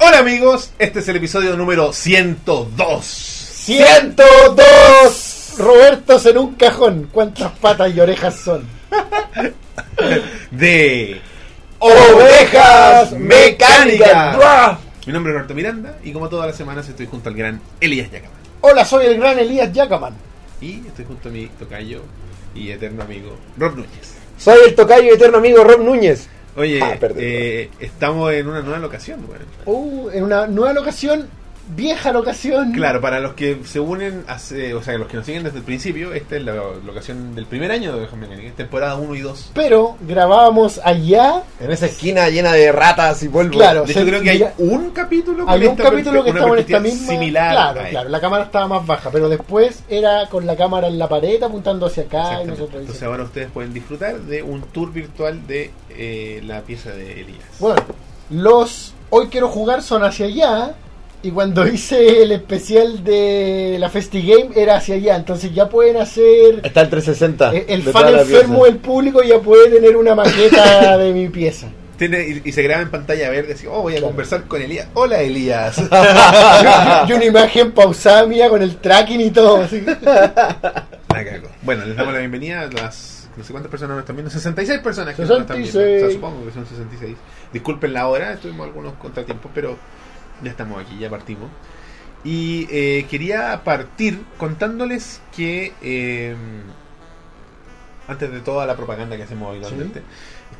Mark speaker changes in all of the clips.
Speaker 1: Hola amigos, este es el episodio número 102.
Speaker 2: 102 Robertos en un cajón. ¿Cuántas patas y orejas son?
Speaker 1: De
Speaker 2: Ovejas Mecánicas. ¡Buah!
Speaker 1: Mi nombre es Roberto Miranda y como todas las semanas estoy junto al gran Elías Yacaman.
Speaker 2: Hola, soy el gran Elías Yacaman.
Speaker 1: Y estoy junto a mi tocayo y eterno amigo Rob Núñez.
Speaker 3: Soy el tocayo y eterno amigo Rob Núñez.
Speaker 1: Oye,
Speaker 3: Ah, perdón.
Speaker 1: eh, estamos en una nueva locación, weón.
Speaker 2: Uh, en una nueva locación, vieja locación.
Speaker 1: Claro, para los que se unen, hace- o sea, los que nos siguen desde el principio, esta es la locación del primer año de Ovejas Mecánicas, temporada 1 y 2.
Speaker 2: Pero grabábamos allá.
Speaker 3: En esa esquina llena de ratas y polvo.
Speaker 2: Claro.
Speaker 1: De hecho,
Speaker 2: se-
Speaker 1: creo que hay
Speaker 2: mira,
Speaker 1: un capítulo con
Speaker 2: Hay un
Speaker 1: esta
Speaker 2: capítulo que
Speaker 1: perspe- una
Speaker 2: estamos en esta
Speaker 1: perspectiva
Speaker 2: misma.
Speaker 1: similar
Speaker 2: claro,
Speaker 1: a esta.
Speaker 2: claro. La cámara estaba más baja, pero después era con la cámara en la pared apuntando hacia acá y
Speaker 1: Exactamente.
Speaker 2: nosotros.
Speaker 1: Entonces ahora ustedes pueden disfrutar de un tour virtual de eh, la pieza de Elías.
Speaker 2: Bueno, los hoy quiero jugar son hacia allá. Y cuando hice el especial de la FestiGame era hacia allá. Entonces ya pueden hacer.
Speaker 3: Está el 360.
Speaker 2: eh, El
Speaker 3: Ah, de toda
Speaker 2: fan
Speaker 3: la
Speaker 2: enfermo
Speaker 3: pieza.
Speaker 2: del público ya puede tener una maqueta de mi pieza.
Speaker 1: Tiene- y, y se graba en pantalla verde así, oh, voy a
Speaker 2: Claro.
Speaker 1: conversar con Elías. Hola Elías.
Speaker 2: Y una imagen pausada mía con el tracking y todo. así.
Speaker 1: La cago. Bueno, les damos la bienvenida a las no sé cuántas personas nos están viendo, 66 personas que nos están viendo. O
Speaker 2: 66.
Speaker 1: sea, supongo que son 66. Disculpen la hora, tuvimos algunos contratiempos, pero ya estamos aquí, ya partimos. Y eh, quería partir contándoles que eh, antes de toda la propaganda que hacemos habitualmente,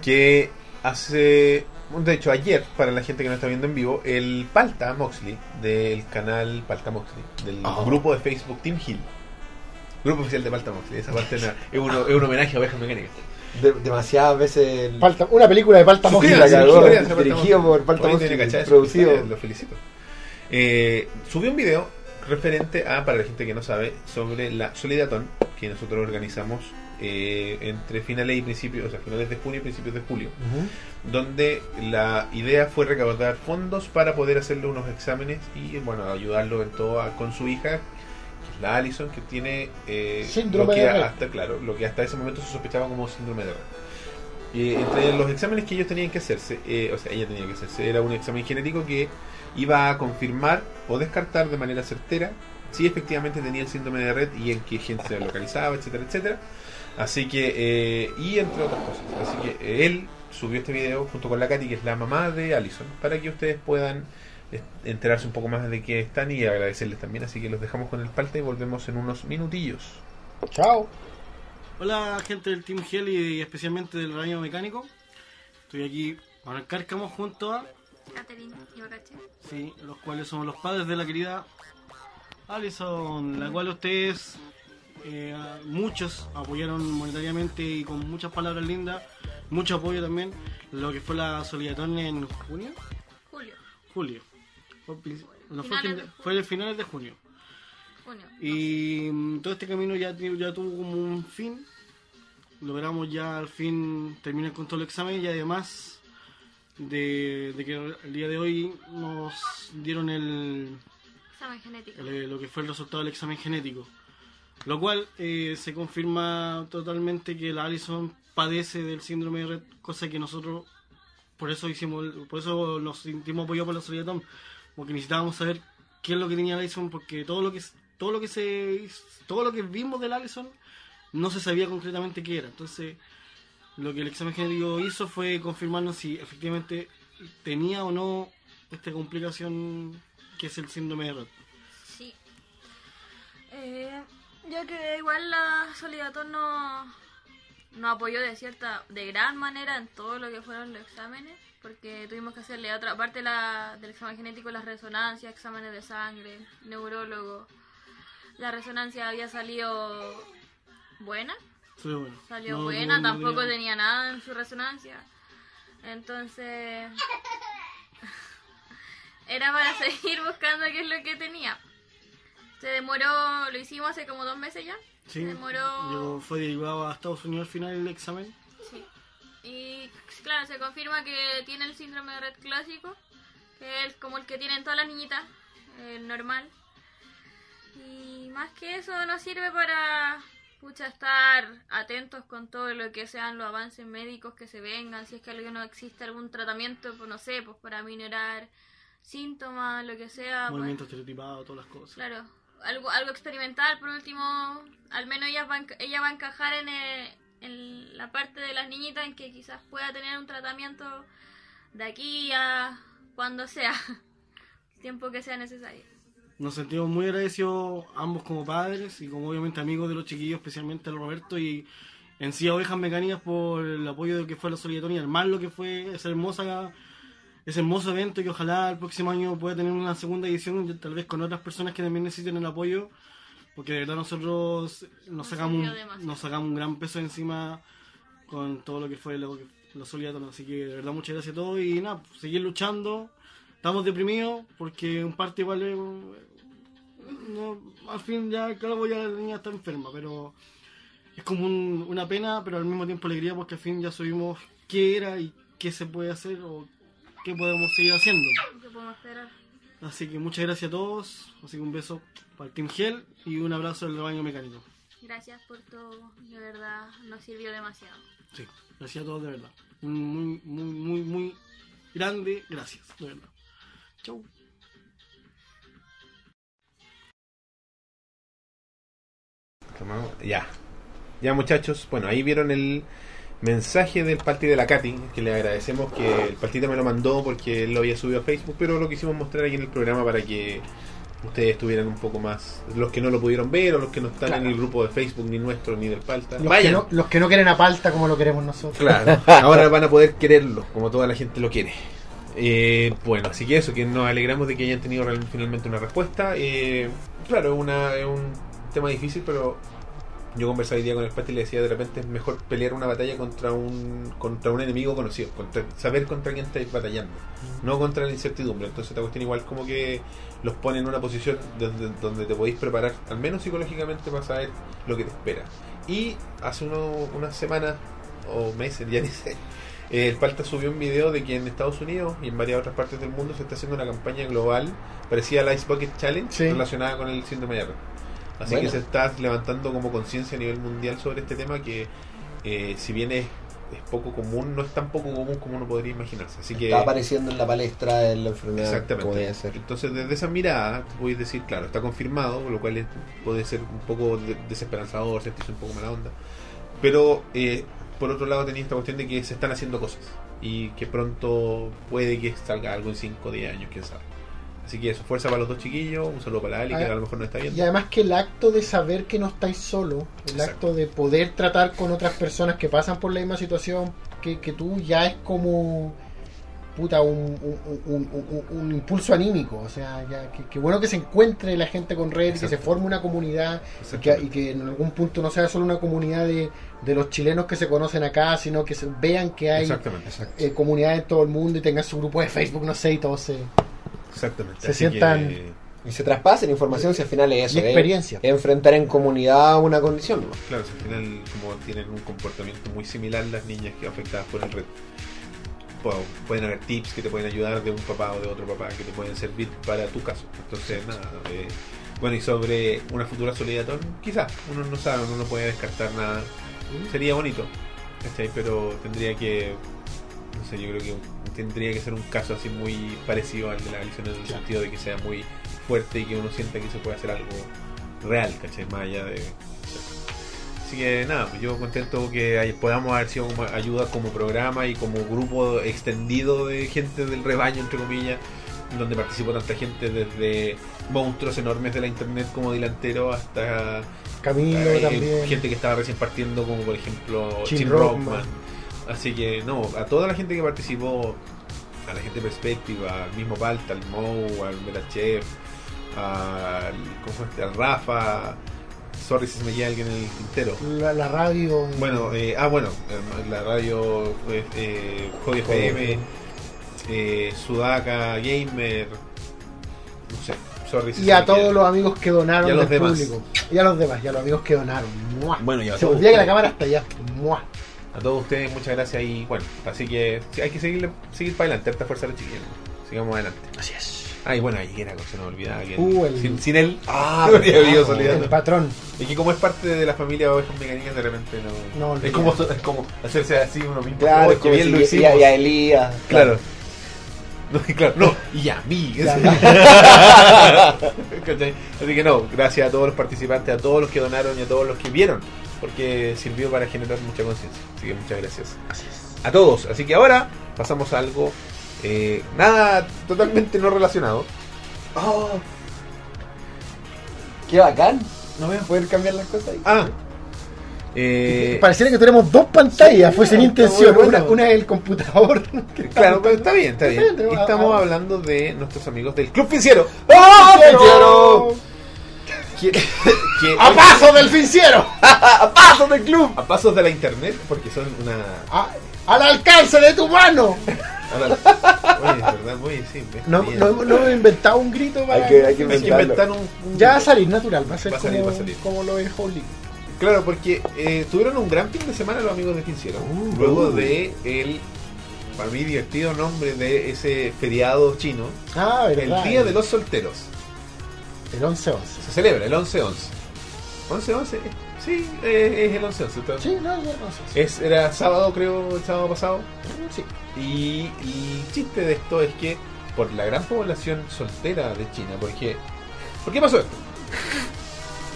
Speaker 1: que hace de hecho ayer para la gente que nos está viendo en vivo el Palta Moxley del canal Palta Moxley del
Speaker 2: Ajá.
Speaker 1: grupo de Facebook Team Hill Grupo oficial de Palta Moxley, esa parte no- es, uno- es un homenaje a Ovejas Mecánicas.
Speaker 3: De- demasiadas veces. el-
Speaker 2: Falta- una película de Palta
Speaker 3: Suscríbanse,
Speaker 2: Mojila,
Speaker 3: cagó,
Speaker 2: cabrón.
Speaker 1: suscríbanse a Palta
Speaker 3: dirigido
Speaker 1: Moxley.
Speaker 3: por Palta
Speaker 1: Oye,
Speaker 3: Moxley,
Speaker 1: tiene cachada esa
Speaker 3: producido.
Speaker 1: historia, Lo felicito. Eh, subí un video referente a, para la gente que no sabe, sobre la Solidatón que nosotros organizamos eh, entre finales y principios, o sea, finales de junio y principios de julio donde la idea fue recaudar fondos para poder hacerle unos exámenes y bueno ayudarlo en todo a- con su hija que es la Allison que tiene eh,
Speaker 2: Síndrome
Speaker 1: lo que
Speaker 2: de Rett.
Speaker 1: hasta claro lo que hasta ese momento se sospechaba como síndrome de Rett. Y entre los exámenes que ellos tenían que hacerse eh, o sea ella tenía que hacerse era un examen genético que iba a confirmar o descartar de manera certera si efectivamente tenía el síndrome de red y en qué gente se localizaba, etcétera, etcétera. Así que, eh, y entre otras cosas. Así que eh, él subió este video junto con la Katy, que es la mamá de Allison, para que ustedes puedan eh, enterarse un poco más de qué están y agradecerles también. Así que los dejamos con el palta y volvemos en unos minutillos.
Speaker 2: Chao.
Speaker 4: Hola gente del Team Hell y especialmente del Rayo Mecánico. Estoy aquí con el Cárcamo junto a
Speaker 5: Catherine y Bacache.
Speaker 4: sí, los cuales son los padres de la querida Alison, la cual ustedes eh, muchos apoyaron monetariamente y con muchas palabras lindas, mucho apoyo también, lo que fue la Solidatón en junio,
Speaker 5: Julio,
Speaker 4: julio. Fue, pri- no, fue,
Speaker 5: Finales
Speaker 4: fin-
Speaker 5: de junio.
Speaker 4: fue el finales de junio.
Speaker 5: junio.
Speaker 4: Y mm, todo este camino ya, ti- ya tuvo como un fin. Logramos ya al fin terminar con todo el examen y además de, de que el día de hoy nos dieron el,
Speaker 5: Examen genético.
Speaker 4: el- lo que fue el resultado del examen genético. Lo cual eh, se confirma totalmente que la Allison padece del síndrome de Rett, cosa que nosotros por eso hicimos, el- por eso nos sentimos apoyados por la Solidaridad Tom, porque necesitábamos saber qué es lo que tenía Allison, porque todo lo que todo lo que se todo lo que vimos del Allison no se sabía concretamente qué era. Entonces, lo que el examen genético hizo fue confirmarnos si efectivamente tenía o no esta complicación que es el síndrome de Rett.
Speaker 5: Sí. Eh, ya que igual la Solidatón no nos apoyó de cierta, de gran manera en todo lo que fueron los exámenes, porque tuvimos que hacerle otra parte la, del examen genético, las resonancias, exámenes de sangre, neurólogo. La resonancia había salido buena,
Speaker 4: Salió buena.
Speaker 5: Salió
Speaker 4: No,
Speaker 5: buena,
Speaker 4: no, no
Speaker 5: tampoco
Speaker 4: tenía-
Speaker 5: tenía nada en su resonancia. Entonces. era para seguir buscando qué es lo que tenía. Se demoró, lo hicimos hace como dos meses ya.
Speaker 4: Sí,
Speaker 5: Se demoró. Ah,
Speaker 4: yo fue derivado a Estados Unidos al final del examen.
Speaker 5: Sí. Y claro, se confirma que tiene el síndrome de red clásico, que es como el que tienen todas las niñitas, el normal. Y más que eso nos sirve para pucha, estar atentos con todo lo que sean los avances médicos que se vengan, si es que alguno existe algún tratamiento, pues, no sé, pues para minorar síntomas, lo que sea. pues,
Speaker 4: movimiento estereotipado, todas las cosas.
Speaker 5: Claro, algo, algo experimental, por último, al menos ella va, a enca- ella va a encajar en, eh, en la parte de las niñitas en que quizás pueda tener un tratamiento de aquí a cuando sea, el tiempo que sea necesario.
Speaker 4: Nos sentimos muy agradecidos ambos como padres y como obviamente amigos de los chiquillos, especialmente al Roberto y en sí a Ovejas Mecánicas por el apoyo de lo que fue la solidaridad más lo que fue esa hermosa, ese hermoso evento que ojalá el próximo año pueda tener una segunda edición, tal vez con otras personas que también necesiten el apoyo, porque de verdad nosotros nos
Speaker 5: Nos
Speaker 4: sacamos, un-
Speaker 5: sirvió demasiado.
Speaker 4: nos sacamos un gran peso encima con todo lo que fue lo que la solidaridad, así que de verdad muchas gracias a todos y nada, pues, seguir luchando. Estamos deprimidos porque en parte igual es un- no, al fin ya, claro, ya la niña está enferma, pero es como un- una pena, pero al mismo tiempo alegría porque al fin ya subimos qué era y qué se puede hacer o qué podemos seguir haciendo.
Speaker 5: ¿Qué podemos esperar?
Speaker 4: Así que muchas gracias a todos, así que un beso para el Team Gel y un abrazo al baño mecánico.
Speaker 5: Gracias por todo, de verdad, nos sirvió demasiado.
Speaker 4: Sí, gracias a todos de verdad. Un Muy, muy, muy, muy grande, gracias, de verdad. Chau.
Speaker 1: Tomamos- Ya. Ya muchachos, bueno, ahí vieron el mensaje del partido de la Katy, que le agradecemos que el partido me lo mandó porque él lo había subido a Facebook, pero lo quisimos mostrar aquí en el programa para que ustedes estuvieran un poco más, los que no lo pudieron ver o los que no están en el grupo de Facebook, ni nuestro, ni del Palta.
Speaker 2: Los que, no, los que no quieren a palta como lo queremos nosotros.
Speaker 1: Claro, ahora van a poder quererlo, como toda la gente lo quiere. Eh, bueno, así que eso, que nos alegramos de que hayan tenido real- finalmente una respuesta. Eh, claro, una, es un tema difícil, pero yo conversaba hoy día con el Pati y le decía de repente es mejor pelear una batalla contra un contra un enemigo conocido, contra- saber contra quién estáis batallando, no contra la incertidumbre. Entonces esta cuestión igual como que los pone en una posición donde, donde te podéis preparar, al menos psicológicamente, para saber lo que te espera. Y hace uno- unas semanas o meses, ya ni sé. eh, El Palta subió un video de que en Estados Unidos y en varias otras partes del mundo se está haciendo una campaña global parecida al Ice Bucket Challenge
Speaker 2: Sí.
Speaker 1: relacionada con el síndrome de Down. Así
Speaker 3: Bueno.
Speaker 1: que se está levantando como conciencia a nivel mundial sobre este tema que eh, si bien es, es poco común, no es tan poco común como uno podría imaginarse. Así que
Speaker 3: Está apareciendo en la palestra en la enfermedad.
Speaker 1: Exactamente.
Speaker 3: Como debe ser.
Speaker 1: Entonces, desde esa mirada, tú puedes decir, claro, está confirmado, lo cual es- puede ser un poco de- desesperanzador, sentirse un poco mala onda. Pero, eh, por otro lado, tenía esta cuestión de que se están haciendo cosas y que pronto puede que salga algo en 5 o 10 años, quién sabe. Así que eso, fuerza para los dos chiquillos, un saludo para Ali, que
Speaker 2: Ah,
Speaker 1: a lo mejor no está
Speaker 2: Y
Speaker 1: viendo.
Speaker 2: además que el acto de saber que no estáis solo, el
Speaker 1: Exacto.
Speaker 2: acto de poder tratar con otras personas que pasan por la misma situación que, que tú, ya es como puta, un, un- un- un- un- un impulso anímico. O sea, ya, que, que bueno que se encuentre la gente con red, que
Speaker 1: Exacto.
Speaker 2: se forme una comunidad y que, y que en algún punto no sea solo una comunidad de, de los chilenos que se conocen acá, sino que se, vean que hay
Speaker 1: Exactamente,
Speaker 2: eh, comunidades en todo el mundo y tengan su grupo de Facebook, no sé, y todo se...
Speaker 1: exactamente.
Speaker 2: se
Speaker 1: Así que,
Speaker 2: sientan-
Speaker 1: eh,
Speaker 3: Y se traspasen información si al final es
Speaker 2: Y
Speaker 3: eso. es
Speaker 2: experiencia.
Speaker 3: enfrentar en comunidad una condición. ¿no?
Speaker 1: Claro, si al final como tienen un comportamiento muy similar las niñas que afectadas por el red. Pu- Pueden haber tips que te pueden ayudar de un papá o de otro papá que te pueden servir para tu caso. Entonces, nada. eh, bueno, y sobre una futura solidaridad, quizás, uno no sabe, uno no puede descartar nada. Sería bonito, ¿cachai? pero tendría que, no sé, yo creo que tendría que ser un caso así muy parecido al de la Alison en el sentido de que sea muy fuerte y que uno sienta que se puede hacer algo real, ¿cachai? Más allá de... Así que nada, pues yo contento que hay- podamos haber sido como ayuda como programa y como grupo extendido de gente del rebaño, entre comillas, donde participó tanta gente desde monstruos enormes de la internet como Dilantero hasta
Speaker 2: Camino
Speaker 1: eh,
Speaker 2: también.
Speaker 1: gente que estaba recién partiendo, como por ejemplo
Speaker 2: Jim
Speaker 1: Jim,
Speaker 2: Rockman.
Speaker 1: Rockman. Así que no, a toda la gente que participó, a la gente de Perspectiva, al mismo Balta, al Mou, al Metachev, al, ¿cómo se llama este? al Rafa, sorry si se me queda alguien en el tintero.
Speaker 2: La, la radio...
Speaker 1: Bueno, eh, ah, bueno, eh, la radio pues, eh, Hobby FM, eh, Sudaka Gamer, no sé, sorry si
Speaker 2: Y
Speaker 1: se
Speaker 2: a
Speaker 1: me queda.
Speaker 2: todos los amigos que donaron
Speaker 1: Y a los
Speaker 2: del
Speaker 1: demás.
Speaker 2: público. Y a los demás, y a los amigos que donaron. ¡Mua!
Speaker 1: Bueno, y a
Speaker 2: Se me
Speaker 1: todos
Speaker 2: olvida que la
Speaker 1: ustedes.
Speaker 2: cámara está allá. ¡Mua!
Speaker 1: A todos ustedes, muchas gracias y bueno, así que sí, hay que seguir, seguir para adelante, harta fuerza a los chiquillos. Sigamos adelante.
Speaker 2: Así es.
Speaker 1: Ah, y bueno, ahí era cosa, no olvidaba que
Speaker 2: Uh, el-
Speaker 1: sin, sin él
Speaker 3: Ah,
Speaker 1: no habría habido
Speaker 3: bravo.
Speaker 1: solidaridad.
Speaker 2: El patrón.
Speaker 1: Y que como es parte de la familia de ovejas mecánicas, de repente no.
Speaker 2: No, olvidé.
Speaker 1: es, como, es como hacerse así uno mismo.
Speaker 3: Claro,
Speaker 1: Oh, qué
Speaker 3: como
Speaker 1: bien
Speaker 3: si
Speaker 1: lo
Speaker 3: y- y
Speaker 1: hicimos.
Speaker 3: a- y a Elías.
Speaker 1: Claro. No, claro, no, y a mí. ¿Cachai? Así que no, gracias a todos los participantes, a todos los que donaron y a todos los que vieron, porque sirvió para generar mucha conciencia. Así que muchas gracias a todos. Así que ahora pasamos a algo eh, nada totalmente no relacionado.
Speaker 3: Oh, ¡Qué bacán!
Speaker 1: No veo.
Speaker 3: Poder cambiar las cosas ahí.
Speaker 1: Ah. Eh,
Speaker 2: Pareciera que tenemos dos pantallas, fue sin
Speaker 3: no,
Speaker 2: intención.
Speaker 3: bueno,
Speaker 2: Una,
Speaker 3: bueno.
Speaker 2: una es el computador.
Speaker 1: claro, pero está bien, está bien.
Speaker 2: Está bien,
Speaker 1: Estamos
Speaker 2: ah, ah.
Speaker 1: hablando de nuestros amigos del Club Financiero.
Speaker 3: ¡Ah,
Speaker 1: quiero! Que- que-
Speaker 2: ¡A paso del finciero!
Speaker 3: ¡A paso del club!
Speaker 1: a pasos de la internet, porque son una.
Speaker 2: A- ¡Al alcance de tu mano!
Speaker 1: a la- Oye, es verdad, oye, sí. es
Speaker 2: No,
Speaker 1: bien.
Speaker 2: no, no hemos inventado un grito para.
Speaker 3: Hay que- hay que
Speaker 1: Hay que inventar un. un-
Speaker 2: Ya va a salir natural, va a ser
Speaker 1: Va a
Speaker 2: como,
Speaker 1: salir, va a salir.
Speaker 2: como lo de Holy.
Speaker 1: Claro, porque eh, tuvieron un gran fin de semana los amigos de Financiero.
Speaker 2: Uh,
Speaker 1: luego de el. Para mí, divertido nombre de ese feriado chino.
Speaker 2: Ah,
Speaker 1: El
Speaker 2: verdad.
Speaker 1: Día de los Solteros.
Speaker 2: El 11-11.
Speaker 1: Se celebra el 11-11. 11-11, sí, eh, es el 11-11. está-
Speaker 2: Sí, no, ya no sé.
Speaker 1: Es, era sábado, creo, el sábado pasado.
Speaker 2: Sí.
Speaker 1: Y, y el chiste de esto es que por la gran población soltera de China, porque ¿por qué pasó esto?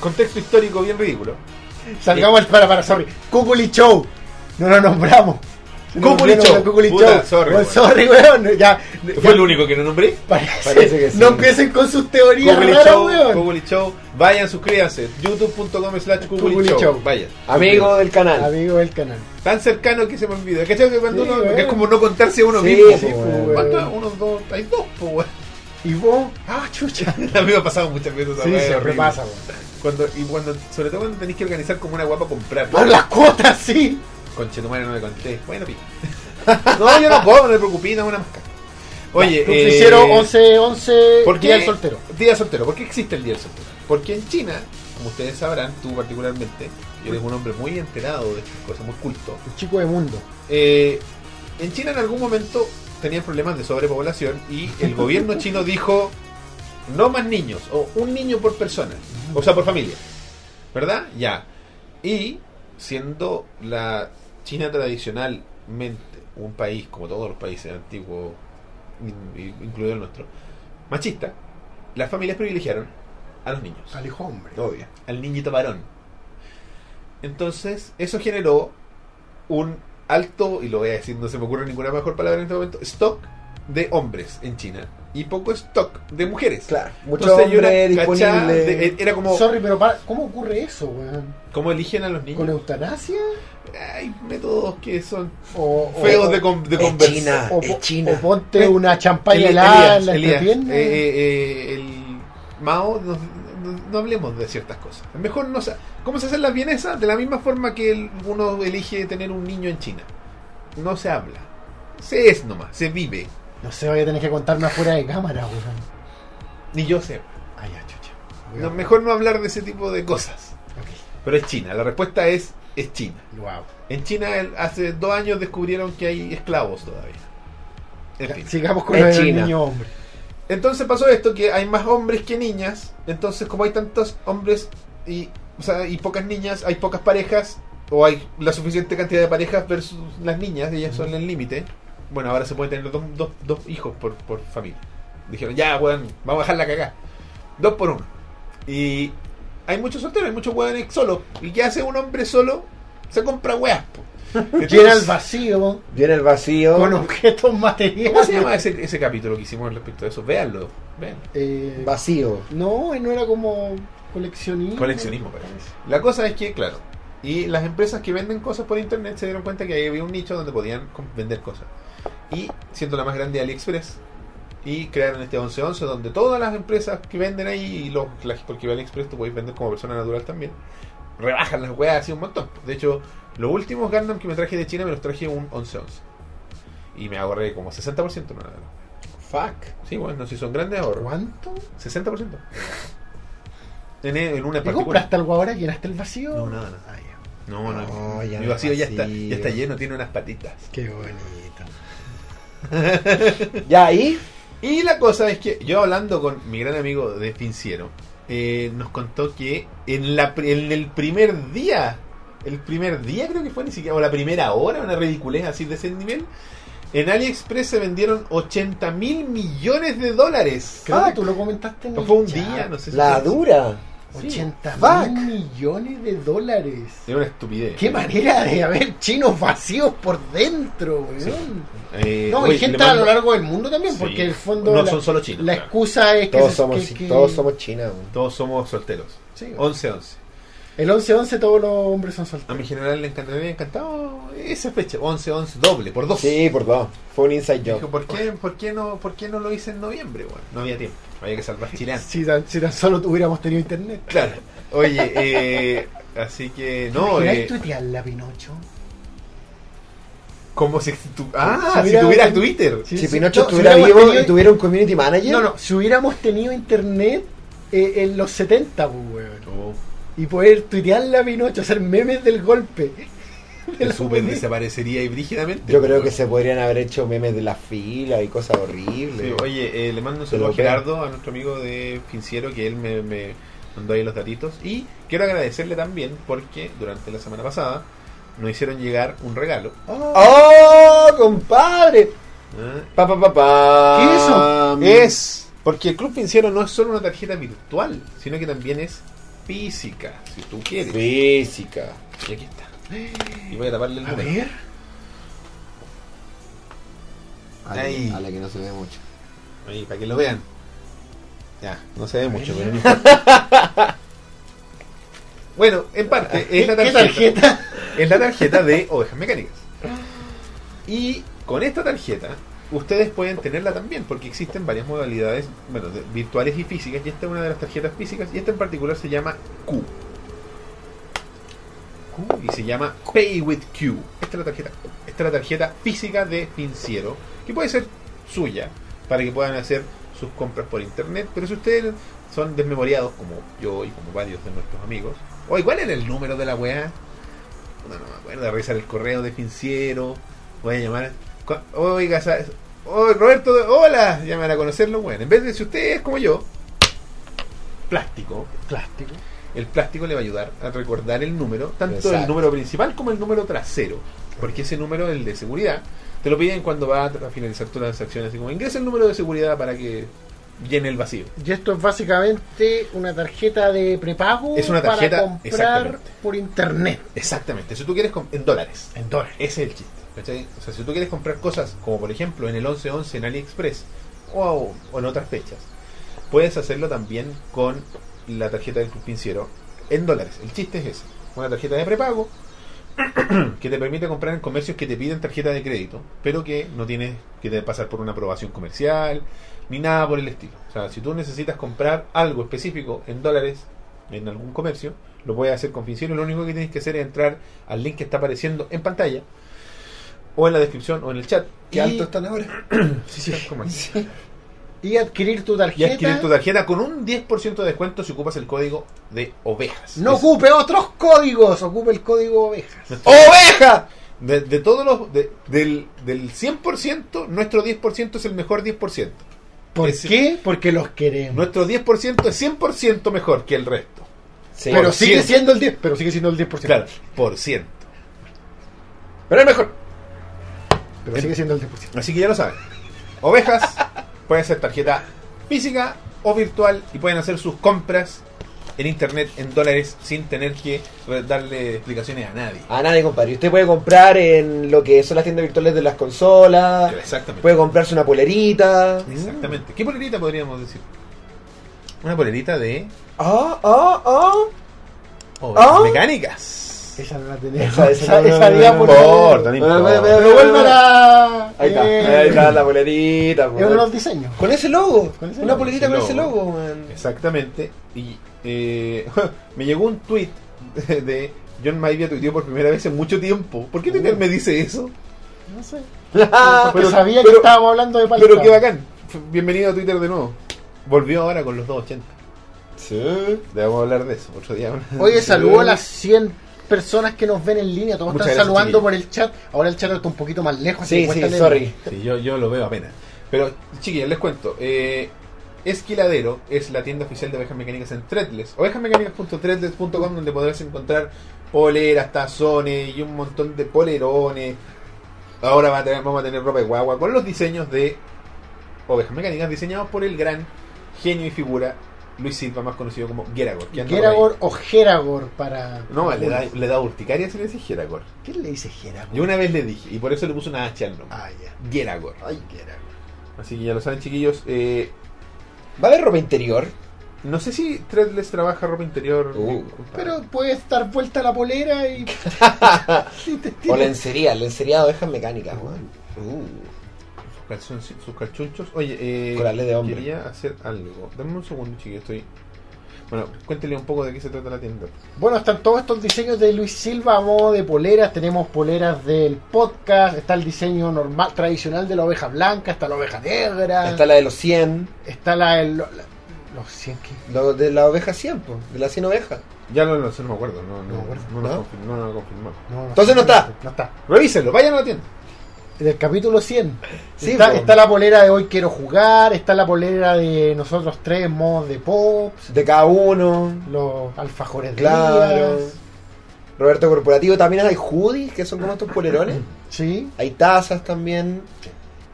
Speaker 1: Contexto histórico bien ridículo.
Speaker 2: Salgamos al para, para, sorry. Cuculi Show. No lo nombramos.
Speaker 1: Cuculi
Speaker 2: No,
Speaker 1: Show.
Speaker 2: no, Cuculi
Speaker 1: Puta,
Speaker 2: Show.
Speaker 1: sorry,
Speaker 2: Bueno,
Speaker 1: weón.
Speaker 2: sorry, weón. Ya, ya
Speaker 1: Fue el único que no nombré.
Speaker 2: parece-
Speaker 3: Parece que sí.
Speaker 2: No empiecen con sus teorías
Speaker 1: Coguli
Speaker 2: raras,
Speaker 1: Show,
Speaker 2: weón.
Speaker 1: Coguli Show. Vayan, suscríbanse. youtube.com slash Coguli
Speaker 2: Coguli
Speaker 1: Show.
Speaker 2: Show.
Speaker 1: Vayan.
Speaker 3: Amigo del canal.
Speaker 2: Amigo del canal.
Speaker 1: Tan cercano que se me olvidó. ¿Cachai? Que cuando
Speaker 2: Sí,
Speaker 1: uno-
Speaker 2: weón.
Speaker 1: que es como no contarse a uno
Speaker 3: Sí,
Speaker 1: mismo.
Speaker 3: sí,
Speaker 2: pues, weón.
Speaker 1: ¿Cuántos? Uno, dos, hay dos, po, weón.
Speaker 2: Y vos, ah, chucha. Sí,
Speaker 1: A mí me ha pasado muchas veces. esa weá, es
Speaker 2: se
Speaker 1: horrible.
Speaker 2: repasa, weón.
Speaker 1: Cuando, y cuando, sobre todo cuando tenés que organizar como una guapa comprar.
Speaker 2: Por las cuotas, sí.
Speaker 1: Conchetumare no me conté. Bueno, pi. no, yo no puedo, no me preocupé, no es una máscara. Oye,
Speaker 2: Tú
Speaker 1: eh,
Speaker 2: hicieron 11, 11
Speaker 1: ¿por qué-
Speaker 2: día del soltero.
Speaker 1: Día soltero. ¿Por qué existe el día del soltero? Porque en China, como ustedes sabrán, tú particularmente, y eres un hombre muy enterado de estas cosas, muy culto.
Speaker 2: Un chico de mundo.
Speaker 1: eh, en China en algún momento tenían problemas de sobrepoblación y el gobierno chino dijo no más niños o un niño por persona, o sea, por familia. ¿Verdad? Ya. Y siendo la China tradicionalmente un país, como todos los países antiguos, in- in- incluido el nuestro, machista, las familias privilegiaron a los niños.
Speaker 2: Al hijo hombre.
Speaker 1: Obvio. Al niñito varón. Entonces, eso generó un alto, y lo voy a decir, no se me ocurre ninguna mejor palabra en este momento, stock de hombres en China y poco stock de mujeres.
Speaker 3: Claro, mucho
Speaker 1: Entonces, yo
Speaker 3: hombre
Speaker 1: era, ¿cachá?
Speaker 3: disponible.
Speaker 2: eh,
Speaker 1: De- eh, era como,
Speaker 2: Sorry, pero para- ¿cómo ocurre eso, weón?
Speaker 1: ¿cómo eligen a los
Speaker 2: ¿Con
Speaker 1: niños?
Speaker 2: eutanasia?
Speaker 1: Hay métodos que son
Speaker 2: O, o-
Speaker 1: feos de, con- de
Speaker 3: Oh, Es
Speaker 1: conversar.
Speaker 3: China.
Speaker 2: o,
Speaker 3: Es
Speaker 2: po-
Speaker 3: China.
Speaker 2: o ponte una champaña
Speaker 1: Eli-
Speaker 2: helada en
Speaker 1: Eh, Elías,
Speaker 2: la
Speaker 1: Elías,
Speaker 2: entrepierna.
Speaker 1: eh, eh, el Mao, no, no- no hablemos de ciertas cosas. Mejor no sa- ¿Cómo se hacen las vienesas? De la misma forma que el- uno elige tener un niño en China. No se habla. Se es nomás, se vive.
Speaker 2: No sé, vaya a tener que contarme afuera de cámara, weón.
Speaker 1: Ni yo sé.
Speaker 2: Ay, ya, chucha.
Speaker 1: No, mejor no hablar de ese tipo de cosas.
Speaker 2: Ok,
Speaker 1: Pero es China. La respuesta es, es China.
Speaker 2: wow.
Speaker 1: En China el- hace dos años descubrieron que hay esclavos todavía. En fin.
Speaker 2: Sigamos con
Speaker 3: Es
Speaker 2: lo del
Speaker 3: China.
Speaker 2: niño hombre.
Speaker 1: Entonces pasó esto que hay más hombres que niñas, entonces como hay tantos hombres y, o sea, y pocas niñas, hay pocas parejas o hay la suficiente cantidad de parejas versus las niñas, ellas son el límite. Bueno, ahora se puede tener dos, dos- dos hijos por, por familia. Dijeron, ya, weón, vamos a dejarla cagar. Dos por uno. Y hay muchos solteros, hay muchos weones solos. ¿Y qué hace un hombre solo? Se compra weas. po.
Speaker 2: Llena el
Speaker 1: Entonces-
Speaker 2: vacío
Speaker 3: Viene el vacío.
Speaker 2: con objetos
Speaker 1: ¿Cómo se
Speaker 2: materiales.
Speaker 1: llama ese, ese capítulo que hicimos respecto a eso? Véanlo. véanlo.
Speaker 2: Eh,
Speaker 3: Vacío.
Speaker 2: no, no era como coleccionismo.
Speaker 1: Coleccionismo, parece. La cosa es que, claro, y las empresas que venden cosas por internet se dieron cuenta que ahí había un nicho donde podían com- vender cosas. Y siendo la más grande AliExpress, y crearon este 1111 donde todas las empresas que venden ahí, y los, las- porque AliExpress tú podéis vender como persona natural también, rebajan las weas así un montón. De hecho, los últimos Gundam que me traje de China me los traje un 1111. Y me ahorré como 60%, no, no, no.
Speaker 3: Fuck.
Speaker 1: Sí, bueno, si son grandes ahorros.
Speaker 2: ¿Cuánto?
Speaker 1: 60%. En, en una
Speaker 2: ¿Te
Speaker 1: particular.
Speaker 2: compraste algo ahora? ¿Llenaste el vacío?
Speaker 1: No, nada, nada.
Speaker 2: Ah, ya.
Speaker 1: No, no,
Speaker 3: No, ya
Speaker 1: mi
Speaker 3: no
Speaker 1: vacío
Speaker 3: es
Speaker 1: ya está,
Speaker 3: vacío.
Speaker 1: ya está lleno, tiene unas patitas.
Speaker 2: Qué bonito.
Speaker 3: Ya ahí.
Speaker 1: Y la cosa es que yo hablando con mi gran amigo de Finciero, eh, nos contó que en, la, pri- en el primer día, el primer día creo que fue ni siquiera, o la primera hora, una ridiculez así de ese nivel, En AliExpress se vendieron 80 mil millones de dólares.
Speaker 2: Creo que
Speaker 3: Fuck.
Speaker 2: tú lo comentaste en
Speaker 1: Ah, No
Speaker 2: el
Speaker 1: fue un
Speaker 2: chat.
Speaker 1: día, no sé si
Speaker 3: La
Speaker 1: fue-
Speaker 3: dura.
Speaker 1: Sí.
Speaker 2: 80
Speaker 3: Fuck.
Speaker 2: mil millones de dólares.
Speaker 1: Es una estupidez.
Speaker 2: Qué manera de haber chinos vacíos por dentro, weón.
Speaker 1: Eh,
Speaker 2: No,
Speaker 1: oye,
Speaker 2: y gente
Speaker 1: le mando-
Speaker 2: a lo largo del mundo también,
Speaker 1: Sí.
Speaker 2: porque en el fondo
Speaker 1: No
Speaker 2: la,
Speaker 1: son solo chinos,
Speaker 2: la
Speaker 1: claro.
Speaker 2: excusa es que,
Speaker 3: Todos
Speaker 2: se-
Speaker 3: somos,
Speaker 2: que- que-
Speaker 3: todos somos China. weón.
Speaker 1: Todos somos solteros.
Speaker 2: Sí.
Speaker 1: 11-11.
Speaker 2: el 11-11 todos los hombres
Speaker 1: A
Speaker 2: son
Speaker 1: mi
Speaker 2: solteros.
Speaker 1: general le encantaría, encantado esa fecha. 11-11, doble, por dos.
Speaker 3: Sí, por dos. Fue un inside
Speaker 1: Dijo,
Speaker 3: job.
Speaker 1: ¿por qué, por, qué no, ¿por qué no lo hice en noviembre? Bueno, no había tiempo. Había que salvar Chile antes.
Speaker 2: Si tan, si tan solo tuviéramos tenido internet.
Speaker 1: Claro. Oye, eh, así que no.
Speaker 2: ¿Querías
Speaker 1: eh,
Speaker 2: tuitearla, Pinocho?
Speaker 1: como si tu- ah,
Speaker 2: Si
Speaker 1: si tuviera
Speaker 2: hubiera-
Speaker 1: Twitter.
Speaker 2: Sí,
Speaker 3: Si
Speaker 2: sí.
Speaker 3: Pinocho
Speaker 2: No,
Speaker 3: estuviera
Speaker 2: hubiéramos
Speaker 3: vivo
Speaker 2: tenido-
Speaker 3: y tuviera un community manager,
Speaker 2: No, no, si hubiéramos tenido internet eh, en los 70, pues, weón.
Speaker 1: Oh,
Speaker 2: Y poder tuitearla a Pinocho, hacer memes del golpe. De
Speaker 1: el
Speaker 2: la
Speaker 1: super
Speaker 2: moneda.
Speaker 1: desaparecería y brígidamente.
Speaker 3: yo creo que se podrían haber hecho memes de la fila y cosas horribles.
Speaker 1: Sí, oye, eh, le mando un
Speaker 3: Pero
Speaker 1: saludo a
Speaker 3: espera.
Speaker 1: Gerardo, a nuestro amigo de Finciero, que él me, me mandó ahí los datitos. Y quiero agradecerle también porque durante la semana pasada nos hicieron llegar un regalo.
Speaker 3: Ah, ¡Oh, compadre!
Speaker 1: ¿eh?
Speaker 3: Pa, pa, pa, pa.
Speaker 2: ¿Qué es eso?
Speaker 3: Mm.
Speaker 1: Es porque el Club Finciero no es solo una tarjeta virtual, sino que también es física, si tú quieres.
Speaker 3: Física.
Speaker 1: Y aquí está. Y voy a taparle el
Speaker 2: A
Speaker 1: número.
Speaker 2: ver.
Speaker 3: A la,
Speaker 1: Ahí.
Speaker 3: a la que no se ve mucho.
Speaker 1: Ahí, para que lo vean. Ya, no se ve mucho, pero no importa. Bueno, en parte, es la
Speaker 2: Ah, ¿Qué
Speaker 1: tarjeta,
Speaker 2: tarjeta?
Speaker 1: Es la tarjeta de Ovejas Mecánicas. Y con esta tarjeta, ustedes pueden tenerla también, porque existen varias modalidades, bueno, de- virtuales y físicas, y esta es una de las tarjetas físicas, y esta en particular se llama Q. Q, y se llama Pay with Q. Esta es la tarjeta, esta es la tarjeta física de Pinciero, que puede ser suya, para que puedan hacer sus compras por internet. Pero si ustedes son desmemoriados, como yo y como varios de nuestros amigos, oye, ¿cuál era el número de la weá? No, no me acuerdo, revisar el correo de Finciero, voy a llamar. cu- Oiga, ¿sabes? Oh, Roberto, hola, llaman a conocerlo. Bueno, en vez de si usted es como yo, plástico,
Speaker 2: Plástico.
Speaker 1: el plástico le va a ayudar a recordar el número, tanto el
Speaker 3: Exacto.
Speaker 1: número principal como el número trasero, porque ese número, el de seguridad, te lo piden cuando va a tra- finalizar tu transacción, así como ingresa el número de seguridad para que llene el vacío.
Speaker 2: Y esto es básicamente una tarjeta de prepago
Speaker 1: Es una tarjeta,
Speaker 2: para comprar
Speaker 1: exactamente.
Speaker 2: por internet.
Speaker 1: Exactamente, si tú quieres com- en dólares,
Speaker 2: En dólares.
Speaker 1: ese es el chiste. ¿cachai? O sea, si tú quieres comprar cosas como por ejemplo en el 1111 en AliExpress o, o en otras fechas, puedes hacerlo también con la tarjeta del Club Pinciero en dólares. El chiste es ese. Una tarjeta de prepago que te permite comprar en comercios que te piden tarjeta de crédito, pero que no tienes que te- pasar por una aprobación comercial ni nada por el estilo. O sea, si tú necesitas comprar algo específico en dólares en algún comercio, lo puedes hacer con Finciero. Lo único que tienes que hacer es entrar al link que está apareciendo en pantalla o en la descripción o en el chat. y-
Speaker 3: están ahora?
Speaker 1: Sí, sí, están como así.
Speaker 2: Y adquirir tu tarjeta.
Speaker 1: Y adquirir tu tarjeta con un 10% de descuento si ocupas el código de ovejas.
Speaker 2: No
Speaker 1: Es-
Speaker 2: ocupe otros códigos, ocupe el código ovejas.
Speaker 3: ¡Oveja!
Speaker 1: de, de todos los. de- del, del 100%, nuestro 10% es el mejor 10%.
Speaker 2: ¿Por
Speaker 1: Ese-
Speaker 2: qué? Porque los queremos.
Speaker 1: Nuestro 10% es 100% mejor que el resto.
Speaker 3: Sí.
Speaker 2: pero
Speaker 1: por
Speaker 2: sigue
Speaker 1: ciento.
Speaker 2: siendo el 10, pero sigue siendo el 10%.
Speaker 1: Claro, por ciento.
Speaker 3: Pero es mejor.
Speaker 2: Pero sigue siendo el 10%.
Speaker 1: Así que ya lo saben. Ovejas puede ser tarjeta física o virtual y pueden hacer sus compras en internet en dólares sin tener que re- darle explicaciones a nadie.
Speaker 3: A nadie, compadre. Usted puede comprar en lo que son las tiendas virtuales de las
Speaker 2: Ah.
Speaker 3: consolas.
Speaker 1: Exactamente.
Speaker 3: Puede comprarse una polerita.
Speaker 1: Exactamente. ¿Qué polerita podríamos decir? Una polerita de
Speaker 3: ¡Ah, ah, ah!
Speaker 1: ovejas
Speaker 3: Ah.
Speaker 1: mecánicas.
Speaker 2: Esa no la tenemos.
Speaker 3: Esa- esa no- no-
Speaker 2: digamos,
Speaker 1: no
Speaker 2: la-
Speaker 1: importa, no
Speaker 3: Pero,
Speaker 1: importa.
Speaker 3: pero,
Speaker 2: Pero
Speaker 3: pero,
Speaker 2: vuelva
Speaker 3: pero-
Speaker 2: la.
Speaker 3: Ahí está,
Speaker 2: eh,
Speaker 3: ahí está la polerita.
Speaker 2: Es uno de
Speaker 3: weón.
Speaker 2: los diseños.
Speaker 3: Con ese logo.
Speaker 2: Con ese
Speaker 3: una
Speaker 2: logo,
Speaker 3: polerita
Speaker 1: ese
Speaker 3: con ese
Speaker 1: logo.
Speaker 3: logo, weón.
Speaker 1: Exactamente. Y eh, me llegó un tweet de John Maivia tuiteó por primera vez en mucho tiempo. ¿Por qué Twitter me dice eso?
Speaker 2: No sé.
Speaker 3: Ah,
Speaker 2: Porque sabía que
Speaker 1: pero-
Speaker 2: estábamos hablando de palta.
Speaker 1: Pero qué bacán. Bienvenido a Twitter de nuevo. Volvió ahora con los 280.
Speaker 3: Sí.
Speaker 1: Debemos hablar de eso otro día.
Speaker 2: Oye, saludo a las 100 personas que nos ven en línea. Todos
Speaker 1: Muchas gracias,
Speaker 2: están saludando
Speaker 1: chiquillos.
Speaker 2: por el chat. Ahora el chat está un poquito más lejos. así
Speaker 3: Sí,
Speaker 2: que cuesta
Speaker 3: sí,
Speaker 2: leer.
Speaker 3: sorry.
Speaker 1: Sí, yo, yo lo veo apenas. Pero, chiquillos, les cuento. Eh, Esquiladero es la tienda oficial de ovejas mecánicas en Threadless. Ovejasmecánicas.threadless.com donde podrás encontrar poleras, tazones y un montón de polerones. Ahora va a tener- vamos a tener ropa de guagua con los diseños de Ovejas Mecánicas diseñados por el gran genio y figura Luis Silva, más conocido como Geragor. que anda por ahí.
Speaker 2: Geragor o Geragor para.
Speaker 1: No, le da, le da urticaria si le dice Geragor.
Speaker 2: ¿Quién le dice Geragor?
Speaker 1: Yo una vez le dije, y por eso le puse una H al nombre.
Speaker 2: Ah, ya.
Speaker 1: Geragor.
Speaker 2: Ay, Geragor.
Speaker 1: Así que ya lo saben, chiquillos. eh,
Speaker 3: ¿Va a haber ropa interior?
Speaker 1: no sé si Threadless trabaja ropa interior.
Speaker 3: Uh,
Speaker 2: Pero puedes dar vuelta a la polera y. y te
Speaker 3: O
Speaker 2: tiras.
Speaker 3: lencería, lencería de ovejas mecánicas, weón. Uh,
Speaker 1: Sus, calzoncillos- sus calchunchos. Oye, eh,
Speaker 3: Corales de hombre.
Speaker 1: quería hacer algo. Dame un segundo, chiquillos. Estoy. Bueno, cuéntele un poco de qué se trata la tienda.
Speaker 2: Bueno, están todos estos diseños de Luis Silva a modo de poleras. Tenemos poleras del podcast. Está el diseño normal, tradicional de la oveja blanca. Está la oveja negra.
Speaker 3: Está
Speaker 2: Está la.
Speaker 3: la de los 100,
Speaker 2: el- la- los 100 que.
Speaker 3: lo de la oveja 100, po, de las 100 ovejas.
Speaker 1: Ya lo lancé, no me acuerdo. No,
Speaker 2: No me
Speaker 1: no,
Speaker 2: acuerdo.
Speaker 1: no, nos
Speaker 3: ¿No?
Speaker 1: confir- no nos confirmamos.
Speaker 2: no,
Speaker 3: Entonces no está.
Speaker 2: No está.
Speaker 1: Revísenlo, vayan a la tienda.
Speaker 2: Del capítulo 100.
Speaker 3: Sí,
Speaker 2: está,
Speaker 3: po.
Speaker 2: está la polera de hoy quiero jugar. Está la polera de nosotros tres, modos de pops.
Speaker 3: De cada uno.
Speaker 2: Los alfajores de
Speaker 3: Claro.
Speaker 2: Díaz,
Speaker 3: Roberto Corporativo, también hay hoodies, que son como estos polerones.
Speaker 2: Sí.
Speaker 3: Hay tazas también.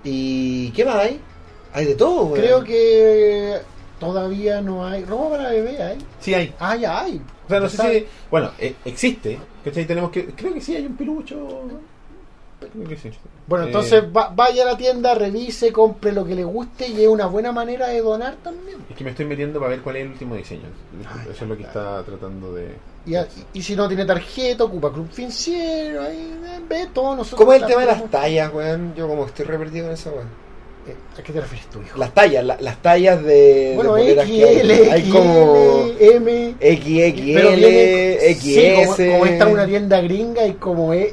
Speaker 3: ¿Y qué más hay? Hay de todo, weón.
Speaker 2: Creo que todavía no hay. Ropa para bebé, ¿hay?
Speaker 1: Sí, hay.
Speaker 2: Ah, ya hay.
Speaker 1: O sea, no
Speaker 2: Ya
Speaker 1: sé
Speaker 2: está.
Speaker 1: si. Bueno, eh, existe. ¿Cachai? Tenemos que. Creo que sí, hay un pilucho. Creo que sí.
Speaker 2: Bueno,
Speaker 1: Eh,
Speaker 2: entonces va- vaya a la tienda, revise, compre lo que le guste y es una buena manera de donar también.
Speaker 1: Es que me estoy metiendo para ver cuál es el último diseño.
Speaker 2: Ah,
Speaker 1: Eso es lo que está tratando de.
Speaker 2: Y, a- y si no tiene tarjeta, ocupa club financiero, ahí eh, ve todo. Nosotros
Speaker 3: ¿Cómo es el tema
Speaker 2: también-
Speaker 3: de las tallas, weón? Yo como estoy re perdido en eso, weón.
Speaker 2: Eh, ¿A qué te refieres tú, hijo?
Speaker 3: Las tallas, la- las tallas de.
Speaker 2: bueno,
Speaker 3: Eh, de
Speaker 2: XL,
Speaker 3: poleras que hay. Hay como.
Speaker 2: XL, M. pero viene-
Speaker 3: XXL,
Speaker 2: sí, como,
Speaker 3: XS.
Speaker 2: como está en una tienda gringa y como e-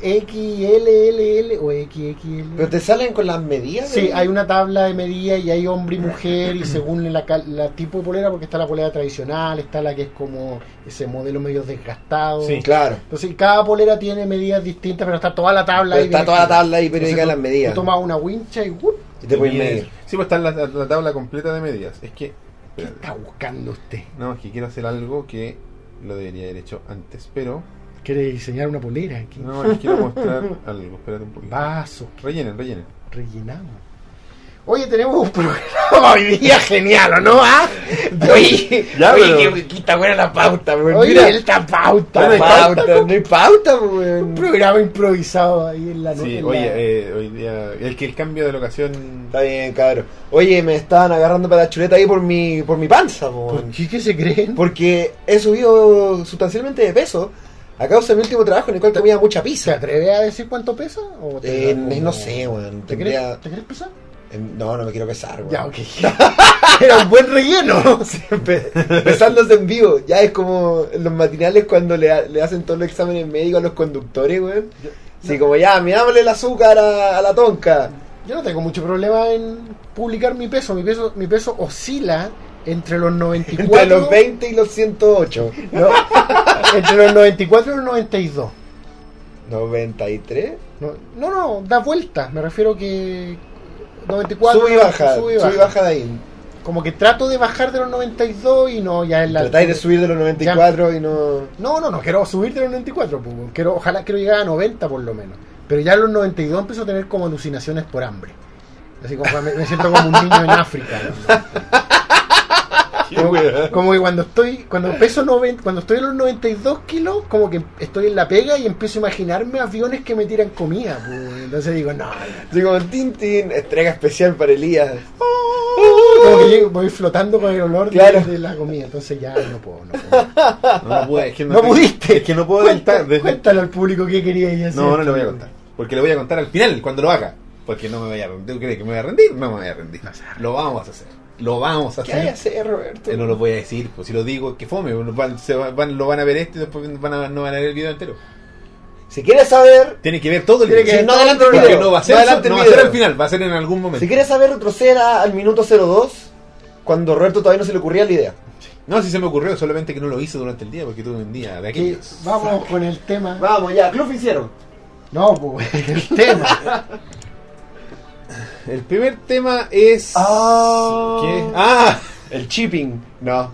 Speaker 2: XLLL o XXL.
Speaker 3: Pero te salen con las medidas.
Speaker 2: Sí,
Speaker 3: weón.
Speaker 2: hay una tabla de medida y hay hombre y mujer y según la, cal- la tipo de polera, porque está la polera tradicional, está la que es como ese modelo medio desgastado.
Speaker 1: Sí.
Speaker 3: Claro.
Speaker 2: Entonces cada polera tiene medidas distintas, pero está toda la tabla
Speaker 3: Pero
Speaker 2: ahí.
Speaker 3: está
Speaker 2: bien
Speaker 3: toda la
Speaker 2: escrita.
Speaker 3: tabla ahí periódica de
Speaker 2: Entonces
Speaker 3: las
Speaker 2: tú-
Speaker 3: medidas.
Speaker 2: Tú tomas una wincha y uh, ¡wup!
Speaker 3: Y te puedes
Speaker 1: Mide-
Speaker 3: medir.
Speaker 1: Sí, pues está la, la tabla completa de medidas. Es que.
Speaker 2: ¿qué
Speaker 1: espérate.
Speaker 2: está buscando usted?
Speaker 1: No, es que quiero hacer algo que lo debería haber hecho antes, pero.
Speaker 2: ¿Quiere diseñar una polera aquí?
Speaker 1: No, les quiero mostrar algo. Espérate un poquito. Ah,
Speaker 2: Vaso,
Speaker 1: Rellenen, rellenen.
Speaker 2: rellenamos. Oye, tenemos un programa hoy día genial, ¿o no? ah? Oye,
Speaker 1: Ya,
Speaker 3: Oye,
Speaker 1: pero-
Speaker 3: que, que está buena la pauta, weón.
Speaker 2: oye,
Speaker 3: Pues Mira,
Speaker 2: esta pauta,
Speaker 3: no hay
Speaker 2: pa-
Speaker 3: pauta, no hay pauta,
Speaker 2: un
Speaker 3: weón.
Speaker 2: programa improvisado ahí en la
Speaker 1: Sí,
Speaker 2: en la-
Speaker 1: oye, eh, hoy día. El que el cambio de locación.
Speaker 3: Está bien, cabrón. Oye, me estaban agarrando para la chuleta ahí por mi, por mi panza,
Speaker 2: ¿Por
Speaker 3: weón.
Speaker 2: qué que se creen?
Speaker 3: Porque he subido sustancialmente de peso a causa de mi último trabajo en el cual comía mucha
Speaker 2: ¿Se
Speaker 3: pizza.
Speaker 2: atreve a decir cuánto pesa? ¿O te
Speaker 3: Eh,
Speaker 2: da como-
Speaker 3: no sé, weón.
Speaker 2: Oh. ¿Te
Speaker 3: Tendría-
Speaker 2: crees, ¿Te crees pesar?
Speaker 3: eh, No, no me quiero pesar, weón.
Speaker 2: Ya, ok. Era un buen relleno.
Speaker 3: Pe- Besándose en vivo, ya es como en los matinales cuando le, ha- le hacen todos los exámenes médicos a los conductores, weón. Así como ya, mirámosle el azúcar a, a la tonca.
Speaker 2: Yo no tengo mucho problema en publicar mi peso. Mi peso, mi peso oscila entre los 94.
Speaker 3: Entre los 20 y los 108.
Speaker 2: no, entre los 94 y los 92.
Speaker 3: 93.
Speaker 2: No, no, no, da vueltas. Me refiero que 94.
Speaker 3: Sube y baja.
Speaker 2: sube y baja.
Speaker 3: de ahí.
Speaker 2: Como que trato de bajar de los 92 y no, ya es la.
Speaker 3: Tratáis de subir de los 94 y no.
Speaker 2: No, no, no, quiero subir de los 94, pues, weón. quiero, ojalá quiero llegar a 90 por lo menos. Pero ya a los 92 empiezo a tener como alucinaciones por hambre. Así como me, me siento como un niño en África.
Speaker 1: Qué
Speaker 2: ¿no?
Speaker 1: wea.
Speaker 2: Como, como que cuando estoy, cuando peso 90, cuando estoy en los 92 kilos, como que estoy en la pega y empiezo a imaginarme aviones que me tiran comida. pues, weón. Entonces digo, no, no.
Speaker 3: Así como Tintin, entrega especial para Elías.
Speaker 2: como que llego- voy flotando con el olor de-
Speaker 3: Claro.
Speaker 2: de, la comida. Entonces ya no puedo, no puedo.
Speaker 1: No, no pude, es que
Speaker 2: No
Speaker 1: tengo-
Speaker 2: pudiste.
Speaker 1: Es que no puedo
Speaker 2: Cuenta-
Speaker 1: editar desde-
Speaker 2: Cuéntale al público qué quería ir a hacer.
Speaker 1: No, no le voy a contar. Porque le voy a contar al final, cuando lo haga. Porque no me voy a rendir. ¿Tú crees que me voy a rendir? No me voy a rendir. Lo vamos a hacer. Lo vamos a
Speaker 3: ¿Qué hay que
Speaker 1: hacer.
Speaker 3: hacer, Roberto?
Speaker 1: Eh, no lo voy a decir, pues si lo digo, que fome. pues, Van, se va- van- lo van a ver este y después van a, no van a ver el video entero.
Speaker 3: Si quieres saber,
Speaker 1: Tiene que ver todo el
Speaker 3: Tiene
Speaker 1: video.
Speaker 3: que ver
Speaker 1: no
Speaker 3: todo el
Speaker 1: adelante el
Speaker 3: video.
Speaker 1: video. No va a ser,
Speaker 3: No adelante
Speaker 1: no
Speaker 3: el
Speaker 1: va a ser
Speaker 3: video.
Speaker 1: al final, va a ser en algún momento.
Speaker 3: si quieres saber, retroceda al minuto 02 cuando a Roberto todavía no se le ocurría la idea.
Speaker 1: No, si se me ocurrió, solamente que no lo hice durante el día porque tuve un día de
Speaker 2: Que
Speaker 1: aquellos.
Speaker 2: vamos con el tema.
Speaker 3: Vamos ya, club hicieron.
Speaker 2: No, pues el tema.
Speaker 1: El primer tema es.
Speaker 3: Ah.
Speaker 1: ¿Qué? ¡Ah!
Speaker 3: El chipping. No.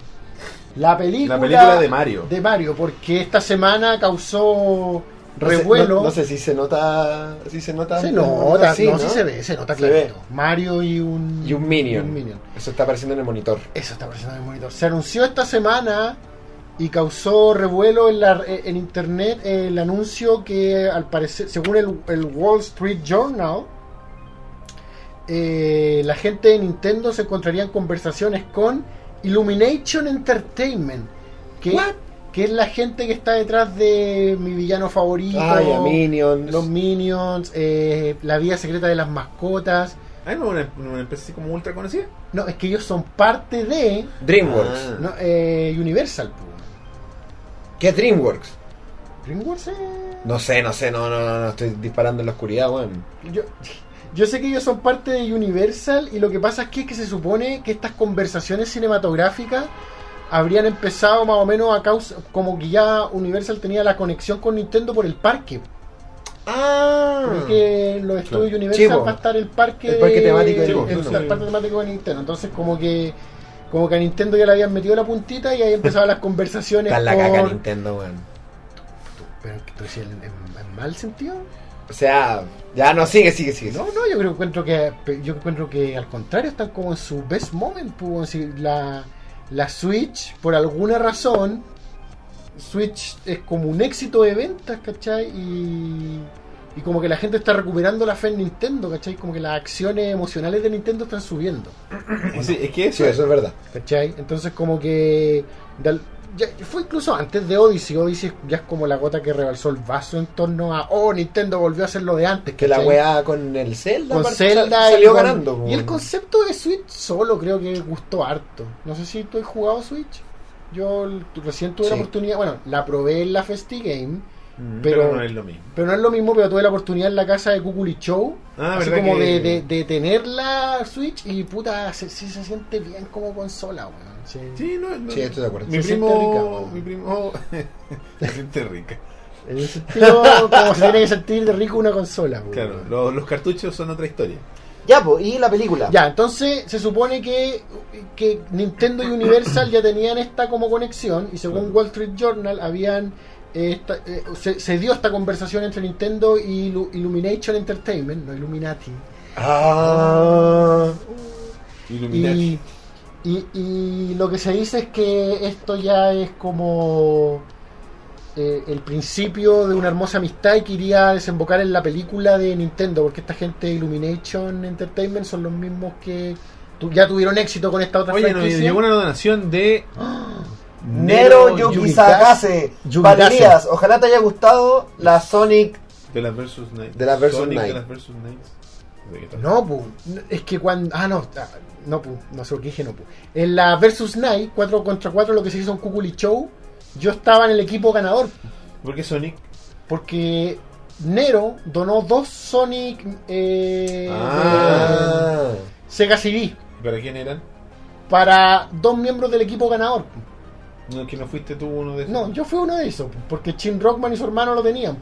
Speaker 2: La película,
Speaker 1: La película de Mario.
Speaker 2: De Mario, porque esta semana causó
Speaker 3: sé-
Speaker 2: revuelo.
Speaker 3: No, no sé si se nota. Si se nota.
Speaker 2: Se
Speaker 3: no,
Speaker 2: nota,
Speaker 3: así,
Speaker 2: no, sí se ve, se nota
Speaker 3: Se
Speaker 2: clarito. Mario y un,
Speaker 3: Y un Minion.
Speaker 2: y un Minion.
Speaker 3: Eso está apareciendo en el monitor.
Speaker 2: Eso está apareciendo en el monitor. Se anunció esta semana y causó revuelo en, la, eh, en internet eh, el anuncio que, al parecer, según el, el Wall Street Journal, eh, la gente de Nintendo se encontraría en conversaciones con Illumination Entertainment, que,
Speaker 3: What?
Speaker 2: que es la gente que está detrás de mi villano favorito,
Speaker 3: Ay, a Minions.
Speaker 2: los Minions, eh, la vida secreta de las mascotas.
Speaker 1: Ah, no, una, una empresa así como ultra conocida.
Speaker 2: No, es que ellos son parte de
Speaker 3: DreamWorks.
Speaker 1: Ah.
Speaker 2: no, eh, Universal. pues.
Speaker 3: ¿Qué es DreamWorks?
Speaker 2: DreamWorks eh,
Speaker 3: No sé, no sé, no, no, no, no, estoy disparando en la oscuridad, weón.
Speaker 2: Yo, yo sé que ellos son parte de Universal y lo que pasa es que, que se supone que estas conversaciones cinematográficas habrían empezado más o menos a causa como que ya Universal tenía la conexión con Nintendo por el parque.
Speaker 3: Ah,
Speaker 2: Porque los estudios Universal
Speaker 3: Sí, po.
Speaker 2: va a estar el parque,
Speaker 3: El parque temático de
Speaker 2: de, el,
Speaker 3: Nintendo.
Speaker 2: el parque temático de Nintendo. Entonces como que como que a Nintendo ya le habían metido la puntita y ahí empezaban las conversaciones
Speaker 3: está en la caca
Speaker 2: por-
Speaker 3: Nintendo, weón.
Speaker 2: Pero ¿tú decías en- en- en mal sentido.
Speaker 3: O sea, ya no, sigue, sigue, sigue.
Speaker 2: No, no, yo creo encuentro que yo encuentro que al contrario están como en su best moment, pues, weón. Si la, la Switch por alguna razón Switch es como un éxito de ventas, ¿cachai? Y, y como que la gente está recuperando la fe en Nintendo, ¿cachai? Como que las acciones emocionales de Nintendo están subiendo,
Speaker 1: Sí, es que
Speaker 3: Sí,
Speaker 1: eso,
Speaker 3: eso es verdad.
Speaker 2: ¿cachai? Entonces como que de al- ya- fue incluso antes de Odyssey, Odyssey ya es como la gota que rebalsó el vaso en torno a, oh, Nintendo volvió a hacer lo de antes,
Speaker 3: Que la
Speaker 2: ¿cachai?
Speaker 3: weá con el Zelda,
Speaker 2: con
Speaker 3: aparte,
Speaker 2: Zelda
Speaker 3: sal- salió
Speaker 2: y con-
Speaker 3: ganando.
Speaker 2: Y el
Speaker 3: weón.
Speaker 2: concepto de Switch solo creo que gustó harto. No sé si tú has jugado Switch. Yo l- recién tuve la
Speaker 3: Sí.
Speaker 2: oportunidad, bueno, la probé en la Festi Game,
Speaker 1: Mm, pero,
Speaker 2: pero-
Speaker 1: no es lo mismo.
Speaker 2: pero no es lo mismo, pero tuve la oportunidad en la casa de Kukuli Show,
Speaker 1: Ah,
Speaker 2: así
Speaker 1: verdad
Speaker 2: como
Speaker 1: que-
Speaker 2: de, de, de tener la Switch y puta, se, sí se siente bien como consola, weón. Sí.
Speaker 1: Sí, no, no-
Speaker 3: Sí, estoy de acuerdo.
Speaker 1: Mi
Speaker 2: Se siente
Speaker 1: primo,
Speaker 2: rica.
Speaker 1: mi primo, se siente rica.
Speaker 2: En el sentido como se tiene que sentir de rico una consola, weón.
Speaker 1: Claro, lo- los cartuchos son otra historia.
Speaker 3: Ya, pues, y la película.
Speaker 2: Ya, entonces se supone que, que Nintendo y Universal ya tenían esta como conexión y según
Speaker 1: Claro.
Speaker 2: Wall Street Journal habían eh, esta- eh, se, se dio esta conversación entre Nintendo y Illu- Illumination Entertainment, no Illuminati.
Speaker 3: Ah,
Speaker 1: Illuminati.
Speaker 2: Y, y, y lo que se dice es que esto ya es como eh, el principio de una hermosa amistad y que iría a desembocar en la película de Nintendo, porque esta gente de Illumination Entertainment son los mismos que tu- ya tuvieron éxito con esta otra
Speaker 1: Oye, nos
Speaker 2: franquicia.
Speaker 1: llegó una donación de
Speaker 3: Nero
Speaker 2: Yukisakase.
Speaker 3: Yukisakase. Valerías, ojalá te haya gustado la Sonic.
Speaker 1: de las Versus Knights.
Speaker 3: De las Versus
Speaker 1: Sonic
Speaker 3: Knight.
Speaker 1: de las Versus Knights. No sé qué tal.
Speaker 2: No, pu, es que cuando... Ah, no, ah, no, pu, no sé por qué dije no, pu. En la Versus Night, 4 contra 4, lo que se hizo en Kukuli Show, yo estaba en el equipo ganador,
Speaker 1: Porque Sonic.
Speaker 2: Porque Nero donó dos Sonic eh,
Speaker 1: Ah.
Speaker 2: eh, Sega CD
Speaker 1: ¿y ¿Para quién eran?
Speaker 2: para dos miembros del equipo ganador.
Speaker 1: No, que no fuiste tú uno de esos.
Speaker 2: No, yo fui uno de esos, porque Jim Rockman y su hermano lo tenían.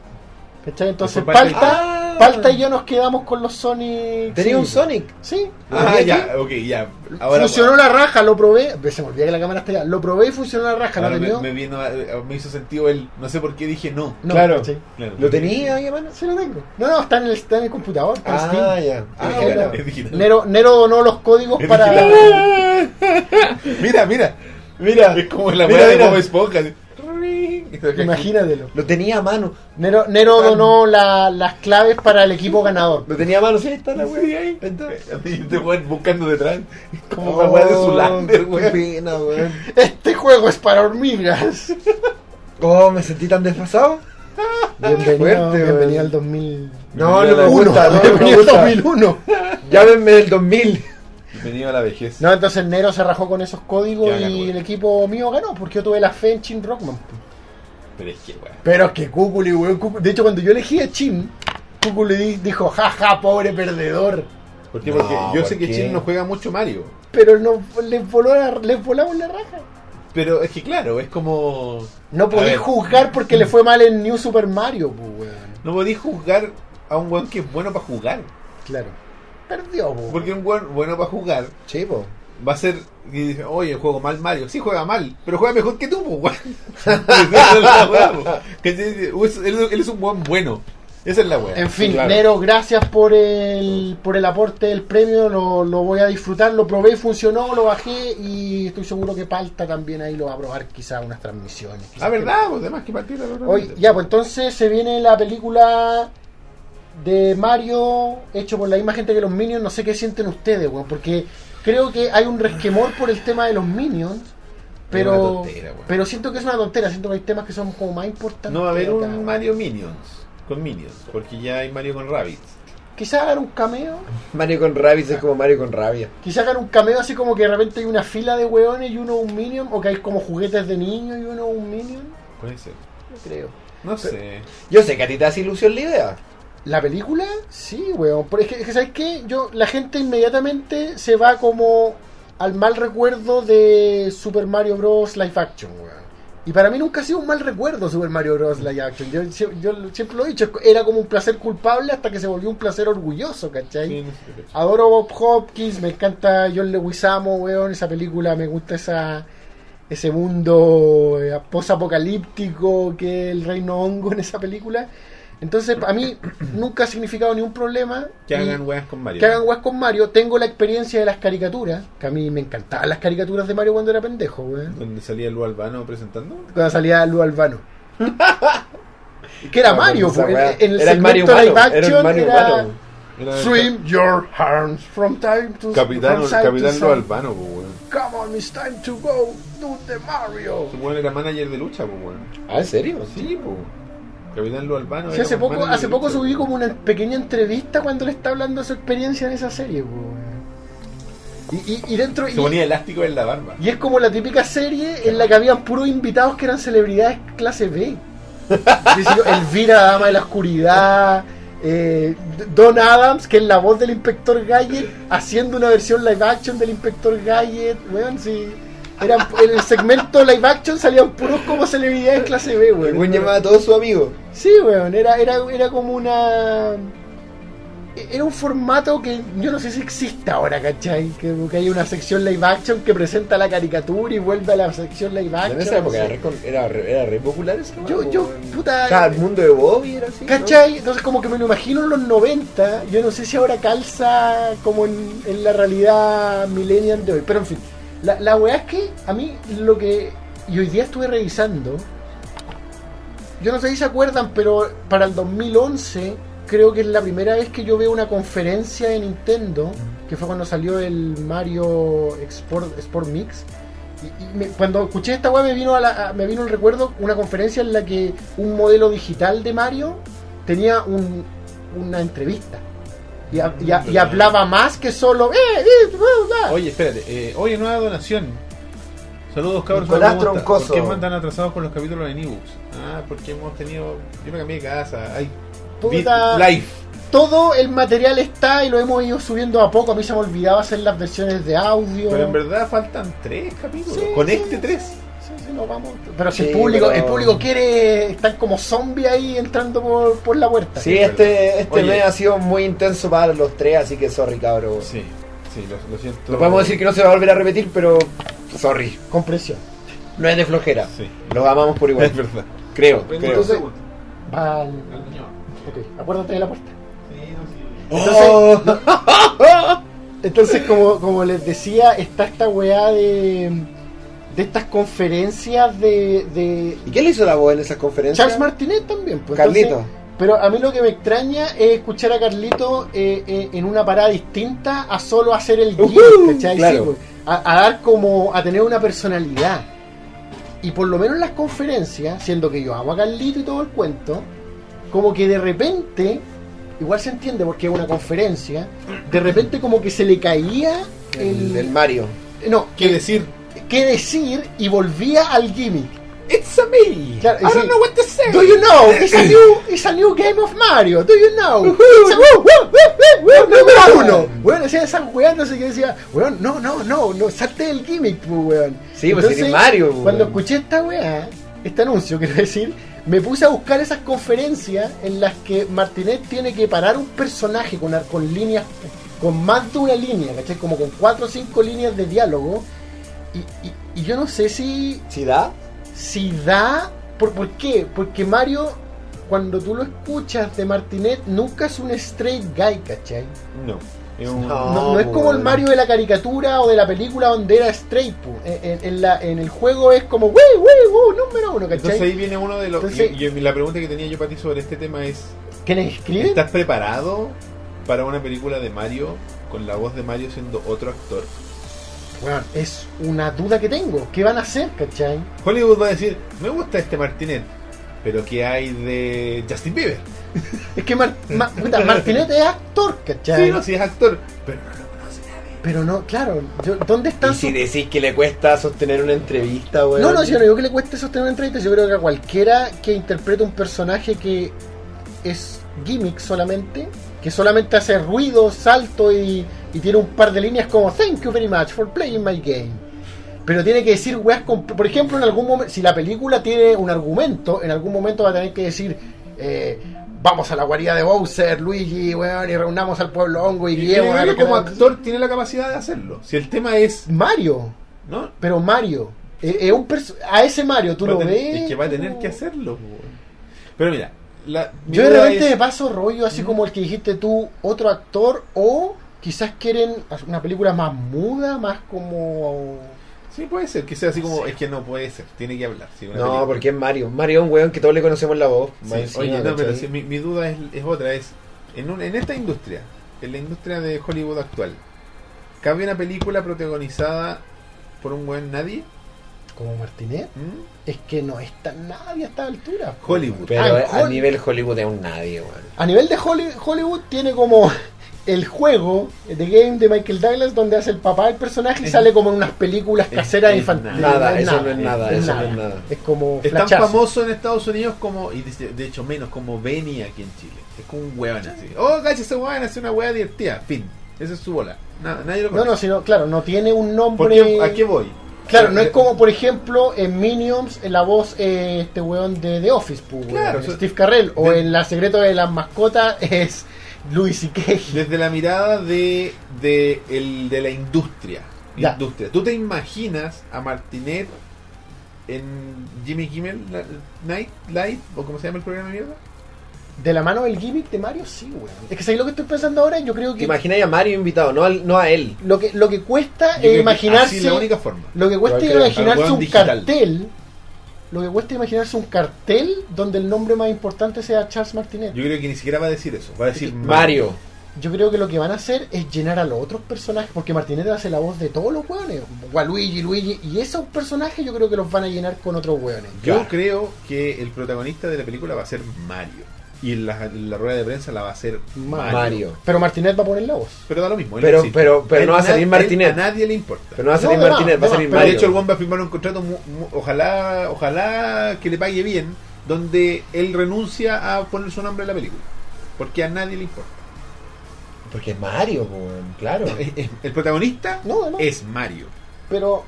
Speaker 2: ¿Cachai? Entonces
Speaker 1: Y fue parte-
Speaker 2: Palta,
Speaker 3: Ah.
Speaker 2: Palta y yo nos quedamos con los Sonic.
Speaker 3: Tenía
Speaker 2: CD.
Speaker 3: un Sonic.
Speaker 2: Sí.
Speaker 1: Ah,
Speaker 3: ¿Y
Speaker 1: ya,
Speaker 3: aquí?
Speaker 1: ok, ya. Ahora,
Speaker 2: funcionó la raja, lo probé. Se me olvidaba que la cámara está allá. Lo probé y funcionó la raja.
Speaker 1: ahora
Speaker 2: ¿Lo
Speaker 1: me,
Speaker 2: tenía?
Speaker 1: me vino a- me hizo sentido el. No sé por qué dije no.
Speaker 2: No,
Speaker 3: Claro.
Speaker 2: ¿cachai?
Speaker 1: Claro.
Speaker 3: ¿Lo tenía ahí, hermano?
Speaker 2: Sí lo tengo. No, no, está en el, está en el computador. Está en Steam.
Speaker 3: Ah, ya.
Speaker 2: Ah,
Speaker 1: Es digital,
Speaker 2: bueno.
Speaker 1: es digital.
Speaker 2: Nero, Nero donó los códigos
Speaker 1: Es
Speaker 2: para...
Speaker 1: digital. mira, mira.
Speaker 3: Mira,
Speaker 1: Es como la
Speaker 3: mira,
Speaker 1: weá de
Speaker 3: mira.
Speaker 1: Bob Esponja. así.
Speaker 2: Imagínatelo.
Speaker 3: Lo tenía a mano.
Speaker 2: Nero, Nero donó la- las claves para el equipo ganador.
Speaker 3: Lo tenía a mano, sí, ahí está la
Speaker 1: Sí,
Speaker 3: wea.
Speaker 1: ahí.
Speaker 3: Ahí está.
Speaker 1: Y te weón buscando detrás. Es como la
Speaker 3: Oh,
Speaker 1: weá de Zulander,
Speaker 3: Qué
Speaker 1: weón.
Speaker 3: pena, weón.
Speaker 2: Este juego es para hormigas.
Speaker 3: Oh, me sentí tan desfasado.
Speaker 2: Bienvenido,
Speaker 3: Fuerte, weón.
Speaker 2: bienvenido al 2001.
Speaker 3: No, no
Speaker 1: Bienvenido
Speaker 3: me
Speaker 1: a la-
Speaker 3: gusta, no me
Speaker 2: bienvenido al
Speaker 3: gusta.
Speaker 2: 2001.
Speaker 3: Llámenme del 2000.
Speaker 1: Bienvenido a la vejez.
Speaker 2: No, entonces Nero se rajó con esos códigos
Speaker 1: Ya ganó,
Speaker 2: y
Speaker 1: weón.
Speaker 2: el equipo mío ganó porque yo tuve la fe en Chin Rockman.
Speaker 1: Pero es que, weón.
Speaker 2: Pero es que Kukuli, weón. Kukuli- De hecho, cuando yo elegí a Chin, Kukuli di- dijo, jaja, pobre perdedor.
Speaker 1: ¿Por qué?
Speaker 3: No,
Speaker 1: Porque yo sé
Speaker 3: ¿por
Speaker 1: que
Speaker 3: qué?
Speaker 1: Chin no juega mucho Mario.
Speaker 2: Pero no, les, voló la- les volamos la raja.
Speaker 1: Pero es que, claro, es como.
Speaker 2: No
Speaker 1: A
Speaker 2: podés
Speaker 1: ver.
Speaker 2: juzgar porque le fue mal en New Super Mario, pues, weón.
Speaker 1: No podéis juzgar a un weón que es bueno para jugar.
Speaker 2: Claro. Perdió, po.
Speaker 1: Porque un weón bueno para jugar
Speaker 3: Chivo.
Speaker 1: va a ser y dice, oye, juego mal Mario. Sí, juega mal, pero juega mejor que tú, pues, weón. Esa es la weá, po. Que te dice, "Uy, es- él, él es un buen bueno. Esa es la weá.
Speaker 2: En fin,
Speaker 3: claro.
Speaker 2: Nero, gracias por el, por el aporte del premio, lo, lo voy a disfrutar, lo probé y funcionó, lo bajé y estoy seguro que Palta también ahí lo va a probar quizá unas transmisiones. quizás
Speaker 1: Ah,
Speaker 2: que-
Speaker 1: verdad, pues además que partida.
Speaker 2: Hoy, ya, pues entonces se viene la película de Mario hecho por la misma gente que los Minions, no sé qué sienten ustedes, weón, porque creo que hay un resquemor por el tema de los Minions. Pero,
Speaker 1: una tontera, weón.
Speaker 2: pero siento que es una tontera, siento que hay temas que son como más importantes.
Speaker 1: No va a haber
Speaker 2: acá,
Speaker 1: un
Speaker 2: weón.
Speaker 1: Mario Minions. Con Minions. Porque ya hay Mario con Rabbids.
Speaker 2: Quizá hagan un cameo.
Speaker 3: Mario con rabia es como Mario con rabia.
Speaker 2: Quizá hagan un cameo así como que de repente hay una fila de weones y uno un minion, o que hay como juguetes de niño y uno un minion.
Speaker 1: Puede ser.
Speaker 3: No creo.
Speaker 1: No sé.
Speaker 3: Yo sé que a ti te hace ilusión la idea.
Speaker 2: ¿La película? Sí, weón. Pero es que, es que, ¿sabes qué? Yo, la gente inmediatamente se va como al mal recuerdo de Super Mario Bros. Live Action, weón. Y para mí nunca ha sido un mal recuerdo Super Mario Bros. Live Action. Yo, sie- yo siempre lo he dicho, era como un placer culpable hasta que se volvió un placer orgulloso, ¿cachai?
Speaker 1: Sí, no sé.
Speaker 2: Adoro Bob Hopkins, me encanta John Leguizamo, weón, esa película, me gusta esa ese mundo eh, posapocalíptico que es el reino hongo en esa película. Entonces, a mí nunca ha significado ningún problema
Speaker 1: Que
Speaker 2: y
Speaker 1: hagan weas con Mario.
Speaker 2: que hagan weas con Mario. Tengo la experiencia de las caricaturas, que a mí me encantaban las caricaturas de Mario cuando era pendejo, weón.
Speaker 1: Donde salía Lu Albano presentando.
Speaker 2: Cuando salía Lu Albano. que era
Speaker 3: Ah,
Speaker 2: Mario,
Speaker 3: esa
Speaker 2: pues,
Speaker 3: weá.
Speaker 2: en- en el
Speaker 3: Era el Mario
Speaker 2: segmento live
Speaker 3: humano, era el
Speaker 2: action
Speaker 3: Mario
Speaker 2: era-
Speaker 3: humano.
Speaker 1: Era el
Speaker 2: Swim your arms from time to
Speaker 1: ca- Capitán,
Speaker 2: from side to
Speaker 1: capitán Lu
Speaker 2: side.
Speaker 1: Albano, pues, weón.
Speaker 2: Come on, it's time to go do the Mario.
Speaker 1: Ese Este weón era manager de lucha, pues, weón.
Speaker 3: Ah, ¿en serio?
Speaker 1: Sí, pues. Capitán Lu Albano.
Speaker 2: Sí,
Speaker 1: era
Speaker 2: hace
Speaker 1: un
Speaker 2: poco,
Speaker 1: manager
Speaker 2: hace
Speaker 1: de
Speaker 2: poco
Speaker 1: lucha,
Speaker 2: subí
Speaker 1: weón.
Speaker 2: como una pequeña entrevista cuando le está hablando de su experiencia en esa serie. po, weón. Y, y- y dentro y,
Speaker 1: Se ponía elástico en la barba.
Speaker 2: y es como la típica serie en la que habían puros invitados que eran celebridades clase B. Qué sé yo, Elvira, Dama de la Oscuridad, eh, Don Adams, que es la voz del Inspector Gadget, haciendo una versión live action del Inspector Gadget. Weón, sí. Eran- en el segmento live action salían puros como celebridades clase B,
Speaker 3: El
Speaker 2: weón.
Speaker 3: buen llamaba a todos sus amigos.
Speaker 2: Sí, weón, era, era, era como una. Era un formato que yo no sé si existe ahora, ¿cachai? Que, que hay una sección live action que presenta la caricatura y vuelve a la sección live action.
Speaker 3: En esa época
Speaker 2: no
Speaker 3: era
Speaker 2: sé.
Speaker 3: re, con- era, re- era re popular esa weá,
Speaker 2: Yo, yo,
Speaker 3: weón.
Speaker 2: puta.
Speaker 3: Estaba el mundo de Bobby era así. ¿no?
Speaker 2: ¿Cachai? Entonces como que me lo imagino en los 90, yo no sé si ahora calza como en, en la realidad millennial de hoy, pero en fin, la, la weá es que a mí lo que, y hoy día estuve revisando, yo no sé si se acuerdan, pero para el 2011 creo que es la primera vez que yo veo una conferencia de Nintendo, que fue cuando salió el Mario Sport, Sport Mix, y- y me- cuando escuché esta weá me vino a la- a- me vino el recuerdo una conferencia en la que un modelo digital de Mario tenía un- una entrevista y, ha- y ha- y hablaba más que solo eh, eh, bla, bla.
Speaker 1: Oye, espérate. Eh, oye, nueva donación. Saludos, cabros.
Speaker 3: Nicolás
Speaker 1: ¿cómo están?
Speaker 3: Troncoso.
Speaker 1: ¿Por qué mandan atrasados con los capítulos en ebooks? Ah, porque hemos tenido. Yo me cambié de casa. Ay,
Speaker 2: Puta.
Speaker 1: Bit Life.
Speaker 2: todo el material está y lo hemos ido subiendo a poco a mí se me olvidaba hacer las versiones de audio
Speaker 1: Pero en verdad faltan tres capítulos.
Speaker 2: Sí,
Speaker 1: Con
Speaker 2: sí,
Speaker 1: este
Speaker 2: sí,
Speaker 1: tres.
Speaker 2: sí, sí, no, vamos. pero si
Speaker 3: Sí,
Speaker 2: el público
Speaker 3: pero-
Speaker 2: el público quiere están como zombies ahí entrando por, por la puerta
Speaker 3: Sí, este, este
Speaker 1: Oye.
Speaker 3: mes ha sido muy intenso para los tres, así que sorry, cabrón.
Speaker 1: Sí, sí, lo, lo siento.
Speaker 3: No podemos decir que no se va a volver a repetir, pero sorry.
Speaker 2: comprensión
Speaker 3: No es de flojera.
Speaker 1: Sí.
Speaker 3: Los amamos por igual.
Speaker 1: Es verdad.
Speaker 3: creo, creo.
Speaker 2: entonces van- ok, acuérdate de la puerta Entonces,
Speaker 3: Oh,
Speaker 2: Entonces, como, como les decía, está esta weá de, de estas conferencias de, de
Speaker 3: ¿Y quién le hizo la voz en esas conferencias?
Speaker 2: Charles Martinet también. Pues,
Speaker 3: Carlito.
Speaker 2: entonces- pero a mí lo que me extraña es escuchar a Carlito eh, eh, en una parada distinta a solo hacer el guión,
Speaker 3: Ujú,
Speaker 2: ¿cachai? Sí,
Speaker 3: Uh-huh. claro.
Speaker 2: pues, a, a dar como, a tener una personalidad. Y por lo menos en las conferencias, siendo que yo amo a Carlito y todo el cuento, como que de repente, igual se entiende porque es una conferencia, de repente como que se le caía
Speaker 3: el,
Speaker 2: el...
Speaker 3: el Mario.
Speaker 2: no,
Speaker 1: ¿Qué decir?
Speaker 2: qué decir y volvía al gimmick.
Speaker 1: It's a me.
Speaker 2: Claro,
Speaker 1: I don't
Speaker 2: sí.
Speaker 1: know what to say.
Speaker 2: Do you know? It's a new, it's a new game of Mario. Do you know? It's a- woo, woo, woo, woo, woo, número uno. Bueno, decía esa weá, no sé qué decía. Weón, no, no, no, no, salte del gimmick, pu, weón.
Speaker 3: Sí, pues, eres Mario, pu,
Speaker 2: Cuando
Speaker 3: weón.
Speaker 2: escuché esta weá, este anuncio, quiero decir, me puse a buscar esas conferencias en las que Martinet tiene que parar un personaje con, ar- con líneas con más de una línea, ¿cachai? Como con cuatro o cinco líneas de diálogo. Y, y- y yo no sé si,
Speaker 3: ¿Sí da?
Speaker 2: si da... ¿Por, ¿Por qué? Porque Mario, cuando tú lo escuchas de Martinet, nunca es un straight guy, ¿cachai?
Speaker 1: No. Es un-
Speaker 3: No.
Speaker 2: No, no es como el
Speaker 3: bueno.
Speaker 2: Mario de la caricatura o de la película donde era straight, po. En, en- en la- en el juego es como, wey, wey, wow, número uno, ¿cachai?
Speaker 1: Entonces ahí viene uno de los...
Speaker 2: Entonces-
Speaker 1: y- y la pregunta que tenía yo para ti sobre este tema es...
Speaker 2: ¿Quiénes escriben?
Speaker 1: ¿Estás preparado para una película de Mario con la voz de Mario siendo otro actor?
Speaker 2: Weón, es una duda que tengo. ¿Qué van a hacer, cachai?
Speaker 1: Hollywood va a decir, me gusta este Martinet, pero ¿qué hay de Justin Bieber?
Speaker 2: Es que Mar- Ma- puta, Martinete es actor, cachai.
Speaker 1: Sí, no, si es actor, pero no lo conoce nadie.
Speaker 2: Pero no, claro, yo- ¿dónde están
Speaker 3: Y si
Speaker 2: sus-
Speaker 3: decís que le cuesta sostener una entrevista, weón.
Speaker 2: No, no, yo no digo que le cueste sostener una entrevista. Yo creo que a cualquiera que interprete un personaje que es gimmick solamente, que solamente hace ruido, salto y, y tiene un par de líneas como Thank you very much for playing my game. Pero tiene que decir weas con. Por ejemplo, en algún momento, si la película tiene un argumento, en algún momento va a tener que decir. eh, Vamos a la guarida de Bowser, Luigi, weón, y reunamos al pueblo hongo y
Speaker 1: Y
Speaker 2: Diego.
Speaker 1: creo
Speaker 2: weón,
Speaker 1: que como
Speaker 2: weón.
Speaker 1: actor tiene la capacidad de hacerlo. Si el tema es,
Speaker 2: Mario,
Speaker 1: ¿no?
Speaker 2: pero Mario, eh, eh, un perso- a ese Mario tú
Speaker 1: Va a
Speaker 2: lo
Speaker 1: tener-
Speaker 2: ves.
Speaker 1: Es que va a tener
Speaker 2: como-
Speaker 1: que hacerlo. po. Pero mira, la, mi
Speaker 2: Yo de
Speaker 1: duda
Speaker 2: repente
Speaker 1: es-
Speaker 2: me paso rollo así como el que dijiste tú, otro actor, o quizás quieren hacer una película más muda, más como.
Speaker 1: Sí, puede ser, que sea así como, es que no puede ser, tiene que hablar. sí, una
Speaker 3: No,
Speaker 1: película.
Speaker 3: porque es Mario. Mario es un weón que todos le conocemos la voz.
Speaker 1: Sí,
Speaker 3: más encima,
Speaker 1: oye, no, pero
Speaker 3: ¿cachai?
Speaker 1: sí, mi, mi duda es, es otra, es en, un- en esta industria, en la industria de Hollywood actual, ¿cabe una película protagonizada por un buen nadie?
Speaker 2: como Martinet.
Speaker 1: ¿Mm?
Speaker 2: Es que no está nadie a esta altura.
Speaker 1: Hollywood.
Speaker 3: Pero
Speaker 2: Ah, en
Speaker 3: a
Speaker 2: Hol-
Speaker 3: nivel Hollywood es un nadie, weón.
Speaker 2: A nivel de Holly- Hollywood tiene como el juego de game de Michael Douglas donde hace el papá del personaje y
Speaker 1: Es-
Speaker 2: sale como en unas películas
Speaker 1: es-
Speaker 2: caseras
Speaker 1: es
Speaker 2: infantiles.
Speaker 3: nada, eso no es nada, eso no es nada.
Speaker 2: Es como
Speaker 1: Es tan
Speaker 2: flachazo.
Speaker 1: famoso en Estados Unidos como, y de, de hecho menos, como Benny aquí en Chile. Es como un hueón así. Oh, gacha, ese hueón hace una hueá divertida. Fin. Esa es su bola. Na- nadie lo
Speaker 2: No,
Speaker 1: conoce.
Speaker 2: no, sino, claro, no tiene un nombre.
Speaker 1: ¿Por qué- ¿A qué voy?
Speaker 2: Claro, no es como por ejemplo en Minions en la voz eh, este weón de The Office, pu, weón,
Speaker 1: Claro,
Speaker 2: de
Speaker 1: o sea,
Speaker 2: Steve Carrell, o
Speaker 1: de-
Speaker 2: en La Secreto de las Mascotas es Louis C.K.
Speaker 1: Desde la mirada de, de, el, de la industria.
Speaker 2: Ya.
Speaker 1: Industria. ¿Tú te imaginas a Martinet en Jimmy Kimmel La- Night Light? ¿O cómo se llama el programa de mierda?
Speaker 2: De la mano del gimmick de Mario, sí, weón. Es que ¿sabes lo que estoy pensando ahora? Yo creo
Speaker 3: ¿Te
Speaker 2: que
Speaker 3: imagináis a Mario invitado, no, al- no a él.
Speaker 2: lo que lo que
Speaker 1: Yo
Speaker 2: cuesta
Speaker 1: creo
Speaker 2: es
Speaker 1: que
Speaker 2: Eh, imaginarse
Speaker 1: así es la única forma.
Speaker 2: lo que cuesta
Speaker 3: Yo
Speaker 2: es
Speaker 3: creo,
Speaker 1: al
Speaker 2: imaginarse
Speaker 1: weón
Speaker 2: un
Speaker 1: digital.
Speaker 2: cartel, lo que cuesta es imaginarse un cartel donde el nombre más importante sea Charles Martinet.
Speaker 1: Yo creo que ni siquiera va a decir eso. Va a decir
Speaker 3: Mario.
Speaker 2: Yo creo que lo que van a hacer es llenar a los otros personajes, porque Martinete hace la voz de todos los hueones, Waluigi, Luigi, y esos personajes yo creo que los van a llenar con otros hueones.
Speaker 1: Yo
Speaker 3: Claro.
Speaker 1: creo que el protagonista de la película va a ser Mario. Y en la, en la rueda de prensa la va a hacer Mario.
Speaker 3: Mario.
Speaker 2: Pero Martinet va a poner la voz.
Speaker 1: Pero da lo mismo. él
Speaker 3: Pero-
Speaker 1: existe.
Speaker 3: pero- pero no va a
Speaker 1: na-
Speaker 3: salir Martinet.
Speaker 1: A nadie le importa.
Speaker 3: Pero no va a
Speaker 2: No,
Speaker 3: salir
Speaker 2: de más,
Speaker 3: Martínez, va
Speaker 2: de
Speaker 3: a salir
Speaker 2: más,
Speaker 1: Pero
Speaker 3: Mario.
Speaker 1: de hecho, el Juan va a firmar un contrato, mu- mu- ojalá, ojalá que le pague bien, donde él renuncia a poner su nombre en la película. Porque a nadie le importa.
Speaker 3: Porque es Mario, weón, claro.
Speaker 1: Eh, eh, El protagonista
Speaker 2: No, no.
Speaker 1: es Mario.
Speaker 2: Pero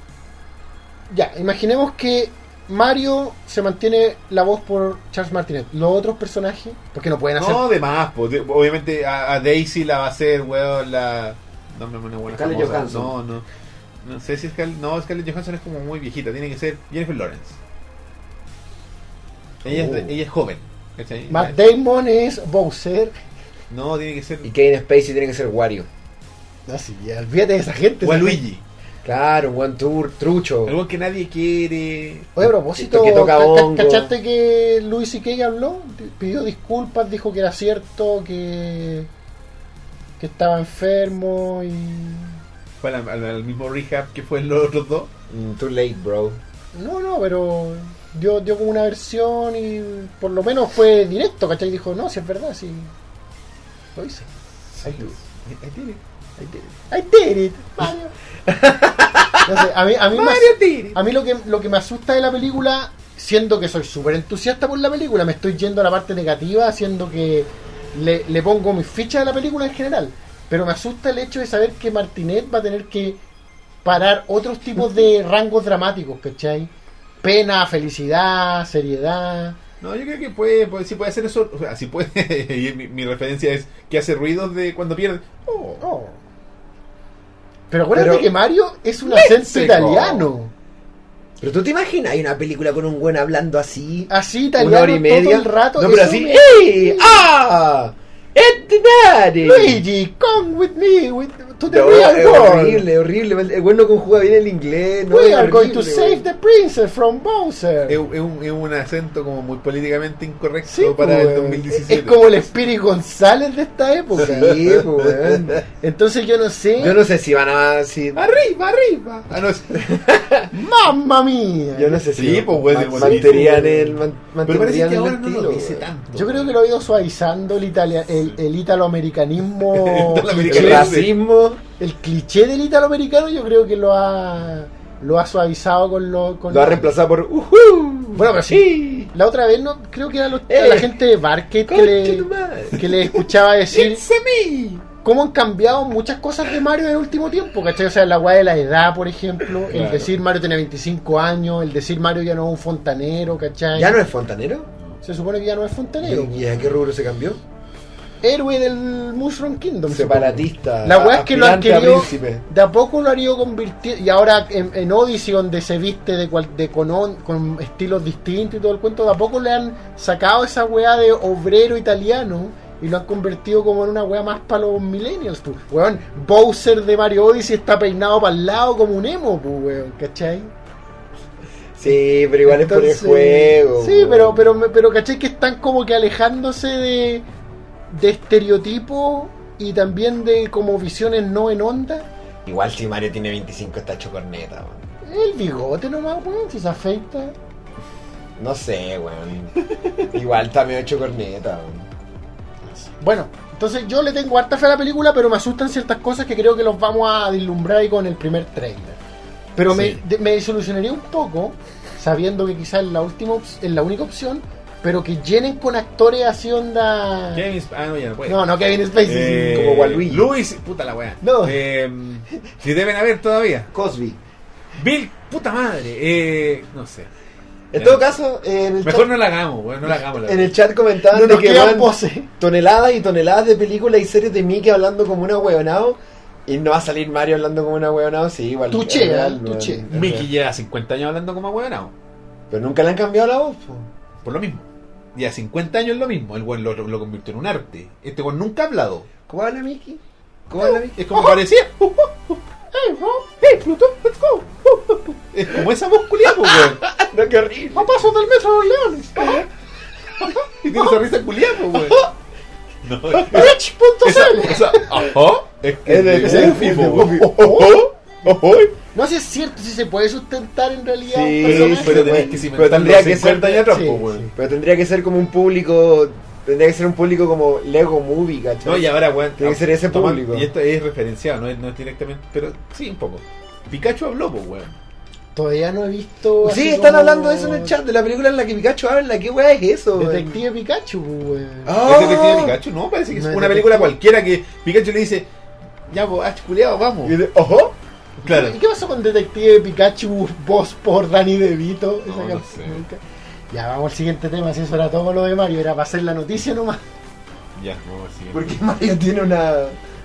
Speaker 2: ya, imaginemos que Mario se mantiene la voz por Charles Martinet. Los otros personajes, porque no pueden hacer.
Speaker 1: No, de más, po. De- obviamente a, a Daisy la va a hacer, weón, la... No, me una buena
Speaker 3: Scarlett
Speaker 1: famosa.
Speaker 3: Johansson.
Speaker 1: No, no. No sé si Scarlett... No, Scarlett Johansson es como muy viejita, tiene que ser Jennifer Lawrence. Ella,
Speaker 3: Oh.
Speaker 1: es, ella es joven. ¿cachai?
Speaker 2: Matt Damon es Bowser.
Speaker 1: No, tiene que ser
Speaker 3: Y Kane Spacey tiene que ser Wario.
Speaker 2: Así, ya, olvídate de esa gente.
Speaker 1: Waluigi.
Speaker 3: Claro, un buen tour, trucho.
Speaker 1: Algo que nadie quiere.
Speaker 2: Oye, a propósito,
Speaker 3: Que toca
Speaker 2: ca- ca-
Speaker 3: hongo.
Speaker 2: ¿cachaste que Luis C.K. habló? Di- Pidió disculpas, dijo que era cierto, que, que estaba enfermo y...
Speaker 1: Fue al, al- al mismo rehab que fue los otros dos.
Speaker 3: Mm, too late, bro.
Speaker 2: No, no, pero dio, dio como una versión y por lo menos fue directo, ¿cachai? Dijo, no, si es verdad, sí. Lo hice.
Speaker 1: Ahí ahí tiene. Ahí tiene.
Speaker 2: I did it, Mario. No sé, a mí, a mí me-
Speaker 1: Mario tiene.
Speaker 2: A mí lo que, lo que me asusta de la película, siendo que soy súper entusiasta por la película, me estoy yendo a la parte negativa, haciendo que le, le pongo mis fichas a la película en general. Pero me asusta el hecho de saber que Martinet va a tener que parar otros tipos de rangos dramáticos, ¿cachai? Pena, felicidad, seriedad.
Speaker 1: No, yo creo que puede, puede- sí puede hacer eso. O sea, sí puede. y mi, mi referencia es que hace ruidos de cuando pierde. Oh,
Speaker 2: Oh, Pero acuérdate
Speaker 3: Pero-
Speaker 2: que Mario es un
Speaker 3: Léxico.
Speaker 2: acento italiano.
Speaker 3: Pero tú te imaginas, hay una película con un buen hablando así,
Speaker 2: Así italiano
Speaker 3: una hora y media.
Speaker 2: todo el rato.
Speaker 3: no, pero
Speaker 2: eso
Speaker 3: así,
Speaker 2: me-
Speaker 3: ¡Ey! ¡Ah! ¡It's daddy!
Speaker 2: Luigi, come with me, with, to the
Speaker 3: No,
Speaker 2: real
Speaker 3: es
Speaker 2: world.
Speaker 3: horrible, horrible. El güey no conjuga bien el inglés. No,
Speaker 2: We
Speaker 3: es
Speaker 2: are going to
Speaker 3: horrible,
Speaker 2: save
Speaker 3: güey.
Speaker 2: the princess from Bowser.
Speaker 1: Es, es un, es un acento como muy políticamente incorrecto
Speaker 2: Sí,
Speaker 1: para el
Speaker 2: pues,
Speaker 1: 2017.
Speaker 2: Es como el Espíritu González de esta época.
Speaker 3: Sí, pues, weón.
Speaker 2: Entonces yo no sé.
Speaker 3: Yo no sé si van a. Si,
Speaker 2: Ah,
Speaker 1: ¡Arriba, arriba! Ah, no, es-
Speaker 2: ¡Mamma mía!
Speaker 3: yo no sé si.
Speaker 1: Sí, pues, güey,
Speaker 3: man-
Speaker 1: es buenísimo.
Speaker 3: Mantendrían el. man-
Speaker 1: Pero parece
Speaker 3: mantendrían
Speaker 1: que
Speaker 3: el
Speaker 1: ahora no
Speaker 3: estilo,
Speaker 1: lo dice
Speaker 3: güey.
Speaker 1: tanto.
Speaker 2: Yo creo que lo ha ido suavizando el, italia, el, el italoamericanismo.
Speaker 1: Italoamericanismo.
Speaker 3: El
Speaker 1: Cliché.
Speaker 3: racismo.
Speaker 2: el cliché del italoamericano yo creo que lo ha lo ha suavizado con lo con
Speaker 3: Lo ha
Speaker 2: lo-
Speaker 3: reemplazado por. ¡Uhú!
Speaker 2: Bueno, pero sí. La otra vez no creo que era los- a la
Speaker 3: Eh,
Speaker 2: gente de Barket que
Speaker 3: concha
Speaker 2: le,
Speaker 3: tu madre.
Speaker 2: que le escuchaba decir
Speaker 3: ¡It's a me!
Speaker 2: cómo han cambiado muchas cosas de Mario en el último tiempo, ¿cachai? O sea, la weá de la edad, por ejemplo, el
Speaker 1: Claro.
Speaker 2: decir Mario tenía 25 años, el decir Mario ya no es un fontanero, ¿cachai?
Speaker 3: ¿Ya no es fontanero?
Speaker 2: Se supone que ya no es fontanero.
Speaker 3: ¿Y a qué rubro se cambió?
Speaker 2: Héroe del Mushroom Kingdom. supongo.
Speaker 3: Separatista.
Speaker 2: La weá es que lo han
Speaker 3: aspirante a
Speaker 2: querido.
Speaker 3: príncipe.
Speaker 2: De a poco lo han ido convirtiendo. Y ahora en, en Odyssey, donde se viste de, cual- de con, on- con estilos distintos y todo el cuento, de a poco le han sacado esa weá de obrero italiano y lo han convertido como en una weá más para los millennials. Pues. Weón, Bowser de Mario Odyssey está peinado para el lado como un emo, pues, weón, ¿cachai?
Speaker 3: Sí, pero igual es
Speaker 2: Entonces,
Speaker 3: por el juego.
Speaker 2: Sí,
Speaker 3: güey.
Speaker 2: pero, pero, me- pero ¿cachai? Que están como que alejándose de, de estereotipos y también de como visiones no en onda.
Speaker 3: Igual si Mario tiene 25 está hecho corneta, güey.
Speaker 2: El bigote nomás, weón, si se afecta.
Speaker 3: No sé, weón. Igual está medio hecho corneta, güey.
Speaker 2: Bueno, entonces yo le tengo harta fe a la película, pero me asustan ciertas cosas que creo que los vamos a deslumbrar ahí con el primer trailer. Pero me-
Speaker 1: Sí.
Speaker 2: de- me, desilusionaría un poco, sabiendo que quizás es la última op- es la única opción, pero que llenen con actores así onda.
Speaker 1: Kevin Sp- Ah, no, ya no puede.
Speaker 2: No, no, Kevin Spacey.
Speaker 1: Eh,
Speaker 3: como Waluigi.
Speaker 1: Luis, puta la weá.
Speaker 2: No.
Speaker 1: Eh, si deben haber todavía.
Speaker 3: Cosby.
Speaker 1: Bill, puta madre. Eh, no sé.
Speaker 3: En todo caso, en el
Speaker 1: Mejor
Speaker 3: chat,
Speaker 1: no la hagamos, weón. No la hagamos. La
Speaker 3: en el chat comentaban
Speaker 2: No
Speaker 3: de
Speaker 2: nos
Speaker 3: que
Speaker 2: quedan
Speaker 3: van
Speaker 2: poses.
Speaker 3: toneladas y toneladas de películas y series de Mickey hablando como una huevonao. Y no va a salir Mario hablando como una huevonao, sí, igual.
Speaker 2: Tuché,
Speaker 3: es real,
Speaker 2: ¿eh?
Speaker 3: weón.
Speaker 2: Tuché.
Speaker 3: Es real.
Speaker 1: Mickey lleva 50 años hablando como weón.
Speaker 3: Pero nunca le han cambiado la voz, po.
Speaker 1: Por lo mismo. Ya 50 años es lo mismo. El weón lo, lo convirtió en un arte. Este weón nunca ha hablado.
Speaker 3: ¿Cómo habla Mickey? ¿Cómo habla Mickey?
Speaker 1: Es como parecía.
Speaker 2: eh,
Speaker 1: Hey, bro. Hey, Pluto, let's go. Es como esa voz culiada, po, weón.
Speaker 3: No, qué horrible.
Speaker 2: A paso del metro de los leones.
Speaker 1: Y tiene esa risa culiada, po, weón. No, es- esa,
Speaker 2: Rich.cl.
Speaker 1: esa, ajá, es que
Speaker 3: Es de-
Speaker 1: es de
Speaker 3: es
Speaker 1: Goofy,
Speaker 3: de
Speaker 1: po,
Speaker 3: Goofy.
Speaker 1: weón.
Speaker 3: ¿Oh?
Speaker 1: Ojo, ojo.
Speaker 2: No sé si es cierto si se puede sustentar en realidad. un
Speaker 3: Sí,
Speaker 2: personaje.
Speaker 1: pero
Speaker 3: pero,
Speaker 1: tenés que si
Speaker 3: pero tendría que ser
Speaker 1: 50 años atrás,
Speaker 2: sí,
Speaker 1: po, weón.
Speaker 3: Pero tendría que ser como un público. Tendría que ser un público como Lego Movie, ¿cachai?
Speaker 1: No, y ahora, weón.
Speaker 3: Tiene que ser ese
Speaker 1: toma-
Speaker 3: público.
Speaker 1: Y esto es referenciado, no es, no es directamente. Pero sí, un poco. Pikachu habló, pues, weón.
Speaker 2: Todavía no he visto.
Speaker 3: Sí,
Speaker 2: así
Speaker 3: están
Speaker 2: como
Speaker 3: hablando de eso en el chat, de la película en la que Pikachu habla. ¿Qué weá es eso? weón?
Speaker 2: Detective Pikachu, weón.
Speaker 3: Ah.
Speaker 1: ¿Es detective Este Pikachu? No, parece que es
Speaker 2: No es
Speaker 1: una
Speaker 2: detective.
Speaker 1: película cualquiera que Pikachu le dice. Ya, pues, has culiado, vamos.
Speaker 3: Y de- ojo.
Speaker 1: Claro.
Speaker 2: ¿Y qué pasó con Detective Pikachu, voz por Danny DeVito? Esa
Speaker 1: No, no
Speaker 2: canción
Speaker 1: sé.
Speaker 2: nunca- Ya, vamos al siguiente tema, si eso era todo lo de Mario, era para hacer la noticia nomás.
Speaker 1: Ya, vamos a seguir.
Speaker 3: Porque Mario tiene una.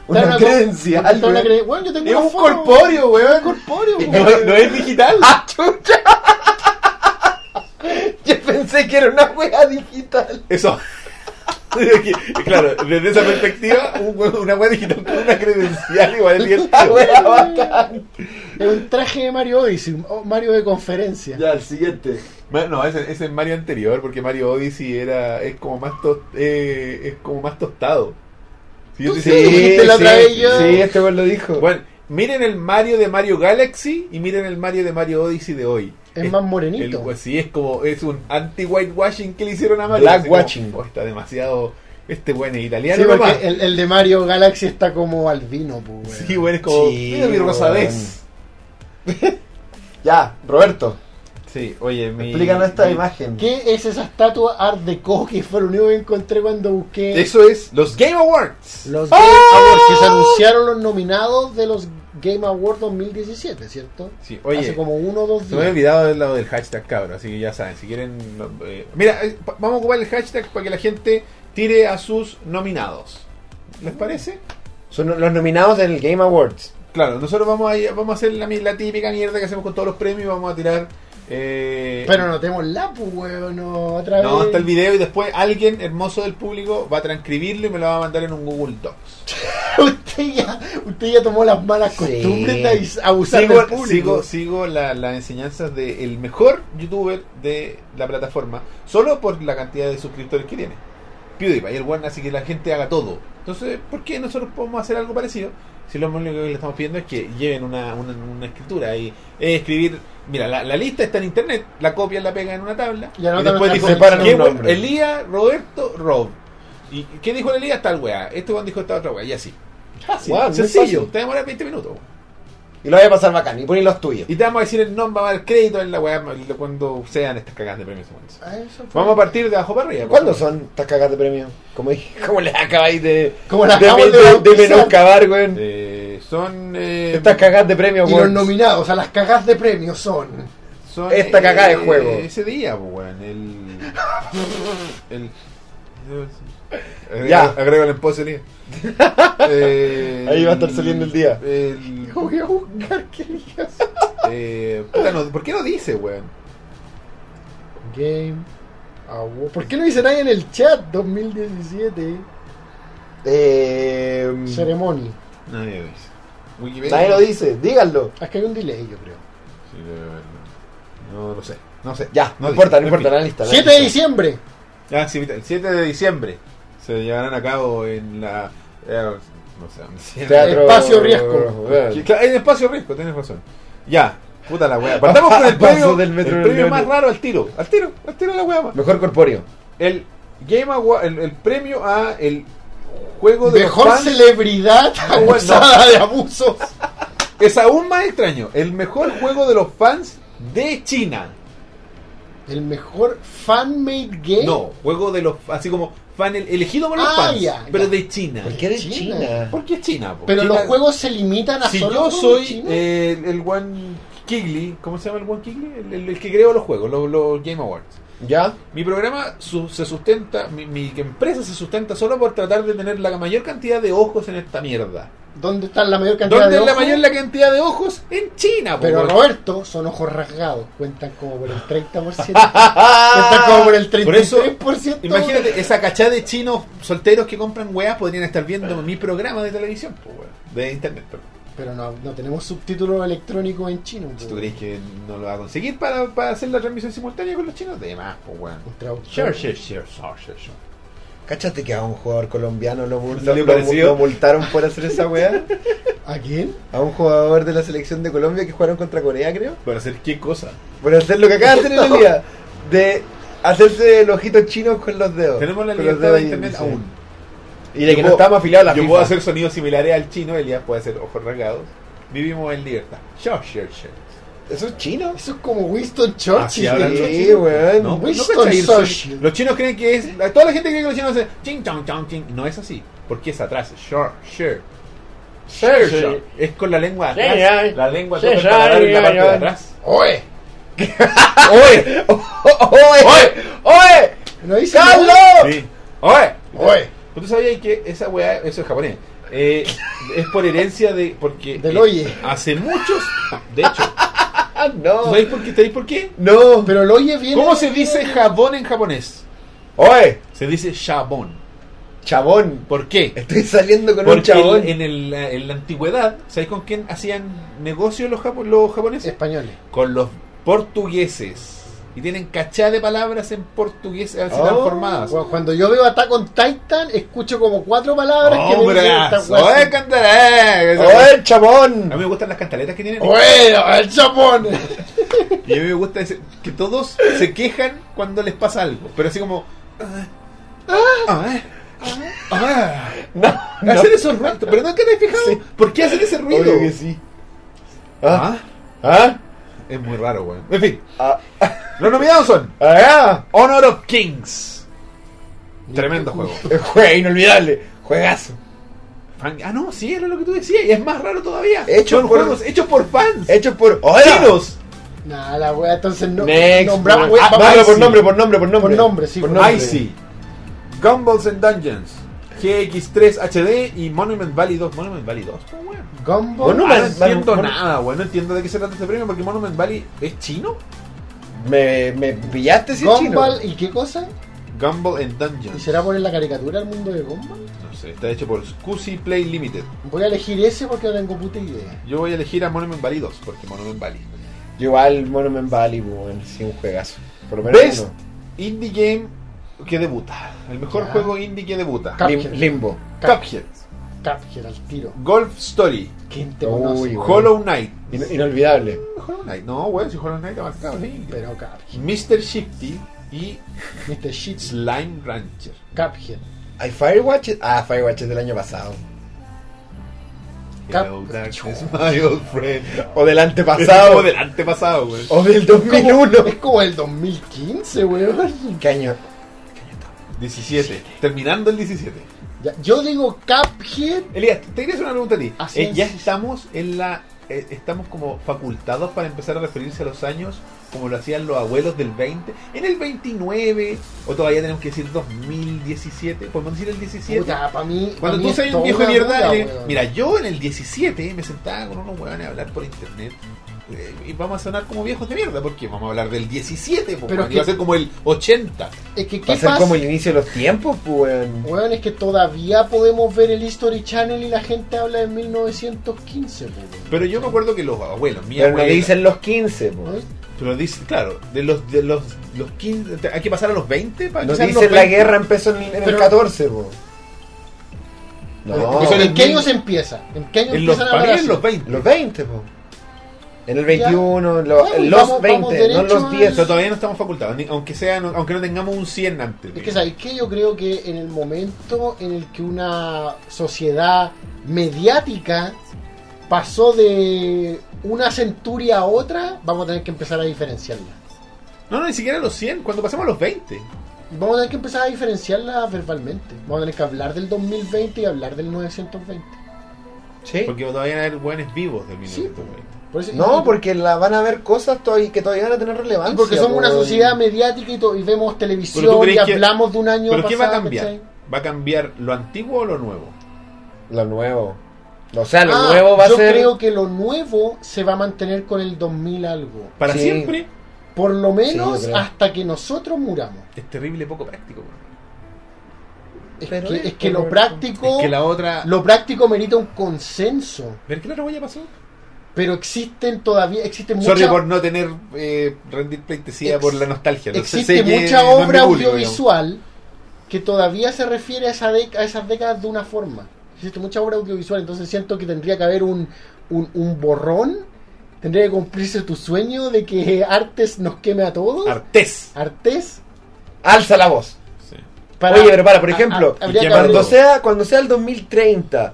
Speaker 3: Una,
Speaker 2: Está
Speaker 3: credencial.
Speaker 2: está una
Speaker 3: weón.
Speaker 2: creden- Bueno, yo tengo
Speaker 3: Es
Speaker 2: una
Speaker 3: un
Speaker 2: foto,
Speaker 3: corpóreo,
Speaker 2: weón.
Speaker 3: weón.
Speaker 2: corpóreo,
Speaker 1: No,
Speaker 2: weón.
Speaker 1: no es digital.
Speaker 3: ¡Ah, chucha! Yo pensé que era una wea digital.
Speaker 1: Eso. Es que, claro, desde esa perspectiva, un weón- una weá digital con una credencial igual es
Speaker 2: Ah,
Speaker 1: bien.
Speaker 3: La wea bacán.
Speaker 2: Es un traje de Mario Odyssey, o Mario de conferencia.
Speaker 3: el siguiente.
Speaker 1: Ma- No, ese es el Mario anterior, porque Mario Odyssey era, es como más tos- eh, es como más tostado. Si yo
Speaker 2: Tú
Speaker 1: te
Speaker 2: sí,
Speaker 1: digo-
Speaker 2: dijiste la otra vez yo.
Speaker 3: Sí, este weón lo dijo.
Speaker 1: Bueno, miren el Mario de Mario Galaxy y miren el Mario de Mario Odyssey de hoy.
Speaker 2: Es más morenito.
Speaker 1: el- pues sí, es como, es un anti-whitewashing que le hicieron a Mario.
Speaker 3: Black
Speaker 1: Así como,
Speaker 3: washing.
Speaker 1: "Oh, está demasiado, este buen es italiano
Speaker 2: Sí,
Speaker 1: nomás".
Speaker 2: porque el, el de Mario Galaxy está como albino, pues, weón.
Speaker 1: Sí, bueno, es como,
Speaker 3: Sí,
Speaker 1: mira mi
Speaker 3: weón.
Speaker 1: rosadez.
Speaker 3: Ya, Roberto,
Speaker 1: Sí, oye, mi...
Speaker 3: explícanos esta
Speaker 1: mi-
Speaker 3: imagen.
Speaker 2: ¿Qué es esa estatua Art Deco que fue lo único que encontré cuando busqué
Speaker 1: Eso Ah. es los Game Awards.
Speaker 2: los ¡Oh! Game Awards, que se anunciaron los nominados de los Game Awards 2017, ¿cierto?
Speaker 1: Sí, oye.
Speaker 2: Hace como uno o dos
Speaker 1: Se me había
Speaker 2: días.
Speaker 1: olvidado el lado del hashtag, cabro, así que ya saben, si quieren... no, eh, mira, eh, pa- vamos a ocupar el hashtag para que la gente tire a sus nominados. ¿Les parece?
Speaker 3: Son los nominados del Game Awards.
Speaker 1: Claro, nosotros vamos a, ir- vamos a hacer la, mi- la típica mierda que hacemos con todos los premios, vamos a tirar... eh,
Speaker 2: Pero no la pues, weón, no, otra
Speaker 1: No,
Speaker 2: vez.
Speaker 1: está el video y después alguien hermoso del público va a transcribirlo y me lo va a mandar en un Google Docs.
Speaker 2: usted, ya, usted ya tomó las malas
Speaker 3: Sí.
Speaker 2: costumbres de abus- abusar del
Speaker 1: Sigo,
Speaker 2: público.
Speaker 1: sigo, sigo la- las enseñanzas del mejor youtuber de la plataforma, solo por la cantidad de suscriptores que tiene. PewDiePie, el one así que la gente haga todo. Entonces, ¿por qué nosotros podemos hacer algo parecido? Si lo único que le estamos pidiendo es que lleven una, una, una escritura y es escribir. Mira, la, la lista está en internet, la copian, la pegan en una tabla.
Speaker 2: Y anotan
Speaker 1: después
Speaker 2: una
Speaker 1: dijo,
Speaker 2: separan
Speaker 1: ¿qué
Speaker 3: un
Speaker 1: weón?
Speaker 3: nombre.
Speaker 1: Elías, Roberto, Rob. ¿Y qué dijo el Elías? Tal weá. Este one dijo esta otra weá. Y así. Fácil,
Speaker 3: Weón, muy
Speaker 1: sencillo.
Speaker 3: fácil.
Speaker 1: Te demora 20 minutos. weón.
Speaker 3: Y lo voy a pasar bacán. Y ponen los tuyos.
Speaker 1: Y te vamos a decir el nombre, vamos a dar crédito en la weá cuando sean estas cagadas de premios. weón.
Speaker 2: Ah, eso fue-
Speaker 1: Vamos a partir de abajo para arriba. por
Speaker 3: ¿Cuándo
Speaker 1: favor.
Speaker 3: son estas cagas de premio? Como dije, ¿cómo les acabáis de.
Speaker 2: Como las
Speaker 3: de,
Speaker 2: acabamos de
Speaker 3: de, de
Speaker 2: bautizar.
Speaker 3: menoscabar, weón?
Speaker 1: Eh, son. eh,
Speaker 3: Estas cagas de premio,
Speaker 2: Y los
Speaker 3: weón.
Speaker 2: nominados, o sea, las cagas de premio son.
Speaker 1: Son, eh,
Speaker 3: Esta cagada de juego.
Speaker 1: Ese día, pues, weón. El. el
Speaker 3: Ya.
Speaker 1: Agrego el pose el día. Eh,
Speaker 3: Ahí va a estar saliendo el día.
Speaker 1: el-
Speaker 2: Voy a buscar qué digas.
Speaker 1: eh, puta, no, ¿Por qué no dice, weón?
Speaker 2: Game Award. ¿Por qué no dice nadie en el chat 2017?
Speaker 3: Eh,
Speaker 1: Mm.
Speaker 2: Ceremony.
Speaker 1: Nadie lo dice. Wikipedia.
Speaker 3: nadie lo dice, díganlo.
Speaker 2: Es que hay un delay, yo creo.
Speaker 1: Sí, debe haberlo. no lo sé. No sé.
Speaker 3: Ya, no,
Speaker 1: dice.
Speaker 3: importa, no
Speaker 1: En fin.
Speaker 3: importa, analista.
Speaker 2: 7 de diciembre.
Speaker 1: Ah, sí, el 7 de diciembre se llevarán a cabo en la. eh, no sé dónde sea.
Speaker 2: Espacio Riesgo.
Speaker 1: Que, claro, en espacio riesgo, tienes razón. Ya, puta la weá. Partamos con el
Speaker 3: Paso
Speaker 1: premio,
Speaker 3: del
Speaker 1: el
Speaker 3: metro del
Speaker 1: premio
Speaker 3: León.
Speaker 1: más raro al tiro. Al tiro, al tiro la weá.
Speaker 3: Mejor corpóreo.
Speaker 1: El Game Award, el, el premio a el juego de los
Speaker 2: Mejor
Speaker 1: fans
Speaker 2: celebridad
Speaker 1: bueno.
Speaker 2: acusada de abusos.
Speaker 1: es aún más extraño. El mejor juego de los fans de China.
Speaker 2: El mejor fan-made game.
Speaker 1: No, juego de los así como fan el- elegido por los
Speaker 2: Ah,
Speaker 1: fans,
Speaker 2: ya,
Speaker 1: pero
Speaker 2: ya.
Speaker 1: de China.
Speaker 3: ¿Por qué de
Speaker 2: China.
Speaker 3: China?
Speaker 1: Porque es China. po.
Speaker 2: Pero
Speaker 1: China-
Speaker 2: los juegos se limitan a
Speaker 1: Si
Speaker 2: solo
Speaker 1: yo
Speaker 2: juegos
Speaker 1: soy
Speaker 2: chinos.
Speaker 1: eh, el, el One Kigli, ¿cómo se llama el One Kigli? El, el- el que creó los juegos, los, los Game Awards.
Speaker 3: ¿Ya?
Speaker 1: Mi programa su- se sustenta, mi, mi empresa se sustenta solo por tratar de tener la mayor cantidad de ojos en esta mierda.
Speaker 2: ¿Dónde están la mayor cantidad
Speaker 1: ¿Dónde
Speaker 2: de
Speaker 1: es la
Speaker 2: ojos?
Speaker 1: mayor la cantidad de ojos? En China, po,
Speaker 2: Pero
Speaker 1: weón.
Speaker 2: Roberto son ojos rasgados. Cuentan como por el 30%. cuentan como por el 33%.
Speaker 1: Por eso, Imagínate, esa cachada de chinos solteros que compran weas podrían estar viendo mi programa de televisión, po, weón. de internet. perdón.
Speaker 2: Pero no, no tenemos subtítulos electrónicos en chino.
Speaker 1: Si
Speaker 2: po.
Speaker 1: tú crees que no lo va a conseguir para, para hacer la transmisión simultánea con los chinos, de más, pues weón.
Speaker 2: Un traductor.
Speaker 1: Sure, sure, sure, sure, sure, sure.
Speaker 3: ¿Cachaste que a un jugador colombiano lo, mul-
Speaker 1: ¿No le
Speaker 3: lo- lo-
Speaker 1: pareció?
Speaker 3: lo multaron por hacer esa weá?
Speaker 2: ¿A quién?
Speaker 3: A un jugador de la selección de Colombia que jugaron contra Corea, creo.
Speaker 1: ¿Para hacer qué cosa?
Speaker 3: Por hacer lo que acaba de hacer en el día. De hacerse los ojitos chinos con los dedos.
Speaker 1: Tenemos la
Speaker 3: Con los
Speaker 1: libertad
Speaker 3: dedos
Speaker 1: de internet
Speaker 3: índice.
Speaker 1: aún.
Speaker 3: Y de que
Speaker 1: Yo
Speaker 3: no
Speaker 1: puedo-
Speaker 3: estamos afiliados a la
Speaker 1: Yo
Speaker 3: FIFA.
Speaker 1: puedo hacer sonidos similares al chino, Elías puede hacer ojos rasgados. Vivimos en libertad. Sure, sure, sure.
Speaker 3: ¿Eso es chino?
Speaker 2: Eso es como Winston
Speaker 1: Así
Speaker 2: Churchill.
Speaker 1: hablan
Speaker 3: sí,
Speaker 1: los chinos.
Speaker 3: weón.
Speaker 1: No, pues, no
Speaker 2: Winston
Speaker 1: cachai, son-
Speaker 2: Churchill.
Speaker 1: Los chinos creen que es. la- Toda la gente cree que los chinos hacen ching, chong, chong, ching. No es así. Porque es atrás. Sure, sure. Sure,
Speaker 3: Sí.
Speaker 1: sure. Es con la lengua
Speaker 3: Sí,
Speaker 1: atrás.
Speaker 3: sí.
Speaker 1: La lengua
Speaker 3: Sí,
Speaker 1: toca el
Speaker 3: sí,
Speaker 1: paladar en la
Speaker 3: sí,
Speaker 1: parte de
Speaker 3: sí.
Speaker 1: atrás.
Speaker 2: ¡Oye!
Speaker 3: ¡Oye! ¡Oye! ¡Oye!
Speaker 2: ¿No dice
Speaker 3: ¡Carlos!
Speaker 1: Sí. ¡Oye!
Speaker 2: nada? ¡Oye!
Speaker 1: ¿Tú sabías que esa weá, eso es japonés? Eh, es por herencia de. Porque.
Speaker 2: Del
Speaker 1: eh,
Speaker 2: oye.
Speaker 1: hace muchos. De hecho.
Speaker 3: ¡Ah,
Speaker 1: ¿tú
Speaker 3: no!
Speaker 1: sabéis por qué? ¿Sabéis por qué?
Speaker 3: ¡No!
Speaker 2: Pero el oye viene.
Speaker 1: ¿Cómo se dice jabón en japonés?
Speaker 3: ¡Oye!
Speaker 1: Se dice shabón.
Speaker 3: ¡Chabón!
Speaker 1: ¿Por qué?
Speaker 3: Estoy saliendo con un
Speaker 1: Porque
Speaker 3: chabón.
Speaker 1: en, el- en la antigüedad, ¿sabéis con quién hacían negocio los, japo- los japoneses?
Speaker 2: Españoles.
Speaker 1: Con los portugueses. Y tienen cachá de palabras en portugués así
Speaker 3: Oh,
Speaker 1: transformadas.
Speaker 2: Cu- Cuando yo veo Attack on Titan, escucho como cuatro palabras que me dicen esta
Speaker 1: ¡Hombras!
Speaker 2: wea.
Speaker 1: ¡Oye, cantará!
Speaker 3: ¡Oye,
Speaker 1: A mí
Speaker 3: chabón!
Speaker 1: me gustan las cantaletas que tienen.
Speaker 2: ¡Bueno, el chapón!
Speaker 1: Y a mí me gusta ese- que todos se quejan cuando les pasa algo. Pero así como. "Ah, ah, ah".
Speaker 3: ¡No! no.
Speaker 1: Hacer esos ruidos. Pero nunca te has fijado.
Speaker 3: Sí.
Speaker 1: ¿Por qué hacen ese ruido?
Speaker 3: Obvio que sí. ¿Ah?
Speaker 1: Ah,
Speaker 3: ¿Ah?
Speaker 1: Es muy raro, weón. En fin,
Speaker 3: ¿Ah?
Speaker 1: los nominados son
Speaker 3: ¡Ah!
Speaker 1: Honor of Kings. Tremendo juego.
Speaker 3: Juega inolvidable. Juegazo.
Speaker 1: Fan- Ah, no, sí, era lo que tú decías. Y es más raro todavía.
Speaker 3: Hecho
Speaker 1: son
Speaker 3: por-
Speaker 1: juegos hechos por fans.
Speaker 3: Hecho por. ¡Hola!
Speaker 1: Chinos.
Speaker 2: Nah, la wea, entonces no.
Speaker 3: Next.
Speaker 2: nombramos-
Speaker 3: Ah,
Speaker 2: vamos-
Speaker 3: nombre,
Speaker 1: Icy.
Speaker 3: por nombre, por nombre, por nombre.
Speaker 2: Por nombre, sí,
Speaker 3: Por
Speaker 2: por
Speaker 3: nombre.
Speaker 1: Icy. Gumballs and Dungeons. GX3 HD y Monument Valley 2. Monument Valley 2, pues, weón.
Speaker 2: Gumball.
Speaker 1: Ah,
Speaker 3: Bueno,
Speaker 1: no
Speaker 3: Monument Valley-
Speaker 1: entiendo
Speaker 3: Mon-
Speaker 1: nada, weón. No entiendo de qué se trata este premio porque Monument Valley es chino.
Speaker 3: ¿Me, me pillaste sin chino?
Speaker 2: Gumball y qué cosa?
Speaker 1: Gumball and
Speaker 2: ¿Y
Speaker 1: Dungeons.
Speaker 2: será poner la caricatura al mundo de Gumball?
Speaker 1: No sé, está hecho por Scusi Play Limited.
Speaker 2: Voy a elegir ese porque no tengo puta idea.
Speaker 1: Yo voy a elegir a Monument Valley 2 porque Monument Valley.
Speaker 3: Yo Igual Monument Valley, weón, sí, un juegazo. Por lo menos
Speaker 1: ¿Ves?
Speaker 3: uno.
Speaker 1: Indie Game que debuta. El mejor
Speaker 2: Ya.
Speaker 1: juego indie que debuta.
Speaker 2: Cap-
Speaker 3: Lim-
Speaker 2: Cuphead.
Speaker 3: Limbo.
Speaker 1: Cuphead.
Speaker 2: Cuphead al tiro.
Speaker 1: Golf Story.
Speaker 2: ¿Quién te
Speaker 3: Uy,
Speaker 2: conoce?
Speaker 3: güey.
Speaker 1: Hollow Knight.
Speaker 3: In- inolvidable.
Speaker 1: Hollow Knight. No, weón, si Hollow Knight abarcaba el indie.
Speaker 2: Pero Cuphead.
Speaker 1: Mr. Shifty y
Speaker 2: Mr. Shit.
Speaker 1: Slime Rancher.
Speaker 2: Este Cuphead.
Speaker 3: ¿Hay Firewatch? Ah, Firewatch es del año pasado.
Speaker 2: Cap-
Speaker 1: Hello, darkness, my old friend.
Speaker 3: O del antepasado.
Speaker 1: Pasado. del antepasado, güey.
Speaker 3: o del
Speaker 2: Como-
Speaker 3: 2001.
Speaker 2: Es como el 2015, weón.
Speaker 3: ¿Qué año?
Speaker 1: 17. Terminando el 17.
Speaker 2: Ya, yo digo Cuphead.
Speaker 1: Elías, te quería hacer una pregunta a ti.
Speaker 2: Así
Speaker 1: Eh,
Speaker 2: es.
Speaker 1: ya estamos en la. eh, estamos como facultados para empezar a referirse a los años como lo hacían los abuelos del 20. En el 29, o todavía tenemos que decir 2017, podemos decir el 17.
Speaker 2: Puta, para mí. pa'
Speaker 1: Cuando
Speaker 2: mí
Speaker 1: tú
Speaker 2: es
Speaker 1: seas un
Speaker 2: toda
Speaker 1: viejo
Speaker 2: una
Speaker 1: mierda,
Speaker 2: moda,
Speaker 1: eh,
Speaker 2: weón.
Speaker 1: mira, yo en el 17 me sentaba con unos huevones a hablar por internet. eh, Y vamos a sonar como viejos de mierda, porque vamos a hablar del 17,
Speaker 2: Pero
Speaker 1: porque
Speaker 2: es
Speaker 1: va a
Speaker 2: que-
Speaker 1: ser como el 80.
Speaker 2: Es que, ¿qué
Speaker 3: Va a ser
Speaker 2: pasa?
Speaker 3: como el inicio de los tiempos, pues.
Speaker 2: Weón, es que todavía podemos ver el History Channel y la gente habla de 1915, pues, weón.
Speaker 1: Pero yo me acuerdo que los abuelos, mi
Speaker 3: Pero no
Speaker 1: abuela-
Speaker 3: dicen los 15,
Speaker 2: ¿No?
Speaker 1: Oh.
Speaker 3: pues.
Speaker 1: Pero dice, claro, de los de los, los 15, te- hay que pasar a los 20 para
Speaker 3: No
Speaker 1: que sean
Speaker 3: dicen
Speaker 1: los
Speaker 3: la
Speaker 1: 20.
Speaker 3: guerra empezó en, en el
Speaker 2: Pero-
Speaker 3: 14, pues.
Speaker 1: Porque
Speaker 3: No,
Speaker 1: son
Speaker 2: ¿En
Speaker 1: el
Speaker 2: qué
Speaker 1: mil-
Speaker 2: año se empieza? ¿En qué año
Speaker 1: En los,
Speaker 2: empiezan
Speaker 1: para
Speaker 2: a
Speaker 1: mí
Speaker 2: hablar
Speaker 1: en
Speaker 2: así?
Speaker 1: los 20.
Speaker 3: los 20, pues. En el 21, lo-
Speaker 2: Vamos,
Speaker 3: los
Speaker 2: vamos
Speaker 3: 20, no
Speaker 2: derecho
Speaker 3: los 10.
Speaker 1: O sea, todavía no estamos facultados, ni- aunque sea no- aunque no tengamos un 100 antes.
Speaker 2: Es que, ¿sabéis qué? Yo creo que en el momento en el que una sociedad mediática pasó de una centuria a otra, vamos a tener que empezar a diferenciarla.
Speaker 1: No, no, ni siquiera los 100, cuando pasemos a los 20.
Speaker 2: Vamos a tener que empezar a diferenciarla verbalmente. Vamos a tener que hablar del 2020 y hablar del 920.
Speaker 3: Sí.
Speaker 1: Porque todavía van a haber buenos vivos del
Speaker 2: Sí.
Speaker 1: 1920.
Speaker 2: Por eso-
Speaker 3: No,
Speaker 2: y-
Speaker 3: porque la, van a ver cosas todavía- que todavía van a tener
Speaker 2: y
Speaker 3: relevancia.
Speaker 2: porque somos una
Speaker 3: po.
Speaker 2: sociedad mediática y, to- y
Speaker 1: Pero
Speaker 2: vemos
Speaker 1: tú
Speaker 2: televisión
Speaker 1: crees
Speaker 2: y
Speaker 1: que-
Speaker 2: hablamos de un año
Speaker 1: Pero ¿qué va a
Speaker 2: pasado,
Speaker 1: cambiar?
Speaker 2: ¿cachai?
Speaker 1: ¿Va a cambiar lo antiguo o lo nuevo?
Speaker 3: Lo nuevo. O sea, lo
Speaker 2: Ah,
Speaker 3: nuevo va a
Speaker 2: yo
Speaker 3: ser.
Speaker 2: creo que lo nuevo se va a mantener con el 2000 algo.
Speaker 1: Para
Speaker 3: Sí.
Speaker 1: siempre
Speaker 2: Por lo menos
Speaker 3: Sí, yo creo.
Speaker 2: hasta que nosotros muramos.
Speaker 1: es terrible poco práctico. güey.
Speaker 2: Es
Speaker 3: Pero
Speaker 2: que,
Speaker 3: es
Speaker 2: es que lo
Speaker 3: como-
Speaker 2: práctico
Speaker 1: Es que la otra...
Speaker 2: lo práctico merita un consenso.
Speaker 1: ¿Ver que la otra huella pasó?
Speaker 2: Pero existen todavía, existen
Speaker 1: Sorry
Speaker 2: muchas
Speaker 1: por no tener eh, rendir pleitesía
Speaker 2: Ex-
Speaker 1: por la nostalgia. No sé,
Speaker 2: existe
Speaker 1: sé que
Speaker 2: mucha
Speaker 1: no es mi
Speaker 2: obra
Speaker 1: público,
Speaker 2: audiovisual que todavía se refiere a, esa dec- a esas décadas de una forma. Existe mucha obra audiovisual, entonces siento que tendría que haber un, un, un borrón, tendría que cumplirse tu sueño de que Artes nos queme a todos.
Speaker 1: digamos. Artés.
Speaker 2: Artes.
Speaker 3: Alza la voz.
Speaker 1: Sí.
Speaker 3: Oye, pero para, por
Speaker 2: a-
Speaker 3: ejemplo,
Speaker 2: a- habría
Speaker 1: y
Speaker 2: que
Speaker 1: que
Speaker 2: haber-
Speaker 3: Cuando sea, cuando sea el 2030.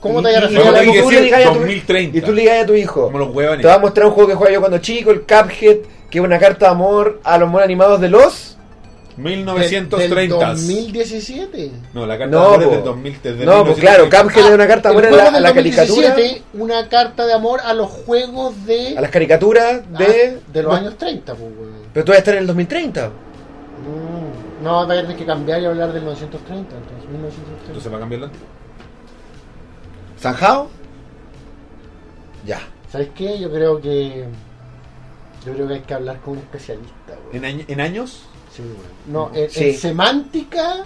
Speaker 2: ¿Cómo te vayas a
Speaker 3: y-
Speaker 1: Vamos a tener
Speaker 2: referir
Speaker 1: que
Speaker 2: a
Speaker 3: tú
Speaker 1: decir
Speaker 3: le digas a tu-
Speaker 1: 2030.
Speaker 3: Y tú le digas a tu hijo.
Speaker 1: Como los huevones.
Speaker 3: Te va a mostrar un juego que jugaba yo cuando chico, el Cuphead, que es una carta de amor a los monos animados de los.
Speaker 2: del
Speaker 1: 1930.
Speaker 2: 2017?
Speaker 1: No, la carta
Speaker 3: No,
Speaker 1: de amor es
Speaker 3: po.
Speaker 1: del 2000. desde
Speaker 3: No, pues claro,
Speaker 1: 1930.
Speaker 3: Cuphead es una carta de amor
Speaker 2: Ah,
Speaker 3: a
Speaker 2: el
Speaker 3: la,
Speaker 2: juego
Speaker 3: a la
Speaker 2: del
Speaker 3: caricatura.
Speaker 2: 2017, una carta de amor a los juegos de
Speaker 3: A las caricaturas de.
Speaker 2: ah, de los años 30, pues, weón.
Speaker 3: Pero tú vas a estar en el 2030.
Speaker 2: Mm, No, va a tener que cambiar y hablar del 930, entonces 1930.
Speaker 1: Entonces va a cambiar la antigua.
Speaker 3: ¿Sanjao? Ya.
Speaker 2: ¿Sabes qué? Yo creo que yo creo que hay que hablar con un especialista, weón.
Speaker 1: ¿En, año- en años?
Speaker 2: Sí, weón. No, en,
Speaker 3: Sí.
Speaker 2: en semántica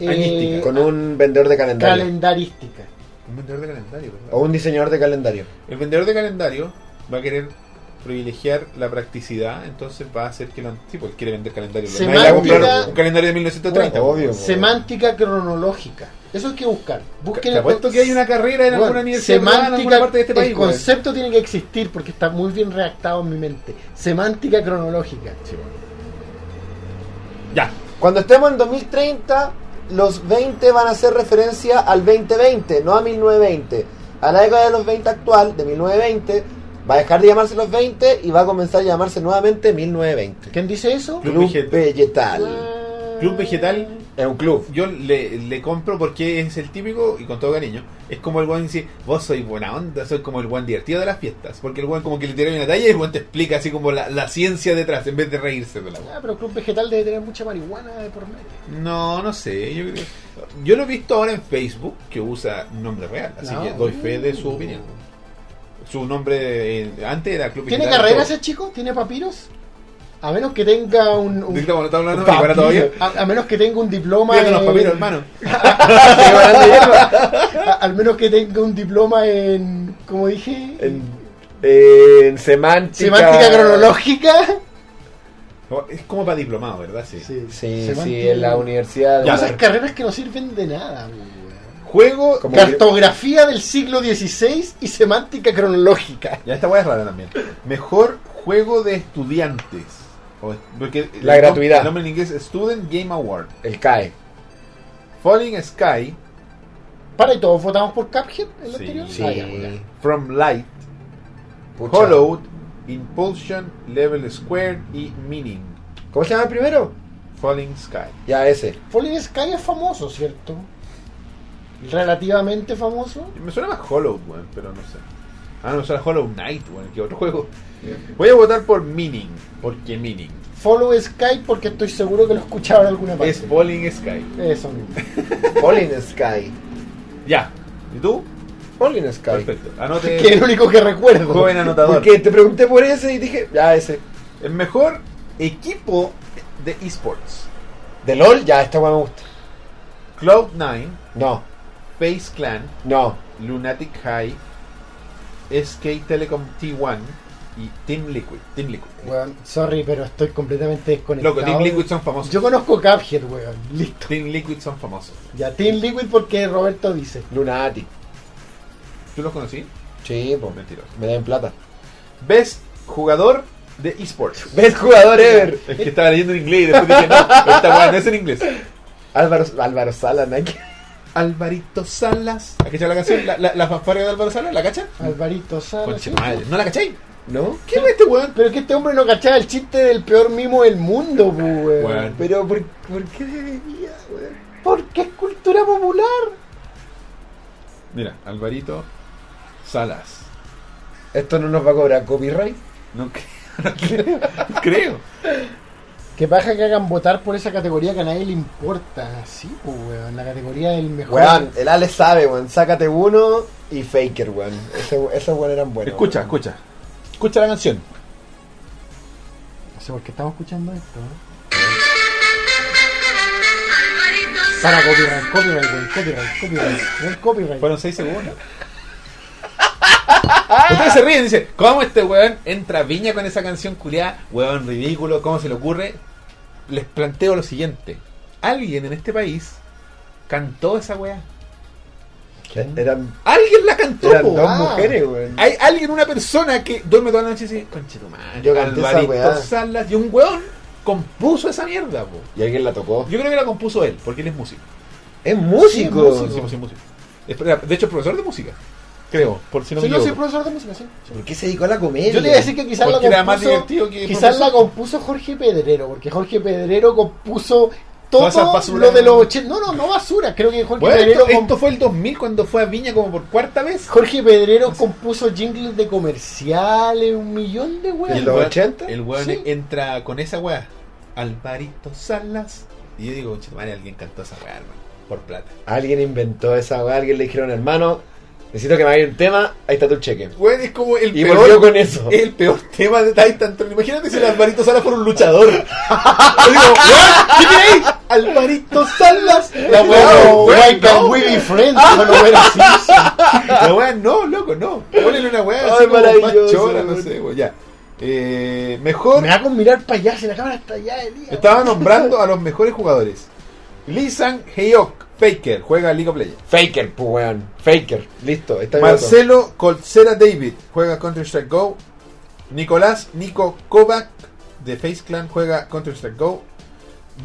Speaker 2: eh,
Speaker 1: Añística,
Speaker 3: Con un vendedor de calendario.
Speaker 2: calendarística.
Speaker 1: Un vendedor de calendario. ¿verdad?
Speaker 3: o un diseñador de calendario.
Speaker 1: El vendedor de calendario va a querer privilegiar la practicidad, entonces va a hacer que lo antiguo. Él pues, quiere vender calendario.
Speaker 2: Se
Speaker 1: Nadie va a
Speaker 3: manda-
Speaker 1: comprar un calendario de 1930.
Speaker 3: Bueno, obvio.
Speaker 2: Semántica cronológica. Eso hay que buscar. Busquen
Speaker 1: Te apuesto que hay una carrera en
Speaker 2: Bueno,
Speaker 1: alguna universidad privada en alguna parte de este país.
Speaker 2: el
Speaker 1: güey.
Speaker 2: concepto tiene que existir porque está muy bien redactado en mi mente. Semántica cronológica.
Speaker 1: Sí, bueno. Ya.
Speaker 3: Cuando estemos en 2030, los 20 van a hacer referencia al 2020, no a 1920. A la década de los 20 actual, de 1920, va a dejar de llamarse los 20 y va a comenzar a llamarse nuevamente 1920.
Speaker 2: ¿Quién dice eso?
Speaker 1: Club
Speaker 3: Club
Speaker 2: Ah.
Speaker 1: Vegetal.
Speaker 3: Vegetal.
Speaker 1: Club Vegetal
Speaker 3: Es un club.
Speaker 1: Yo le, le compro porque es el típico, y con todo cariño, es como el weón dice, vos sois buena onda, soy como el weón divertido de las fiestas. Porque el weón como que le tira una talla y el weón te explica así como la, la ciencia detrás, en vez de reírse de la weón.
Speaker 2: Ah, pero el Club Vegetal debe tener mucha marihuana de por medio.
Speaker 1: No, no sé, yo creo- Yo lo he visto ahora en Facebook, que usa un nombre real, así
Speaker 2: No.
Speaker 1: que doy fe de su opinión. Su nombre eh, antes era Club
Speaker 2: ¿Tiene
Speaker 1: Vegetal,
Speaker 2: carrera
Speaker 1: todo.
Speaker 2: ese chico? ¿Tiene papiros? A menos que tenga un. un-
Speaker 1: Dicta, bueno, está hablando
Speaker 2: un
Speaker 1: y ahora todavía.
Speaker 2: papiro. Eh, A, a menos que tenga un diploma.
Speaker 1: Mira los
Speaker 2: en-
Speaker 1: papiros, hermano.
Speaker 2: ¿eh? a- al menos que tenga un diploma en. Como dije.
Speaker 3: En, en semántica.
Speaker 2: semántica cronológica.
Speaker 1: Es como para diplomado, ¿verdad? Sí.
Speaker 3: Sí,
Speaker 2: Semántica-
Speaker 3: sí, en la universidad.
Speaker 1: Ya.
Speaker 2: Esas carreras que no sirven de nada, weón.
Speaker 1: Juego.
Speaker 3: Como-
Speaker 2: Cartografía del siglo XVI y semántica cronológica.
Speaker 1: Ya esta weá es rara también. Mejor juego de estudiantes. O- porque el
Speaker 3: La
Speaker 1: nom-
Speaker 3: gratuidad.
Speaker 1: El nombre en inglés es Student Game Award.
Speaker 3: El E. CAE.
Speaker 1: Falling Sky
Speaker 2: Para, y todos votamos por Cuphead en la
Speaker 1: Sí.
Speaker 2: anterior.
Speaker 3: Sí.
Speaker 2: Ah, ya, ya.
Speaker 1: From Light,
Speaker 3: Pucha.
Speaker 1: Hollowed, Impulsion, Level Square y Meaning.
Speaker 3: ¿Cómo se llama el primero?
Speaker 1: Falling Sky.
Speaker 3: Ya, ese.
Speaker 2: Falling Sky es famoso, ¿cierto? Relativamente famoso.
Speaker 1: Me suena más Hollowed, weón, pero no sé. Ah, no, me suena Hollow Knight, weón, que otro juego. Voy a votar por Meaning, porque Meaning.
Speaker 2: Follow Sky porque estoy seguro que lo escucharon en alguna parte.
Speaker 1: Es Falling Sky.
Speaker 2: Eso mismo.
Speaker 3: Falling Sky.
Speaker 1: Ya. ¿Y tú?
Speaker 3: Falling Sky.
Speaker 1: Perfecto. Anote.
Speaker 2: que es el único que recuerdo.
Speaker 1: Joven anotador.
Speaker 3: Porque te pregunté por ese y dije, ya, ese.
Speaker 1: El mejor equipo de esports.
Speaker 3: De LOL, ya, esta weá me gusta.
Speaker 1: Cloud9,
Speaker 3: No,
Speaker 1: Face Clan,
Speaker 3: no.
Speaker 1: Lunatic High, SK Telecom T1 y Team Liquid. Team Liquid.
Speaker 2: Weón, sorry, pero estoy completamente desconectado.
Speaker 1: Loco, Team Liquid son famosos.
Speaker 2: Yo conozco Cuphead, weón. Listo.
Speaker 1: Team Liquid son famosos.
Speaker 2: Ya, Team Liquid porque Roberto dice.
Speaker 3: Lunatic.
Speaker 1: ¿Tú los conocí?
Speaker 3: Sí,
Speaker 1: No,
Speaker 3: pues.
Speaker 1: mentiroso.
Speaker 3: Me den plata.
Speaker 1: Best jugador de esports.
Speaker 3: Best jugador ever.
Speaker 1: Es que estaba leyendo en inglés y después dije, no, esta weá no es en inglés.
Speaker 3: Álvaro, Álvaro Sala, Nike.
Speaker 1: Alvarito Salas. ¿Ha cachado la canción? ¿La, la, la fanfarria de Álvaro Salas? ¿La cachan?
Speaker 2: Alvarito Sala.
Speaker 1: Conche
Speaker 2: ¿sí?
Speaker 1: madre. ¿No la cacháis?
Speaker 3: ¿No?
Speaker 1: ¿Qué es este weón?
Speaker 2: Pero es que este hombre no cachaba el chiste del peor mimo del mundo, weón.
Speaker 1: Weón.
Speaker 3: pues, Pero, ¿por, por qué debería, weón?
Speaker 2: Porque es cultura popular.
Speaker 1: Mira, Alvarito Salas.
Speaker 3: Esto no nos va a cobrar copyright.
Speaker 1: No, cre- no creo. No creo.
Speaker 2: Que paja que hagan votar por esa categoría que a nadie le importa. Sí, pues, weón. La categoría del mejor.
Speaker 3: Weón, el Ale sabe, weón. Sácate uno y Faker, weón. Ese, esos weón eran buenos.
Speaker 1: Escucha,
Speaker 3: weón.
Speaker 1: escucha. Escucha la canción.
Speaker 2: No sé por qué estamos escuchando esto. ¿eh?
Speaker 5: Alvarito
Speaker 2: Para copyright, copyright, weón, copyright, copyright, weón, copyright.
Speaker 1: Fueron 6 segundos. Ustedes se ríen, dice, ¿cómo este weón entra a Viña con esa canción culiada? Weón ridículo, ¿cómo se le ocurre? Les planteo lo siguiente. Alguien en este país cantó esa weá.
Speaker 3: Eh, Eran,
Speaker 1: Alguien la cantó.
Speaker 3: eran
Speaker 1: po.
Speaker 3: dos
Speaker 2: ah.
Speaker 3: mujeres, weón.
Speaker 1: Hay alguien, una persona que duerme toda la noche y dice, conche tu madre,
Speaker 3: Yo canté esa
Speaker 1: Alvarito
Speaker 3: weá".
Speaker 1: Salas", y un weón compuso esa mierda, po.
Speaker 3: Y alguien la tocó.
Speaker 1: Yo creo que la compuso él, porque él es músico.
Speaker 3: Es músico.
Speaker 1: Sí, sí, sí, músico. Espera, De hecho, es profesor de música. Creo, por si no
Speaker 2: Sí,
Speaker 1: me
Speaker 2: yo soy
Speaker 1: equivoco.
Speaker 2: profesor de música, sí.
Speaker 3: ¿Por qué se dedicó a la comedia?
Speaker 2: Yo le iba a decir que quizás la
Speaker 1: Porque era más divertido
Speaker 2: compuso,
Speaker 1: que
Speaker 2: quizás
Speaker 1: profesor.
Speaker 2: la compuso Jorge Pedrero, porque Jorge Pedrero compuso
Speaker 1: Toda esa
Speaker 2: todo
Speaker 1: basura.
Speaker 2: lo de los 80. No, no, no basura, creo que Jorge
Speaker 1: Bueno,
Speaker 2: Pedrero
Speaker 1: esto,
Speaker 2: comp-
Speaker 1: esto fue el 2000 cuando fue a Viña como por cuarta vez.
Speaker 2: Jorge Pedrero compuso jingles de comerciales, un millón de
Speaker 3: ¿En
Speaker 2: weas.
Speaker 3: los
Speaker 1: weón-
Speaker 3: 80?
Speaker 1: El weón
Speaker 2: Sí.
Speaker 1: entra con esa weá. Alvarito Salas. Y yo digo, "Che, madre, alguien cantó esa weá, hermano. Por plata.
Speaker 3: Alguien inventó esa weá, alguien le dijeron, hermano, necesito que me hagas el tema, ahí está tu cheque.
Speaker 1: Weón, es como el
Speaker 3: Y
Speaker 1: peor.
Speaker 3: volvió con eso.
Speaker 1: es el peor tema de Titan Tron. Imagínate si el Alvarito Salas fuera un luchador. Yo digo, weón, ¿qué creéis? Alvarito Salas.
Speaker 2: La wea,
Speaker 1: No,
Speaker 2: no,
Speaker 1: weón,
Speaker 2: why can
Speaker 1: no.
Speaker 2: we be friends? No lo voy a decir.
Speaker 1: La weá no, loco, no. Ponele una weá así
Speaker 3: Ay,
Speaker 1: como más
Speaker 3: maravilloso,
Speaker 1: chora, no
Speaker 3: weón.
Speaker 1: sé, weón. Ya. Eh, mejor.
Speaker 2: Me hago mirar para allá, se la cámara está allá, Elías.
Speaker 1: Estaba nombrando a los mejores jugadores. Lee Sang Heok, Faker, juega League of Legends.
Speaker 3: Faker, pues weón. Faker. Listo, ahí está mi voto.
Speaker 1: Marcelo Colcera David, juega Counter-Strike Go. Nicolás Nico Kovac, de Face Clan, juega Counter-Strike Go.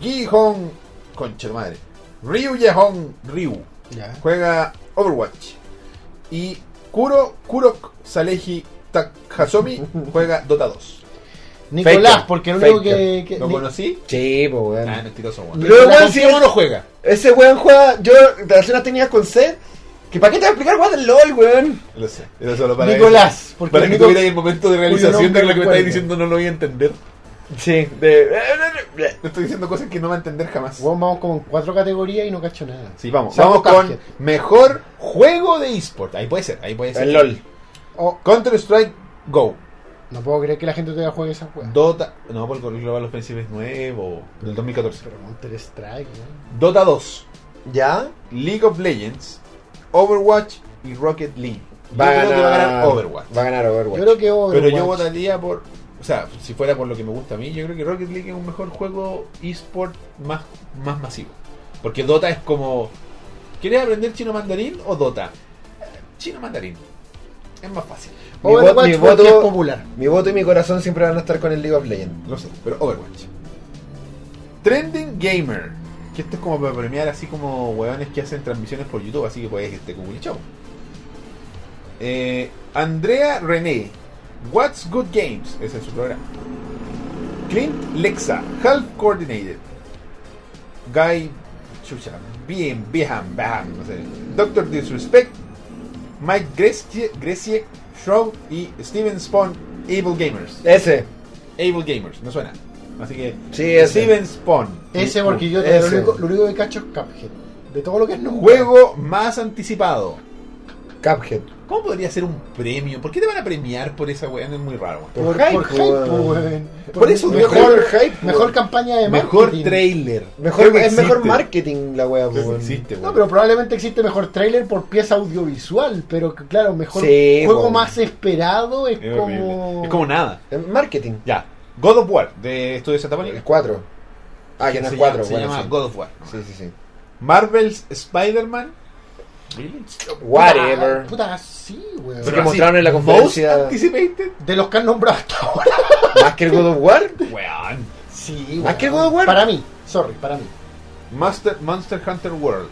Speaker 1: Gi Hong, concha de madre. Ryu Yehong Ryu,
Speaker 2: Ya.
Speaker 1: juega Overwatch. Y Kuro Kurok Salehi Takasomi, juega Dota 2.
Speaker 2: Nicolás,
Speaker 3: Faker,
Speaker 2: porque el único
Speaker 3: Faker.
Speaker 2: que. que-
Speaker 1: ¿Lo
Speaker 2: Ni-
Speaker 1: conocí?
Speaker 3: Sí, pues, weón.
Speaker 1: Ah, mentiroso, weón.
Speaker 3: Pero
Speaker 2: Nicolás
Speaker 3: weón, si
Speaker 2: Confirmo
Speaker 3: es-
Speaker 2: no juega.
Speaker 3: Ese weón juega. Yo, relaciones técnicas con C. Que para qué te voy a explicar weón del LOL, weón.
Speaker 1: Lo sé. Era solo para
Speaker 2: Nicolás,
Speaker 1: que-
Speaker 2: porque
Speaker 1: para que
Speaker 2: Nico-
Speaker 1: tuviera ahí el momento de realización de
Speaker 2: nombre
Speaker 1: lo que me
Speaker 2: recuerdo.
Speaker 1: estáis diciendo, no lo voy a entender.
Speaker 3: Sí, de.
Speaker 1: Te estoy diciendo cosas que no va a entender jamás.
Speaker 2: Weón, vamos como en cuatro categorías y no cacho nada.
Speaker 1: Sí, vamos.
Speaker 2: Salvo
Speaker 1: vamos con
Speaker 2: Cuphead.
Speaker 1: mejor juego de eSport. Ahí puede ser, ahí puede ser.
Speaker 3: El LOL.
Speaker 2: Oh,
Speaker 1: Counter Strike Go.
Speaker 2: no puedo creer que la gente todavía juegue esa weá.
Speaker 1: Dota. No, pues porque el Global Offensive es nuevo. Del 2014.
Speaker 2: Pero Counter Strike, weón.
Speaker 1: Dota 2.
Speaker 3: ¿Ya?
Speaker 1: League of Legends. Overwatch y Rocket League. Yo creo que va a ganar Overwatch.
Speaker 3: Va a ganar Overwatch.
Speaker 2: Yo creo que Overwatch.
Speaker 1: Pero yo votaría por. O sea, si fuera por lo que me gusta a mí, yo creo que Rocket League es un mejor juego eSport más, más masivo. Porque Dota es como. ¿Quieres aprender chino mandarín o Dota? Eh, Chino mandarín. Es más fácil.
Speaker 3: Mi vo-
Speaker 2: Overwatch
Speaker 3: mi
Speaker 2: porque
Speaker 3: voto-
Speaker 2: es popular.
Speaker 3: Mi voto y mi corazón siempre van a estar con el League of Legends.
Speaker 1: Lo sé, pero Overwatch. Trending Gamer. Que esto es como para premiar así como hueones que hacen transmisiones por YouTube, así que podéis este Google Show. Eh, Andrea René. What's Good Games. Ese es su programa. Clint Lexa. Half Coordinated. Guy. Chucha. Bien, Beham, Beham, no sé. Doctor Disrespect. Mike Grecie, Grecie Shroud y Steven Spawn. Evil Gamers.
Speaker 3: Ese.
Speaker 1: Able Gamers, me suena. Así que.
Speaker 3: Sí, ese.
Speaker 1: Steven Spawn.
Speaker 2: Ese porque yo
Speaker 3: Ese.
Speaker 2: lo único, lo único que cacho es Cuphead. De todo lo que es no
Speaker 1: Juego más anticipado.
Speaker 3: Cuphead.
Speaker 1: ¿Cómo podría ser un premio? ¿Por qué te van a premiar por esa weá? No es muy raro. weón.
Speaker 2: Por, por
Speaker 3: hype,
Speaker 2: hype,
Speaker 3: weón.
Speaker 2: weón.
Speaker 1: Por eso,
Speaker 2: mejor,
Speaker 3: mejor hype,
Speaker 2: mejor
Speaker 3: weón.
Speaker 2: campaña de
Speaker 1: Mejor
Speaker 2: Eh, marketing.
Speaker 1: trailer.
Speaker 3: Mejor,
Speaker 1: Creo que
Speaker 3: es mejor
Speaker 1: existe.
Speaker 3: marketing la wea,
Speaker 1: Creo que
Speaker 3: weón.
Speaker 1: existe,
Speaker 2: No,
Speaker 1: weón.
Speaker 2: pero probablemente existe mejor trailer por pieza audiovisual, pero que, claro, mejor
Speaker 3: Sí,
Speaker 2: juego
Speaker 3: weón.
Speaker 2: más esperado es,
Speaker 1: Es horrible.
Speaker 2: como...
Speaker 1: Es como nada.
Speaker 3: Eh, Marketing.
Speaker 1: Ya. God of War, de Estudios Santa
Speaker 3: El
Speaker 1: Mónica.
Speaker 3: 4. Ah, ya no es
Speaker 1: Se
Speaker 3: 4.
Speaker 1: llama- Se
Speaker 3: bueno,
Speaker 1: llama
Speaker 3: sí.
Speaker 1: God of War.
Speaker 3: sí, sí, sí.
Speaker 1: Marvel's Spider-Man. Really?
Speaker 2: Puta,
Speaker 3: Whatever.
Speaker 2: Puta, sí, weón.
Speaker 3: Pero- que mostraron en la conferencia-
Speaker 1: Most anticipated.
Speaker 2: De los que han nombrado hasta ahora.
Speaker 3: Más que el God of War.
Speaker 1: Weón.
Speaker 2: Sí,
Speaker 3: ¿A qué God of War?
Speaker 2: Para mí, sorry, para mí.
Speaker 1: Master, Monster Hunter World.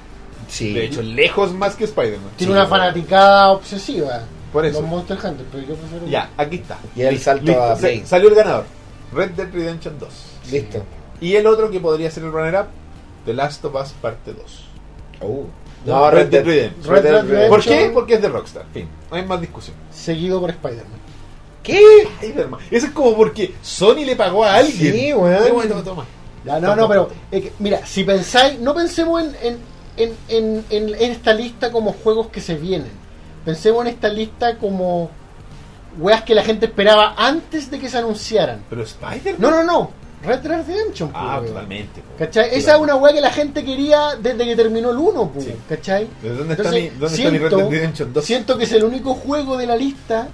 Speaker 3: Sí.
Speaker 1: De hecho, lejos más que Spider-Man.
Speaker 2: Tiene una fanaticada obsesiva.
Speaker 1: Por eso.
Speaker 2: Los Monster Hunter, pero yo prefiero...
Speaker 1: Ya, aquí está.
Speaker 3: Y el salto
Speaker 1: Listo,
Speaker 3: a
Speaker 1: se-
Speaker 3: Play.
Speaker 1: salió el ganador. Red Dead Redemption 2.
Speaker 3: Listo.
Speaker 1: Y el otro que podría ser el runner-up, The Last of Us Parte 2.
Speaker 3: Uh.
Speaker 1: No, Oh. Red Dead Redemption.
Speaker 2: Red Dead Redemption.
Speaker 1: ¿Por qué? Porque es de Rockstar. Fin. No hay más discusión.
Speaker 2: Seguido por Spider-Man.
Speaker 3: ¿Qué?
Speaker 1: Spider-Man. Eso es como porque Sony le pagó a alguien.
Speaker 3: Sí, weón.
Speaker 1: Qué bueno, toma, toma.
Speaker 2: Ya, no, no, pero eh, que- mira, si pensáis, no pensemos en, en, en, en, en- en esta lista como juegos que se vienen. Pensemos en esta lista como weas que la gente esperaba antes de que se anunciaran.
Speaker 1: Pero Spider-Man.
Speaker 2: No, no, no. Red Dead Redemption, pues,
Speaker 1: Ah,
Speaker 2: weón.
Speaker 1: totalmente. po.
Speaker 2: ¿Cachai? Esa es
Speaker 1: Totalmente.
Speaker 2: una wea que la gente quería desde que terminó el 1, pues,
Speaker 1: Sí.
Speaker 2: ¿cachai?
Speaker 1: ¿De ¿Dónde está,
Speaker 2: Entonces,
Speaker 1: mi, dónde está mi Red Dead Redemption 2?
Speaker 2: Siento que es el único juego de la lista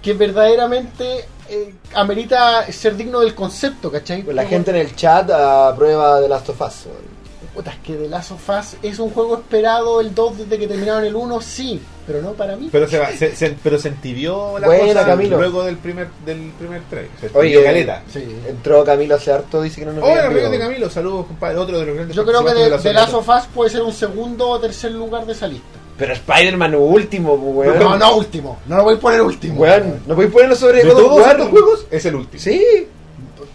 Speaker 2: que verdaderamente eh, amerita ser digno del concepto, ¿cachai?
Speaker 3: La
Speaker 2: Como-
Speaker 3: gente en el chat aprueba de Last of Us. weón.
Speaker 2: Puta, es que The Last of Us es un juego esperado el 2 desde que terminaron el 1, sí, pero no para mí.
Speaker 1: Pero se, va, se, se- pero se entibió la
Speaker 3: Buena,
Speaker 1: cosa
Speaker 3: Camilo.
Speaker 1: luego del primer, del primer trailer. Se
Speaker 3: Oye,
Speaker 1: entibió caleta.
Speaker 2: Sí.
Speaker 3: Entró Camilo hace harto, dice que no nos
Speaker 1: Hola,
Speaker 3: veía en
Speaker 1: amigos de
Speaker 3: vivo.
Speaker 1: Camilo. Saludos, compadre. Otro de los grandes
Speaker 2: Yo creo que
Speaker 1: participantes
Speaker 2: de,
Speaker 1: de
Speaker 2: The
Speaker 1: la
Speaker 2: Last
Speaker 1: zona.
Speaker 2: of Us puede ser un segundo o tercer lugar de esa lista.
Speaker 3: Pero Spider-Man último, pues, weón.
Speaker 2: No, no último, no lo voy a poner último.
Speaker 3: Weón, no podéis ponerlo sobre
Speaker 1: De
Speaker 3: God of
Speaker 1: todos
Speaker 3: War.
Speaker 1: estos juegos es el último.
Speaker 3: Sí.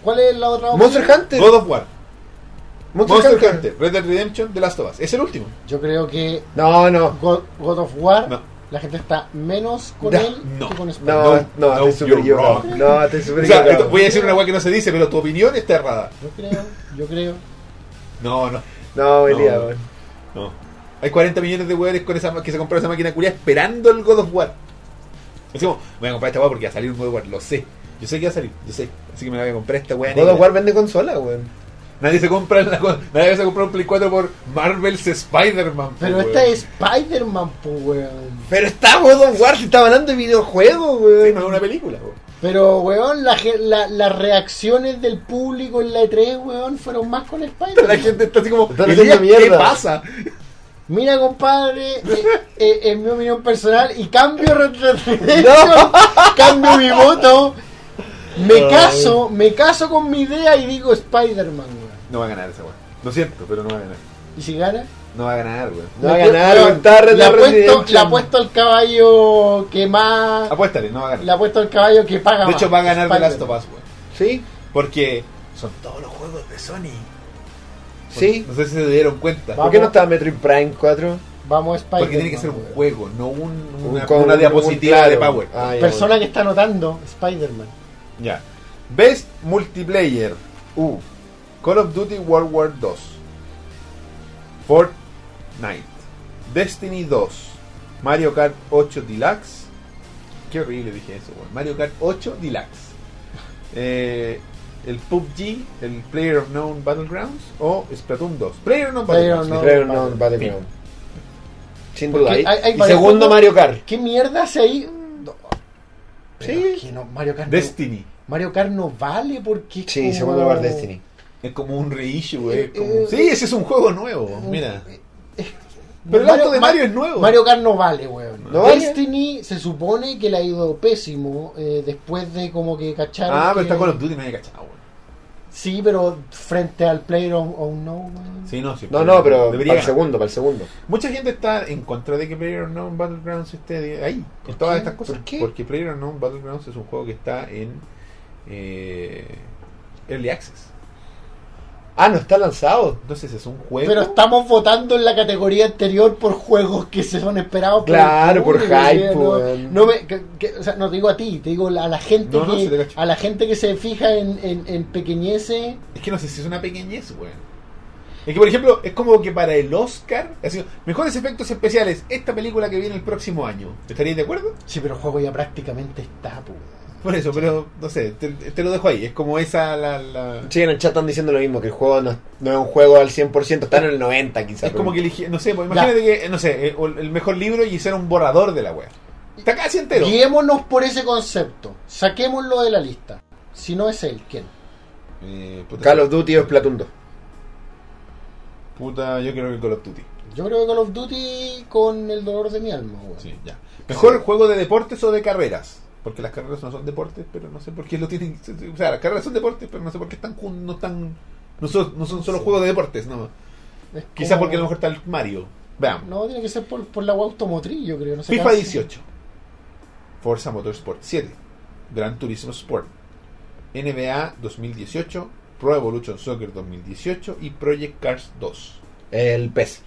Speaker 2: ¿Cuál es la otra
Speaker 3: Monster
Speaker 2: opción?
Speaker 3: Hunter.
Speaker 1: God of War,
Speaker 3: Monster,
Speaker 1: Monster
Speaker 3: Hunter.
Speaker 1: Hunter, Red Dead Redemption, The Last of Us. Es el último.
Speaker 2: Yo creo que
Speaker 3: No, no.
Speaker 2: God, God of War,
Speaker 1: No.
Speaker 2: la gente está menos con
Speaker 3: No,
Speaker 2: él
Speaker 1: no,
Speaker 2: que con Spider-Man.
Speaker 3: No, no,
Speaker 1: No,
Speaker 3: no,
Speaker 1: no,
Speaker 3: estoy súper
Speaker 1: you're
Speaker 3: equivocado.
Speaker 1: wrong.
Speaker 3: No, estoy
Speaker 1: O
Speaker 3: súper
Speaker 1: sea,
Speaker 3: equivocado.
Speaker 1: esto- voy a decir una weá que no se dice, pero tu opinión está errada.
Speaker 2: Yo creo, yo creo.
Speaker 1: No, no,
Speaker 3: No, Elías,
Speaker 1: No.
Speaker 3: weón.
Speaker 1: no. Hay 40 millones de weones con esa, ma- que se compraron esa máquina culia esperando el God of War. Decimos, voy a comprar esta weá porque va a salir un God of War, lo sé. Yo sé que va a salir, yo sé. Así que me la voy a comprar esta weá.
Speaker 3: God
Speaker 1: negra.
Speaker 3: of War vende consola, weón.
Speaker 1: Nadie se compra la co- nadie se compra un Play 4 por Marvel's Spider-Man. po,
Speaker 2: Pero
Speaker 1: weón.
Speaker 2: esta es Spider-Man, pues, weón.
Speaker 3: Pero está God of War, se está hablando de videojuegos,
Speaker 1: Sí,
Speaker 3: weón.
Speaker 1: no es una película. po.
Speaker 2: Pero, weón, la ge- la- las reacciones del público en la E3, weón, fueron más con Spider-Man.
Speaker 1: La gente está así como,
Speaker 3: Están
Speaker 1: "Elías,
Speaker 3: haciendo
Speaker 1: ¿qué
Speaker 3: mierda".
Speaker 1: pasa?
Speaker 2: Mira, compadre, eh, eh, en mi opinión personal, y cambio Red Dead Redemption, cambio mi voto, me caso, me caso con mi idea y digo Spider-Man, weón.
Speaker 1: No va a ganar esa weá. Lo siento, pero no va a ganar.
Speaker 2: ¿Y si gana?
Speaker 1: No va a ganar, weón.
Speaker 3: No va a
Speaker 2: Le-
Speaker 3: ganar,
Speaker 2: weón,
Speaker 3: está Red
Speaker 2: le
Speaker 3: Dead
Speaker 2: apuesto,
Speaker 3: Redemption.
Speaker 2: le apuesto al caballo que más...
Speaker 1: Apuéstale, no va a ganar.
Speaker 2: Le apuesto al caballo que paga
Speaker 1: Ah, De hecho,
Speaker 2: más,
Speaker 1: va a ganar The Last
Speaker 2: Spider-Man.
Speaker 1: of Us, weón.
Speaker 3: Sí.
Speaker 1: Porque son todos los juegos de Sony.
Speaker 3: Sí.
Speaker 1: No sé si se dieron cuenta.
Speaker 3: ¿Por qué no está Metroid Prime 4?
Speaker 2: Vamos a Spider-Man.
Speaker 1: Porque tiene que ser un juego, no un- una,
Speaker 3: con
Speaker 1: una diapositiva
Speaker 3: claro.
Speaker 1: de Power.
Speaker 3: Ah, ya,
Speaker 2: Persona
Speaker 3: bueno.
Speaker 2: que está anotando, Spider-Man.
Speaker 1: Ya. Best Multiplayer. U. Call of Duty World War 2. Fortnite. Destiny 2. Mario Kart 8 Deluxe. Qué horrible dije eso, weón. Mario Kart 8 Deluxe. Eh, el PUBG, el Player of Known Battlegrounds o Splatoon 2. Player Known Battlegrounds.
Speaker 2: No,
Speaker 3: Player
Speaker 2: vale.
Speaker 3: no, Battleground. Sin
Speaker 2: Porque
Speaker 3: duda. ahí.
Speaker 2: hay- hay
Speaker 3: y
Speaker 2: varios
Speaker 3: segundo
Speaker 2: juegos-
Speaker 3: Mario Kart.
Speaker 2: ¿Qué mierda hace ahí? No. Pero
Speaker 1: Sí.
Speaker 2: es que no, Mario Kart. no-
Speaker 1: Destiny.
Speaker 2: Mario Kart no vale porque. es
Speaker 3: Sí,
Speaker 2: como-
Speaker 3: segundo lugar Destiny.
Speaker 1: Es como un reissue, es
Speaker 2: Eh,
Speaker 1: como-
Speaker 2: eh,
Speaker 1: Sí, ese es un juego nuevo.
Speaker 2: un-
Speaker 1: Mira.
Speaker 2: eh,
Speaker 1: Pero el auto de Mario es nuevo.
Speaker 2: Mario Kart no vale, weón.
Speaker 3: No vale.
Speaker 2: Destiny se supone que le ha ido pésimo eh, después de como que cachar.
Speaker 1: Ah, pero
Speaker 2: que-
Speaker 1: está Call of Duty, me había cachado, weón.
Speaker 2: Sí, pero frente al Player on, on No, weón.
Speaker 1: Sí, no, sí,
Speaker 3: No, no, pero
Speaker 1: debería
Speaker 3: para
Speaker 1: ganar.
Speaker 3: el segundo, para el segundo.
Speaker 1: Mucha gente está en contra de que PlayerUnknown Battlegrounds esté de- ahí, en todas
Speaker 2: qué?
Speaker 1: estas cosas.
Speaker 2: ¿Por qué?
Speaker 1: Porque PlayerUnknown Battlegrounds es un juego que está en eh, Early Access.
Speaker 3: Ah, no está lanzado.
Speaker 1: Entonces es un juego.
Speaker 2: Pero estamos votando en la categoría anterior por juegos que se son esperados. el
Speaker 3: Claro, por
Speaker 2: público,
Speaker 3: hype,
Speaker 2: no,
Speaker 3: weón.
Speaker 2: no me, que- que- o sea, no te digo a ti, te digo a la gente
Speaker 1: No, no, sí te
Speaker 2: que
Speaker 1: cacho.
Speaker 2: a la gente que se fija en, en, en pequeñeces.
Speaker 1: Es que no sé si es una pequeñez, weón. Es que, por ejemplo, es como que para el Oscar, ha sido mejores efectos especiales, esta película que viene el próximo año. ¿Estaríais de acuerdo?
Speaker 2: Sí, pero el juego ya prácticamente está, pues.
Speaker 1: Por eso, pero no sé, te, te lo dejo ahí. Es como esa la. la-
Speaker 3: Sí, en el chat están diciendo lo mismo, que el juego no, no es un juego al 100%, está en el 90 quizás.
Speaker 1: Es
Speaker 3: pero-
Speaker 1: como que elige- no sé, pues, imagínate que, eh, no sé, eh, o el mejor libro y hicieron un borrador de la wea. Está casi entero.
Speaker 2: Guiémonos por ese concepto. Saquémoslo de la lista. Si no es él, ¿quién?
Speaker 1: Eh, puta,
Speaker 3: Call of Duty o Splatoon 2.
Speaker 1: Puta, yo creo que Call of Duty.
Speaker 2: Yo creo que Call of Duty con el dolor de mi alma, weón.
Speaker 1: Sí, ya. Mejor juego de deportes o de carreras. Porque las carreras no son deportes, pero no sé por qué lo tienen. O sea, las carreras son deportes, pero no sé por qué están jun- no están. No son, no son solo juegos de deportes, no.
Speaker 2: Es
Speaker 1: Quizás
Speaker 2: como-
Speaker 1: porque a lo mejor está el Mario. Veamos.
Speaker 2: No, tiene que ser por, por la agua automotriz, yo creo. No sé
Speaker 1: FIFA
Speaker 2: qué hace.
Speaker 1: 18. Forza Motorsport 7. Gran Turismo Sport. NBA 2018. Pro Evolution Soccer 2018 y Project Cars 2.
Speaker 3: El PES.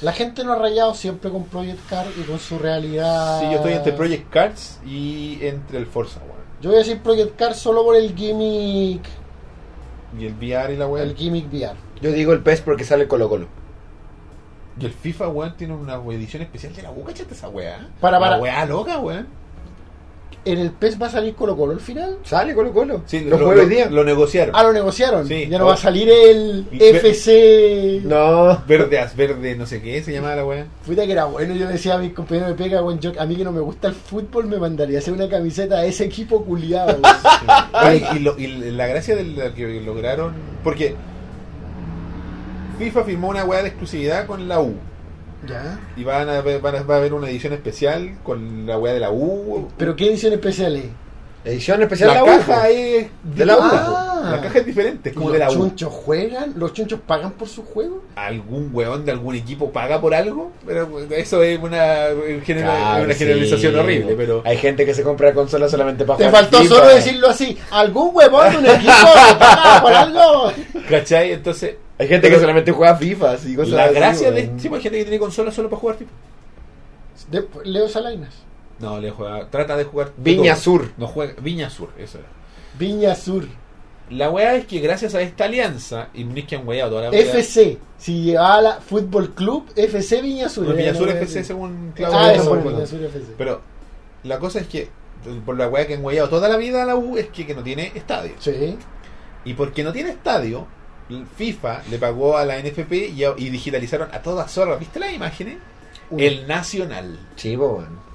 Speaker 2: La gente no ha rayado siempre con Project Car y con su realidad.
Speaker 1: Sí, yo estoy entre Project Cars y entre el Forza, weón.
Speaker 2: Yo voy a decir Project Car solo por el gimmick.
Speaker 1: Y el VR y la weá.
Speaker 2: El gimmick VR.
Speaker 3: Yo digo el PES porque sale Colo Colo.
Speaker 1: Y el FIFA, weón, tiene una edición especial de la boca, chate esa weá.
Speaker 2: Para, para.
Speaker 1: La weá loca, weón.
Speaker 2: ¿En el PES va a salir Colo Colo al final?
Speaker 3: ¿Sale Colo Colo?
Speaker 1: Sí,
Speaker 3: ¿Lo juega hoy día?
Speaker 1: Lo negociaron.
Speaker 2: Ah, lo negociaron.
Speaker 1: Sí.
Speaker 2: ya no
Speaker 1: Oh.
Speaker 2: va a salir el
Speaker 1: Y ve-
Speaker 2: FC.
Speaker 3: No.
Speaker 1: Verdeas, verde, no sé qué se llamaba la weá.
Speaker 2: Puta que era bueno, yo le decía a mis compañeros de pega, weón, yo- a mí que no me gusta el fútbol me mandaría a hacer una camiseta a ese equipo culiado. weón.
Speaker 1: Oye,
Speaker 3: Ah.
Speaker 1: y, lo- y la gracia de la que lograron. Porque FIFA firmó una weá de exclusividad con la U.
Speaker 2: ¿Ya?
Speaker 1: Y van a, ver- van a- va a haber una edición especial con la weá de la U.
Speaker 2: ¿Pero qué edición especial es?
Speaker 3: Edición especial
Speaker 1: la,
Speaker 3: de la U,
Speaker 1: caja
Speaker 3: po.
Speaker 1: es
Speaker 3: De la U,
Speaker 1: Ah.
Speaker 2: po.
Speaker 1: La caja es diferente, es como de la
Speaker 2: ¿Los
Speaker 1: U.
Speaker 2: chunchos juegan? ¿Los chunchos pagan por su juego?
Speaker 1: algún weón de algún equipo paga por algo, pero eso es una, genera-
Speaker 3: Claro,
Speaker 1: una generalización
Speaker 3: sí.
Speaker 1: horrible, pero
Speaker 3: Hay gente que se compra consola solamente para
Speaker 2: Te
Speaker 3: jugar
Speaker 2: faltó
Speaker 3: FIFA.
Speaker 2: solo decirlo así. ¿Algún huevón de un equipo que paga por algo?
Speaker 1: ¿cachai? Entonces,
Speaker 3: Hay gente
Speaker 1: Pero-
Speaker 3: que solamente juega FIFA, así, cosas
Speaker 1: la
Speaker 3: así,
Speaker 1: gracia de
Speaker 3: weón.
Speaker 1: sí, pues, hay gente que tiene consola solo para jugar FIFA.
Speaker 2: De- Leo Salainas.
Speaker 1: No, le juega, trata de jugar de
Speaker 3: Viña
Speaker 1: todo.
Speaker 3: Sur.
Speaker 1: No juega Viña Sur, eso era.
Speaker 2: Viña Sur.
Speaker 1: La weá es que gracias a esta alianza y no es que han weado toda la weá.
Speaker 2: FC. Si llevaba la Fútbol Club, FC Viña Sur.
Speaker 1: No, Viña
Speaker 2: Era
Speaker 1: Sur
Speaker 2: la
Speaker 1: FC
Speaker 2: wea-
Speaker 1: según
Speaker 2: Ah,
Speaker 1: Claudio.
Speaker 2: eso,
Speaker 1: Bueno,
Speaker 2: Viña Sur FC.
Speaker 1: pero la cosa es que por la weá que han weado toda la vida a la U es que, que no tiene estadio.
Speaker 2: Sí.
Speaker 1: Y porque no tiene estadio, FIFA le pagó a la NFP y, a- y digitalizaron a todas zorras. ¿Viste las imágenes?
Speaker 2: Uy,
Speaker 1: El Nacional.
Speaker 3: Sí, po, weón.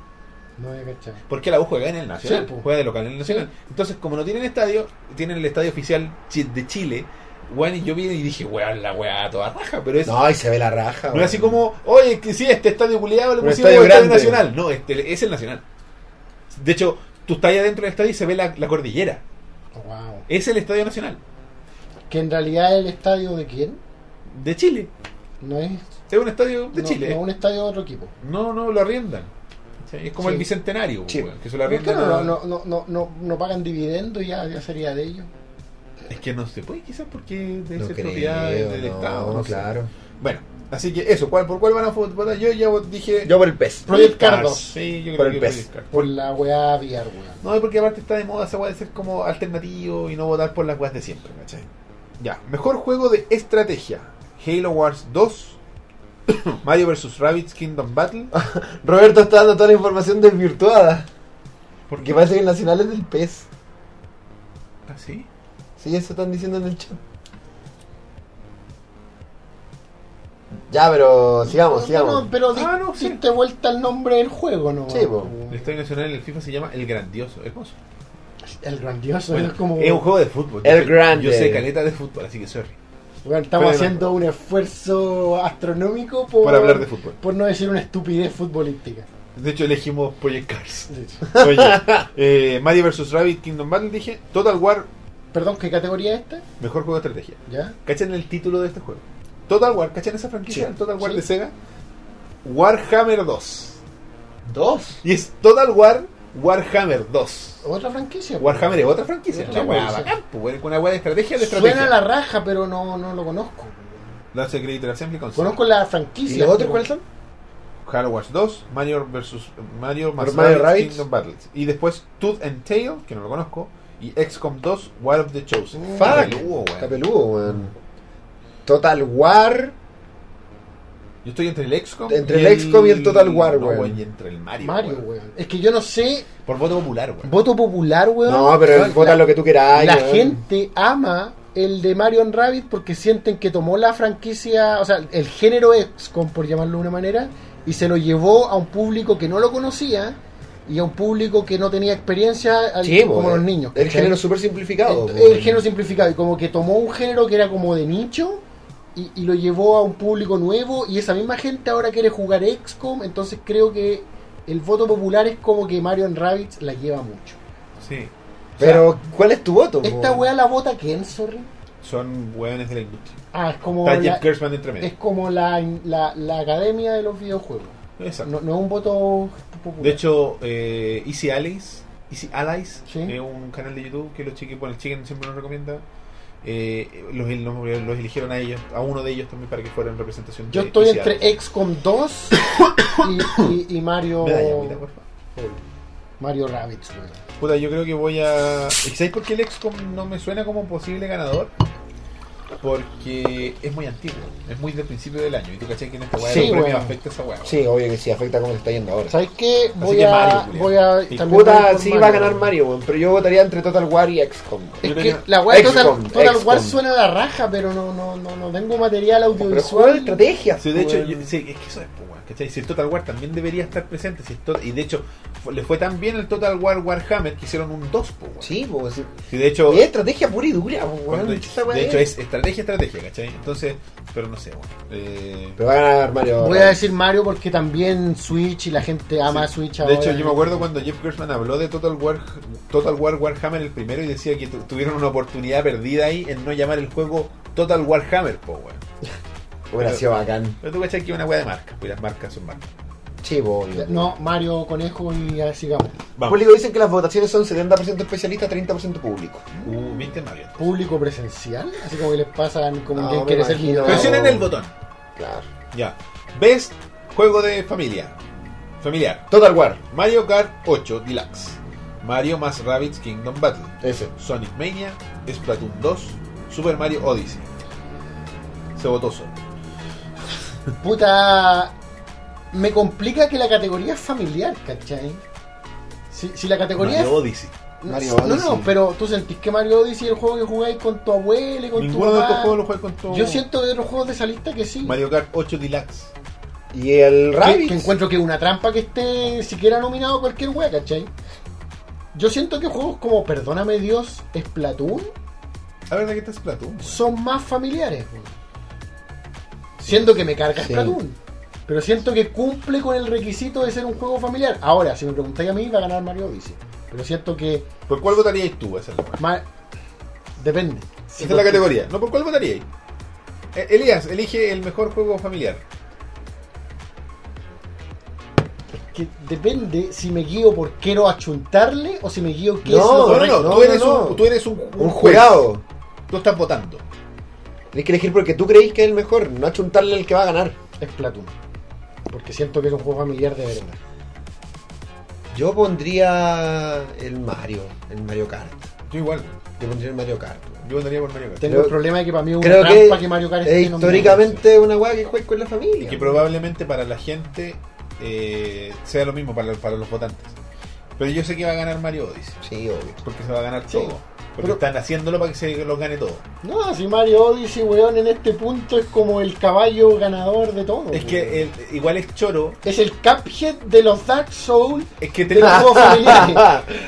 Speaker 2: No había cachado.
Speaker 1: Porque la U juega en el Nacional,
Speaker 2: Sí, pues.
Speaker 1: juega de local en el Nacional. Entonces, como no tienen estadio, tienen el estadio oficial chi- de Chile. Bueno, y yo vine y dije, weón, la weá a toda raja, pero es. No.
Speaker 3: No, y se ve la raja.
Speaker 1: es
Speaker 3: weón.
Speaker 1: así como, oye, que sí, este estadio culiado le
Speaker 3: Un
Speaker 1: pusimos
Speaker 3: estadio
Speaker 1: el estadio
Speaker 3: grande.
Speaker 1: nacional. No, este, es el nacional. De hecho, tú estás ahí adentro del estadio y se ve la, la cordillera.
Speaker 2: Wow.
Speaker 1: Es el estadio nacional
Speaker 2: Oh, Que en realidad el estadio de quién?
Speaker 1: de Chile.
Speaker 2: No es.
Speaker 1: Es un estadio de
Speaker 2: no-
Speaker 1: Chile.
Speaker 2: no un estadio de otro equipo.
Speaker 1: No, no, lo arriendan. ¿Cachai? Es como
Speaker 2: Sí.
Speaker 1: el bicentenario,
Speaker 3: Sí.
Speaker 1: weón, que se lo
Speaker 2: ¿Por qué
Speaker 1: arriendan.
Speaker 2: no,
Speaker 1: a-
Speaker 2: no, no, no, no, no pagan dividendos? Ya, ya sería de ellos.
Speaker 1: Es que no se puede, quizás porque debe
Speaker 3: No
Speaker 1: ser
Speaker 3: creo,
Speaker 1: propiedad del
Speaker 3: no,
Speaker 1: Estado. no sé.
Speaker 3: claro.
Speaker 1: Bueno, así que eso, ¿cuál, ¿por cuál van a votar? Yo ya dije.
Speaker 3: Yo por el pez.
Speaker 2: Project Cars.
Speaker 1: Cars. Sí, yo creo
Speaker 3: Por el
Speaker 1: que
Speaker 3: pez.
Speaker 1: Project Cars.
Speaker 2: Por la weá VR, weón.
Speaker 1: No, porque aparte está de moda esa weá de ser como alternativo y no votar por las weas de siempre, ¿cachai? Ya, mejor juego de estrategia: Halo Wars 2, Mario vs. Rabbids Kingdom Battle.
Speaker 3: Roberto está dando toda la información desvirtuada.
Speaker 1: Porque
Speaker 3: Porque parece que el nacional es del pez.
Speaker 1: ¿Así?
Speaker 3: Sí, eso están diciendo en el chat. Ya, pero sigamos, sigamos.
Speaker 2: No, pero di-
Speaker 1: Ah, no, sí.
Speaker 2: diste vuelta el nombre del juego, ¿no?
Speaker 3: Sí, po.
Speaker 1: El estadio nacional en el FIFA se llama El Grandioso, hermoso.
Speaker 2: El grandioso,
Speaker 1: Bueno,
Speaker 2: es como.
Speaker 1: Es un juego de fútbol.
Speaker 3: Oh. El
Speaker 1: Yo sé-
Speaker 3: Grande.
Speaker 1: Yo sé caleta de fútbol, así que sorry.
Speaker 2: Weón, estamos
Speaker 1: Pero-
Speaker 2: haciendo un esfuerzo astronómico por,
Speaker 3: Oh.
Speaker 1: Por hablar de fútbol.
Speaker 2: por no decir una estupidez futbolística.
Speaker 1: De hecho, elegimos Project Cars. Oye, eh, Mario vs. Rabbit Kingdom Battle dije, Total War,
Speaker 2: Perdón, ¿qué categoría es esta?
Speaker 1: mejor juego de estrategia.
Speaker 2: ¿Ya?
Speaker 1: ¿Cachan el título de este juego? Total War, ¿cachan esa franquicia?
Speaker 2: Sí.
Speaker 1: El Total War
Speaker 2: Sí.
Speaker 1: de Sega. Warhammer 2.
Speaker 3: ¿Dos?
Speaker 1: Y es Total War Warhammer 2.
Speaker 2: ¿Otra franquicia? po?
Speaker 1: Warhammer es otra franquicia.
Speaker 2: Otra
Speaker 1: La weá
Speaker 2: franquicia.
Speaker 1: bacán, pues, weón, con una weá de estrategia de estrategia.
Speaker 2: Suena la raja, pero no, no lo conozco.
Speaker 1: Darse crédito a la Assembly Console.
Speaker 2: Conozco la
Speaker 3: ¿Y
Speaker 2: franquicia.
Speaker 3: los otros
Speaker 2: pero-
Speaker 3: cuáles son?
Speaker 1: Halo Wars 2, Mario vs Mario más
Speaker 3: Mario
Speaker 1: Rabbids
Speaker 3: Rabbids.
Speaker 1: Kingdom Battles. Y después Tooth and Tail, que no lo conozco, y XCOM 2, War of the Chosen.
Speaker 2: Mm.
Speaker 1: Está
Speaker 3: Fuck.
Speaker 1: peludo, weón.
Speaker 3: Está peludo, weón. Total War.
Speaker 1: Yo estoy entre el XCOM
Speaker 3: Entre el XCOM y el Total War,
Speaker 1: no,
Speaker 3: weón.
Speaker 1: y entre el Mario.
Speaker 2: Mario,
Speaker 1: weón.
Speaker 2: weón. Es que yo no sé,
Speaker 1: Por voto popular, weón.
Speaker 2: voto popular, weón.
Speaker 3: No, pero
Speaker 2: Weón,
Speaker 3: vota
Speaker 2: la-
Speaker 3: lo que tú quieras.
Speaker 2: la
Speaker 3: weón.
Speaker 2: gente ama el de Mario and Rabbit porque sienten que tomó la franquicia, o sea, el género XCOM, por llamarlo de una manera, y se lo llevó a un público que no lo conocía y a un público que no tenía experiencia al-
Speaker 3: Sí,
Speaker 2: como
Speaker 3: weón.
Speaker 2: los niños.
Speaker 3: El
Speaker 2: ¿cachai?
Speaker 3: género súper simplificado.
Speaker 2: Ent-
Speaker 3: weón.
Speaker 2: El género simplificado, y como que tomó un género que era como de nicho y, y lo llevó a un público nuevo y esa misma gente ahora quiere jugar XCOM, entonces creo que el voto popular es como que Mario and Rabbits la lleva mucho.
Speaker 1: Sí.
Speaker 3: Pero, ¿cuál es tu voto?
Speaker 2: ¿Esta
Speaker 3: weón?
Speaker 2: weá la vota quién, sorry?
Speaker 1: Son weones de la industria.
Speaker 2: Ah, es como
Speaker 1: Está
Speaker 2: la, Eh.
Speaker 1: Jeff Gershman entre medio.
Speaker 2: es como la, la, la academia de los videojuegos.
Speaker 1: Exacto.
Speaker 2: No, no es un voto popular.
Speaker 1: De hecho, eh, Easy Allies, Easy Allies
Speaker 2: Sí.
Speaker 1: es un canal de YouTube que los chiquen, bueno, el chicken siempre nos recomienda. eh, los, los- los eligieron a ellos, a uno de ellos también para que fueran representación.
Speaker 2: yo
Speaker 1: de
Speaker 2: estoy
Speaker 1: Easy
Speaker 2: entre
Speaker 1: Allies.
Speaker 2: XCOM 2 y, y- y Mario
Speaker 1: Medalla, mira, por favor.
Speaker 2: Mario Rabbits. weón.
Speaker 1: Puta, yo creo que voy a. ¿Y ¿Sabes por qué el XCOM no me suena como posible ganador? Porque es muy antiguo, es muy del principio del año. Y tú caché que en esta weá
Speaker 2: Sí,
Speaker 1: de los premios
Speaker 2: weón.
Speaker 1: afecta esa weá.
Speaker 3: Sí, obvio que sí, afecta cómo le está yendo ahora.
Speaker 2: ¿Sabes qué? Voy
Speaker 1: que
Speaker 2: a.
Speaker 1: Mario, Julián.
Speaker 2: voy a.
Speaker 1: Y
Speaker 2: también voy
Speaker 3: Puta,
Speaker 2: por
Speaker 3: sí va a ganar
Speaker 2: weón.
Speaker 3: Mario, weón, pero yo votaría entre Total War y XCOM.
Speaker 2: Es
Speaker 1: Yo
Speaker 2: que
Speaker 1: tenía-
Speaker 2: la weá Total,
Speaker 3: XCOM,
Speaker 2: Total War
Speaker 3: XCOM.
Speaker 2: suena a la raja, pero no, no, no, no tengo material
Speaker 3: Pero es juego de
Speaker 2: audiovisual.
Speaker 3: estrategia.
Speaker 1: Sí, de hecho,
Speaker 3: weón.
Speaker 1: yo- sí, es que eso es, pues, weón, ¿cachai? Si el Total War también debería estar presente, si el to- y de hecho, fue- le fue tan bien el Total War Warhammer que hicieron un 2, pues, weón.
Speaker 3: Sí, po, sí.
Speaker 1: Y de hecho,
Speaker 3: Y es estrategia pura y dura, po, weón.
Speaker 1: cuando-
Speaker 3: Esta weá
Speaker 1: de
Speaker 3: es-
Speaker 1: hecho es estrategia, estrategia, ¿cachai? Entonces, pero no sé, weón. Eh,
Speaker 3: Pero va a ganar Mario.
Speaker 2: Voy a decir Mario porque también Switch y la gente ama
Speaker 1: sí.
Speaker 2: Switch
Speaker 1: De
Speaker 2: ahora.
Speaker 1: hecho, yo me acuerdo cuando Jeff Gershman habló de Total War, Total War Warhammer el primero y decía que tu- tuvieron una oportunidad perdida ahí en no llamar el juego Total Warhammer, po, weón.
Speaker 3: Hubiera sido bacán.
Speaker 1: Pero tú, ¿cachai? Que es una weá de marca, pues las marcas son marcas.
Speaker 3: Sí, po, obvio.
Speaker 2: No, Mario, conejo y ya sigamos.
Speaker 1: Vamos.
Speaker 3: Público dicen que las votaciones son 70% especialista, 30% público.
Speaker 1: Uh, viste, Mario.
Speaker 2: Público presencial, así como que les pasan, como
Speaker 3: No,
Speaker 2: que
Speaker 3: me
Speaker 2: quiere ser
Speaker 3: imagino.
Speaker 2: millonario.
Speaker 1: Presionen el botón.
Speaker 3: Claro.
Speaker 1: Ya. Best juego de familia. Familiar.
Speaker 3: Total War,
Speaker 1: Mario Kart 8 Deluxe. Mario más Rabbids Kingdom Battle.
Speaker 3: ese.
Speaker 1: Sonic Mania. Splatoon 2. Super Mario Odyssey. Se votó solo.
Speaker 2: Puta. Me complica que la categoría es familiar, ¿cachai? Si, si la categoría es
Speaker 1: Mario Odyssey.
Speaker 3: Mario
Speaker 2: no,
Speaker 3: Odyssey.
Speaker 2: no, pero tú sentís que Mario Odyssey es el juego que jugáis con tu abuela y con
Speaker 1: Ninguno de
Speaker 2: tu mamá.
Speaker 1: estos juegos lo juegas con tu.
Speaker 2: Yo siento de los juegos de esa lista que sí.
Speaker 1: Mario Kart 8 Deluxe.
Speaker 3: Y el
Speaker 2: que,
Speaker 3: Rabbit.
Speaker 2: que encuentro que es una trampa que esté siquiera nominado cualquier wea, ¿cachai? Yo siento que juegos como Perdóname Dios, Splatoon,
Speaker 1: La verdad que está Splatoon. weón.
Speaker 2: son más familiares. weón. Siento que me carga
Speaker 3: Sí.
Speaker 2: Splatoon. Pero siento que cumple con el requisito de ser un juego familiar. Ahora, si me preguntáis a mí, va a ganar Mario Odyssey. Pero siento que...
Speaker 1: ¿Por cuál votaríais tú? Esa es la,
Speaker 2: ma- Depende.
Speaker 1: Esa es la categoría. No, ¿por cuál votaríais? Eh, Elías, elige el mejor juego familiar.
Speaker 2: que depende si me guío por quiero achuntarle o si me guío qué
Speaker 3: No,
Speaker 2: es lo
Speaker 1: No, no,
Speaker 2: correcto.
Speaker 1: no.
Speaker 3: no,
Speaker 1: tú, eres
Speaker 3: no, no.
Speaker 1: Un, tú eres un,
Speaker 3: Un
Speaker 1: juez.
Speaker 3: jurado.
Speaker 1: Tú estás votando.
Speaker 3: Tienes que elegir porque tú creís que es el mejor, no achuntarle el que va a ganar.
Speaker 2: Es Platoon. Porque siento que es un juego familiar de verdad.
Speaker 3: Yo pondría el Mario, el Mario Kart.
Speaker 1: Yo igual.
Speaker 3: Yo pondría el Mario Kart. weón.
Speaker 1: Yo votaría por Mario Kart.
Speaker 2: Tengo
Speaker 3: Creo-
Speaker 2: el problema de que para mí es una
Speaker 3: Creo
Speaker 2: trampa
Speaker 3: que,
Speaker 2: que, Mario Kart
Speaker 3: es
Speaker 2: esté nominado.
Speaker 3: históricamente una weá que juega con la familia.
Speaker 1: Y que probablemente para la gente eh, sea lo mismo para, para los votantes. Pero yo sé que va a ganar Mario Odyssey.
Speaker 3: Sí, obvio.
Speaker 1: Porque se va a ganar
Speaker 2: Sí.
Speaker 1: todo. Porque
Speaker 2: Pero-
Speaker 1: están haciéndolo para que se los gane todo.
Speaker 2: No, si Mario Odyssey, weón, en este punto es como el caballo ganador de todo.
Speaker 1: Es
Speaker 2: weón.
Speaker 1: que el- igual es choro.
Speaker 2: es el Cuphead de los Dark Souls
Speaker 1: Es que
Speaker 2: de
Speaker 1: tenemos
Speaker 2: los juegos familiares.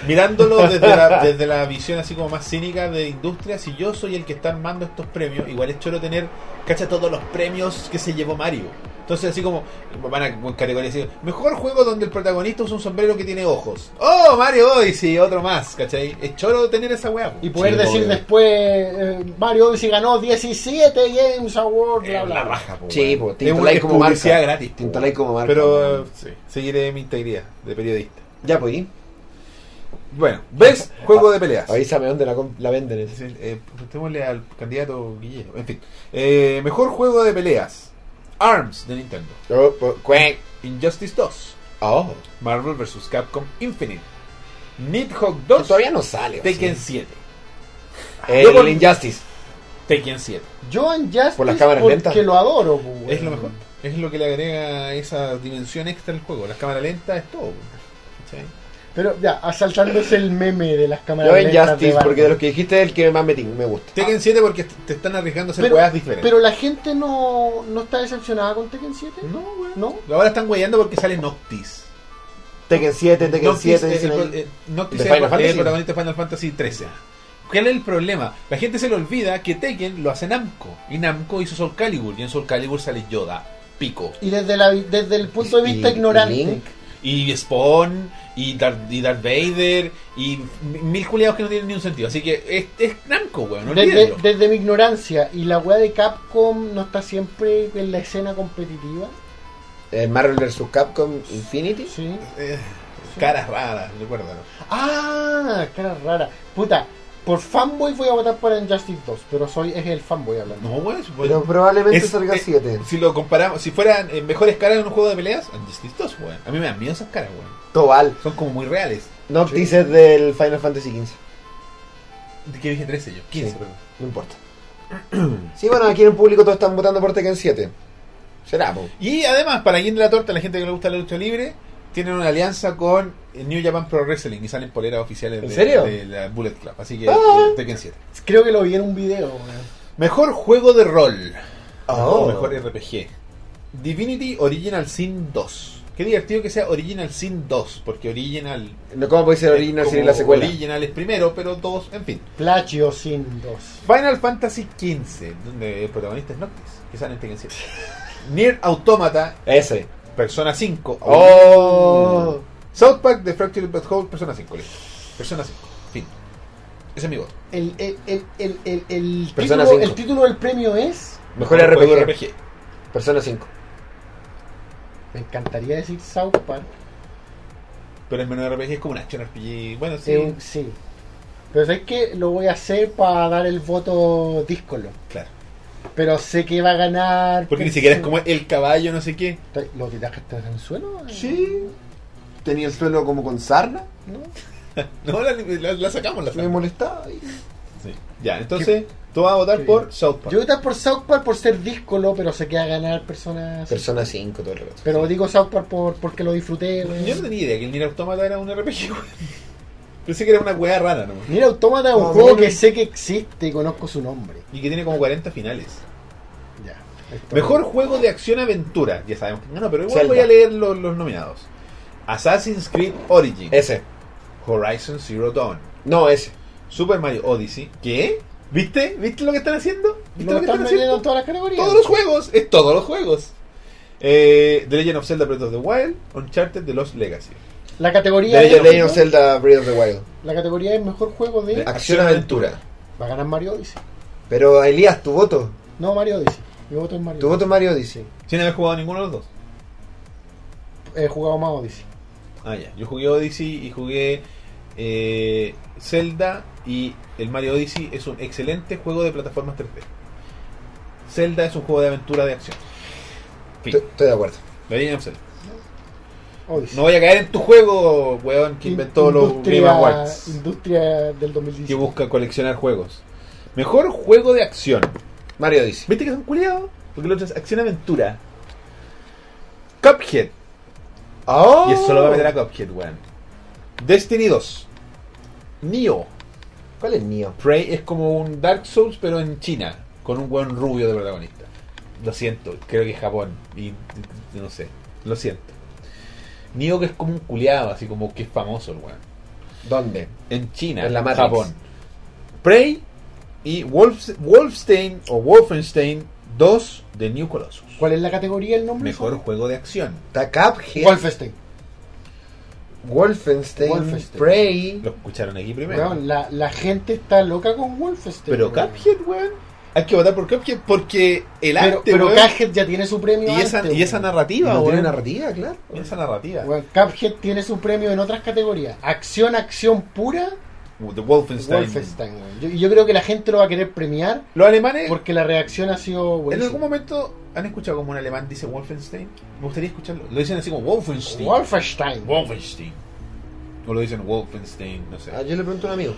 Speaker 1: Mirándolo desde la, desde la visión así como más cínica de industria, si yo soy el que está armando estos premios, igual es choro tener, cacha, todos los premios que se llevó Mario. Entonces así como, van a con categoría así, mejor juego donde el protagonista usa un sombrero que tiene ojos. ¡Oh, Mario Odyssey! Otro más, ¿cachai? Es choro tener esa weá.
Speaker 2: Y poder
Speaker 3: Sí,
Speaker 2: decir
Speaker 3: obvio.
Speaker 2: después, eh, Mario Odyssey ganó 17 Games Award, bla, bla.
Speaker 1: la baja, po,
Speaker 3: Sí,
Speaker 1: weón.
Speaker 3: po, te
Speaker 1: Es
Speaker 3: instaláis
Speaker 1: es
Speaker 3: como marca.
Speaker 1: publicidad gratis, po,
Speaker 3: Te instaláis como marca,
Speaker 1: Pero
Speaker 3: weón.
Speaker 1: sí, seguiré mi integridad de periodista.
Speaker 3: Ya, pues. ¿y?
Speaker 1: Bueno, ¿ves? Juego
Speaker 3: Ah,
Speaker 1: de peleas.
Speaker 3: Avísame dónde la, com- la venden. esa.
Speaker 1: Sí, eh, preguntémosle al candidato Guillermo. En fin, Eh, mejor juego de peleas: ARMS de Nintendo,
Speaker 3: Oh, oh, cuec.
Speaker 1: Injustice 2,
Speaker 3: Oh,
Speaker 1: Marvel vs. Capcom Infinite, Nidhogg
Speaker 3: que
Speaker 1: 2,
Speaker 3: todavía no sale. o
Speaker 1: Tekken
Speaker 3: sea. Eh,
Speaker 1: 7.
Speaker 3: El,
Speaker 1: Yo por-
Speaker 3: Injustice.
Speaker 1: Tekken 7.
Speaker 2: Yo en Justice
Speaker 3: Por las cámaras
Speaker 2: porque
Speaker 3: lentas.
Speaker 2: lo adoro, po, weón.
Speaker 1: Es lo mejor. Es lo que le agrega esa dimensión extra al juego. Las cámaras lentas es todo. ¿cachai?
Speaker 2: Pero ya, asaltándose el meme de las cámaras
Speaker 3: Yo
Speaker 2: lentas de
Speaker 3: Injustice,
Speaker 2: Batman.
Speaker 3: porque de los que dijiste es el que más me, tin- me gusta.
Speaker 1: Tekken 7 porque te te están arriesgando a hacer
Speaker 2: Pero-
Speaker 1: jugadas diferentes.
Speaker 2: Pero la gente no, no está decepcionada con Tekken 7.
Speaker 1: no, weón.
Speaker 2: ¿No?
Speaker 1: Ahora están weyando porque sale Noctis.
Speaker 3: Tekken 7, Tekken
Speaker 1: Noctis
Speaker 3: 7,
Speaker 1: es
Speaker 3: dicen
Speaker 1: el,
Speaker 3: ahí.
Speaker 1: pro- eh, Noctis
Speaker 3: ¿De
Speaker 1: es el- es
Speaker 3: Final
Speaker 1: el
Speaker 3: Fantasy?
Speaker 1: protagonista de Final Fantasy 13. ¿Cuál es el problema? La gente se le olvida que Tekken lo hace Namco. Y Namco hizo Soul Calibur. Y en Soul Calibur sale Yoda, Pico,
Speaker 2: Y desde, la, desde el punto de
Speaker 3: Y-
Speaker 2: vista
Speaker 3: y
Speaker 2: ignorante.
Speaker 3: Link.
Speaker 1: y Spawn, y Darth, y Darth Vader, y mi- mil culiados que no tienen ni un sentido. Así que es, es Namco, weón.
Speaker 2: Desde,
Speaker 1: Olvídenlo.
Speaker 2: desde mi ignorancia, y la weá de Capcom no está siempre en la escena competitiva.
Speaker 3: El eh, Marvel vs. Capcom Infinity.
Speaker 2: Sí.
Speaker 1: Eh, caras raras, recuérdalo.
Speaker 2: Ah, cara rara. Puta, por fanboy voy a votar por Injustice 2, pero soy es el fanboy hablando.
Speaker 1: No, weón. es-
Speaker 3: Pero probablemente
Speaker 1: es-
Speaker 3: salga
Speaker 1: eh,
Speaker 3: 7.
Speaker 1: Si lo comparamos, si fueran eh, mejores caras en un juego de peleas, distintos, weón. A mí me dan miedo esas caras, weón.
Speaker 3: Tobal.
Speaker 1: Son como muy reales.
Speaker 3: Noctis es del Final Fantasy XV.
Speaker 1: ¿Qué dije 13 yo? 15,
Speaker 3: Sí.
Speaker 1: perdón.
Speaker 3: No importa. sí, bueno, aquí en el público todos están votando por Tekken 7. Será, po.
Speaker 1: Y además, para quien de la torta, la gente que le gusta la lucha libre, tienen una alianza con New Japan Pro Wrestling y salen poleras oficiales
Speaker 3: ¿En
Speaker 1: de,
Speaker 3: serio?
Speaker 1: de la Bullet Club. Así que
Speaker 3: Ah.
Speaker 1: eh, Tekken 7.
Speaker 2: Creo que lo vi en un video. weón.
Speaker 1: Mejor juego de rol.
Speaker 3: Oh.
Speaker 1: O mejor RPG. Divinity Original Sin 2. Qué divertido que sea Original Sin 2, porque Original.
Speaker 3: No, ¿Cómo puede ser
Speaker 1: es
Speaker 3: original si
Speaker 1: como
Speaker 3: es la secuela?
Speaker 1: Original es primero, pero 2, en fin.
Speaker 2: Plagio sin 2.
Speaker 1: Final Fantasy XV, donde el protagonista es Noctis, que sale en Tekken 7. Nier Automata,
Speaker 3: Ese.
Speaker 1: Persona 5.
Speaker 3: Oh.
Speaker 1: South Park, The Fractured But Whole, Persona 5. listo. Persona 5, fin. Ese es mi voto.
Speaker 2: El, el, el, el, el, el
Speaker 3: Persona
Speaker 2: título,
Speaker 3: 5.
Speaker 2: el título del premio es.
Speaker 3: Mejor
Speaker 1: juego
Speaker 3: RPG.
Speaker 1: RPG.
Speaker 3: Persona 5.
Speaker 2: Me encantaría decir South Park.
Speaker 1: Pero el menú RPG es como un action RPG. Bueno, sí.
Speaker 2: Sí. Eh, sí. Pero es que lo voy a hacer para dar el voto díscolo.
Speaker 1: Claro.
Speaker 2: Pero sé que va a ganar.
Speaker 1: Porque ni siquiera es como el caballo, no sé qué.
Speaker 2: ¿Lo tiraste en el suelo?
Speaker 3: Sí. Tenía el suelo como con sarna.
Speaker 2: ¿No?
Speaker 1: No, la, la- la sacamos, la
Speaker 3: Me
Speaker 1: sacamos.
Speaker 3: molestaba.
Speaker 1: Sí. Ya, entonces tú vas a votar
Speaker 2: Qué
Speaker 1: por
Speaker 2: bien.
Speaker 1: South Park.
Speaker 2: Yo voy a votar por South Park por ser díscolo, pero sé que va a ganar personas.
Speaker 3: Persona 5 todo el rato.
Speaker 2: Pero digo South Park por, porque lo disfruté. weón.
Speaker 1: Yo no tenía idea que el Nier Automata era un RPG, weón. Pensé que era una weá rara nomás.
Speaker 2: Mira, Automata es un
Speaker 3: No,
Speaker 2: juego
Speaker 3: bueno.
Speaker 2: que sé que existe y conozco su nombre.
Speaker 1: Y que tiene como 40 finales.
Speaker 2: Ya. esto-
Speaker 1: Mejor juego de acción-aventura. Ya sabemos que no, no, pero igual
Speaker 3: Zelda.
Speaker 1: voy a leer los, los nominados. Assassin's Creed Origin.
Speaker 3: Ese.
Speaker 1: Horizon Zero Dawn.
Speaker 3: No, ese.
Speaker 1: Super Mario Odyssey. ¿Qué? ¿Viste? ¿Viste lo que están haciendo? ¿Viste
Speaker 2: No
Speaker 1: lo que están
Speaker 2: están metiendo
Speaker 1: haciendo?
Speaker 2: en todas las categorías.
Speaker 1: Todos los juegos. Es todos los juegos. Eh, The Legend of Zelda Breath of the Wild. Uncharted The Lost Legacy.
Speaker 2: La categoría,
Speaker 3: The
Speaker 2: es,
Speaker 3: Legend of Zelda Breath of the Wild.
Speaker 2: la categoría es mejor juego de.
Speaker 3: Acción aventura.
Speaker 2: Va a ganar Mario Odyssey.
Speaker 3: Pero Elías, tu voto.
Speaker 2: No, Mario Odyssey. Mi voto es Mario.
Speaker 3: Tu voto es Mario Odyssey.
Speaker 1: Sin haber jugado ninguno de los dos.
Speaker 2: He jugado más Odyssey.
Speaker 1: Ah, ya. Yo jugué Odyssey y jugué eh, Zelda y el Mario Odyssey es un excelente juego de plataformas 3D. Zelda es un juego de aventura de acción. Fin.
Speaker 3: Estoy estoy de acuerdo.
Speaker 1: Lo dije en Zelda.
Speaker 2: Odyssey.
Speaker 1: No voy a caer en tu juego, weón, que inventó los Game Awards.
Speaker 2: Industria del
Speaker 1: Que
Speaker 2: 2017.
Speaker 1: busca coleccionar juegos. Mejor juego de acción.
Speaker 3: Mario dice.
Speaker 1: ¿Viste que son culiados? Porque el otro es acción-aventura. Cuphead.
Speaker 3: ¡Oh!
Speaker 1: Y eso solo va a meter a Cuphead, weón. Destiny 2. Nioh.
Speaker 3: ¿Cuál es mío?
Speaker 1: Prey es como un Dark Souls, pero en China, con un buen rubio de protagonista. Lo siento, creo que es Japón, y y- y no sé, lo siento. Nioh que es como un culiado, así como que es famoso el weón.
Speaker 3: ¿Dónde?
Speaker 1: En China,
Speaker 3: En la Matrix.
Speaker 1: Japón. Prey y Wolf- Wolfstein o Wolfenstein 2 de New Colossus.
Speaker 2: ¿Cuál es la categoría, el nombre?
Speaker 1: Mejor juego de acción.
Speaker 3: Está Cuphead,
Speaker 2: Wolfenstein.
Speaker 3: Wolfenstein,
Speaker 2: Wolfenstein.
Speaker 3: Prey.
Speaker 1: Lo escucharon aquí primero.
Speaker 2: Weón, la, la gente está loca con Wolfenstein.
Speaker 1: pero
Speaker 2: weón.
Speaker 1: Cuphead, weón. Hay que votar por Cuphead porque el
Speaker 2: Pero,
Speaker 1: arte,
Speaker 2: pero
Speaker 1: weón,
Speaker 2: Cuphead ya tiene su premio.
Speaker 1: y, esa,
Speaker 2: antes,
Speaker 1: y esa
Speaker 2: weón.
Speaker 1: narrativa,
Speaker 3: no tiene
Speaker 1: weón.
Speaker 3: narrativa, claro.
Speaker 1: Y esa narrativa.
Speaker 2: Weón, Cuphead tiene su premio en otras categorías. Acción, acción pura,
Speaker 1: The Wolfenstein.
Speaker 2: Wolfenstein. weón. Yo- Y yo, creo que la gente lo va a querer premiar
Speaker 1: Los alemanes,
Speaker 2: porque la reacción ha sido
Speaker 1: en
Speaker 2: buenísima.
Speaker 1: algún momento, han escuchado como un alemán dice Wolfenstein. Me gustaría escucharlo. Lo dicen así como Wolfenstein.
Speaker 2: Wolfenstein.
Speaker 1: Wolfenstein. O lo dicen Wolfenstein, no sé.
Speaker 3: Ah, yo le pregunto a un amigo.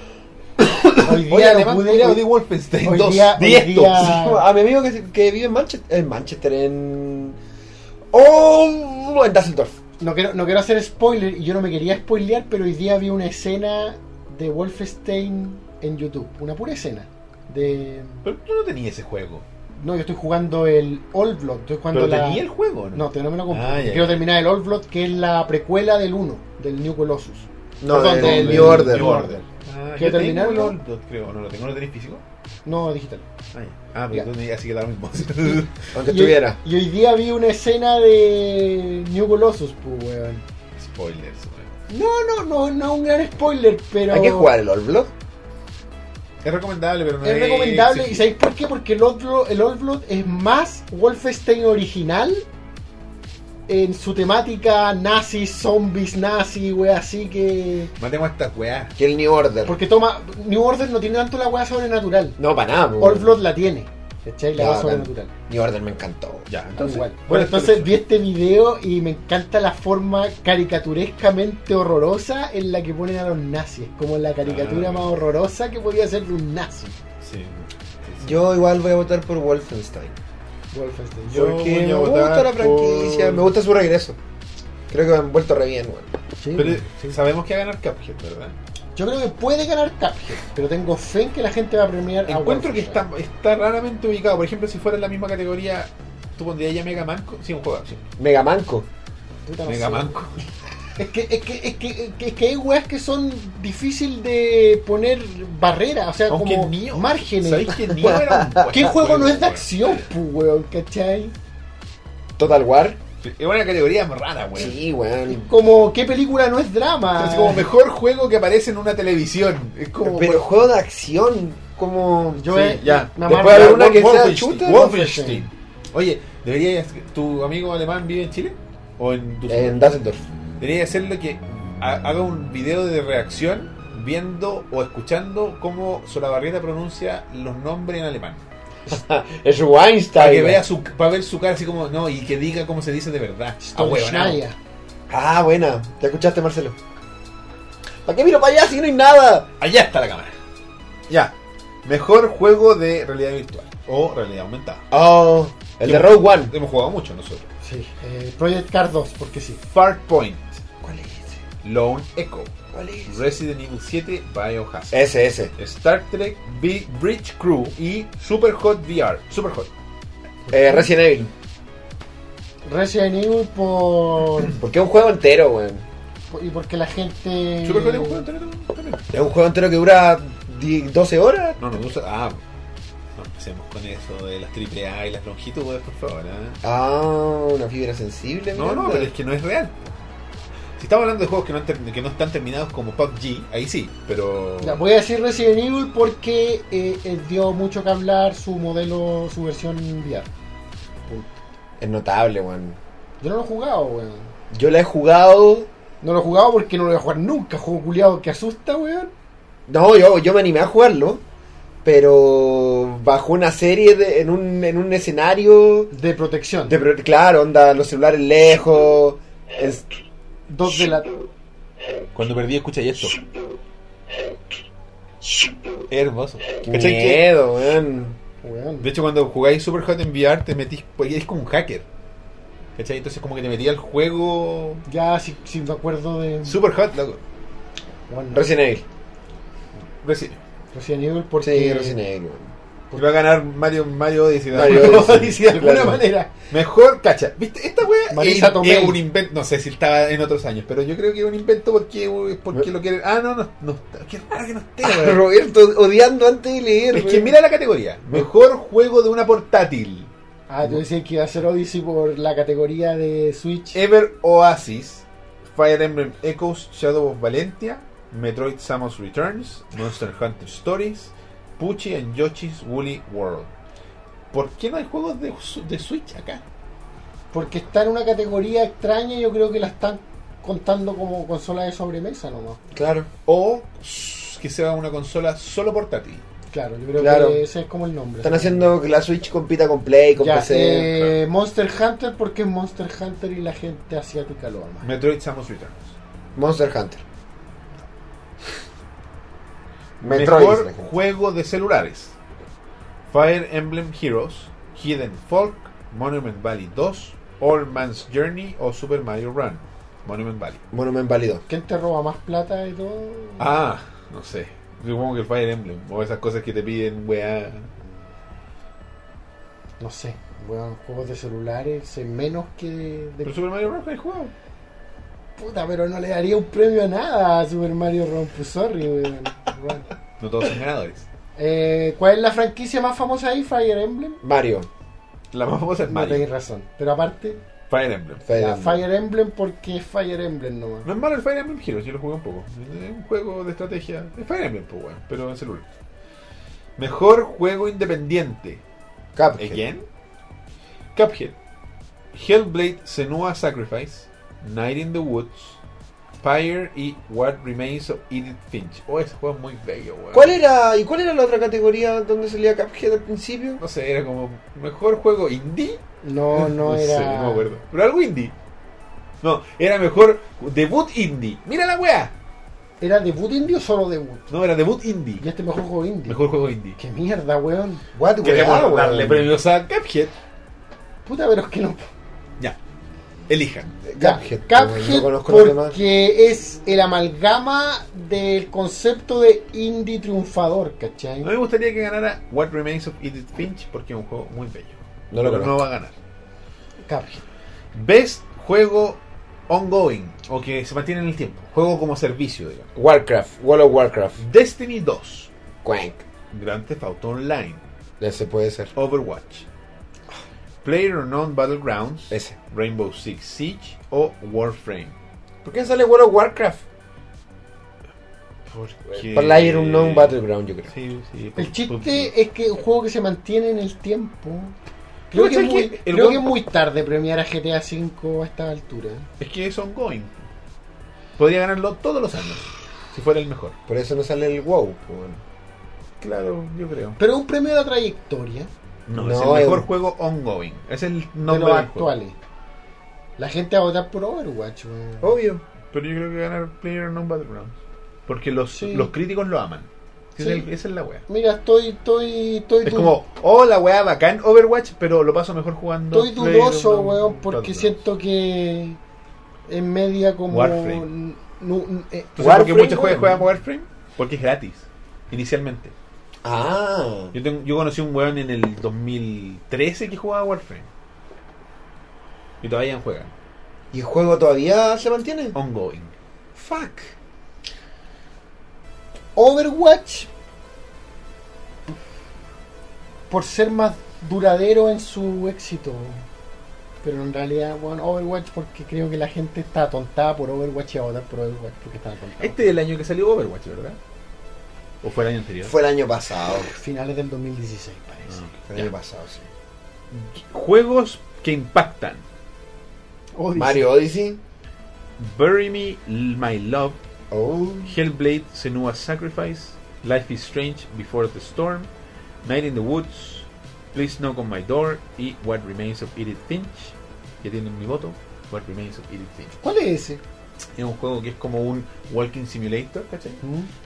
Speaker 2: Hoy día
Speaker 1: Oye,
Speaker 2: no
Speaker 1: alemán,
Speaker 2: pude-
Speaker 1: culiao,
Speaker 2: hoy-
Speaker 1: di Wolfenstein
Speaker 2: hoy
Speaker 1: 2.
Speaker 2: día-
Speaker 1: di
Speaker 2: hoy
Speaker 1: esto.
Speaker 2: día- Ah.
Speaker 3: A mi amigo que, que vive en Manchester, en Manchester, en. ¡Oh! En Düsseldorf.
Speaker 2: no quiero, no quiero hacer spoiler y yo no me quería spoilear, pero hoy día vi una escena de Wolfenstein en YouTube. Una pura escena. De...
Speaker 1: Pero tú no tenías ese juego.
Speaker 2: No, yo estoy jugando el Old Blood. Estoy jugando
Speaker 1: Pero
Speaker 2: la...
Speaker 1: tenía el juego, ¿no?
Speaker 2: No, todavía no me lo compré.
Speaker 1: Ah, ya,
Speaker 2: Quiero
Speaker 1: ya.
Speaker 2: terminar el Old Blood, que es la precuela del 1, del New Colossus.
Speaker 3: No,
Speaker 2: Perdón,
Speaker 3: del
Speaker 2: del-
Speaker 3: New Order.
Speaker 1: New Order. Ah,
Speaker 2: ¿Quieres
Speaker 1: yo tengo
Speaker 2: terminarlo?
Speaker 1: el Old Blood, creo. No lo tengo, ¿lo tenéis físico?
Speaker 2: No, digital.
Speaker 1: Ah, ya. Ah, pero
Speaker 2: Ya.
Speaker 1: tú tenías, así que da lo mismo.
Speaker 3: Aunque
Speaker 2: Y-
Speaker 3: estuviera.
Speaker 2: Y, hoy día vi una escena de New Colossus, pues, weón.
Speaker 1: Spoilers, weón.
Speaker 2: No, no, no, no es un gran spoiler, pero.
Speaker 3: Hay que jugar el Old Blood.
Speaker 1: Es recomendable, pero no
Speaker 2: Es recomendable. ¿Y
Speaker 1: exigible.
Speaker 2: sabéis por qué? Porque el Old Blood, el Old Blood es más Wolfenstein original en su temática nazi, zombies nazi, weón, así que.
Speaker 1: Matemos a estas weas.
Speaker 3: Que el New Order.
Speaker 2: Porque toma. New Order no tiene tanto la weá sobrenatural.
Speaker 3: No, para nada. po.
Speaker 2: Old Blood la tiene. ¿Cachai? La
Speaker 3: Ya,
Speaker 2: weá
Speaker 3: bacán.
Speaker 2: sobrenatural.
Speaker 3: New Order me encantó.
Speaker 1: Ya, entonces.
Speaker 2: Igual. Bueno,
Speaker 1: ¿cuál es tu
Speaker 2: entonces
Speaker 1: elección?
Speaker 2: vi este video y me encanta la forma caricaturescamente horrorosa en la que ponen a los nazis. Como la caricatura
Speaker 1: Ah.
Speaker 2: más horrorosa que podía ser de un nazi.
Speaker 1: Sí. sí.
Speaker 3: Yo igual voy a votar por Wolfenstein.
Speaker 2: Wolfenstein.
Speaker 1: Yo voy
Speaker 3: Porque
Speaker 1: a
Speaker 3: me
Speaker 1: votar
Speaker 3: gusta la franquicia,
Speaker 1: por-
Speaker 3: me gusta su regreso. Creo que me han vuelto re bien, weón.
Speaker 2: Sí.
Speaker 1: Pero eh, sabemos que va a ganar Cuphead, ¿verdad?
Speaker 2: Yo creo que puede ganar Cuphead, pero tengo fe en que la gente va a premiar a
Speaker 1: Encuentro que
Speaker 2: Wolfenstein.
Speaker 1: está, está raramente ubicado. Por ejemplo, si fuera en la misma categoría, ¿tú pondrías ya Mega Man? co- Sí, un juego de acción.
Speaker 3: Megamanco.
Speaker 2: Puta, no
Speaker 1: Mega
Speaker 2: sé.
Speaker 1: Man. co-
Speaker 2: Es que, es, que, es, que, es que- es que hay weas que son difícil de poner barreras, o sea,
Speaker 1: Aunque
Speaker 2: como
Speaker 1: Nioh-
Speaker 2: márgenes.
Speaker 1: ¿Sabéis que Nioh era un buen
Speaker 2: ¿Qué juego no es de
Speaker 1: weón?
Speaker 2: acción, pu, weón? ¿Cachai?
Speaker 3: Total War.
Speaker 1: Sí, Es una categoría más rara, güey.
Speaker 3: Sí, weón.
Speaker 2: Como, ¿qué película no es drama?
Speaker 1: Es como mejor juego que aparece en una televisión. Es como.
Speaker 3: Pero juego de acción, como.
Speaker 2: Yo
Speaker 1: Sí,
Speaker 2: he-
Speaker 1: ya.
Speaker 2: me
Speaker 3: Después
Speaker 2: amargo.
Speaker 3: habrá
Speaker 1: Wol-
Speaker 3: una que sea
Speaker 1: Wolfenstein.
Speaker 3: shooter.
Speaker 1: Wolfenstein. Oye, deberías. ¿Tu amigo alemán vive en Chile? ¿O en tu
Speaker 3: En Düsseldorf.
Speaker 1: Debería hacerlo que ha- haga un video de reacción viendo o escuchando cómo Solabarrieta pronuncia los nombres en alemán.
Speaker 3: Es
Speaker 1: Para
Speaker 3: Weinstein.
Speaker 1: que vea
Speaker 3: weón.
Speaker 1: su, para ver su cara así como, no, y que diga cómo se dice de verdad. Ah,
Speaker 2: Story
Speaker 1: huevonao.
Speaker 2: Shania.
Speaker 3: Ah, buena. ¿Te escuchaste, Marcelo? ¿Para qué miro para allá si no hay nada?
Speaker 1: Allá está la cámara. Ya. Mejor juego de realidad virtual o realidad aumentada.
Speaker 3: Oh, el de Rogue One.
Speaker 1: Hemos jugado mucho nosotros.
Speaker 2: Sí, eh, Project Card 2, porque sí.
Speaker 1: Farpoint,
Speaker 3: ¿Cuál es ese?
Speaker 1: Lone Echo, Eh.
Speaker 3: ¿Cuál es?
Speaker 1: Resident Evil 7, Biohazard.
Speaker 3: Ese, ese.
Speaker 1: Star Trek Big Bridge Crew y Superhot VR. Superhot.
Speaker 3: Eh, Resident Evil.
Speaker 2: Resident Evil por.
Speaker 3: Porque es un juego entero, weón.
Speaker 2: por- y porque la gente.
Speaker 1: Superhot es un juego entero también.
Speaker 3: Es un juego entero que dura 10, 12 horas.
Speaker 1: No, no, usa. Ah, no empecemos con eso de las triple A y las longitudes, por favor. ¿ah?
Speaker 3: Ah, una fibra sensible.
Speaker 1: No, no,
Speaker 3: Miranda.
Speaker 1: pero es que no es real. Si estamos hablando de juegos que no, han ter- que no están terminados como PUBG, ahí sí, pero.
Speaker 2: Ya, voy a decir Resident Evil porque eh, eh, dio mucho que hablar su modelo, su versión VR.
Speaker 3: Es notable, weón.
Speaker 2: Yo no lo he jugado, weón.
Speaker 3: Yo la he jugado
Speaker 2: No lo he jugado porque no lo voy a jugar nunca. Juego culiado que asusta, weón.
Speaker 3: No, yo, yo me animé a jugarlo, pero bajo una serie de, en, un, en un escenario.
Speaker 2: De protección.
Speaker 3: De, pro- claro, onda, los celulares lejos. es-
Speaker 2: Dos de la.
Speaker 1: Cuando perdí, escucha esto. Hermoso.
Speaker 3: qué
Speaker 1: ¿Cachai que-
Speaker 3: miedo, weón.
Speaker 2: Weón.
Speaker 1: De hecho, cuando jugáis Super Hot en VR, te metís, pues, eres como un hacker. ¿Cachai? Entonces, como que te metía al juego
Speaker 2: Ya, si, si me acuerdo de.
Speaker 1: Super Hot, loco.
Speaker 2: Bueno, no,
Speaker 3: Resident Evil.
Speaker 1: Recién.
Speaker 2: Resident Evil porque.
Speaker 3: Sí, Resident Evil, weón.
Speaker 1: Y va a ganar Mario, Mario Odyssey. ¿no?
Speaker 3: Mario
Speaker 2: Pero
Speaker 3: Odyssey,
Speaker 2: dice de alguna
Speaker 3: claro.
Speaker 2: manera.
Speaker 1: Mejor, cacha. ¿Viste? Esta wea
Speaker 2: Marisa
Speaker 1: es,
Speaker 2: Tomei.
Speaker 1: es un invento. No sé si estaba en otros años, pero yo creo que es un invento porque, uh, porque lo quieren. Ah, no, no, no está. Qué raro que no esté, weón.
Speaker 3: Roberto, odiando antes de leer.
Speaker 1: Es que
Speaker 3: weón.
Speaker 1: mira la categoría. Mejor juego de una portátil.
Speaker 2: Ah, tú decías que iba a ser Odyssey por la categoría de Switch.
Speaker 1: Ever Oasis, Fire Emblem Echoes, Shadow of Valentia, Metroid Samus Returns, Monster Hunter Stories, Pucci and Yoshi's Woolly World. ¿Por qué no hay juegos de, su- de Switch acá?
Speaker 2: Porque está en una categoría extraña y yo creo que la están contando como consola de sobremesa nomás.
Speaker 3: Claro.
Speaker 1: O s- que sea una consola solo portátil.
Speaker 2: Claro, yo creo
Speaker 3: Claro.
Speaker 2: que ese es como el nombre.
Speaker 3: Están haciendo que la Switch compita con Play, con
Speaker 2: Ya,
Speaker 3: PC.
Speaker 2: eh, Monster Hunter porque es Monster Hunter y la gente asiática lo ama.
Speaker 1: Metroid Samus Returns.
Speaker 3: Monster Hunter.
Speaker 1: Mejor
Speaker 3: dice la gente.
Speaker 1: juego de celulares. Fire Emblem Heroes, Hidden Folk, Monument Valley 2, All Man's Journey o Super Mario Run. Monument Valley.
Speaker 3: Monument válido.
Speaker 2: ¿Quién te roba más plata de todo?
Speaker 1: Ah, no sé. Supongo que el Fire Emblem. O esas cosas que te piden, weá.
Speaker 2: No sé, weón, juegos de celulares, sé menos que de, de
Speaker 1: Pero Super Mario Bros. es juego.
Speaker 2: puta, pero no le daría un premio a nada a Super Mario Run, pues, sorry, weón. Weón.
Speaker 1: No todos son ganadores.
Speaker 2: Eh, ¿Cuál es la franquicia más famosa ahí? Fire Emblem.
Speaker 3: Mario.
Speaker 1: La más famosa es
Speaker 2: No
Speaker 1: Mario.
Speaker 2: tenéis razón, pero aparte,
Speaker 1: Fire Emblem.
Speaker 3: Fire
Speaker 2: ya,
Speaker 3: Emblem.
Speaker 2: Fire Emblem porque es Fire Emblem nomás.
Speaker 1: No es malo el Fire Emblem Heroes, yo lo jugué un poco. Es un juego de estrategia. Es Fire Emblem, pues, weón, pero en celular. Mejor juego independiente.
Speaker 3: Cuphead.
Speaker 1: Again? Cuphead. Hellblade Senua Sacrifice. Night in the Woods. Pyre y What Remains of Edith Finch. Oh, ese juego es muy bello, weón.
Speaker 3: ¿Cuál era? ¿Y cuál era la otra categoría donde salía Cuphead al principio?
Speaker 1: No sé, era como mejor juego indie.
Speaker 3: Oh,
Speaker 2: No, no, era.
Speaker 1: sé, no me acuerdo. Pero algo indie. No, era mejor debut indie. Mira la weá.
Speaker 2: ¿Era debut indie o solo debut?
Speaker 1: No, era debut
Speaker 2: Y
Speaker 1: indie.
Speaker 2: este mejor juego indie.
Speaker 1: Mejor juego indie.
Speaker 2: Qué mierda, weón.
Speaker 3: What,
Speaker 1: Queremos
Speaker 3: weá,
Speaker 1: darle
Speaker 3: weón.
Speaker 1: premios a Cuphead.
Speaker 2: Puta, pero es que no.
Speaker 1: Ya. Elijan.
Speaker 2: Ya,
Speaker 3: Cuphead.
Speaker 2: Cuphead,
Speaker 3: weón, no conozco los demás.
Speaker 2: porque es el amalgama del concepto de indie triunfador,
Speaker 1: A
Speaker 2: ¿cachai?
Speaker 1: mí me gustaría que ganara What Remains of Edith Finch porque es un juego muy bello.
Speaker 3: No lo
Speaker 1: Pero no
Speaker 3: conozco.
Speaker 1: va a ganar.
Speaker 2: Cuphead.
Speaker 1: Best juego ongoing o que se mantiene en el tiempo. Juego como servicio, digamos.
Speaker 3: Warcraft. World of Warcraft.
Speaker 1: Destiny 2.
Speaker 3: Quank.
Speaker 1: Grand Theft Auto Online.
Speaker 3: Ese puede ser.
Speaker 1: Overwatch. PlayerUnknown Battlegrounds.
Speaker 3: Ese.
Speaker 1: Rainbow Six Siege o Warframe.
Speaker 3: ¿Por qué sale World of Warcraft?
Speaker 1: Porque...
Speaker 3: Player Unknown Battleground, yo creo.
Speaker 1: Sí, sí, pues,
Speaker 2: El
Speaker 1: por-
Speaker 2: chiste es que un juego que se mantiene en el tiempo.
Speaker 1: Pero
Speaker 2: Creo, que es,
Speaker 1: ¿sabes
Speaker 2: muy,
Speaker 1: qué? El
Speaker 2: creo
Speaker 1: weón-
Speaker 2: que es muy tarde premiar a GTA V a esta altura.
Speaker 1: por- pues, es que es ongoing. Podría ganarlo todos los años. Si fuera el mejor.
Speaker 3: Por eso no sale el WoW. weón.
Speaker 1: Claro, yo creo.
Speaker 2: Pero es un premio a la trayectoria
Speaker 1: No,
Speaker 3: No,
Speaker 1: es el mejor
Speaker 3: es-
Speaker 1: juego ongoing. Es el
Speaker 2: de
Speaker 1: nombre
Speaker 2: los
Speaker 1: del juego.
Speaker 2: actuales. La gente va a votar por Overwatch, weón.
Speaker 1: Oh.
Speaker 3: Obvio.
Speaker 1: Pero yo creo que ganar Player No Battlegrounds. Porque los,
Speaker 2: Sí.
Speaker 1: los críticos lo aman. Ese
Speaker 2: Sí.
Speaker 1: es el- Esa es la wea.
Speaker 2: Mira, estoy, estoy, estoy,
Speaker 1: Es
Speaker 2: du-
Speaker 1: como, oh, la wea bacán Overwatch, pero lo paso mejor jugando.
Speaker 2: estoy dudoso,
Speaker 1: PlayerUnknown's
Speaker 2: weón, porque
Speaker 1: Battlegrounds.
Speaker 2: siento que es media como...
Speaker 1: Warframe.
Speaker 2: n- nu- eh,
Speaker 1: ¿Tú sabes por qué
Speaker 3: Warframe,
Speaker 1: muchos juegos
Speaker 3: weón.
Speaker 1: juegan Warframe? Porque es gratis, inicialmente.
Speaker 3: Ah.
Speaker 1: Yo, tengo- yo conocí un weón en el 2013 que jugaba Warframe. Y todavía juegan.
Speaker 3: ¿Y el juego todavía se mantiene?
Speaker 1: Ongoing.
Speaker 3: Fuck.
Speaker 2: Overwatch, por ser más duradero en su éxito. Pero en realidad, weón, Overwatch, porque creo que la gente está atontada por Overwatch y va a votar por Overwatch porque está atontada.
Speaker 1: Este es el año que salió Overwatch, ¿verdad? ¿O fue el año anterior?
Speaker 3: Fue el año pasado.
Speaker 2: Finales del 2016, parece.
Speaker 1: Ah.
Speaker 3: Fue el año pasado, sí.
Speaker 1: Juegos que impactan.
Speaker 2: Odyssey.
Speaker 3: Mario Odyssey.
Speaker 1: Bury Me, My Love,
Speaker 3: Oh.
Speaker 1: Hellblade, Senua's Sacrifice, Life is Strange, Before the Storm, Night in the Woods, Please Knock on My Door y What Remains of Edith Finch, que tienen mi voto, What Remains of Edith Finch.
Speaker 2: ¿Cuál es ese?
Speaker 1: Es un juego que es como un walking simulator, ¿cachai?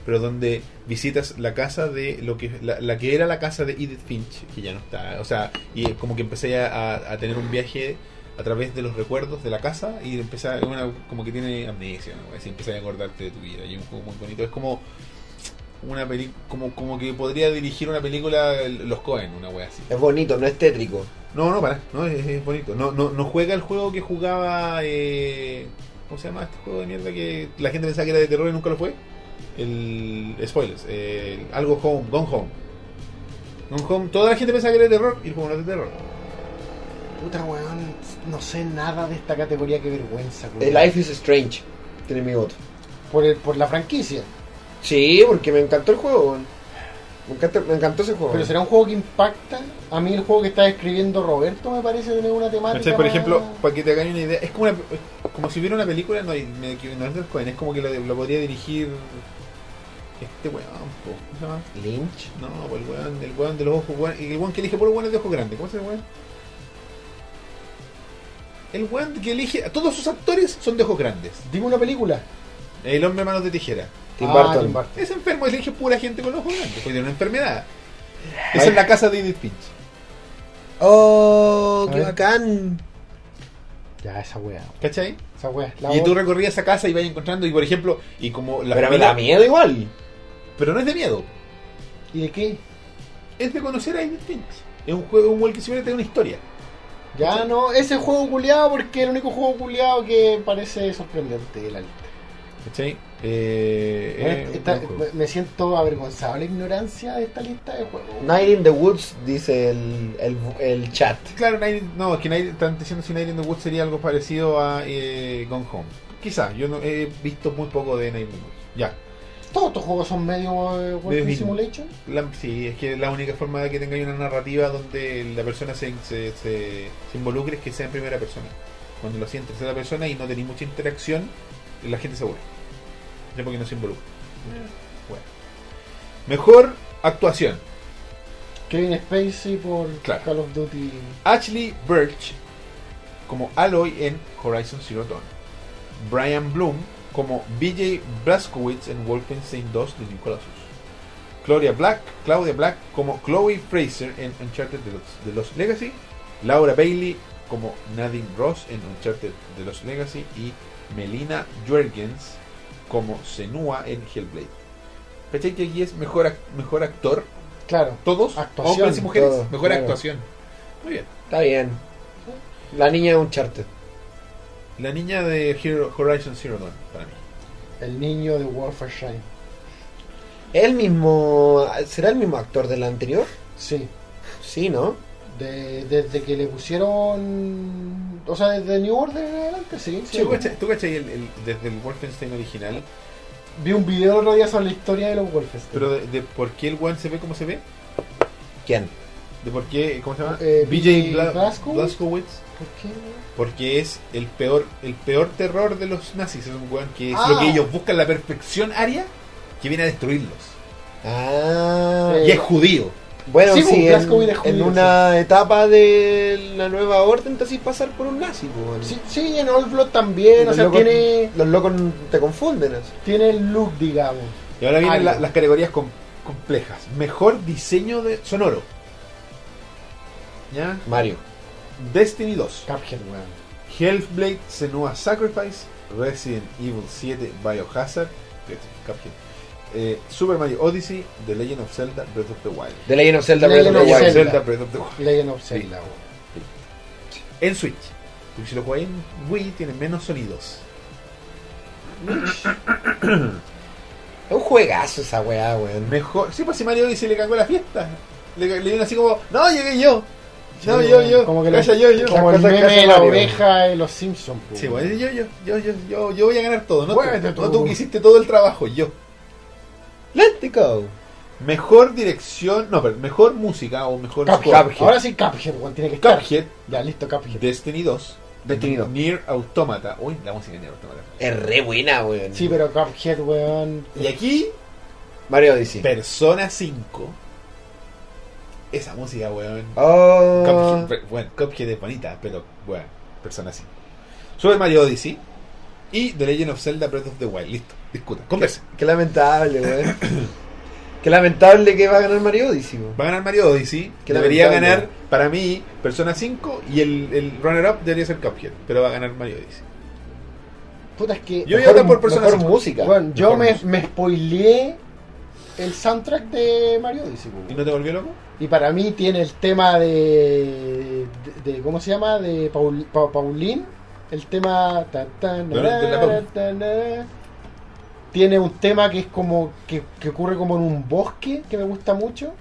Speaker 1: Pero donde visitas la casa de lo que la, la que era la casa de Edith Finch, que ya no está. O sea, y es como que empecé a, a- a tener un viaje a través de los recuerdos de la casa y empecé a- una, como que tiene amnesia, ¿no? Así empecé a acordarte de tu vida. Y es un juego muy bonito. Es como una peli como, como que podría dirigir una película el- los Cohen, una wea así.
Speaker 3: Es bonito, no es tétrico.
Speaker 1: No, no, para, no, es, es bonito. No, no, no juega el juego que jugaba. Eh, ¿Cómo se llama este juego de mierda que la gente pensaba que era de terror y nunca lo fue? El. Spoilers. eh, el- algo Home, Gone Home. Gone Home, toda la gente pensaba que era de terror y el juego no es de terror.
Speaker 2: Puta weón, no sé nada de esta categoría, qué vergüenza,
Speaker 3: Eh,
Speaker 2: weón.
Speaker 3: Life is Strange. Tiene mi voto.
Speaker 2: Por, el- por la franquicia.
Speaker 3: Sí, porque me encantó el juego. weón. Me encantó, me encantó ese juego.
Speaker 2: Pero será un juego que impacta. A mí el juego que está escribiendo Roberto me parece tener una temática.
Speaker 1: ¿Cachai? Por
Speaker 2: más-
Speaker 1: ejemplo, para que te hagan una idea, es como, una- es como si hubiera una película, no, y me equivo- no es del Cohen, es como que lo, lo podría dirigir este weón, po, ¿cómo se llama?
Speaker 3: Lynch.
Speaker 1: No, po, el weón, el weón de los ojos, weón, el weón que elige por el weón de ojos grandes, ¿cómo se llama el weón? El weón que elige, todos sus actores son de ojos grandes.
Speaker 2: Dime una película.
Speaker 1: El hombre manos de tijera.
Speaker 3: Tim
Speaker 2: Ah,
Speaker 3: Burton.
Speaker 2: Tim Burton.
Speaker 1: Es enfermo, elige pura gente con los ojos grandes, porque tiene una enfermedad. Es en la casa de Edith Finch.
Speaker 3: ¡Oh!
Speaker 2: A
Speaker 3: ¡Qué
Speaker 2: ver.
Speaker 3: bacán!
Speaker 2: Ya, esa weá.
Speaker 1: ¿Cachai?
Speaker 2: Esa weá. La
Speaker 1: Y tú
Speaker 2: otra.
Speaker 1: recorrías esa casa y vas encontrando, y por ejemplo, y como la
Speaker 3: Pero me
Speaker 1: familia-
Speaker 3: da miedo igual.
Speaker 1: Pero no es de miedo,
Speaker 2: ¿Y de qué?
Speaker 1: es de conocer a Edith Finch. Es un juego, un walkie simulator, tiene una historia.
Speaker 2: Ya no, ese juego culiado porque el único juego culiado que parece sorprendente de la lista.
Speaker 1: ¿Cachai? Eh,
Speaker 2: Eh,
Speaker 1: es un
Speaker 2: esta-
Speaker 1: buen juego.
Speaker 2: me siento avergonzado de la ignorancia de esta lista de juegos.
Speaker 3: Night in the Woods, dice el, el, el chat.
Speaker 1: Claro, Night- no, es que Night- están diciendo si Night in the Woods sería algo parecido a eh, Gone Home. Quizás, yo no, he visto muy poco de Night in the Woods. Ya.
Speaker 2: Todos estos juegos son medio eh, Walking
Speaker 1: Medio
Speaker 2: Simulation.
Speaker 1: La- sí, es que la única forma de que tenga una narrativa donde la persona se, se, se- se involucre es que sea en primera persona. Cuando lo hacía en tercera persona y no tenéis mucha interacción, la gente se aburre. Ya porque no se involucra. Bueno. Mejor actuación.
Speaker 2: Kevin Spacey por
Speaker 1: Claro.
Speaker 2: Call of Duty.
Speaker 1: Ashley Birch como Aloy en Horizon Zero Dawn. Brian Bloom como BJ Blazkowicz en Wolfenstein 2 de New Colossus. Claudia Black, Claudia Black como Chloe Fraser en Uncharted de los, de los Legacy. Laura Bailey como Nadine Ross en Uncharted de los Legacy. Y Melina Jurgens como Senua en Hellblade. ¿Cachai que aquí es mejor, ac- mejor actor?
Speaker 2: Claro.
Speaker 1: Todos,
Speaker 2: Actuación,
Speaker 1: hombres y mujeres,
Speaker 3: todo,
Speaker 1: mejor
Speaker 3: claro.
Speaker 1: actuación. Muy bien.
Speaker 3: Está bien. La niña de un charter.
Speaker 1: La niña de Hero- Horizon Zero Dawn, para mí.
Speaker 2: El niño de Wolfenstein.
Speaker 3: El mismo. ¿Será el mismo actor del anterior?
Speaker 2: Sí.
Speaker 3: Sí, ¿no?
Speaker 2: De- desde que le pusieron. O sea, desde New Order en adelante, sí. sí.
Speaker 1: ¿Tú cachai, tú cachai el- el- desde el Wolfenstein original?
Speaker 2: Vi un video el otro día sobre la historia de los Wolfenstein.
Speaker 1: Pero de, de por qué el one se ve como se ve,
Speaker 3: ¿Quién?
Speaker 1: de por qué, ¿cómo se llama?
Speaker 2: Eh,
Speaker 1: BJ Bla-
Speaker 2: Blazkowicz.
Speaker 1: Blazkowicz,
Speaker 2: ¿Por qué?
Speaker 1: Porque es el peor el peor terror de los nazis. Es un weón que es
Speaker 2: Ah.
Speaker 1: lo que ellos buscan, la perfección aria, que viene a destruirlos.
Speaker 3: Ah.
Speaker 2: Eh,
Speaker 1: Y es judío.
Speaker 3: Bueno,
Speaker 2: Sí,
Speaker 3: sí,
Speaker 2: pues, Glasgow y
Speaker 3: en,
Speaker 2: de judío,
Speaker 3: en
Speaker 2: sí.
Speaker 3: una etapa de la nueva orden te haces pasar por un nazi, pues, bueno.
Speaker 2: Sí, sí, en All Blood también. O
Speaker 3: Los
Speaker 2: sea,
Speaker 3: locos-
Speaker 2: tiene,
Speaker 3: Los locos te confunden. así.
Speaker 2: tiene el look, digamos.
Speaker 1: Y ahora vienen
Speaker 2: Aria.
Speaker 1: la- las categorías com- complejas. Mejor diseño de sonoro. ¿Ya?
Speaker 3: Mario.
Speaker 1: Destiny 2.
Speaker 2: Cuphead, weón.
Speaker 1: Hellblade, Senua Sacrifice, Resident Evil 7, Biohazard, Cuphead, eh, Super Mario Odyssey, The Legend of Zelda, Breath of the Wild.
Speaker 3: The Legend of Zelda.
Speaker 2: Legend
Speaker 3: Breath of the
Speaker 2: of
Speaker 3: Wild.
Speaker 2: Zelda.
Speaker 1: Breath of the Wild.
Speaker 2: Legend of Zelda, weón.
Speaker 1: En Switch. Porque si lo jugáis en Wii tiene menos sonidos.
Speaker 3: Es un juegazo esa weá, weón.
Speaker 1: Mejor. Sí, pues si Mario Odyssey le cagó la fiesta. Le, le dieron así como, no, llegué yo. No,
Speaker 2: Sí,
Speaker 1: yo,
Speaker 2: weón.
Speaker 1: yo.
Speaker 2: Como que
Speaker 1: Calla,
Speaker 2: lo-
Speaker 1: yo, yo.
Speaker 2: Como el
Speaker 3: Las cosas que
Speaker 2: meme
Speaker 3: hace
Speaker 2: de la
Speaker 3: Mario.
Speaker 2: oveja de los Simpsons.
Speaker 1: Sí, bueno, yo, yo, yo, yo, yo, yo voy a ganar todo. No
Speaker 2: Muévete
Speaker 1: tú,
Speaker 2: tú.
Speaker 1: no tú que hiciste todo el trabajo, yo.
Speaker 3: Let's go.
Speaker 1: Mejor dirección, no, pero mejor música o mejor
Speaker 2: Cuphead.
Speaker 1: score.
Speaker 2: Ahora sí, Cuphead, weón. Tiene que estar.
Speaker 1: Cuphead,
Speaker 2: Ya, listo, Cuphead.
Speaker 1: Destiny 2,
Speaker 3: Destinido.
Speaker 1: Near Automata. Uy, la música de Near Automata.
Speaker 3: Es re buena, weón.
Speaker 2: Sí, pero Cuphead, weón.
Speaker 1: Y aquí,
Speaker 3: Mario Odyssey.
Speaker 1: Persona 5. Esa música, weón.
Speaker 3: Oh.
Speaker 1: Cuphead,
Speaker 2: Ah.
Speaker 1: pe- bueno, Cuphead es bonita, pero bueno, Persona 5. Super Mario Odyssey y The Legend of Zelda Breath of the Wild. Listo, discutan, conversen.
Speaker 3: Qué lamentable, weón. Qué lamentable que va a ganar Mario Odyssey, weón.
Speaker 1: Va a ganar Mario Odyssey, que
Speaker 3: Qué
Speaker 1: debería
Speaker 3: lamentable.
Speaker 1: ganar para mí Persona 5 y el, el runner-up debería ser Cuphead, pero va a ganar Mario Odyssey.
Speaker 2: Puta, es que.
Speaker 1: Yo voy a
Speaker 2: mejor-
Speaker 1: votar por Persona
Speaker 3: mejor
Speaker 1: 5.
Speaker 3: música.
Speaker 2: Weón, yo
Speaker 1: Mejor
Speaker 2: me,
Speaker 1: música.
Speaker 2: me spoileé el soundtrack de Mario Odyssey, weón.
Speaker 1: ¿Y no te volvió loco?
Speaker 2: Y para mí tiene el tema de. de, de- ¿Cómo se llama? De Paul, Pa- Paulín. El tema. ta- ta- na-
Speaker 1: Bueno, de la Paul.
Speaker 2: ta- na- tiene un tema que es como. Que, que ocurre como en un bosque que me gusta mucho.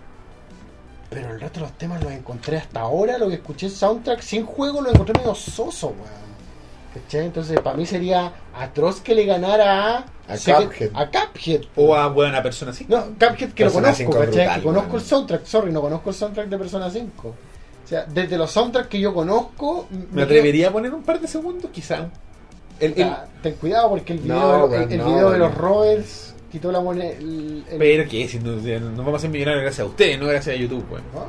Speaker 2: Pero el resto de los temas los encontré hasta ahora. Lo que escuché en soundtrack sin juego lo encontré medio soso, weón. ¿Cachai? Entonces, para mí sería atroz que le ganara a.
Speaker 3: A
Speaker 2: Secret-
Speaker 3: Cuphead.
Speaker 2: A Cuphead.
Speaker 1: O a buena Persona 5.
Speaker 2: No, Cuphead que lo
Speaker 3: Persona
Speaker 2: conozco,
Speaker 3: 5
Speaker 2: ¿cachai?
Speaker 3: brutal,
Speaker 2: que conozco
Speaker 3: weón.
Speaker 2: el soundtrack, sorry, no conozco el soundtrack de Persona 5. O sea, desde los soundtracks que yo conozco, m-
Speaker 1: Me atrevería a poner un par de segundos, quizá. El- el-
Speaker 2: Ah, ten cuidado porque el video,
Speaker 3: No,
Speaker 2: de los-
Speaker 3: weón,
Speaker 2: el
Speaker 3: no,
Speaker 2: video de
Speaker 3: weón.
Speaker 2: los Roberts quitó la moneda. el- el-
Speaker 1: Pero que si no- nos vamos a hacer millonarios gracias a ustedes, no gracias a YouTube, weón.
Speaker 2: Ah,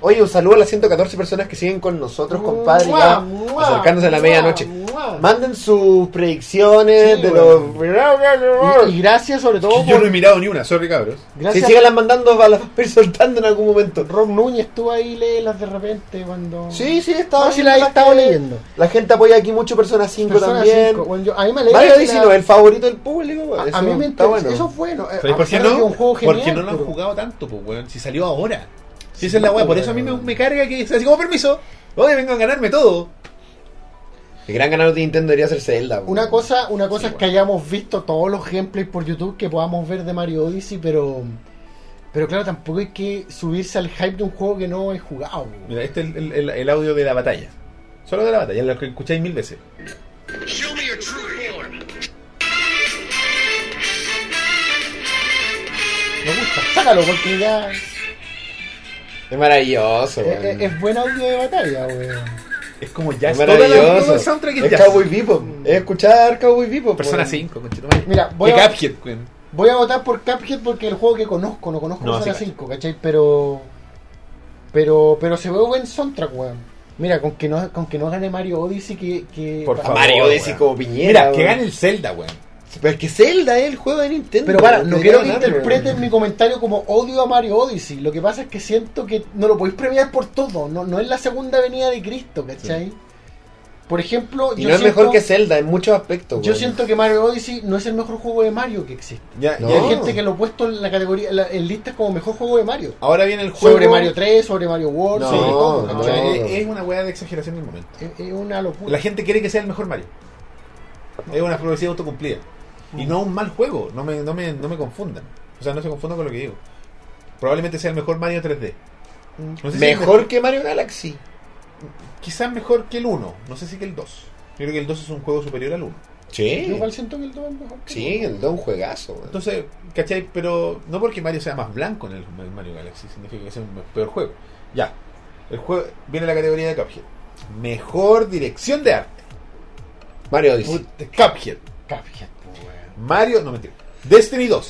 Speaker 3: Oye, un saludo a las 114 personas que siguen con nosotros, compadre.
Speaker 2: mua,
Speaker 3: ya
Speaker 2: mua,
Speaker 3: acercándose a la
Speaker 2: mua,
Speaker 3: medianoche.
Speaker 2: mua.
Speaker 3: Manden sus predicciones
Speaker 2: Sí,
Speaker 3: de
Speaker 2: weón.
Speaker 3: los.
Speaker 2: Y, y gracias sobre todo
Speaker 1: Que Yo no he
Speaker 2: por,
Speaker 1: mirado ni una, sorry cabros.
Speaker 3: Si
Speaker 2: gracias
Speaker 3: sigan las mandando, va- las vas a ir soltando en algún momento.
Speaker 2: Rob Núñez estuvo ahí las de repente cuando
Speaker 3: Sí, sí,
Speaker 2: No,
Speaker 3: estaba
Speaker 2: sí la he
Speaker 3: las
Speaker 2: estado
Speaker 3: que-
Speaker 2: leyendo.
Speaker 3: La gente apoya aquí mucho Persona 5
Speaker 2: Persona
Speaker 3: también.
Speaker 2: 5, weón, yo- a mí me leí
Speaker 3: Mario
Speaker 2: la-
Speaker 3: Odyssey no es el favorito del público,
Speaker 2: a,
Speaker 3: weón.
Speaker 2: a mí me
Speaker 3: está
Speaker 2: interesa,
Speaker 3: bueno.
Speaker 2: eso es bueno. eh,
Speaker 1: ¿Sabéis por qué
Speaker 2: a pesar de que
Speaker 1: no?
Speaker 2: es un juego
Speaker 1: Porque
Speaker 2: genial,
Speaker 1: no lo han
Speaker 2: pero-
Speaker 1: jugado tanto, pues, weón. Si salió ahora. Si esa es la weá, por eso a mí me, me carga que sea así como permiso. Oye, vengo a ganarme todo.
Speaker 3: El gran ganador de Nintendo debería ser Zelda. weón.
Speaker 2: Una cosa, una cosa
Speaker 1: Sí,
Speaker 2: es
Speaker 1: bueno.
Speaker 2: que hayamos visto todos los gameplays por YouTube que podamos ver de Mario Odyssey, pero pero claro, tampoco hay que subirse al hype de un juego que no he jugado. weón.
Speaker 1: Mira, este es el, el- el- el audio de la batalla. Solo de la batalla, lo que escucháis mil veces.
Speaker 6: Show me your true form.
Speaker 2: Me gusta, sácalo porque ya es,
Speaker 3: Es maravilloso, weón.
Speaker 2: Eh, es- es buen audio de batalla, weón.
Speaker 1: Es como jazz.
Speaker 3: Es
Speaker 1: Toda la- todo
Speaker 3: maravilloso.
Speaker 1: el soundtrack es
Speaker 3: Es
Speaker 1: jazz.
Speaker 3: Cowboy Bebop. Es escuchar Cowboy Bebop.
Speaker 1: Persona
Speaker 3: weón.
Speaker 1: 5, conchetumare.
Speaker 2: Mira, voy
Speaker 1: Que
Speaker 2: a,
Speaker 1: Cuphead, weón.
Speaker 2: voy a votar por Cuphead porque es el juego que conozco, no conozco
Speaker 1: No,
Speaker 2: Persona
Speaker 1: sí, cacho.
Speaker 2: 5, ¿cachai? Pero pero pero se ve buen soundtrack, weón. Mira, con que no con que no gane Mario Odyssey que, que
Speaker 1: Por
Speaker 2: pa-
Speaker 1: favor.
Speaker 3: Mario Odyssey
Speaker 1: weón.
Speaker 3: como piñera.
Speaker 1: Mira, que
Speaker 3: weón.
Speaker 1: gane el Zelda, weón.
Speaker 3: Pero es que Zelda es el juego de Nintendo.
Speaker 2: Pero para,
Speaker 3: weón.
Speaker 2: no
Speaker 3: Debería
Speaker 2: quiero que
Speaker 3: ganarlo,
Speaker 2: interpreten
Speaker 3: weón.
Speaker 2: mi comentario como odio a Mario Odyssey. Lo que pasa es que siento que no lo podéis premiar por todo. No, no es la segunda venida de Cristo, ¿cachai? Por ejemplo,
Speaker 3: Y
Speaker 2: yo,
Speaker 3: no es
Speaker 2: siento,
Speaker 3: mejor que Zelda en muchos aspectos.
Speaker 2: yo
Speaker 3: weón.
Speaker 2: siento que Mario Odyssey no es el mejor juego de Mario que existe.
Speaker 1: Ya,
Speaker 3: No.
Speaker 2: Y
Speaker 1: ya-
Speaker 2: hay gente que lo ha puesto en la categoría, en la- en listas como mejor juego de Mario.
Speaker 1: Ahora viene el juego.
Speaker 2: Sobre Mario 3, sobre Mario World,
Speaker 3: No,
Speaker 1: Sí,
Speaker 2: sobre todo,
Speaker 1: no,
Speaker 2: ¿cachai?
Speaker 1: es- Es una weá de exageración del momento.
Speaker 2: Es, es una locura.
Speaker 1: La gente quiere que sea el mejor Mario. Es una profecía autocumplida. Y no un mal juego, no me, no, me, no me confundan. O sea, no se confundan con lo que digo. Probablemente sea el mejor Mario 3D. No sé si el
Speaker 3: Mejor que Mario Galaxy.
Speaker 1: quizás mejor que el 1, no sé si que el 2. Yo creo que el 2 es un juego superior al 1.
Speaker 2: Yo
Speaker 3: Sí.
Speaker 2: igual siento que el 2 es mejor. que el
Speaker 3: Sí,
Speaker 2: uno.
Speaker 3: el Don juegazo. weón.
Speaker 1: Entonces, ¿cachai? Pero no porque Mario sea más blanco en el en Mario Galaxy, significa que sea un peor juego. Ya, el juego viene la categoría de Cuphead. Mejor dirección de arte.
Speaker 3: Mario Odyssey.
Speaker 1: Puta, Cuphead.
Speaker 2: Cuphead, pues, weón.
Speaker 1: Mario, no mentira. Destiny 2.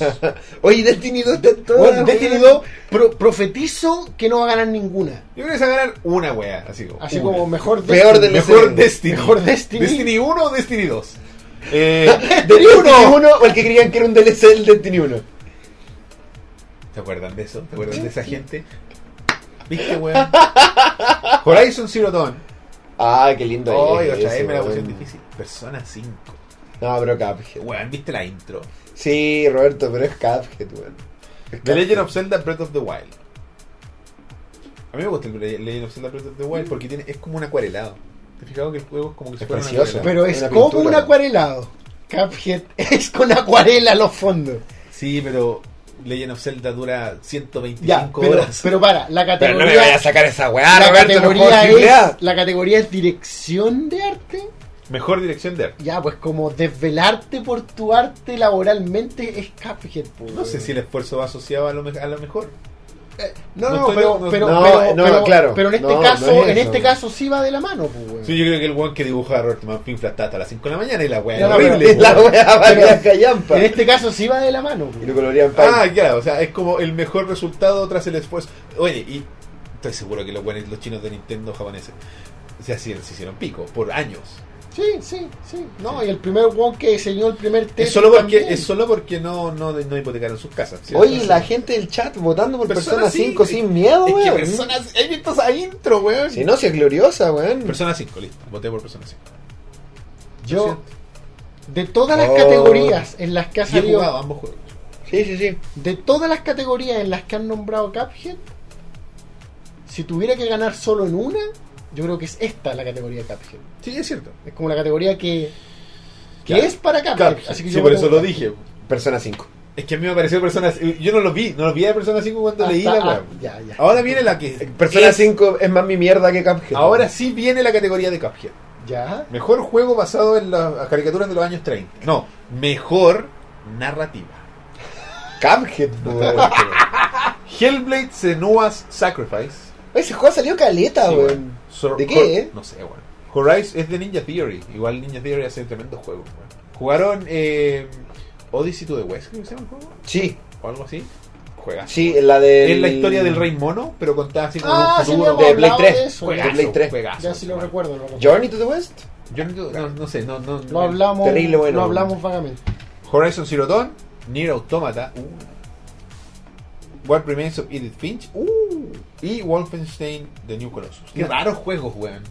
Speaker 3: Oye, Destiny 2 está en todo.
Speaker 2: Ah, Bueno, Destiny 2, pro- profetizo que no va a ganar ninguna.
Speaker 1: Yo creo que se va a ganar una weá, así como.
Speaker 2: Así
Speaker 1: una.
Speaker 2: como mejor
Speaker 3: Peor
Speaker 2: Destiny.
Speaker 3: del-
Speaker 1: mejor
Speaker 3: DLC.
Speaker 1: Destiny.
Speaker 2: Mejor Destiny.
Speaker 1: Destiny 1 o Destiny 2. Eh,
Speaker 3: Destiny 1 o el que creían que era un DLC del Destiny 1.
Speaker 1: ¿Se acuerdan de eso? ¿Se acuerdan de esa gente? ¿Viste, weón? Horizon Zero Dawn.
Speaker 3: Ah, qué lindo.
Speaker 1: Oye,
Speaker 3: es
Speaker 1: otra vez
Speaker 3: ese,
Speaker 1: me la
Speaker 3: weón.
Speaker 1: cuestión difícil. Persona 5.
Speaker 3: No, pero Cuphead.
Speaker 1: Weón, ¿viste la intro?
Speaker 3: Sí, Roberto, pero es Cuphead, weón. Es
Speaker 1: The
Speaker 3: Cuphead.
Speaker 1: Legend of Zelda Breath of the Wild. A mí me gusta el Le- Legend of Zelda Breath of the Wild porque tiene, es como un acuarelado. ¿Te fijado que el juego es como que
Speaker 3: Es
Speaker 1: fuera un
Speaker 3: precioso.
Speaker 1: acuarelado?
Speaker 2: Pero es
Speaker 3: Una
Speaker 2: como
Speaker 3: pintura.
Speaker 2: un acuarelado. Cuphead es con acuarela los fondos.
Speaker 1: Sí, pero Legend of Zelda dura 125
Speaker 2: Ya, pero,
Speaker 1: horas.
Speaker 2: pero para, la
Speaker 3: Pero no
Speaker 2: categoría.
Speaker 3: me vayas a sacar esa weá,
Speaker 2: la
Speaker 3: Roberto, no
Speaker 2: categoría
Speaker 3: puedo decir nada.
Speaker 2: es, la categoría es dirección de arte.
Speaker 1: Mejor dirección de arte.
Speaker 2: Ya, pues como desvelarte por tu arte laboralmente es Cuphead. pues,
Speaker 1: No sé
Speaker 2: weón.
Speaker 1: si el esfuerzo va asociado a lo, me- a lo mejor. No
Speaker 2: No, no,
Speaker 1: estoy-
Speaker 2: pero,
Speaker 1: no-
Speaker 2: pero,
Speaker 3: no, eh,
Speaker 2: pero,
Speaker 3: no,
Speaker 2: pero-
Speaker 3: claro.
Speaker 2: pero en este
Speaker 3: No,
Speaker 2: caso,
Speaker 3: no es
Speaker 2: en
Speaker 3: eso.
Speaker 2: este caso sí va de la mano, pues, weón.
Speaker 1: Sí, yo creo que el weón que dibuja a Robert Manfred Flatata a las 5 de la mañana y la weá
Speaker 2: No,
Speaker 1: era
Speaker 2: no, pero-
Speaker 1: horrible.
Speaker 3: La
Speaker 1: weón.
Speaker 3: wea valía Yampa.
Speaker 2: En este caso sí va de la mano, pues.
Speaker 3: Y lo colorean
Speaker 1: Ah,
Speaker 3: país.
Speaker 1: claro, o sea, es como el mejor resultado tras el esfuerzo. Oye, y estoy seguro que los buenos, los chinos de Nintendo japoneses se, hacían, se hicieron pico por años.
Speaker 2: Sí, sí, sí. No, y el primer weón que diseñó el primer Tetris
Speaker 1: Es solo porque,
Speaker 2: también.
Speaker 1: es solo porque no, no, no hipotecaron sus casas. ¿cierto?
Speaker 3: Oye, y la gente del chat votando por Persona,
Speaker 1: Persona
Speaker 3: 5
Speaker 1: sí.
Speaker 3: sin miedo,
Speaker 1: Es que
Speaker 3: weón.
Speaker 1: Persona- ¿Has visto esa intro, weón?
Speaker 3: Si no, si es gloriosa, weón.
Speaker 1: Persona 5, listo. Voté por Persona 5.
Speaker 2: Yo, de todas las
Speaker 3: Oh.
Speaker 2: categorías en las que ha
Speaker 1: Y he
Speaker 2: salido,
Speaker 1: jugado ambos juegos.
Speaker 3: Sí, sí, sí.
Speaker 2: de todas las categorías en las que han nombrado Cuphead, si tuviera que ganar solo en una, yo creo que es esta la categoría de Cuphead.
Speaker 1: Sí, es cierto.
Speaker 2: Es como la categoría que, que
Speaker 1: Claro.
Speaker 2: es para Cuphead.
Speaker 1: Cuphead.
Speaker 2: Así que
Speaker 1: sí,
Speaker 2: yo
Speaker 1: por
Speaker 2: voto
Speaker 1: eso lo
Speaker 2: Cuphead.
Speaker 1: dije.
Speaker 3: Persona 5.
Speaker 1: Es que a mí me pareció Persona Yo no lo vi, no lo vi de Persona 5 cuando
Speaker 2: Hasta-
Speaker 1: leí la
Speaker 2: ah,
Speaker 1: weón.
Speaker 2: ya, ya.
Speaker 1: Ahora viene la que.
Speaker 3: Persona
Speaker 1: es-
Speaker 3: 5 es más mi mierda que Cuphead.
Speaker 1: Ahora sí viene la categoría de Cuphead.
Speaker 2: Ya.
Speaker 1: Mejor juego basado en las caricaturas de los años 30. No, mejor narrativa.
Speaker 3: Cuphead, weón.
Speaker 1: Hellblade Senua's Sacrifice.
Speaker 3: Ese juego salió caleta,
Speaker 1: Sí,
Speaker 3: weón.
Speaker 1: Sor-
Speaker 3: ¿De qué,
Speaker 1: Hor-
Speaker 3: eh?
Speaker 1: No sé, weón. Horizon es de Ninja Theory. Igual Ninja Theory hace tremendos juegos, weón. Jugaron eh, Odyssey to the West, creo que se llama el juego.
Speaker 3: Sí,
Speaker 1: O algo así. Juega.
Speaker 3: sí, la de.
Speaker 1: Es la historia del rey mono, pero contada así como
Speaker 2: Ah,
Speaker 1: un
Speaker 2: sí,
Speaker 1: futuro.
Speaker 2: habíamos
Speaker 3: de Play
Speaker 2: hablado
Speaker 3: 3.
Speaker 2: de eso.
Speaker 1: Juegazo,
Speaker 3: De Play 3.
Speaker 1: juegazo,
Speaker 2: Ya sí lo
Speaker 1: weón.
Speaker 2: recuerdo. Lo, recuerdo.
Speaker 3: Journey to the West.
Speaker 1: Yo no, no- no sé, no, no,
Speaker 2: Lo hablamos,
Speaker 3: Terrible
Speaker 2: lo
Speaker 3: bueno, weón.
Speaker 2: hablamos vagamente.
Speaker 1: Horizon Zero Dawn, Nier Automata, uh. What Remains of Edith Finch uh. y Wolfenstein The New Colossus. Qué
Speaker 2: Ya.
Speaker 1: raros juegos, weón.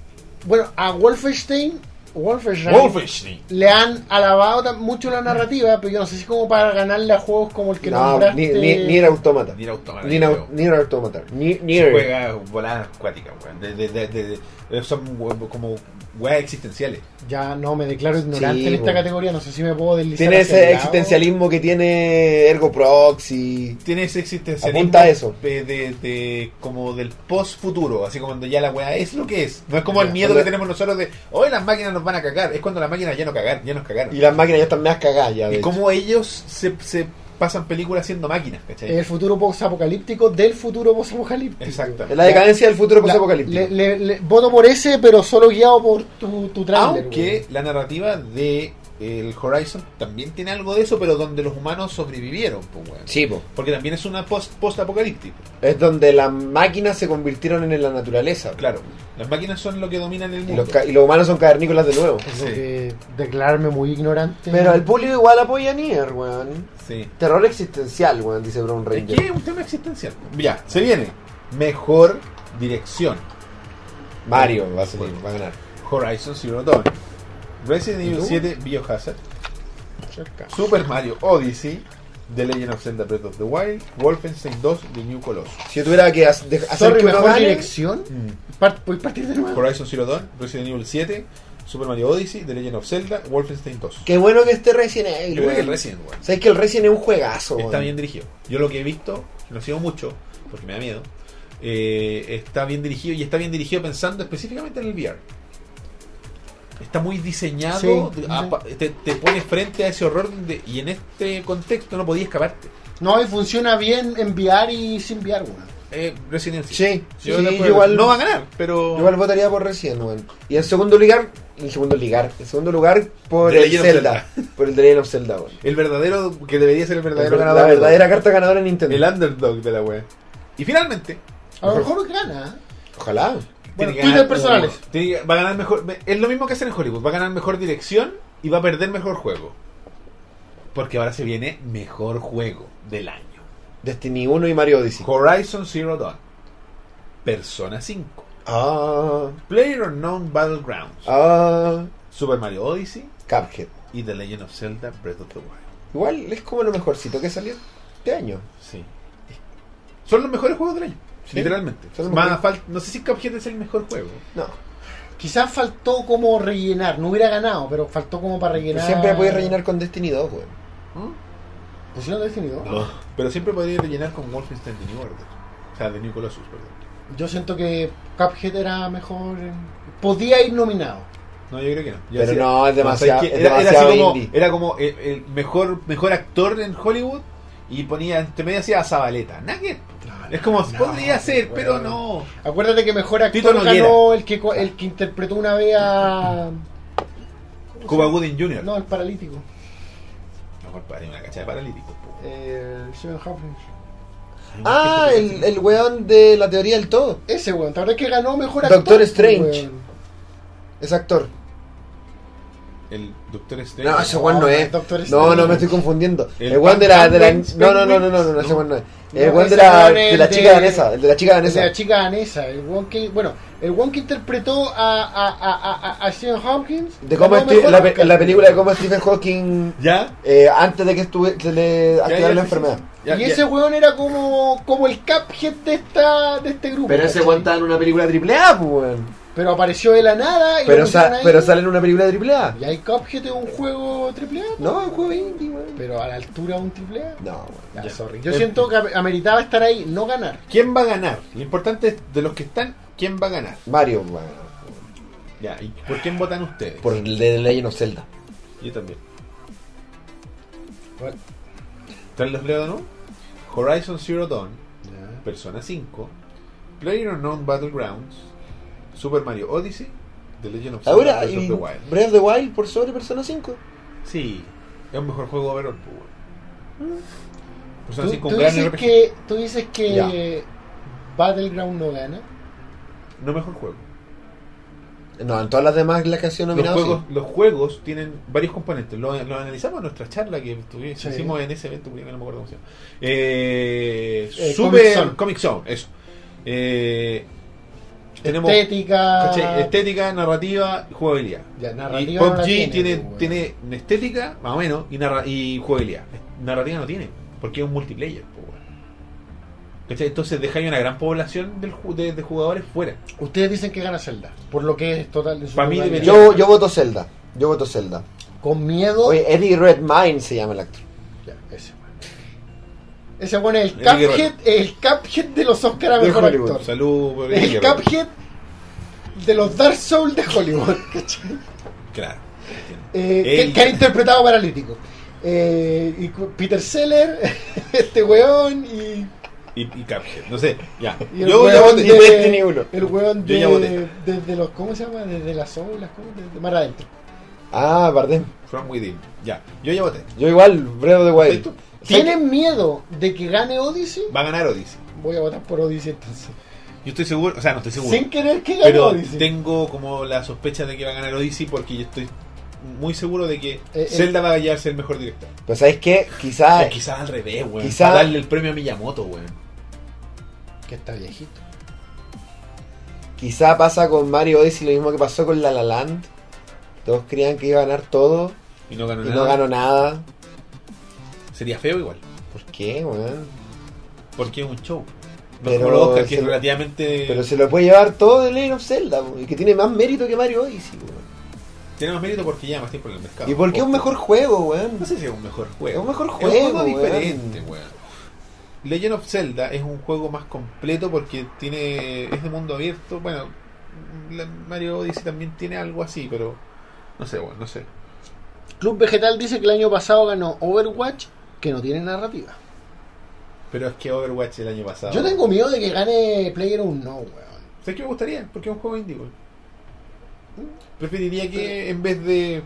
Speaker 2: Bueno, a Wolfenstein, Wolfenstein
Speaker 1: Wolfenstein.
Speaker 2: le han alabado tan- mucho la narrativa, pero yo no sé si como para ganarle a juegos como el que
Speaker 3: No,
Speaker 2: nombraste.
Speaker 3: ni, ni, ni era autómata.
Speaker 1: Nier Automata.
Speaker 3: Ni
Speaker 1: yo
Speaker 3: era,
Speaker 1: creo.
Speaker 3: ni era autómata. Ni, ni
Speaker 1: Se
Speaker 3: era.
Speaker 1: Juega voladas acuáticas, weón. De- de- de- de- de- son we- como weas existenciales.
Speaker 2: Ya no, me declaro ignorante
Speaker 3: Sí,
Speaker 2: en esta
Speaker 3: bueno.
Speaker 2: categoría, no sé si me puedo deslizar.
Speaker 3: Tiene
Speaker 2: hacia
Speaker 3: ese
Speaker 2: el lado.
Speaker 3: existencialismo que tiene Ergo Proxy.
Speaker 1: Tiene ese existencialismo
Speaker 3: Apunta a eso.
Speaker 1: De, de- de- como del post-futuro, así como cuando ya la weá es lo que es. No es como el
Speaker 3: Ya,
Speaker 1: miedo
Speaker 3: cuando-
Speaker 1: que tenemos nosotros de hoy las máquinas nos van a cagar. Es cuando las máquinas ya no cagar, ya nos cagaron.
Speaker 3: Y las máquinas ya están más cagadas ya. de
Speaker 1: Y
Speaker 3: hecho.
Speaker 1: cómo ellos se, se pasan películas siendo máquinas, ¿cachai?
Speaker 2: El futuro post-apocalíptico del futuro post-apocalíptico.
Speaker 1: Exacto.
Speaker 3: Es la decadencia del futuro
Speaker 2: La-
Speaker 3: post-apocalíptico.
Speaker 2: le- le- le- voto por ese, pero solo guiado por tu, tu trailer.
Speaker 1: Aunque la narrativa de el Horizon también tiene algo de eso, pero donde los humanos sobrevivieron, pues, weón.
Speaker 3: Sí, po.
Speaker 1: Porque también es una post post apocalíptica.
Speaker 3: Es donde las máquinas se convirtieron en la naturaleza.
Speaker 1: Claro, las máquinas son lo que dominan el
Speaker 3: Y
Speaker 1: mundo.
Speaker 3: los, ca- y los humanos son cavernícolas de nuevo.
Speaker 2: weón.
Speaker 1: sí.
Speaker 2: Tengo que declararme muy ignorante.
Speaker 3: Pero el público igual apoya a Nier, weón.
Speaker 1: Sí.
Speaker 3: Terror existencial, weón, dice Brown
Speaker 1: Es
Speaker 3: Ranger.
Speaker 1: que es un tema existencial. Ya, se viene. Mejor dirección.
Speaker 3: Mario va a salir, va a ganar.
Speaker 1: Horizon Zero Dawn. Resident
Speaker 2: ¿Y
Speaker 1: Evil
Speaker 2: tú?
Speaker 1: 7 Biohazard. Super Mario Odyssey. The Legend of Zelda Breath of the Wild. Wolfenstein 2 The New Colossus.
Speaker 3: Si yo tuviera que hac- de- hacer
Speaker 2: Sorry,
Speaker 3: que uno
Speaker 2: mejor
Speaker 3: gane,
Speaker 2: dirección. Par- ¿Puedes partir de nuevo?
Speaker 1: Horizon Zero Dawn, Resident Evil 7, Super Mario Odyssey, The Legend of Zelda, Wolfenstein 2.
Speaker 3: qué bueno que esté Resident Evil.
Speaker 1: Yo creo que el
Speaker 3: weón.
Speaker 1: Resident, weón.
Speaker 3: Sabes que el Resident es un juegazo, weón.
Speaker 1: Está bien dirigido. Yo lo que he visto, que no sigo mucho, porque me da miedo, eh, está bien dirigido y está bien dirigido pensando específicamente en el VR. Está muy diseñado,
Speaker 2: Sí,
Speaker 1: a-
Speaker 2: sí.
Speaker 1: pa- te, te pones frente a ese horror donde- y en este contexto no podías escaparte.
Speaker 2: No, y funciona bien enviar y sin enviar, weón.
Speaker 1: Eh, Resident Evil.
Speaker 3: Sí,
Speaker 1: Yo
Speaker 3: sí,
Speaker 1: la puedo-
Speaker 3: yo igual-
Speaker 1: no va a ganar, pero
Speaker 3: Yo igual votaría por Resident, weón. Y en segundo lugar, en segundo lugar, en segundo lugar por
Speaker 1: The
Speaker 3: el
Speaker 1: Legend of
Speaker 3: Zelda. Por el The Legend of Zelda, weón.
Speaker 1: el verdadero, que debería ser el verdadero
Speaker 3: la
Speaker 1: ganador,
Speaker 3: verdadera carta ganadora en Nintendo.
Speaker 1: el underdog de la wea. Y finalmente,
Speaker 2: A lo mejor gana.
Speaker 3: Ojalá.
Speaker 2: Bueno,
Speaker 1: Tiene que
Speaker 2: Twitter
Speaker 1: ganar-
Speaker 2: personales.
Speaker 1: tiene que- va a ganar mejor. Es lo mismo que hacer en Hollywood. Va a ganar mejor dirección y va a perder mejor juego. Porque ahora se viene mejor juego del año.
Speaker 3: Destiny 1 este y Mario Odyssey.
Speaker 1: Horizon Zero Dawn. Persona 5.
Speaker 3: Ah,
Speaker 1: Player Unknown Battlegrounds.
Speaker 3: ah,
Speaker 1: Super Mario Odyssey.
Speaker 3: Cuphead.
Speaker 1: Y The Legend of Zelda Breath of the Wild.
Speaker 3: Igual es como lo mejorcito que salió este año.
Speaker 1: Sí. Son los mejores juegos del año.
Speaker 3: Sí.
Speaker 1: Literalmente.
Speaker 3: Son los
Speaker 1: Más
Speaker 3: mejores.
Speaker 1: fal- no sé si Cuphead es el mejor juego.
Speaker 3: No.
Speaker 2: Quizás faltó como rellenar. No hubiera ganado, pero faltó como para
Speaker 3: Pero
Speaker 2: rellenar.
Speaker 3: Pues Siempre podías rellenar con Destiny 2, weón.
Speaker 1: ¿Mm?
Speaker 2: ¿Pusieron Destiny 2?
Speaker 1: Pero siempre podría rellenar con Wolfenstein The New Order. O sea, The New Colossus, perdón.
Speaker 2: Yo siento que Cuphead era mejor. en- Podía ir nominado.
Speaker 1: No, yo creo que no. Yo
Speaker 3: Pero no, es demasiado-
Speaker 1: ¿sabes qué?
Speaker 3: es
Speaker 1: era, era
Speaker 3: demasiado
Speaker 1: así como,
Speaker 3: indie.
Speaker 1: era como el, el mejor, mejor actor en Hollywood y ponía, entre medio hacía a Zabaleta. Nada que-
Speaker 2: No,
Speaker 1: Es como, podría
Speaker 2: No,
Speaker 1: ser,
Speaker 2: weón.
Speaker 1: pero no.
Speaker 2: Acuérdate que mejor
Speaker 1: Tito
Speaker 2: actor
Speaker 1: Noguera.
Speaker 2: ganó el que, co- el que interpretó una vez a.
Speaker 1: Cuba Gooding Jr.
Speaker 2: No, el paralítico.
Speaker 1: No, compadre, una cachada de paralíticos. po.
Speaker 2: Eh, el Stephen Hawking.
Speaker 3: Ah, el, el weón de la teoría del todo.
Speaker 2: Ese weón, la verdad es que ganó mejor actor.
Speaker 3: Doctor
Speaker 2: pues,
Speaker 3: Strange.
Speaker 2: weón.
Speaker 3: Es actor.
Speaker 1: El Doctor Strange.
Speaker 3: No, ese weón no es.
Speaker 2: Doctor
Speaker 3: No,
Speaker 2: Strange.
Speaker 3: no, me estoy confundiendo.
Speaker 1: El
Speaker 3: El weón de la. de la-
Speaker 2: Penguin,
Speaker 3: No, no, no, no, no, no,
Speaker 1: ¿no?
Speaker 3: ese weón no es. El
Speaker 2: No,
Speaker 3: weón
Speaker 2: ese
Speaker 3: de la,
Speaker 2: weón es
Speaker 3: de la
Speaker 2: el
Speaker 3: chica
Speaker 2: de-
Speaker 3: danesa. El de la chica
Speaker 2: Es
Speaker 3: danesa.
Speaker 2: la chica danesa, el weón que. Bueno, el weón que interpretó a, a, a, a, a Stephen Hawkins.
Speaker 3: De cómo
Speaker 2: ganó
Speaker 3: Steve-
Speaker 2: mejor
Speaker 3: la, pe-
Speaker 2: Oscar.
Speaker 3: la película de cómo Stephen Hawking.
Speaker 1: ¿Ya?
Speaker 3: eh, antes de que estuve, se le
Speaker 1: ya,
Speaker 3: activara
Speaker 1: ya,
Speaker 3: la
Speaker 1: sí,
Speaker 3: enfermedad.
Speaker 1: sí. Ya,
Speaker 2: y
Speaker 1: ya.
Speaker 2: ese weón era como, como el caphead de, esta, de este grupo.
Speaker 3: Pero ese
Speaker 2: ¿cachai?
Speaker 3: weón está en una película triple A, pues, weón.
Speaker 2: Pero apareció de la nada y lo
Speaker 3: Pero,
Speaker 2: pusieron
Speaker 3: sa-
Speaker 2: ahí.
Speaker 3: pero sale en una película triple A.
Speaker 2: Y ahí Cuphead es un juego triple A,
Speaker 3: No, es un juego indie, weón.
Speaker 2: pero a la altura de un triple A.
Speaker 3: No, weón.
Speaker 2: Ya,
Speaker 1: Ya.
Speaker 2: sorry. Yo
Speaker 1: Eh,
Speaker 2: siento que am- ameritaba estar ahí, no ganar.
Speaker 1: ¿Quién va a ganar? Lo importante es de los que están, ¿quién va a ganar?
Speaker 3: Mario, weón.
Speaker 1: Ya, ¿y por quién votan ustedes?
Speaker 3: Por el de Legend of Zelda.
Speaker 1: Yo también. ¿Traen los leo de nuevo? Horizon Zero Dawn, Persona 5, PlayerUnknown Battlegrounds, Super Mario Odyssey, The Legend of Zelda
Speaker 3: Ahora,
Speaker 1: Breath of
Speaker 3: y
Speaker 1: the Wild.
Speaker 3: Breath of the Wild por sobre Persona 5.
Speaker 1: Sí, es un mejor juego overall. pues, weón. Persona
Speaker 2: Mm. Tú,
Speaker 1: 5
Speaker 2: tú
Speaker 1: un gran
Speaker 2: dices
Speaker 1: RPG.
Speaker 2: que, tú dices que Battleground no gana.
Speaker 1: No mejor juego.
Speaker 3: No, en todas las demás las que han sido
Speaker 1: Los
Speaker 3: nominadas.
Speaker 1: juegos, los juegos tienen varios componentes. Lo, lo analizamos en nuestra charla que tuvi-
Speaker 2: Sí.
Speaker 1: hicimos en ese evento, que no me acuerdo cómo se llama. Eh,
Speaker 2: Eh,
Speaker 1: Super
Speaker 2: Comic Zone.
Speaker 1: Comic Zone, eso. Eh, tenemos
Speaker 2: Este, Estética.
Speaker 1: ¿cachai? estética, narrativa y jugabilidad.
Speaker 2: Ah. Ya,
Speaker 1: Y
Speaker 2: narrativa. no la
Speaker 1: PUBG tiene, tiene,
Speaker 2: pues, weón.
Speaker 1: una estética, más o menos, y, narra- y jugabilidad. Narrativa no tiene, porque es un multiplayer. po, weón. ¿Cachai? Entonces deja ahí una gran población del ju- de, de jugadores fuera.
Speaker 2: Ustedes dicen que gana Zelda, por lo que es total de su
Speaker 1: Pa' mí
Speaker 2: totalidad.
Speaker 1: debería-
Speaker 3: Yo, yo voto Zelda. Yo voto Zelda.
Speaker 2: Con miedo.
Speaker 3: Oye, Eddie Redmine se llama el actor.
Speaker 2: Ya, ese weón. Ese weón es el
Speaker 1: Enrique
Speaker 2: Cuphead, el Cuphead de los Oscar a
Speaker 3: De
Speaker 2: mejor
Speaker 3: Hollywood.
Speaker 2: actor.
Speaker 1: Salud, por
Speaker 2: El Cuphead de los Dark Souls de Hollywood. ¿cachai?
Speaker 1: Claro. entiendo.
Speaker 2: Eh,
Speaker 1: El-
Speaker 2: que, que han interpretado paralítico. Eh, y cu- Peter Seller, este weón y.
Speaker 1: y, y Cuphead. No sé, ya.
Speaker 2: y el
Speaker 1: Yo
Speaker 2: weón
Speaker 1: ya voté.
Speaker 2: de-
Speaker 3: Destiny uno.
Speaker 2: El weón
Speaker 1: Yo ya
Speaker 2: de,
Speaker 1: voté.
Speaker 2: desde los. ¿Cómo se llama? Desde las olas, ¿cómo? Desde mar adentro.
Speaker 3: Ah, Bardem.
Speaker 1: From Within. Ya. Yo ya voté.
Speaker 3: Yo igual, Breath of the Wild.
Speaker 1: ¿Tú?
Speaker 2: ¿Tienen miedo de que gane Odyssey?
Speaker 1: Va a ganar Odyssey.
Speaker 2: Voy a votar por Odyssey entonces.
Speaker 1: Yo estoy seguro, o sea, no estoy seguro.
Speaker 2: Sin querer que gane
Speaker 1: pero
Speaker 2: Odyssey.
Speaker 1: tengo como la sospecha de que va a ganar Odyssey porque yo estoy muy seguro de que
Speaker 2: eh.
Speaker 1: Zelda va a llevarse el mejor director.
Speaker 3: Pues sabes qué, quizás
Speaker 1: O quizás al revés, weón.
Speaker 3: eh. quizá-
Speaker 1: Para darle el premio a Miyamoto, weón.
Speaker 2: Que está viejito.
Speaker 3: quizá pasa con Mario Odyssey lo mismo que pasó con La La Land. Todos creían que iba a ganar todo
Speaker 1: Y no ganó
Speaker 3: y
Speaker 1: nada.
Speaker 3: no ganó nada.
Speaker 1: Sería feo igual.
Speaker 3: ¿Por qué, weón?
Speaker 1: Porque es un show. No
Speaker 3: Pero
Speaker 1: como los Oscar, que
Speaker 3: se-
Speaker 1: es relativamente.
Speaker 3: Pero se lo puede llevar todo de Legend of Zelda, weón, y que tiene más mérito que Mario Odyssey, weón.
Speaker 1: Tiene más mérito porque lleva más tiempo en el mercado.
Speaker 3: ¿Y por qué un mejor juego, weón?
Speaker 1: No sé si es un mejor juego.
Speaker 3: Es un mejor
Speaker 1: Es un
Speaker 3: juego,
Speaker 1: juego
Speaker 3: weón.
Speaker 1: diferente, weón. Legend of Zelda es un juego más completo porque tiene es de mundo abierto. Bueno, la- Mario Odyssey también tiene algo así, pero no sé, weón, no sé.
Speaker 2: Club Vegetal dice que el año pasado ganó Overwatch, que no tiene narrativa.
Speaker 1: Pero es que Overwatch el año pasado.
Speaker 2: Yo tengo miedo de que gane Player no, weón.
Speaker 1: Sé que me gustaría, porque es un juego indie, weón.
Speaker 3: Mm.
Speaker 1: Preferiría que en vez de.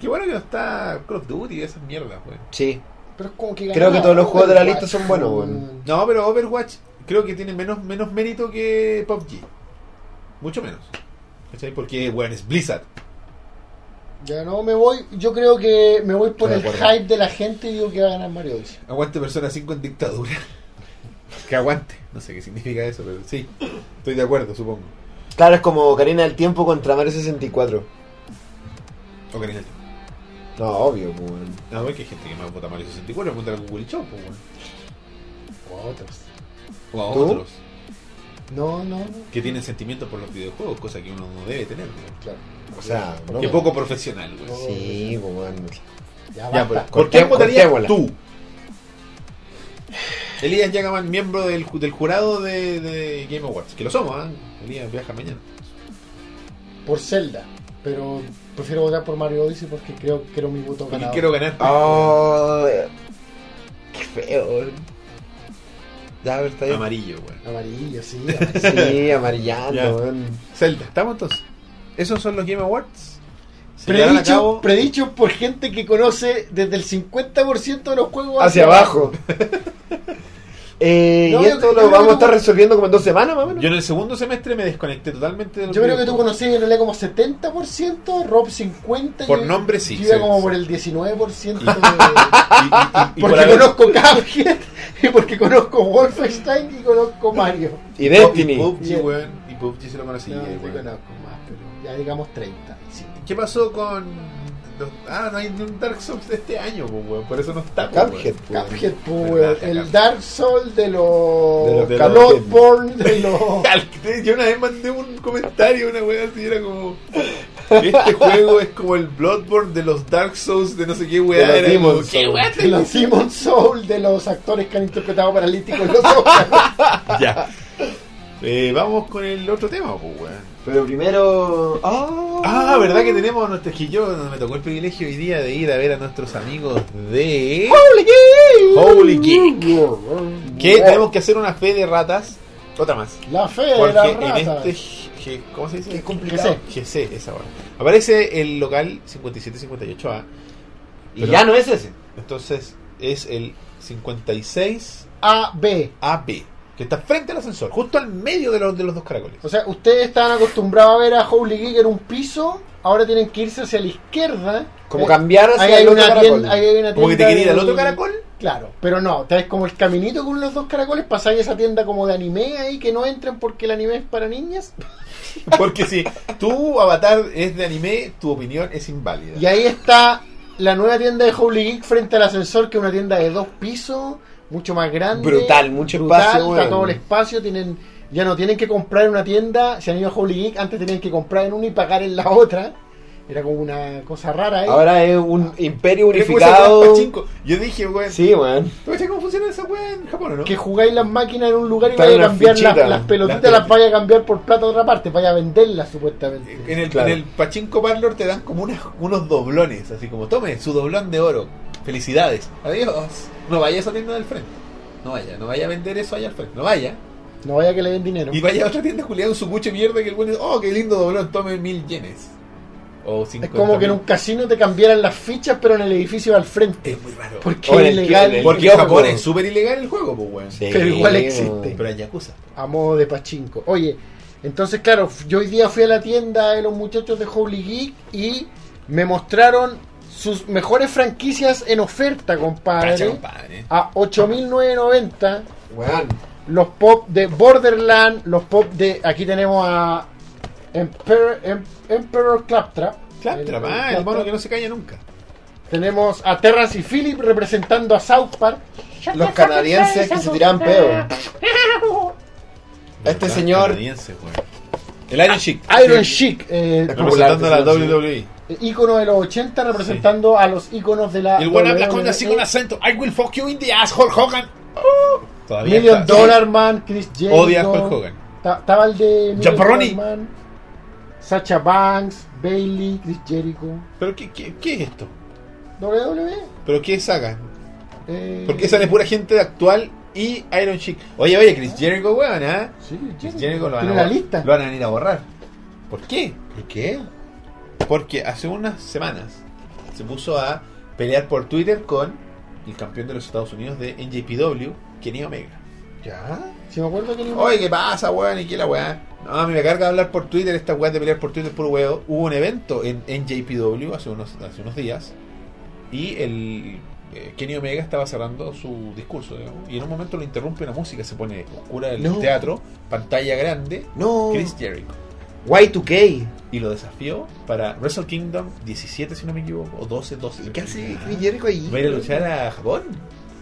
Speaker 1: Qué bueno que no está Call of Duty y esas mierdas, weón.
Speaker 3: Sí.
Speaker 2: Pero es como que
Speaker 3: Creo que todos los juegos de la lista son buenos,
Speaker 2: weón.
Speaker 1: No, pero Overwatch creo que tiene menos, menos mérito que PUBG. Mucho menos. ¿Cachai? Porque, weón, es Blizzard.
Speaker 2: Ya no me voy, yo creo que me voy por
Speaker 1: Estoy
Speaker 2: el
Speaker 1: de acuerdo.
Speaker 2: hype de la gente y digo que va a ganar Mario Odyssey.
Speaker 1: Aguante Persona 5 en dictadura. Que aguante. No sé qué significa eso, pero sí. Estoy de acuerdo, supongo.
Speaker 3: Claro, es como Karina del Tiempo contra Mario 64.
Speaker 1: Ok, Nigel.
Speaker 3: No, obvio, pues, weón.
Speaker 1: No, ve que hay gente que más vota Mario 64, vota a Google Shop, pues, weón.
Speaker 2: O a otros.
Speaker 1: O a
Speaker 3: ¿Tú?
Speaker 1: otros
Speaker 2: No, no, no.
Speaker 1: que tienen sentimientos por los videojuegos, cosa que uno no debe tener. weón.
Speaker 2: Claro.
Speaker 3: O sea, no,
Speaker 1: Qué
Speaker 3: weón.
Speaker 1: poco profesional, weón.
Speaker 3: Sí, pues, weón.
Speaker 2: Ya
Speaker 1: Ya,
Speaker 2: basta.
Speaker 1: pues, ¿Por qué
Speaker 3: Corté-
Speaker 1: votarías
Speaker 3: cortémosla.
Speaker 1: tú? Elías Yagaman, miembro del, ju- del jurado de, de Game Awards. Que lo somos, ¿ah? Elías viaja mañana.
Speaker 2: Por Zelda. Pero prefiero votar por Mario Odyssey porque creo que era mi voto
Speaker 1: Porque
Speaker 2: ganador.
Speaker 1: quiero ganar.
Speaker 3: Oh, qué feo, weón. Ya, a ver, está bien.
Speaker 1: Amarillo, weón.
Speaker 2: Amarillo, sí.
Speaker 3: Sí, amarillando,
Speaker 1: Ya.
Speaker 3: weón.
Speaker 1: Zelda, ¿estamos entonces? Esos son los Game Awards. Se llevarán a
Speaker 2: predicho,
Speaker 1: cabo-
Speaker 2: predicho por gente que conoce desde el 50% de los juegos
Speaker 3: Hacia abajo. Eh,
Speaker 2: No,
Speaker 3: y
Speaker 2: yo-
Speaker 3: esto
Speaker 2: yo
Speaker 3: lo
Speaker 2: creo
Speaker 3: vamos
Speaker 2: que
Speaker 3: a estar
Speaker 2: tú-
Speaker 3: resolviendo como en dos semanas, más o menos.
Speaker 1: Yo en el segundo semestre me desconecté totalmente del
Speaker 2: Yo creo que tú conocías en realidad como 70%, Rob 50%.
Speaker 1: Por
Speaker 2: yo-
Speaker 1: nombre, sí,
Speaker 2: Yo iba
Speaker 1: sí,
Speaker 2: como
Speaker 1: sí.
Speaker 2: por el 19%. de-
Speaker 1: Y, y- y- y por
Speaker 2: porque
Speaker 1: haber-
Speaker 2: conozco Cuphead, y porque conozco Wolfenstein y conozco Mario.
Speaker 3: Y
Speaker 1: No,
Speaker 3: Destiny.
Speaker 1: Y
Speaker 2: Yeah.
Speaker 1: PUBG, weón. Y PUBG se lo conocí.
Speaker 2: No,
Speaker 1: eh,
Speaker 2: sí
Speaker 1: weón.
Speaker 2: conozco más, pero ya digamos 30. sí.
Speaker 1: ¿Qué pasó con.? los- Ah, no hay ni un Dark Souls de este año, po, weón. Por eso no está. po,
Speaker 3: Cuphead,
Speaker 1: weón.
Speaker 2: Cuphead, pues,
Speaker 1: Verdad,
Speaker 2: el
Speaker 1: Cuphead.
Speaker 2: Dark Souls de
Speaker 3: De
Speaker 2: los
Speaker 3: los- de los-
Speaker 2: Bloodborne, de los...
Speaker 1: Al- Yo una vez mandé un comentario, una weá así, era como. Este juego es como el Bloodborne de los Dark Souls de no sé qué
Speaker 3: De
Speaker 1: weá.
Speaker 3: los
Speaker 1: Era como,
Speaker 3: Demon's
Speaker 1: ¿qué
Speaker 3: Souls.
Speaker 1: weá
Speaker 2: de los Demon Soul, de los actores que han interpretado paralíticos en los Oscars.
Speaker 1: Ya. Eh, vamos con el otro tema, pues, weón.
Speaker 3: Pero primero. Ah,
Speaker 1: Ah, ¿verdad que tenemos nuestro que yo me tocó el privilegio hoy día de ir a ver a nuestros amigos de Holy Geek. Que tenemos que hacer una fe de ratas. Otra más.
Speaker 2: La fe de
Speaker 1: Porque
Speaker 2: la
Speaker 1: en
Speaker 2: rata.
Speaker 1: este G- ¿cómo se dice?
Speaker 2: Qué complicado.
Speaker 1: GC, esa hora. Aparece el local 5758A.
Speaker 3: Y ya no es ese.
Speaker 1: Entonces es el 56AB,
Speaker 2: A, B.
Speaker 1: que está frente al ascensor, justo al medio de los, de los dos caracoles.
Speaker 2: O sea, ustedes estaban acostumbrados a ver a Holy Geek en un piso, ahora tienen que irse hacia la izquierda.
Speaker 3: Como
Speaker 2: Eh,
Speaker 3: cambiar hacia
Speaker 2: ahí hay
Speaker 3: el otro
Speaker 2: una
Speaker 3: caracol.
Speaker 2: tienda, ahí hay una tienda.
Speaker 1: Como que te quería ir al
Speaker 2: del-
Speaker 1: otro caracol.
Speaker 2: Claro, pero no, traes como el caminito con los dos caracoles, pasáis esa tienda como de anime ahí que no entran porque el anime es para niñas.
Speaker 1: Porque si tu avatar es de anime, tu opinión es inválida.
Speaker 2: Y ahí está la nueva tienda de Holy Geek frente al ascensor, que es una tienda de dos pisos, mucho más grande.
Speaker 3: Brutal, mucho
Speaker 2: brutal,
Speaker 3: espacio,
Speaker 2: Está
Speaker 3: weón.
Speaker 2: todo el espacio, tienen, ya no tienen que comprar en una tienda, se han ido a Holy Geek, antes tenían que comprar en una y pagar en la otra. Era como una cosa rara ¿eh? ahí.
Speaker 3: Ahora es un imperio
Speaker 1: Es como esa weá
Speaker 3: unificado.
Speaker 1: pachinko. Yo dije, weón,
Speaker 3: Sí, weón.
Speaker 1: ¿tú cachai cómo funciona esa weá en Japón o no?
Speaker 2: que jugáis las máquinas en un lugar y
Speaker 3: Están
Speaker 2: vaya a
Speaker 3: unas
Speaker 2: cambiar las,
Speaker 3: fichitas,
Speaker 2: las pelotitas,
Speaker 1: las
Speaker 2: las, vaya a cambiar por plata a otra parte, vaya a venderlas supuestamente.
Speaker 1: En el,
Speaker 3: Claro.
Speaker 1: en el Pachinko Parlor te dan como unas- unos doblones, así como, tome su doblón de oro. Felicidades. Adiós. No vaya a esa tienda del frente. No vaya, no vaya a vender eso allá al frente. No vaya.
Speaker 2: No vaya que le den dinero.
Speaker 1: Y vaya a otra tienda culiada con su cucho de mierda que el buen dice, oh, qué lindo doblón, tome mil yenes. O cinco.
Speaker 2: Es como que en un casino te cambiaran las fichas, pero en el edificio al frente.
Speaker 1: Es muy raro.
Speaker 2: Porque
Speaker 3: Eh, O en
Speaker 2: es
Speaker 3: el-
Speaker 2: ilegal.
Speaker 3: en el-
Speaker 1: Porque
Speaker 3: kiosco.
Speaker 1: en Japón es súper ilegal el juego, pues, weón.
Speaker 3: Sí,
Speaker 2: Pero igual
Speaker 3: weón.
Speaker 2: existe.
Speaker 1: Pero en Yakuza.
Speaker 2: a modo de pachinko. Oye, entonces claro, f- yo hoy día fui a la tienda de los muchachos de Holy Geek y me mostraron sus mejores franquicias en
Speaker 1: Cacha,
Speaker 2: oferta,
Speaker 3: ¿eh?
Speaker 2: compadre.
Speaker 1: compadre.
Speaker 2: A 8.990
Speaker 3: Weón.
Speaker 2: los pop de Borderland, los pop de... Aquí tenemos a Emperor, Em- Emperor Claptrap.
Speaker 1: Claptrap,
Speaker 2: El- el
Speaker 1: ah, el
Speaker 2: Claptrap.
Speaker 1: mono que no se calla nunca.
Speaker 2: Tenemos a Terrence y Philip representando a South Park.
Speaker 3: Los canadienses que se tiran peo. Este
Speaker 1: Verdad,
Speaker 3: señor-
Speaker 1: canadiense, weón. El Iron Chic.
Speaker 2: Iron Chic, eh,
Speaker 3: Es como
Speaker 1: Representando a la E.
Speaker 3: popular, sí,
Speaker 1: WWE.
Speaker 2: ícono de los 80 representando a los íconos de la
Speaker 1: Y el buen habla con
Speaker 3: Ah,
Speaker 2: WWE.
Speaker 1: así con acento. I will fuck you in the ass, Hulk Hogan.
Speaker 3: Oh.
Speaker 1: Todavía
Speaker 2: Eh, Million
Speaker 1: está.
Speaker 2: Dollar Man, Chris Jericho.
Speaker 1: Odia a Hulk Hogan.
Speaker 2: Ta- Estaba el de Million
Speaker 1: Chaparroni.
Speaker 2: Dollar Man, Sacha Banks, Bailey, Chris Jericho.
Speaker 1: ¿Pero qué, qué, qué es esto?
Speaker 2: WWE.
Speaker 1: ¿Pero qué saga?
Speaker 2: Eh,
Speaker 1: Porque sale pura gente actual y Iron Chic. Oye, oye, Chris Jericho, weón, ¿ah?
Speaker 2: Sí,
Speaker 1: Chris
Speaker 2: Jericho.
Speaker 1: Jericho lo van, a
Speaker 2: Tiene la
Speaker 1: bor-
Speaker 2: lista.
Speaker 1: lo van a ir a borrar. ¿Por qué? ¿Por qué? Porque hace unas semanas se puso a pelear por Twitter con el campeón de los Estados Unidos de NJPW, Kenny Omega.
Speaker 2: Ya. Si me acuerdo que no-
Speaker 1: Oye, ¿qué pasa, weón? ¿Y qué la weá? No, a mí me carga hablar por Twitter, esta weá de pelear por Twitter, puro weón. Hubo un evento en, en JPW hace unos, hace unos días y el eh, Kenny Omega estaba cerrando su discurso, digamos, y en un momento lo interrumpe una música, se pone oscura el
Speaker 3: No.
Speaker 1: teatro, pantalla grande,
Speaker 3: No.
Speaker 1: Chris Jericho.
Speaker 3: Y2K.
Speaker 1: Y lo desafió para Wrestle Kingdom 17, si no me equivoco, o 12, 12.
Speaker 3: ¿Y qué hace Chris Jericho ahí?
Speaker 1: ¿Va a ir a luchar a Japón?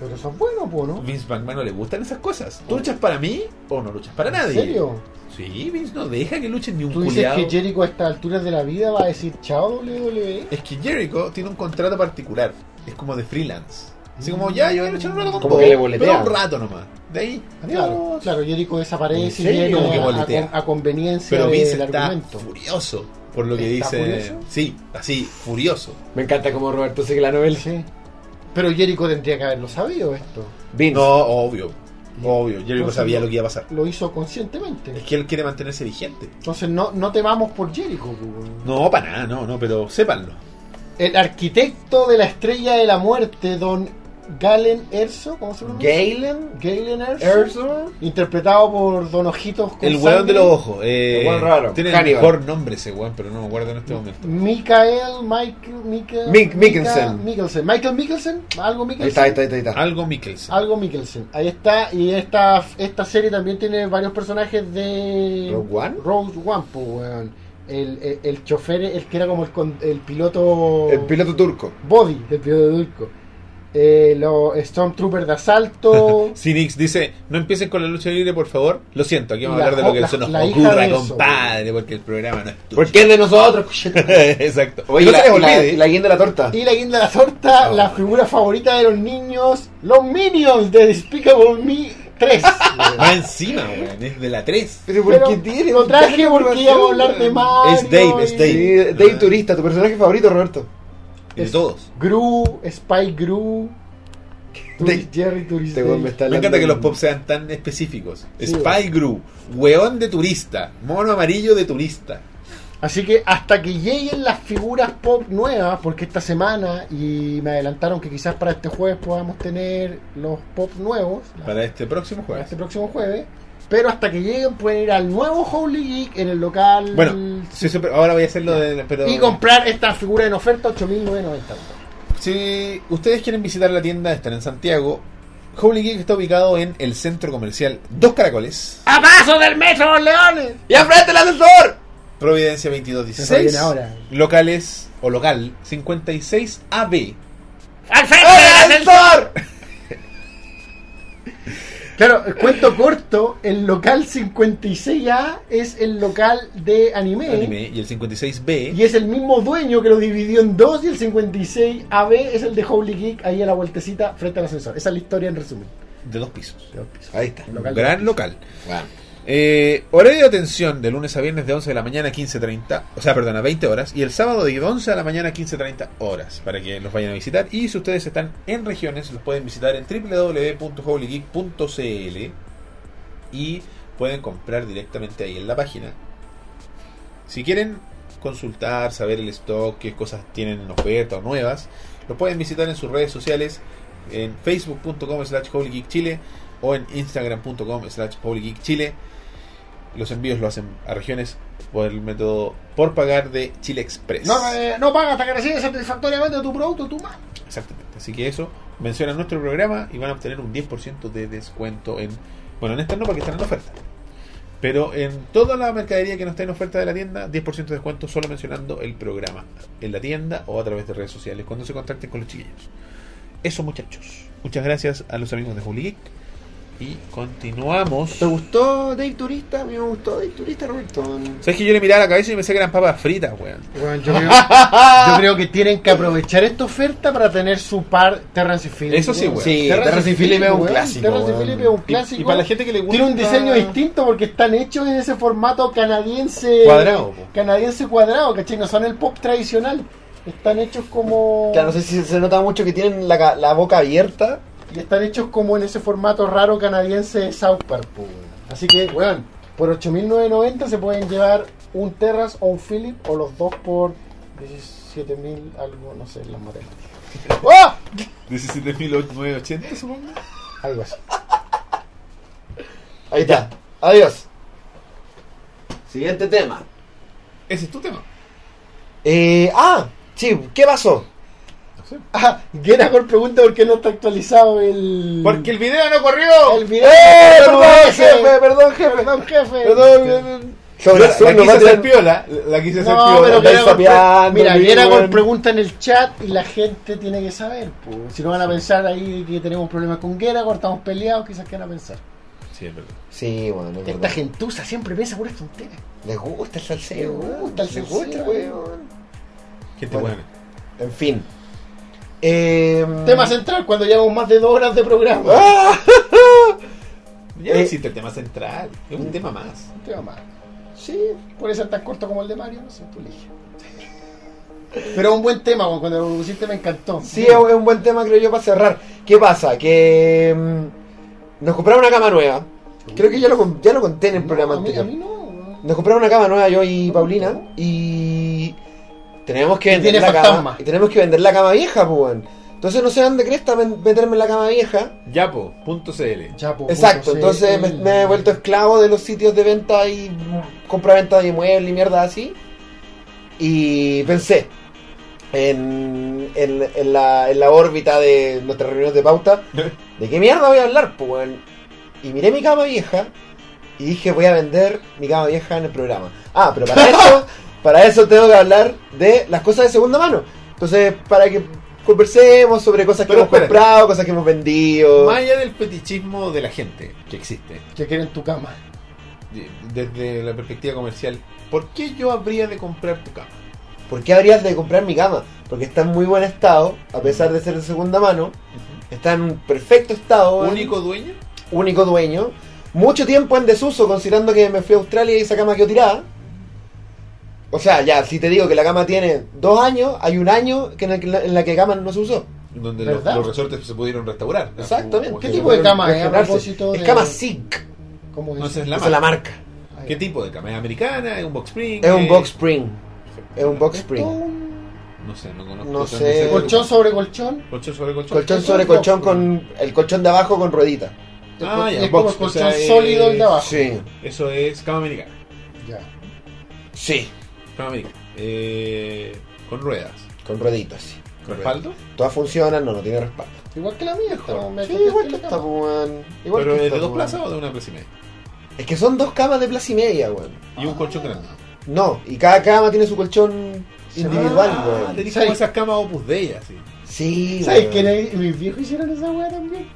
Speaker 2: Pero son buenos, po, ¿no?
Speaker 1: Vince McMahon no le gustan esas cosas.
Speaker 3: Oh.
Speaker 1: ¿Tú luchas para mí o no luchas para nadie?
Speaker 2: ¿En serio?
Speaker 1: Sí, Vince no deja que luchen ni un
Speaker 2: ¿Tú dices
Speaker 1: culiado.
Speaker 2: que Jericho a estas alturas de la vida va a decir chao E". WWE?
Speaker 1: Es que Jericho tiene un contrato particular. Es como de freelance. Así como, ya, yo voy a luchar un rato con
Speaker 3: Como
Speaker 1: vos,
Speaker 3: que le boletea.
Speaker 1: pero un rato nomás. De ahí, adiós.
Speaker 2: Claro, claro, Jericho
Speaker 1: ¿En
Speaker 2: desaparece y
Speaker 1: serio?
Speaker 2: viene
Speaker 1: Como que
Speaker 2: a- a,
Speaker 1: boletea.
Speaker 2: con- a conveniencia
Speaker 1: Pero Vince
Speaker 2: del
Speaker 1: está
Speaker 2: argumento.
Speaker 1: furioso por lo que
Speaker 2: ¿Está
Speaker 1: dice.
Speaker 2: furioso?
Speaker 1: Sí, así, furioso.
Speaker 3: Me encanta como Roberto sigue la novela.
Speaker 2: Sí. Pero Jericho tendría que haberlo sabido esto.
Speaker 3: Vince.
Speaker 1: No, obvio. Obvio, Jericho
Speaker 2: Entonces,
Speaker 1: sabía
Speaker 2: no-
Speaker 1: lo que iba a pasar.
Speaker 2: Lo hizo conscientemente.
Speaker 1: Es que él quiere mantenerse vigente.
Speaker 2: Entonces no, no te vamos por Jericho. po, weón.
Speaker 1: No, para nada, no, no, pero sépanlo.
Speaker 2: El arquitecto de la estrella de la muerte, don Galen Erso, ¿cómo se pronuncia?
Speaker 3: Galen
Speaker 2: Galen Erso.
Speaker 3: Erso.
Speaker 2: Interpretado por Don Ojitos con
Speaker 1: El weón de
Speaker 2: sangre,
Speaker 1: los ojos. Eh,
Speaker 3: El weón raro.
Speaker 1: Tiene
Speaker 3: Hannibal.
Speaker 1: el mejor nombre ese weón, pero no me acuerdo en este momento.
Speaker 2: Michael, Michael, Michael,
Speaker 3: Mick-
Speaker 2: Mica-
Speaker 3: Mikkelsen.
Speaker 2: Mikkelsen. Michael Mikkelsen, algo
Speaker 3: Ahí está,
Speaker 2: Mikkelsen.
Speaker 3: ahí está, ahí está, ahí está.
Speaker 1: Algo Mikkelsen.
Speaker 2: Algo Mikkelsen. Ahí está. Y esta, esta serie también tiene varios personajes de.
Speaker 3: Rogue One?
Speaker 2: Rogue One, po, weón. El, el, el chofer, el que era como el, con- el piloto.
Speaker 3: El piloto turco.
Speaker 2: Body, del piloto turco. Eh, los Stormtroopers de asalto.
Speaker 1: Cinix dice, no empiecen con la lucha libre, por favor. Lo siento, aquí vamos
Speaker 2: La
Speaker 1: a hablar de lo
Speaker 2: jo-
Speaker 1: que se
Speaker 2: la-
Speaker 1: nos
Speaker 2: la hija
Speaker 1: ocurra,
Speaker 2: de eso,
Speaker 1: compadre, porque el programa no es tuyo.
Speaker 3: Porque es de nosotros.
Speaker 1: Exacto.
Speaker 3: Oye,
Speaker 1: no
Speaker 3: la,
Speaker 1: se les
Speaker 3: la,
Speaker 1: olvide.
Speaker 3: la guinda de la torta.
Speaker 2: y la guinda de la torta,
Speaker 1: Oh,
Speaker 2: la
Speaker 1: my
Speaker 2: figura favorita de los niños, los Minions de Despicable Me 3. weón.
Speaker 1: Más Ah, encima, weón, es de la 3.
Speaker 3: Pero ¿por
Speaker 2: Pero
Speaker 3: qué tiene
Speaker 2: lo traje
Speaker 3: tanta
Speaker 2: porque
Speaker 3: información,
Speaker 2: íbamos a hablar de
Speaker 3: weón?
Speaker 2: Mario
Speaker 1: Es Dave, es
Speaker 2: y-
Speaker 1: Dave.
Speaker 3: Sí, eh, Dave Turista, tu personaje favorito, Roberto.
Speaker 1: De
Speaker 2: Es-
Speaker 1: todos.
Speaker 2: Gru, Spike Gru,
Speaker 3: Dave-
Speaker 2: Tourist Jerry Tourist
Speaker 3: Este weón
Speaker 2: Dave.
Speaker 3: está
Speaker 1: Me
Speaker 3: hablando
Speaker 1: encanta que
Speaker 3: de-
Speaker 1: los pop sean tan específicos.
Speaker 2: Sí,
Speaker 1: Spy Gru, weón de turista, mono amarillo de turista.
Speaker 2: Así que hasta que lleguen las figuras pop nuevas, porque esta semana y me adelantaron que quizás para este jueves podamos tener los pop nuevos, la-
Speaker 1: Para este próximo
Speaker 2: para
Speaker 1: jueves.
Speaker 2: este próximo jueves, pero hasta que lleguen pueden ir al nuevo Holy Geek en el local
Speaker 1: Bueno, sí, sí, pero ahora voy a hacerlo de. Pero...
Speaker 2: Mm. y comprar esta figura en oferta 8.990.
Speaker 1: Si ustedes quieren visitar la tienda, están en Santiago. Holy Geek está ubicado en el centro comercial Dos Caracoles,
Speaker 2: ¡A paso del metro, leones!
Speaker 3: ¡Y afrente el ascensor!
Speaker 1: Providencia
Speaker 2: Me fue
Speaker 1: 2216.
Speaker 2: bien ahora.
Speaker 1: Locales o local 56AB.
Speaker 2: ¡Al
Speaker 3: ¡Eh, ¡El ascensor!
Speaker 2: Claro, el cuento corto, el local 56A es el local de anime,
Speaker 1: Anime, y el 56B.
Speaker 2: y es el mismo dueño que lo dividió en dos y el 56AB es el de Holy Geek ahí a la vueltecita frente al ascensor. Esa es la historia en resumen.
Speaker 1: de dos pisos.
Speaker 3: Ahí está.
Speaker 2: Local de
Speaker 1: Gran local. Eh, horario de atención de lunes a viernes de 11 de la mañana a 15.30, o sea, perdón, a 20 horas, y el sábado de 11 de la mañana a 15.30 horas, para que los vayan a visitar. Y si ustedes están en regiones, los pueden visitar en www.holygeek.cl y pueden comprar directamente ahí en la página. Si quieren consultar, saber el stock, qué cosas tienen en oferta o nuevas, lo pueden visitar en sus redes sociales, en facebook.com slash holygeekchile o en instagram.com slash holygeekchile. Los envíos lo hacen a regiones por el método por pagar de Chile Express.
Speaker 2: No, eh, no paga hasta que recibes satisfactoriamente tu producto, tu mano.
Speaker 1: Exactamente. Así que eso, mencionan nuestro programa y van a obtener un 10% de descuento en... Bueno, en esta no porque están en oferta. Pero en toda la mercadería que no está en oferta de la tienda, 10% de descuento solo mencionando el programa en la tienda o a través de redes sociales cuando se contacten con los chiquillos. Eso muchachos. Muchas gracias a los amigos de Holy Geek. Y continuamos.
Speaker 3: ¿Te gustó Dave Turista? A mí me gustó Dave Turista, Roberto.
Speaker 1: ¿Sabes que yo le miraba la cabeza y pensé que eran papas fritas, weón?
Speaker 2: yo, creo, yo creo que tienen que aprovechar esta oferta para tener su par Terrence y Philip.
Speaker 1: Eso sí,
Speaker 2: weón.
Speaker 1: weón.
Speaker 3: Sí,
Speaker 2: Terrence
Speaker 3: Terrence
Speaker 2: y
Speaker 3: y Philip es un
Speaker 2: weón.
Speaker 3: clásico,
Speaker 2: Terrence y
Speaker 3: weón.
Speaker 2: Philip es un
Speaker 1: Y-
Speaker 2: clásico.
Speaker 1: Y, para la gente que le gusta...
Speaker 2: Tiene un diseño distinto porque están hechos en ese formato canadiense
Speaker 1: Cuadrado, po.
Speaker 2: canadiense cuadrado, ¿cachai? No son el pop tradicional. Están hechos como.
Speaker 3: Claro, no sé si se nota mucho que tienen la, ca- la boca abierta.
Speaker 2: Y están hechos como en ese formato raro canadiense de South Park, po, weón. Así que, weón, por 8.990 se pueden llevar un Terras o un Philip o los dos por 17.000, algo, no sé, las materias.
Speaker 3: ¡Oh!
Speaker 2: ¡Ah!
Speaker 1: 17.980, supongo.
Speaker 2: Algo así.
Speaker 3: Ahí está. Adiós. Siguiente tema.
Speaker 1: Ese es tu tema.
Speaker 3: Eh, ah, sí, ¿qué pasó?
Speaker 2: Ah, Geragor pregunta por qué no está actualizado el.
Speaker 1: Porque el video no
Speaker 2: el
Speaker 1: corrió.
Speaker 2: video.
Speaker 3: ¡Eh, perdón, jefe! ¡Perdón, jefe!
Speaker 2: Perdón, jefe.
Speaker 3: Perdón, perdón.
Speaker 1: Yo
Speaker 3: Sobre
Speaker 1: la, la
Speaker 3: azul, no
Speaker 1: quise
Speaker 3: va a
Speaker 1: hacer
Speaker 3: ser
Speaker 1: piola. La quise hacer
Speaker 2: No,
Speaker 1: piola.
Speaker 2: pero
Speaker 3: estáis
Speaker 2: Geragor pre-
Speaker 3: sapeando,
Speaker 2: mira,
Speaker 3: amigo,
Speaker 2: Geragor
Speaker 3: weón.
Speaker 2: pregunta en el chat y la gente tiene que saber. po. Si no van a pensar ahí que tenemos problemas con Geragor, estamos peleados, quizás que van a pensar.
Speaker 1: Sí, es verdad.
Speaker 3: Sí, bueno, es
Speaker 2: Esta
Speaker 3: verdad.
Speaker 2: gentuza siempre piensa puras tonteras.
Speaker 3: Les gusta el salseo,
Speaker 2: Les
Speaker 3: weón.
Speaker 2: gusta el
Speaker 3: Les
Speaker 2: salseo,
Speaker 3: gusta,
Speaker 2: weón.
Speaker 3: weón.
Speaker 1: Gente
Speaker 3: Bueno.
Speaker 1: buena.
Speaker 3: En fin. Eh,
Speaker 2: Tema central cuando llevamos más de dos horas de programa.
Speaker 3: ¡Ah!
Speaker 1: Ya
Speaker 3: Eh, mm.
Speaker 1: existe el tema central. Es un tema más.
Speaker 2: Un tema más. Sí, puede ser tan corto como el de Mario, no sé, tú eliges. Pero un buen tema, weón, cuando lo pusiste me encantó.
Speaker 3: Sí, es un es un buen tema, creo yo, para cerrar. ¿Qué pasa? Que. mm, Nos compraron una cama nueva. Creo que ya lo, con- ya lo conté en el programa
Speaker 2: a, mí, a
Speaker 3: anterior.
Speaker 2: mí no, weón.
Speaker 3: Nos compraron una cama nueva yo y Paulina y tenemos que
Speaker 2: Y
Speaker 3: vender
Speaker 2: tiene
Speaker 3: la
Speaker 2: fantasma.
Speaker 3: cama. Y tenemos que vender la cama vieja, pues. weón. Entonces no sé dónde cresta men- meterme en la cama vieja.
Speaker 1: Yapo.cl.
Speaker 2: Ya, po,
Speaker 3: Exacto,
Speaker 2: punto
Speaker 3: entonces
Speaker 2: CL.
Speaker 3: me, me he vuelto esclavo de los sitios de venta y mm, compra-venta de inmuebles y mierda así. Y pensé en, en- en la, en la órbita de nuestras reuniones de pauta, ¿de qué mierda voy a hablar? Pues, weón? Y miré mi cama vieja y dije, voy a vender mi cama vieja en el programa. Ah, pero para eso, para eso tengo que hablar de las cosas de segunda mano. Entonces, para que conversemos sobre cosas que
Speaker 1: Pero
Speaker 3: hemos
Speaker 1: espérate.
Speaker 3: comprado, cosas que hemos vendido.
Speaker 1: Más allá del fetichismo de la gente que existe,
Speaker 2: Que quieren tu cama.
Speaker 1: de- desde la perspectiva comercial, ¿por qué yo habría de comprar tu cama?
Speaker 3: ¿Por qué habrías de comprar mi cama? Porque está en muy buen estado, a pesar de ser de segunda mano. Está en un perfecto estado. weón.
Speaker 1: ¿Único dueño?
Speaker 3: único dueño. Mucho tiempo en desuso, considerando que me fui a Australia y esa cama quedó tirada. O sea, ya, si te digo que la cama tiene dos años, hay un año que en, el que- en la que cama no se usó.
Speaker 1: Donde los,
Speaker 2: ¿Verdad?
Speaker 1: los resortes se pudieron restaurar. ¿no?
Speaker 3: Exactamente.
Speaker 1: O- o
Speaker 2: ¿Qué
Speaker 1: se
Speaker 2: tipo de
Speaker 1: pudieron-
Speaker 2: cama es? A
Speaker 3: regenerarse.
Speaker 2: propósito
Speaker 3: Es
Speaker 2: de-
Speaker 3: cama Zinc.
Speaker 2: ¿Cómo es?
Speaker 1: No sé, es
Speaker 3: Esa
Speaker 1: la
Speaker 3: es la
Speaker 1: marca.
Speaker 3: marca.
Speaker 2: Ahí.
Speaker 1: ¿Qué tipo de cama? ¿Es americana? ¿Es un box spring?
Speaker 3: Es un box spring. Es un box
Speaker 2: Es todo
Speaker 3: spring.
Speaker 2: un
Speaker 1: No sé, no conozco.
Speaker 3: No
Speaker 1: o sea,
Speaker 3: sé.
Speaker 1: de-
Speaker 2: colchón sobre colchón.
Speaker 1: Colchón sobre colchón.
Speaker 3: Colchón sobre colchón con el colchón de abajo con ruedita.
Speaker 1: Ah, ya,
Speaker 2: es como
Speaker 1: box,
Speaker 2: el
Speaker 1: o
Speaker 2: colchón
Speaker 1: sea,
Speaker 2: sólido
Speaker 1: es-
Speaker 2: el de abajo.
Speaker 3: Sí.
Speaker 1: Eso es cama americana.
Speaker 2: Ya.
Speaker 3: Sí.
Speaker 1: Cama americana. Eh, con ruedas.
Speaker 3: Con rueditas, sí.
Speaker 1: ¿Con respaldo?
Speaker 3: Todas funcionan, no, no tiene respaldo.
Speaker 2: Igual que la mía, está
Speaker 1: Mejor.
Speaker 2: me-
Speaker 3: Sí,
Speaker 2: me-
Speaker 3: igual que
Speaker 2: la
Speaker 3: esta,
Speaker 2: cama.
Speaker 3: po, weón. Igual
Speaker 1: ¿Pero
Speaker 3: que
Speaker 1: es
Speaker 3: esta,
Speaker 1: de dos
Speaker 3: po,
Speaker 1: plazas
Speaker 3: weón.
Speaker 1: o de una plaza y media?
Speaker 3: Es que son dos camas de plaza y media, weón.
Speaker 1: Y un colchón grande.
Speaker 3: Ah, No, y cada cama tiene su colchón individual,
Speaker 1: Ah,
Speaker 3: weón.
Speaker 1: tenés como
Speaker 2: Sí.
Speaker 1: esas camas opus de ella, sí.
Speaker 3: Sí,
Speaker 2: ¿Sabes
Speaker 3: weón.
Speaker 2: que era- mis viejos hicieron esa weá también?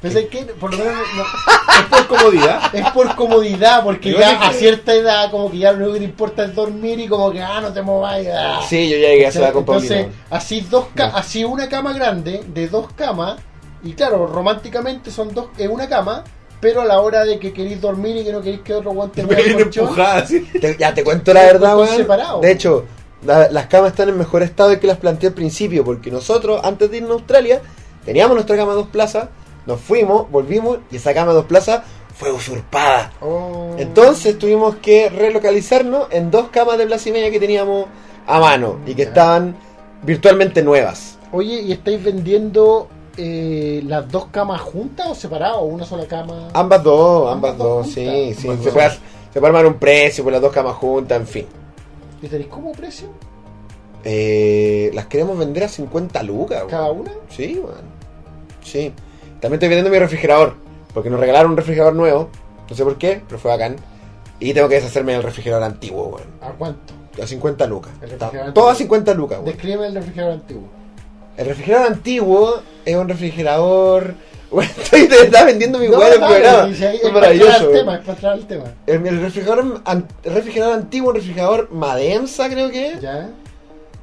Speaker 2: Pensé que por lo menos no,
Speaker 1: Es por comodidad.
Speaker 2: es por comodidad, porque
Speaker 1: Yo
Speaker 2: ya
Speaker 1: dije-
Speaker 2: a cierta edad como que ya lo único que te importa es dormir y como que ah no te movas. ah.
Speaker 3: Sí, yo ya llegué a esa edad con
Speaker 2: Entonces,
Speaker 3: Paulina.
Speaker 2: así dos ca-
Speaker 3: No.
Speaker 2: así una cama grande de dos camas y claro, románticamente son dos es una cama, pero a la hora de que queréis dormir y que no queréis que otro guante
Speaker 1: Me viene empujada, así.
Speaker 3: Te- ya te cuento la verdad,
Speaker 2: Están
Speaker 3: weón.
Speaker 2: separados.
Speaker 3: De hecho, la- las camas están en mejor estado que las planteé al principio, porque nosotros, antes de irnos a Australia, teníamos nuestra cama dos plazas, nos fuimos, volvimos, y esa cama dos plazas fue usurpada.
Speaker 2: Oh.
Speaker 3: Entonces tuvimos que relocalizarnos en dos camas de plaza y media que teníamos a mano y que
Speaker 2: Ya.
Speaker 3: estaban virtualmente nuevas.
Speaker 2: Oye, ¿y estáis vendiendo eh, las dos camas juntas o separadas o una sola cama?
Speaker 3: Ambas dos, ambas,
Speaker 2: Ambas
Speaker 3: dos,
Speaker 2: dos
Speaker 3: sí,
Speaker 2: juntas.
Speaker 3: sí.
Speaker 2: Ambas
Speaker 3: se,
Speaker 2: dos.
Speaker 3: puede, ar- se puede armar un precio por las dos camas juntas, en fin.
Speaker 2: ¿Y tenéis como precio
Speaker 3: Eh, las queremos vender a 50 lucas, weón.
Speaker 2: cada una?
Speaker 3: Sí, weón. Sí. También estoy vendiendo mi refrigerador, porque nos regalaron un refrigerador nuevo, no sé por qué, pero fue bacán. Y tengo que deshacerme del refrigerador antiguo, weón.
Speaker 2: ¿A cuánto?
Speaker 3: A 50 lucas.
Speaker 2: El refrigerador
Speaker 3: Todo a
Speaker 2: antiguo.
Speaker 3: 50 lucas, weón.
Speaker 2: Describe el refrigerador antiguo.
Speaker 3: El refrigerador antiguo es un refrigerador. Bueno, estoy te está vendiendo mi
Speaker 2: No,
Speaker 3: weá del
Speaker 2: dale,
Speaker 3: programa.
Speaker 2: dice ahí,
Speaker 3: Es
Speaker 2: para entrar
Speaker 3: maravilloso.
Speaker 2: al tema,
Speaker 3: weón.
Speaker 2: es para entrar al tema.
Speaker 3: El, el refrigerador, an- el refrigerador antiguo, un refrigerador Madensa, creo que es.
Speaker 2: ¿Ya?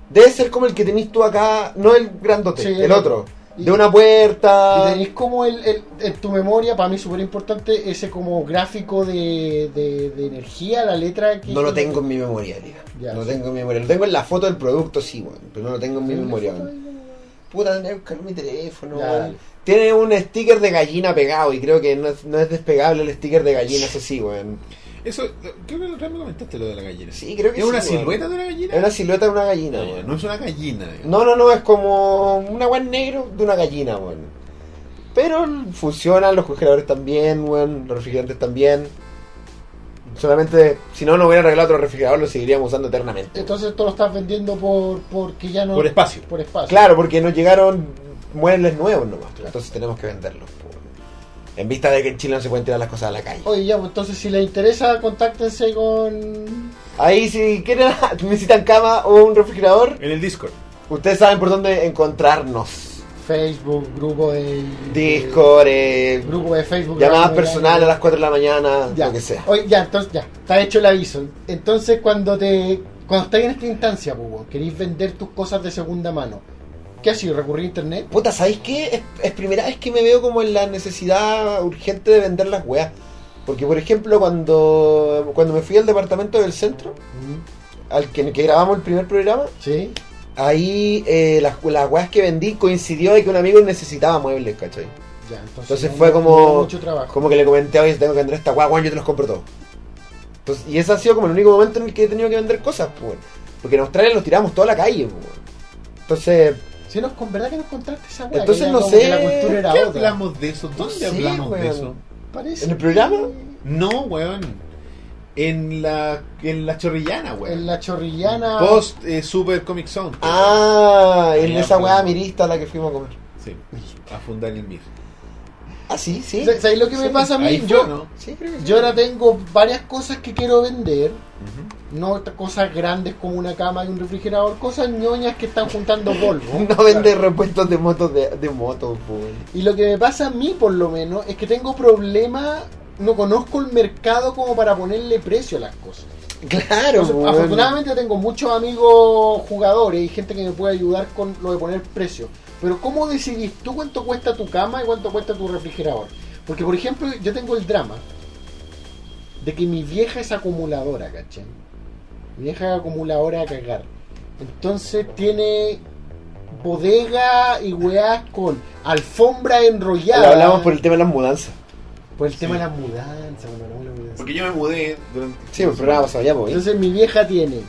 Speaker 3: Debe ser como el que tenés tú acá, no el grandote,
Speaker 2: Sí,
Speaker 3: el,
Speaker 2: el
Speaker 3: otro.
Speaker 2: otro. Y-
Speaker 3: de una puerta.
Speaker 2: Y tenéis como el, el- en tu memoria, para mí súper importante, ese como gráfico de, de, de energía, la letra que...
Speaker 3: No lo tengo en mi memoria, tía.
Speaker 2: Ya,
Speaker 3: no
Speaker 2: sí.
Speaker 3: tengo en mi memoria. Lo tengo en la foto del producto, sí, weón. Pero no lo tengo en mi
Speaker 2: ¿Tiene
Speaker 3: memoria,
Speaker 2: foto
Speaker 3: weón.
Speaker 2: ahí?
Speaker 3: Puta, tendría que buscar mi teléfono,
Speaker 2: Ya,
Speaker 3: weón.
Speaker 2: dale.
Speaker 3: Tiene un sticker de gallina pegado y creo que no es, no es despegable el sticker de gallina, eso sí, weón.
Speaker 1: Eso, creo que la otra vez me comentaste lo de la gallina.
Speaker 3: Sí, creo que
Speaker 1: ¿Es
Speaker 3: sí,
Speaker 1: una
Speaker 3: weón.
Speaker 1: silueta Ah, de una gallina?
Speaker 3: Es una silueta de una gallina,
Speaker 1: No,
Speaker 3: weón.
Speaker 1: no es una gallina. digamos.
Speaker 3: No, no, no, es como un agua negro de una gallina, weón. Pero funcionan, los congeladores también, weón, los refrigerantes también. Solamente, si no, no hubiera arreglado otro refrigerador, lo seguiríamos usando eternamente.
Speaker 2: Entonces tú lo estás vendiendo por porque ya no...
Speaker 1: Por espacio.
Speaker 2: Por espacio.
Speaker 3: Claro, porque nos llegaron muebles nuevos nomás, entonces tenemos que venderlos. po. En vista de que en Chile no se pueden tirar las cosas a la calle.
Speaker 2: Oye, ya, pues entonces si les interesa, contáctense con...
Speaker 3: Ahí, si quieren, necesitan cama o un refrigerador,
Speaker 1: En el Discord.
Speaker 3: ustedes saben por dónde encontrarnos.
Speaker 2: Facebook, grupo de...
Speaker 3: Discord,
Speaker 2: de-
Speaker 3: eh,
Speaker 2: grupo de Facebook.
Speaker 3: Llamadas
Speaker 2: Ramos,
Speaker 3: personales a las 4 de la mañana,
Speaker 2: ya.
Speaker 3: lo que sea.
Speaker 2: Oye, ya, entonces ya, está hecho el aviso. Entonces cuando te... Cuando estáis en esta instancia, Pugo, queréis vender tus cosas de segunda mano. ¿Qué ha sido? ¿Recurrir a internet?
Speaker 3: Puta, ¿sabéis qué? Es, es primera vez que me veo como en la necesidad urgente de vender las weas. Porque, por ejemplo, cuando, cuando me fui al departamento del centro, Mm. al que, que grabamos el primer programa,
Speaker 2: Sí.
Speaker 3: ahí eh, las, las weas que vendí coincidió de que un amigo necesitaba muebles, ¿cachai?
Speaker 2: Ya, entonces,
Speaker 3: Entonces
Speaker 2: no-
Speaker 3: fue
Speaker 2: no- no hubo
Speaker 3: como,
Speaker 2: mucho trabajo.
Speaker 3: como que le comenté a oye, tengo que vender esta guagua, yo te los compro todos. Entonces, y ese ha sido como el único momento en el que he tenido que vender cosas, pues, weón. porque en Australia los tiramos toda la calle, pues, weón. Entonces,
Speaker 2: Si nos, con verdad que nos contaste esa weá.
Speaker 3: Entonces
Speaker 2: que ya
Speaker 3: no
Speaker 2: como
Speaker 3: sé,
Speaker 2: que la cultura era
Speaker 1: ¿Qué
Speaker 2: otra.
Speaker 1: hablamos de eso?
Speaker 3: No
Speaker 1: ¿Dónde
Speaker 3: sé,
Speaker 1: hablamos de
Speaker 3: weón.
Speaker 1: eso?
Speaker 2: Parece
Speaker 3: ¿En el programa?
Speaker 1: No, weón. En la, en la chorrillana,
Speaker 2: que
Speaker 1: weón.
Speaker 2: En la chorrillana.
Speaker 1: Post eh, Super Comic Zone.
Speaker 3: ah, en
Speaker 1: Ya,
Speaker 3: esa
Speaker 1: pues.
Speaker 3: weá mirista a la que fuimos a comer.
Speaker 1: Sí, a fundar el MIR.
Speaker 3: Ah, sí, sí.
Speaker 2: ¿Sabes sabes lo que me
Speaker 3: Sí,
Speaker 2: pasa a
Speaker 1: ahí fue,
Speaker 2: mí? Yo,
Speaker 1: ¿no?
Speaker 3: Sí, creo que sí.
Speaker 2: yo ahora tengo varias cosas que quiero vender.
Speaker 1: Ujú.
Speaker 2: No t- cosas grandes como una cama y un refrigerador, cosas ñoñas que están juntando polvo.
Speaker 3: No vende repuestos de motos de, de motos, pues, weón.
Speaker 2: Y lo que me pasa a mí, por lo menos, es que tengo problemas. No conozco el mercado como para ponerle precio a las cosas.
Speaker 3: Claro, pues,
Speaker 2: Entonces,
Speaker 3: weón.
Speaker 2: afortunadamente yo tengo muchos amigos jugadores y gente que me puede ayudar con lo de poner precio. Pero ¿cómo decidís tú cuánto cuesta tu cama y cuánto cuesta tu refrigerador? Porque, por ejemplo, yo tengo el drama de que mi vieja es acumuladora, ¿cachai? Mi vieja es acumuladora a cagar. Entonces tiene bodega y weas con alfombra enrollada.
Speaker 3: Lo hablamos por el tema de las mudanzas.
Speaker 2: por el tema
Speaker 1: Sí.
Speaker 2: de las mudanzas. bueno, hablamos de las mudanzas.
Speaker 1: Porque yo me mudé durante.
Speaker 3: Sí, el programa pasado ya, pues.
Speaker 2: Entonces mi vieja tiene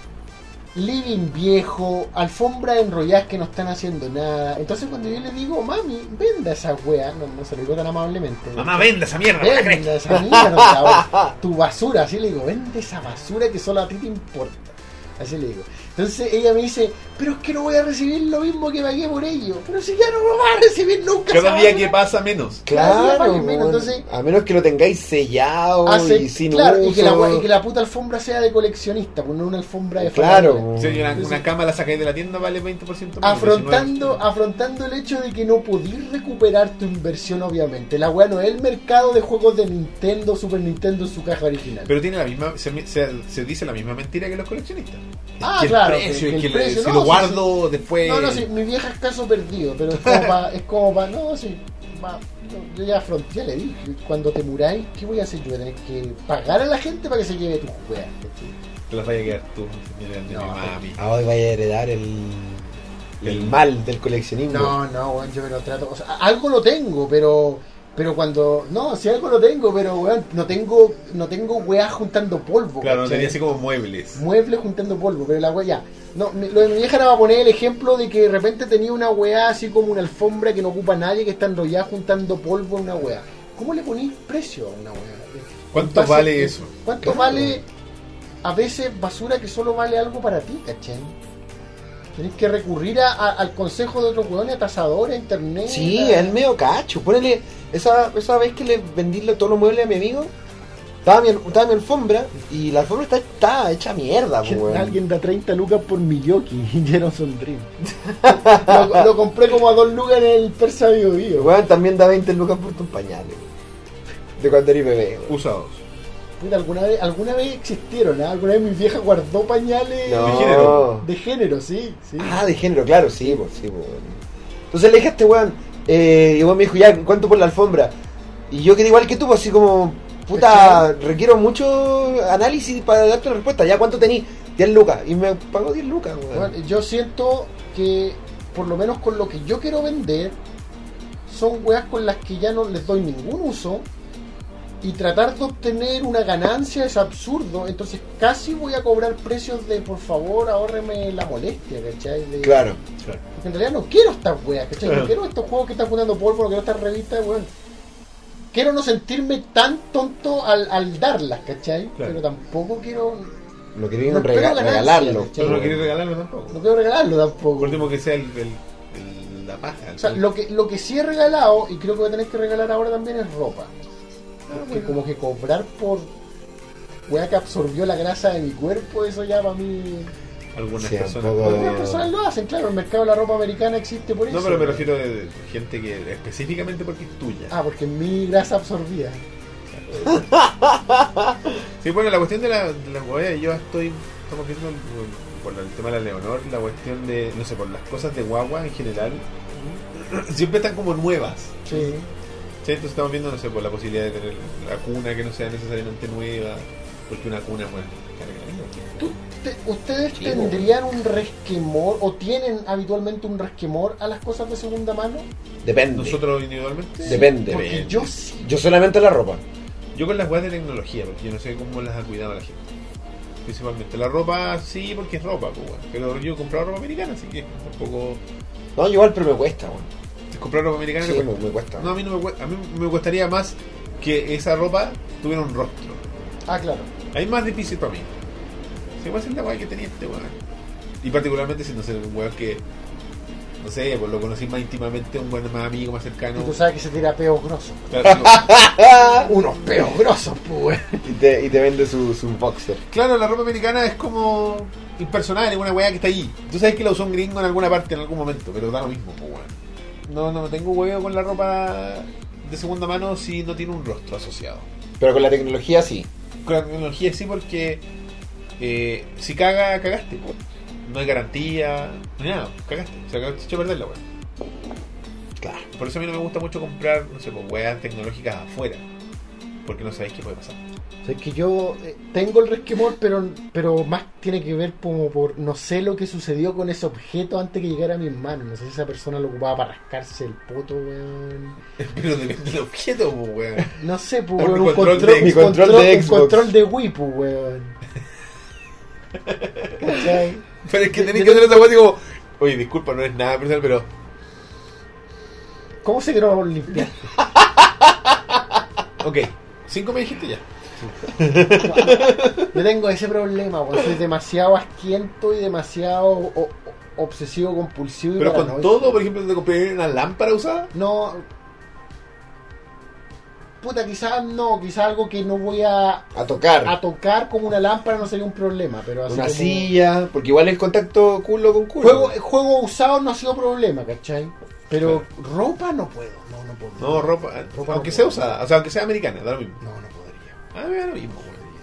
Speaker 2: living viejo, alfombra enrolladas que no están haciendo nada. Entonces cuando yo le digo, mami, venda esa wea, no, no se lo digo tan amablemente.
Speaker 1: Mamá, venda esa mierda. la cresta.
Speaker 2: venda esa mierda, tu basura, así le digo, vende esa basura que solo a ti te importa. Así le digo. Entonces ella me dice, pero es que no voy a recibir lo mismo que pagué por ello. Pero si ya no lo vas a recibir nunca.
Speaker 1: Cada
Speaker 2: esa
Speaker 1: día
Speaker 2: basura".
Speaker 1: que pasa menos.
Speaker 2: Claro,
Speaker 3: Claro, pues,
Speaker 2: menos,
Speaker 3: weón.
Speaker 2: entonces-
Speaker 3: a menos que lo tengáis sellado
Speaker 2: Hace-
Speaker 3: y sin
Speaker 2: claro,
Speaker 3: uso.
Speaker 2: y que, la, gua- y que la puta alfombra sea de coleccionista, pues no una alfombra de
Speaker 3: Claro, pues,
Speaker 2: farándula.
Speaker 3: weón.
Speaker 1: Si una,
Speaker 2: Sí, sí.
Speaker 1: una cama la sacáis de la tienda, vale 20% menos.
Speaker 2: afrontando,
Speaker 1: 19.
Speaker 2: afrontando el hecho de que no podís recuperar tu inversión, obviamente. La weá no es el mercado de juegos de Nintendo, Super Nintendo en su caja original.
Speaker 1: Pero tiene la misma. Se, se- se dice la misma mentira que los coleccionistas.
Speaker 2: Ah,
Speaker 1: Que el
Speaker 2: claro,
Speaker 1: precio,
Speaker 2: que- que
Speaker 1: que
Speaker 2: el
Speaker 1: le-
Speaker 2: precio,
Speaker 1: si
Speaker 2: no,
Speaker 1: lo
Speaker 2: sí,
Speaker 1: guardo eh. después.
Speaker 2: no, no, sí, mi vieja es caso perdido, pero es como para. Es como pa- no, sí. pa- no, yo ya, afront- ya le dije, cuando te muráis, ¿qué voy a hacer? Yo voy a tener que pagar a la gente para que se lleve tus weas. ¿cachai?
Speaker 1: Te las vaya a quedar tú. mira, de mi
Speaker 2: No.
Speaker 1: mami.
Speaker 3: Ah, hoy vaya a heredar el, el mal del coleccionismo.
Speaker 2: No, no, weón, yo me lo trato. O sea, algo lo tengo, pero. Pero cuando. No, si algo lo tengo, pero weón, no tengo. No tengo weas juntando polvo.
Speaker 1: Claro, no
Speaker 2: ¿cachai?
Speaker 1: tenía así como muebles.
Speaker 2: muebles juntando polvo, pero la weá ya. No, mi- lo de mi vieja era para poner el ejemplo de que de repente tenía una weá así como una alfombra que no ocupa nadie, que está enrollada juntando polvo en una weá. ¿Cómo le ponís precio a una weá?
Speaker 1: ¿Cuánto
Speaker 2: Basi-
Speaker 1: vale eso?
Speaker 2: ¿Cuánto
Speaker 3: Claro.
Speaker 2: vale a veces basura que solo vale algo para ti, cachai? Tenés que recurrir a- a- al consejo de otros weones, a tasadores, a internet.
Speaker 3: Sí,
Speaker 2: a-
Speaker 3: es medio cacho. Ponele, esa, esa vez que le vendí lo- todos los muebles a mi amigo, estaba mi, estaba mi alfombra y la alfombra está, está hecha mierda,
Speaker 2: Que
Speaker 3: weón.
Speaker 2: Alguien da 30 lucas por Miyoki y ya no son Dream. lo, lo compré como a 2 lucas en el Persa Bio Bio.
Speaker 3: Weón, también da 20 lucas por tus pañales, weón. De cuando eres bebé, weón.
Speaker 1: Usados.
Speaker 2: Puta, alguna vez, alguna vez existieron, ¿ah? alguna vez mi vieja guardó pañales
Speaker 3: No.
Speaker 1: género.
Speaker 2: de género, sí, sí.
Speaker 3: Ah, de género, claro, sí, pues, sí, pues. Entonces le dije a este weón, eh, y weón me dijo, ya, ¿cuánto por la alfombra? Y yo quedé igual que tú, pues así como, puta, requiero mucho análisis para darte una respuesta. ¿Ya cuánto tení? 10 lucas. Y me pagó 10 lucas, weón.
Speaker 2: Bueno, yo siento que, por lo menos con lo que yo quiero vender, son weas con las que ya no les doy ningún uso. Y tratar de obtener una ganancia es absurdo. Entonces casi voy a cobrar precios de, por favor, ahórreme la molestia, ¿cachai? De-
Speaker 3: Claro.
Speaker 2: Porque en realidad no quiero estas weas, ¿cachai? No
Speaker 1: Claro.
Speaker 2: quiero estos juegos que están juntando polvo, no quiero estas revistas, weón. Quiero no sentirme tan tonto al, al darlas, ¿cachai?
Speaker 1: Claro.
Speaker 2: Pero tampoco quiero.
Speaker 3: No
Speaker 2: No
Speaker 3: quería
Speaker 2: espero
Speaker 3: rega-
Speaker 2: ganancia,
Speaker 3: regalarlo.
Speaker 2: ¿cachai?
Speaker 1: Pero no
Speaker 3: weón.
Speaker 1: queréis regalarlo tampoco.
Speaker 2: No quiero regalarlo tampoco.
Speaker 1: Por último, que sea el, el- el- la paja.
Speaker 2: O sea, lo que, lo que sí he regalado, y creo que voy a tener que regalar ahora también, es ropa.
Speaker 1: Ah,
Speaker 2: Porque como que cobrar por wea que absorbió la grasa de mi cuerpo, eso ya para mí.
Speaker 1: Algunas
Speaker 3: Sí, un
Speaker 1: personas.
Speaker 3: poco-
Speaker 2: Algunas personas lo hacen, claro, el mercado de la ropa americana existe por eso.
Speaker 1: Ah. No, pero me refiero de de gente que específicamente porque es tuya.
Speaker 2: Ah, porque mi grasa absorbía.
Speaker 1: Sí, bueno, la cuestión de la, de las hueá, yo estoy, estamos viendo el- por el tema de la Leonor, la cuestión de, no sé, por las cosas de guagua en general, siempre están como nuevas.
Speaker 2: Sí.
Speaker 1: ¿sí? Entonces estamos viendo, no sé, por la posibilidad de tener la cuna que no sea necesariamente nueva, Porque una cuna puede cargar niños.
Speaker 2: ¿Tú- te- ¿Ustedes
Speaker 3: Sí,
Speaker 2: tendrían un resquemor o tienen habitualmente un resquemor a las cosas de segunda mano?
Speaker 3: Depende.
Speaker 1: Nosotros individualmente.
Speaker 3: Depende.
Speaker 2: Porque yo sí.
Speaker 3: Yo solamente la ropa.
Speaker 1: Yo con las weas de tecnología, porque yo no sé cómo las ha cuidado la gente. Principalmente la ropa, sí, porque es ropa, pues, weón. Pero yo he comprado ropa americana, así que tampoco.
Speaker 3: No, yo igual, pero me cuesta, weón.
Speaker 1: Comprar ropa americana
Speaker 3: Sí,
Speaker 1: que
Speaker 3: me, me cuesta.
Speaker 2: pues.
Speaker 1: No, a mí no me cuesta. A mí me gustaría más que esa ropa tuviera un rostro.
Speaker 2: Ah, claro.
Speaker 1: Ahí es más difícil para mí. Se va a hacer la weá que tenía este weón. Y particularmente si no sé, un weón que. No sé, pues lo conocí más íntimamente, un weón más amigo, más cercano.
Speaker 2: Y tú sabes que se tira peos grosos.
Speaker 1: Claro, no.
Speaker 2: Unos peos grosos, pues.
Speaker 3: Ah, Y te, y te vende su, su boxer.
Speaker 1: Claro, la ropa americana es como impersonal, es una weá que está ahí. Tú sabes que la usó un gringo en alguna parte, en algún momento, pero da lo mismo, po, weón. No, no tengo huevo con la ropa de segunda mano si no tiene un rostro asociado.
Speaker 3: Pero con la tecnología sí.
Speaker 1: Con la tecnología sí, porque eh, si caga, cagaste. po. No hay garantía, no hay nada, cagaste. O sea, cagaste, hecho perder la weá.
Speaker 3: Claro.
Speaker 1: Por eso a mí no me gusta mucho comprar, no sé, pues, weas tecnológicas afuera. Porque no sabéis qué puede pasar.
Speaker 2: O sea, es que yo eh, tengo el resquemor, pero, pero más tiene que ver como por no sé lo que sucedió con ese objeto antes que llegara a mis manos. No sé si esa persona lo ocupaba para rascarse el poto, weón.
Speaker 1: Pero depende del objeto, po, weón.
Speaker 2: No sé, pues,
Speaker 1: Por
Speaker 2: weón,
Speaker 1: mi
Speaker 2: un
Speaker 1: control
Speaker 2: control,
Speaker 1: de-
Speaker 2: un
Speaker 3: mi control de
Speaker 2: un
Speaker 3: Xbox.
Speaker 2: control de Wii, pues, weón. ¿Cachai?
Speaker 1: Pero es que tenés que hacer esa weá así como, oye, disculpa, no es nada personal, pero
Speaker 2: ¿Cómo se grabó limpiar?
Speaker 1: ok, cinco me dijiste ya.
Speaker 2: Yo tengo ese problema, weón. Soy demasiado asquiento y demasiado o- o- obsesivo, compulsivo y
Speaker 1: Pero con
Speaker 2: paranoico.
Speaker 1: todo, por ejemplo, te compré una lámpara usada.
Speaker 2: No. Puta, quizás no, quizás algo que no voy a,
Speaker 3: A tocar.
Speaker 2: a tocar como una lámpara no sería un problema, pero así
Speaker 3: una
Speaker 2: como-
Speaker 3: silla. Porque igual el contacto culo con culo.
Speaker 2: Juego, juego usado no ha sido problema, ¿cachai? Pero ropa no puedo, no, no puedo.
Speaker 1: No, ropa,
Speaker 2: Ropa
Speaker 1: aunque
Speaker 2: no
Speaker 1: sea
Speaker 2: puedo.
Speaker 1: usada, o sea, aunque sea americana, da lo mismo.
Speaker 2: No, no podría.
Speaker 1: Ah, me da lo mismo,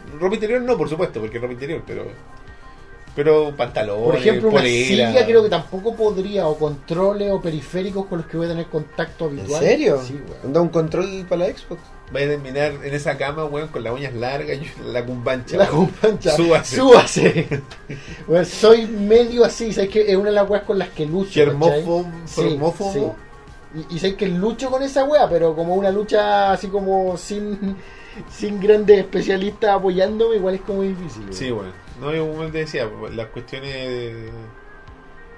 Speaker 1: weón. Ropa interior no, por supuesto, porque es ropa interior, pero. Pero pantalones,
Speaker 2: Por ejemplo, una
Speaker 1: polera.
Speaker 2: silla creo que tampoco podría, o controles o periféricos con los que voy a tener contacto
Speaker 3: ¿En
Speaker 2: habitual.
Speaker 3: serio?
Speaker 2: Sí, weón.
Speaker 3: Anda un control para la Xbox.
Speaker 1: Vaya a terminar en esa cama, weón, con las uñas largas y la cumbancha.
Speaker 2: La compancha.
Speaker 1: Súbase.
Speaker 2: Súbase. Weón, soy medio así, ¿sabes que Es una de las weas con las que lucho. ¿cachai?
Speaker 1: Germófobo,
Speaker 2: Sí,
Speaker 1: formófobo.
Speaker 2: sí. Y, y sé que lucho con esa wea, pero como una lucha así como sin, sin grandes especialistas apoyándome, igual es como difícil. wea.
Speaker 1: Sí, bueno. No, yo como te decía, pues, las cuestiones de...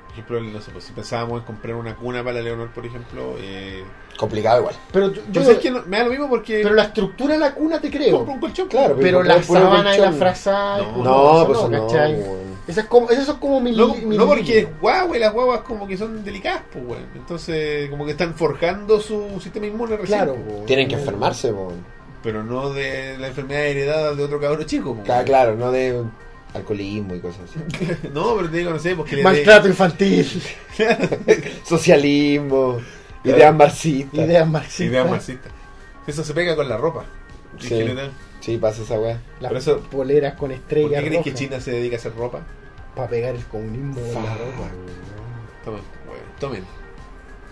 Speaker 1: Por ejemplo, no sé, pues, si pensábamos en comprar una cuna para la Leonor, por ejemplo... Eh...
Speaker 3: Complicado igual.
Speaker 2: Pero, yo-
Speaker 1: Pero
Speaker 2: yo-
Speaker 1: es que no- me da lo mismo porque...
Speaker 2: pero la estructura de la cuna te creo.
Speaker 1: compro un colchón. pues.
Speaker 3: Claro,
Speaker 2: Pero
Speaker 3: comprar
Speaker 2: la
Speaker 3: puro
Speaker 2: sábana y la
Speaker 3: colchón.
Speaker 2: frazada. y
Speaker 1: No,
Speaker 2: puro
Speaker 3: No,
Speaker 2: colchón,
Speaker 3: pues no.
Speaker 2: ¿cachai?
Speaker 3: weón.
Speaker 2: Esas como, esas son como mi,
Speaker 1: No,
Speaker 2: mi-
Speaker 1: no porque es guagua y las guaguas como que son delicadas, pues, weón. Entonces, como que están forjando su sistema inmune recién.
Speaker 2: Claro,
Speaker 1: pues.
Speaker 2: wea.
Speaker 3: Tienen que enfermarse, weón.
Speaker 1: Pero no de la enfermedad heredada de otro cabro chico, pues,
Speaker 3: Ca-
Speaker 1: weón.
Speaker 3: Claro, no de alcoholismo y cosas así.
Speaker 1: No, pero te digo, no sé, porque le dé-
Speaker 2: Maltrato infantil.
Speaker 3: Socialismo,
Speaker 1: Claro.
Speaker 3: ideas marxistas.
Speaker 2: Ideas marxistas.
Speaker 1: Idea marxista. Eso se pega con la ropa.
Speaker 3: Sí.
Speaker 1: Es que le dan-
Speaker 3: Sí, pasa esa weá.
Speaker 2: Las
Speaker 1: Por eso-
Speaker 2: poleras con
Speaker 1: ¿Por
Speaker 2: estrellas
Speaker 1: qué crees que
Speaker 2: rojas
Speaker 1: China se dedica a hacer ropa?
Speaker 2: Para pegar el comunismo de la
Speaker 3: Fuck.
Speaker 2: ropa.
Speaker 1: Tomen, weón, tomen.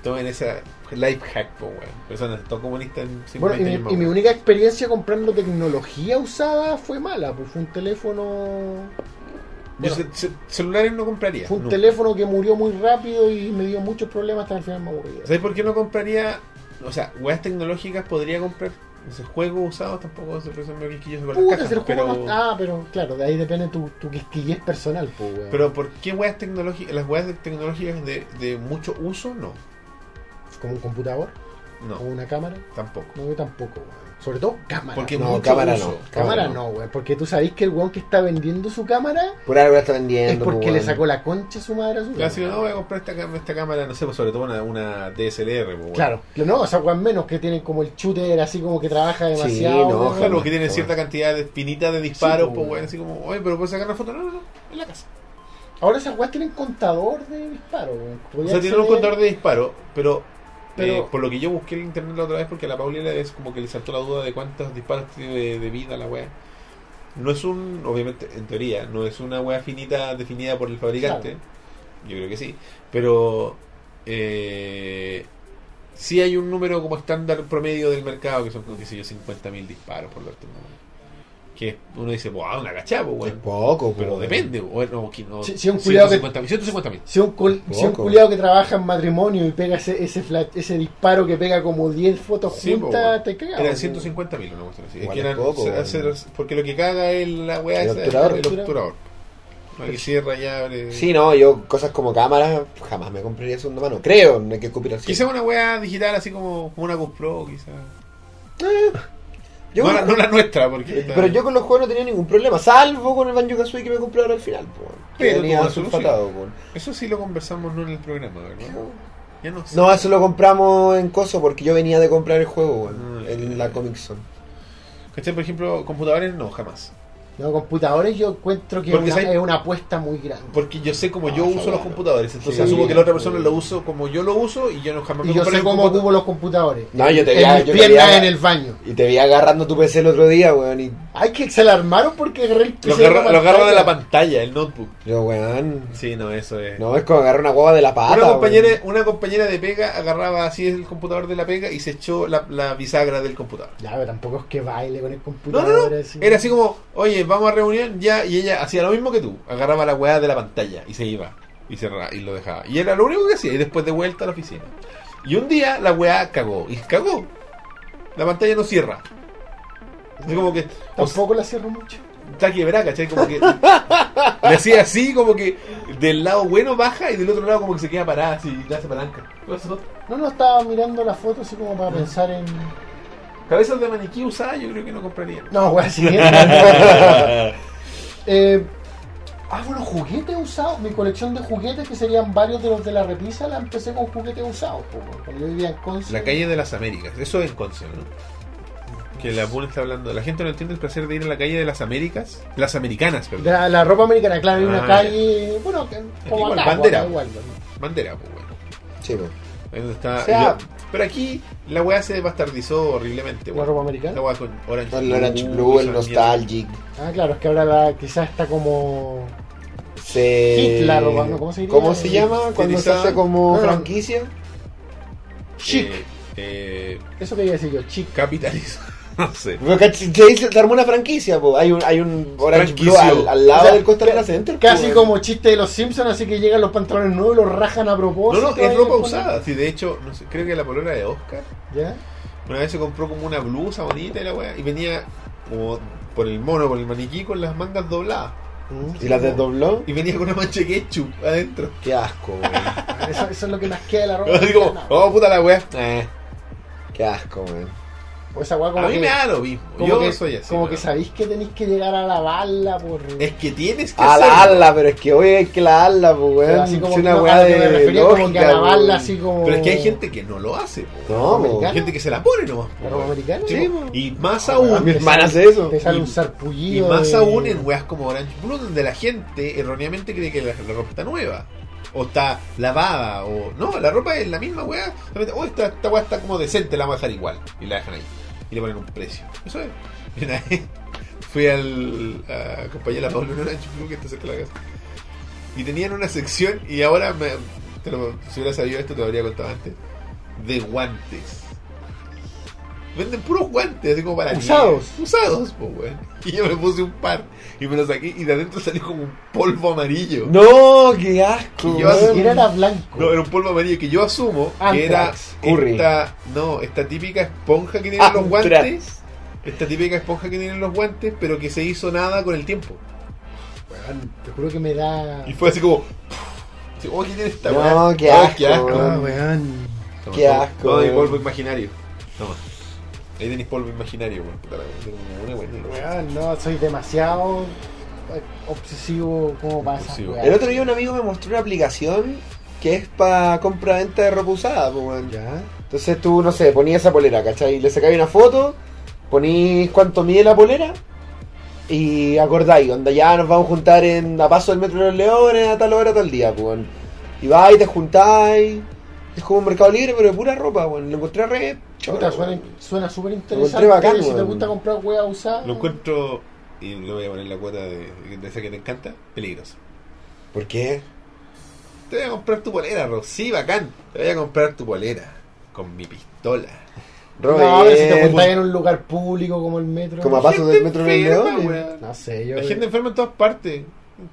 Speaker 1: Tomen esa life hack, po, weón. Personas todo comunistas en 50
Speaker 2: Bueno, y
Speaker 1: años
Speaker 2: mi,
Speaker 1: más,
Speaker 2: y mi
Speaker 1: weón.
Speaker 2: única experiencia comprando tecnología usada fue mala, pues fue un teléfono,
Speaker 1: Yo ce- ce- celulares no compraría.
Speaker 2: fue un
Speaker 1: nunca.
Speaker 2: teléfono que murió muy rápido y me dio muchos problemas hasta el final me aburrí.
Speaker 1: ¿Sabes por qué no compraría? O sea, weas tecnológicas podría comprar. No sé, juegos usados tampoco se parecen medio quisquillosos con
Speaker 2: Puta,
Speaker 1: las
Speaker 2: si el
Speaker 1: cajas.
Speaker 2: juego
Speaker 1: pues, Pero,
Speaker 2: no- Ah, pero claro, de ahí depende tu, tu quisquillez personal, pues, weón.
Speaker 1: pero ¿por qué weas tecnológicas? Las weas de- tecnológicas de, de mucho uso, no.
Speaker 2: Como un computador, o
Speaker 1: No,
Speaker 2: una cámara,
Speaker 1: tampoco.
Speaker 2: no, yo tampoco, weón. Sobre todo cámara.
Speaker 1: Porque
Speaker 3: No,
Speaker 1: mucho
Speaker 3: cámara
Speaker 1: uso.
Speaker 3: no.
Speaker 2: cámara
Speaker 3: cámara no.
Speaker 2: no, weón, porque tú sabés que el weón que está vendiendo su cámara
Speaker 3: Por algo la está vendiendo.
Speaker 2: es
Speaker 1: pues,
Speaker 2: porque
Speaker 3: weón.
Speaker 2: le sacó la concha a su madre a su
Speaker 1: Casi
Speaker 2: cámara.
Speaker 1: no voy a comprar esta, cam- esta cámara, no sé, pues, sobre todo una, una DSLR, po, weón.
Speaker 2: Claro, no, esas weas menos que tienen como el shooter así como que trabaja demasiado.
Speaker 3: no,
Speaker 2: weón.
Speaker 1: Claro,
Speaker 3: Ojalá.
Speaker 1: porque tiene
Speaker 3: Ojalá.
Speaker 1: cierta cantidad de finita de disparos,
Speaker 2: Sí,
Speaker 1: pues,
Speaker 2: po,
Speaker 1: weón. Así como, oye, pero puedes sacar una foto. No, no, no, en la casa.
Speaker 2: Ahora esas weas tienen contador de disparo, weón.
Speaker 1: O sea, tiene un contador de disparo, pero,
Speaker 2: Pero-
Speaker 1: eh, por lo que yo busqué en internet la otra vez, porque a la Paulina es como que le saltó la duda de cuántos disparos tiene de, de vida la wea. No es un, obviamente, en teoría, no es una wea finita definida por el fabricante. Yo creo que sí. Pero eh, sí hay un número como estándar promedio del mercado que son, como, qué sé yo, 50.000 disparos, por darte un número. Que uno dice, wow, una cachada, pues,
Speaker 3: Es
Speaker 1: weón.
Speaker 3: poco,
Speaker 1: Pero
Speaker 3: po,
Speaker 1: depende, bueno, que no.
Speaker 2: Si- si un culiao que-
Speaker 1: 150.000, 150.000.
Speaker 2: Si un, cul-
Speaker 3: Poco.
Speaker 2: si un culiado que trabaja en matrimonio y pega ese ese, fla- ese disparo que pega como 10 fotos
Speaker 1: Sí, po,
Speaker 2: juntas,
Speaker 1: weón.
Speaker 2: te cagas.
Speaker 1: Eran
Speaker 2: po.
Speaker 1: 150.000 una cuestión así. Es
Speaker 3: Igual
Speaker 1: que
Speaker 3: es
Speaker 1: eran-
Speaker 3: poco,
Speaker 1: se-
Speaker 3: weón.
Speaker 1: se- porque lo que caga es la weá
Speaker 3: El
Speaker 1: esa,
Speaker 3: obturador.
Speaker 1: el obturador. La que cierra y abre.
Speaker 3: Sí, no, yo cosas como cámaras jamás me compraría de segunda mano. Creo, no hay que escupir al cielo.
Speaker 1: Quizá una weá digital así como, como una GoPro, quizá. no,
Speaker 3: Yo Eh, con-
Speaker 1: la, no la nuestra, porque.
Speaker 3: Pero yo con los juegos no tenía ningún problema, salvo con el Banjo Kazooie que me compré ahora al final, po.
Speaker 1: Pero
Speaker 3: Pero tenía
Speaker 1: tuvo una solución.
Speaker 3: sulfatado, po.
Speaker 1: Eso sí lo conversamos no en el programa, ¿verdad? Ya no sé.
Speaker 3: No, eso lo compramos en Coso porque yo venía de comprar el juego, weón,
Speaker 1: Ah,
Speaker 3: en la Comic Zone.
Speaker 1: ¿Cachai? Por ejemplo, computadores no, jamás.
Speaker 2: No, computadores yo encuentro que es
Speaker 1: Porque
Speaker 2: una,
Speaker 1: sabes-
Speaker 2: es una apuesta muy grande.
Speaker 1: Porque yo sé cómo
Speaker 3: Ah,
Speaker 1: yo
Speaker 3: esa
Speaker 1: uso
Speaker 3: weá,
Speaker 1: los
Speaker 3: no.
Speaker 1: computadores, entonces
Speaker 2: Sí,
Speaker 1: asumo que la otra persona
Speaker 3: sí.
Speaker 1: lo uso como yo lo uso y yo no jamás
Speaker 2: Y yo
Speaker 1: compraré
Speaker 2: sé
Speaker 1: un
Speaker 2: cómo
Speaker 1: computador.
Speaker 2: ocupo los computadores.
Speaker 3: No, yo te
Speaker 2: en
Speaker 3: veía,
Speaker 2: mis
Speaker 3: yo te
Speaker 2: piernas
Speaker 3: veía-
Speaker 2: en el baño.
Speaker 3: Y te vi agarrando tu PC el otro día, weón, y
Speaker 2: Ay, que se la armaron porque agarré el
Speaker 1: Lo
Speaker 2: PC de la
Speaker 1: agarro, lo agarro de la
Speaker 2: pantalla.
Speaker 1: pantalla, el notebook.
Speaker 3: yo, weón,
Speaker 1: Sí, no, eso es.
Speaker 3: no, es como agarrar una guava de la pata,
Speaker 1: Una compañera,
Speaker 3: weón.
Speaker 1: una compañera de pega agarraba así el computador de la pega y se echó la, la bisagra del computador.
Speaker 2: Ya, pero tampoco es que baile con el
Speaker 1: No,
Speaker 2: computador.
Speaker 1: no, no.
Speaker 2: así.
Speaker 1: Era así como, oye, vamos a reunión ya. Y ella hacía lo mismo que tú. Agarraba la weá de la pantalla y se iba. Y cerraba y lo dejaba. Y era lo único que hacía. Y después de vuelta a la oficina. Y un día la weá cagó. Y cagó. La pantalla no cierra. Es como que.
Speaker 2: Tampoco la cierro mucho.
Speaker 1: Está quebrada, ¿cachai? Como que. le hacía así, como que del lado bueno baja y del otro lado como que se queda parada así y le hace palanca. ¿Qué pasó?
Speaker 2: No, no, estaba mirando la foto así como para pensar en...
Speaker 1: Cabezas de maniquí usadas yo creo que no compraría.
Speaker 2: No, weón, así es. eh, ah, bueno, juguetes usados. Mi colección de juguetes, que serían varios de los de la repisa, la empecé con juguetes usados. po, weón. Cuando yo vivía en Conce.
Speaker 1: La calle de las Américas, eso es Concepción, ¿no? Que la Puna está hablando. La gente no entiende el placer de ir a la calle de las Américas. Las americanas,
Speaker 2: De
Speaker 1: perdón.
Speaker 2: la, la ropa americana, claro, hay una
Speaker 1: Ah,
Speaker 2: calle. Bueno, que- como
Speaker 1: igual,
Speaker 2: acá,
Speaker 1: bandera.
Speaker 2: Igual, igual.
Speaker 1: Bandera, pues bueno.
Speaker 3: Sí, weón.
Speaker 1: Ahí donde está.
Speaker 3: O sea-
Speaker 1: yo- pero aquí la weá se bastardizó horriblemente.
Speaker 2: ¿La
Speaker 1: weón.
Speaker 2: ropa
Speaker 1: La
Speaker 2: americana?
Speaker 1: weá con Orange
Speaker 3: El
Speaker 2: Uh,
Speaker 3: Orange Blue, el
Speaker 1: esa mierda.
Speaker 3: Nostalgic,
Speaker 2: Ah, claro, es que ahora la- quizás está como.
Speaker 3: se...
Speaker 2: Hitler, weón, ¿cómo se diría?
Speaker 3: eh, ¿Cómo se llama cuando se
Speaker 1: Estilizado.
Speaker 3: hace como
Speaker 2: No, no.
Speaker 3: franquicia?
Speaker 2: Chic.
Speaker 1: Eh, eh,
Speaker 2: Eso quería decir yo, chic.
Speaker 1: capitalismo. no sé.
Speaker 3: Pero que se se hizo- se armó una franquicia, po. Hay un, hay un Orange Blue
Speaker 1: Franquicio.
Speaker 3: al, al lado
Speaker 2: O sea,
Speaker 3: del Costa Rica Center. po,
Speaker 2: Casi
Speaker 3: weón.
Speaker 2: como chiste de los Simpsons, así que llegan los pantalones nuevos y los rajan a
Speaker 1: No,
Speaker 2: propósito.
Speaker 1: no,
Speaker 2: ahí
Speaker 1: es ropa
Speaker 2: después-
Speaker 1: usada. Sí, de hecho, no sé, creo que la polera de Oscar.
Speaker 2: ¿Ya?
Speaker 1: Una vez se compró como una blusa bonita y la weá. Y venía como por el mono, por el maniquí con las mangas dobladas.
Speaker 2: Mm.
Speaker 3: ¿Y las desdobló?
Speaker 1: Y venía con una mancha de ketchup adentro.
Speaker 3: Qué asco, weón.
Speaker 2: Eso, eso es lo que más queda de la ropa.
Speaker 1: Así como,
Speaker 2: americana.
Speaker 1: oh puta la weá.
Speaker 2: Eh.
Speaker 3: Qué asco, weón.
Speaker 2: O Pues esa weá como
Speaker 1: a mí
Speaker 2: que,
Speaker 1: me da lo mismo.
Speaker 2: como
Speaker 1: Yo
Speaker 2: que,
Speaker 1: soy así.
Speaker 2: como
Speaker 1: weón.
Speaker 2: que sabéis que tenéis que llegar a lavarla por.
Speaker 1: Es que tienes que
Speaker 3: A Ah, la
Speaker 1: hacerlo.
Speaker 3: ala, pero es que hoy hay que la ala, pues,
Speaker 2: Pero
Speaker 3: weón.
Speaker 2: así como
Speaker 3: es
Speaker 2: que
Speaker 3: una
Speaker 2: no,
Speaker 3: weá
Speaker 2: a lo que me
Speaker 3: de
Speaker 2: refería, como que a
Speaker 3: lógica,
Speaker 2: lavarla
Speaker 3: weón.
Speaker 2: así como.
Speaker 1: Pero es que hay gente que no lo hace. po.
Speaker 3: No, po.
Speaker 2: Americana.
Speaker 1: Gente que se la pone nomás. po.
Speaker 2: ¿La ropa americana?
Speaker 1: Sí, po. y más
Speaker 3: Ah, Mi
Speaker 1: aún.
Speaker 3: hermana hace eso.
Speaker 2: Te sale
Speaker 1: Y-
Speaker 2: un
Speaker 1: Y
Speaker 2: sarpullido.
Speaker 1: más
Speaker 2: de-
Speaker 1: aún en weas como Orange Blue, donde la gente erróneamente cree que la, la ropa está nueva. O está lavada. O. No, la ropa es la misma wea. Solamente, Oh, esta, esta wea está como decente, la vamos a dejar igual. Y la dejan ahí. Y le ponen un precio. Eso es. Y una vez Fui al. a acompañar a Pablo en Orange Blue, que está cerca de la casa. Y tenían una sección, y ahora me, te lo- si hubiera sabido esto te lo habría contado antes. De guantes. Venden puros guantes, así como para niños.
Speaker 2: Usados.
Speaker 1: Usados, pues, weón. Y yo me puse un par y me lo saqué y de adentro salió como un polvo amarillo.
Speaker 3: No, qué asco.
Speaker 1: Y yo
Speaker 2: Ni
Speaker 1: así-
Speaker 3: weón.
Speaker 2: siquiera era blanco.
Speaker 1: No, era un polvo amarillo que yo asumo que era
Speaker 2: Anthrax.
Speaker 3: Curry.
Speaker 1: esta, no, esta típica esponja que tienen los
Speaker 3: Anthrax.
Speaker 1: guantes. Esta típica esponja que tienen los guantes, pero que se hizo nada con el tiempo.
Speaker 2: Weón, te juro que me da.
Speaker 1: Y fue así como. así, Oh, ¿qué tiene esta
Speaker 3: No,
Speaker 1: weá?
Speaker 3: qué
Speaker 1: Oh,
Speaker 3: asco, weón.
Speaker 2: Ah, weón.
Speaker 1: Toma,
Speaker 3: Qué
Speaker 1: toma.
Speaker 3: asco,
Speaker 1: No, y
Speaker 3: weón.
Speaker 1: polvo imaginario. Toma. Ahí tenéis polvo imaginario, weón. Puta la weá, tengo una buena, weón.
Speaker 2: Weón, no, soy demasiado eh, obsesivo como pasa.
Speaker 1: Obsesivo.
Speaker 3: El otro día un amigo me mostró una aplicación que es para compra-venta de ropa usada, pues, weón.
Speaker 2: Ya.
Speaker 3: Entonces tú, no sé, ponías esa polera, ¿cachai? Y le sacabas una foto, ponís cuánto mide la polera y acordáis, onda ya nos vamos a juntar en a paso del Metro de los Leones a tal hora, tal día, pues. weón. Y vais, te juntáis. Es como un mercado libre, pero de pura ropa, weón. Lo encontré re.
Speaker 2: Puta,
Speaker 3: choro,
Speaker 2: suena,
Speaker 3: weón.
Speaker 2: suena súper
Speaker 3: Lo encontré
Speaker 2: interesante.
Speaker 3: bacán,
Speaker 2: si te
Speaker 3: weón.
Speaker 2: gusta comprar weas usadas.
Speaker 1: Lo encuentro, y le voy a poner la cuota de, de esa que te encanta, peligroso.
Speaker 3: ¿Por qué?
Speaker 1: Te voy a comprar tu polera, Rosy, bacán. Te voy a comprar tu polera con mi pistola.
Speaker 2: No, pero si te
Speaker 3: Roberto,
Speaker 2: juntas en un lugar público como el metro.
Speaker 3: como a pasos del metro de
Speaker 1: enferma,
Speaker 3: León.
Speaker 1: weón.
Speaker 2: No sé, yo.
Speaker 1: La gente enferma en todas partes.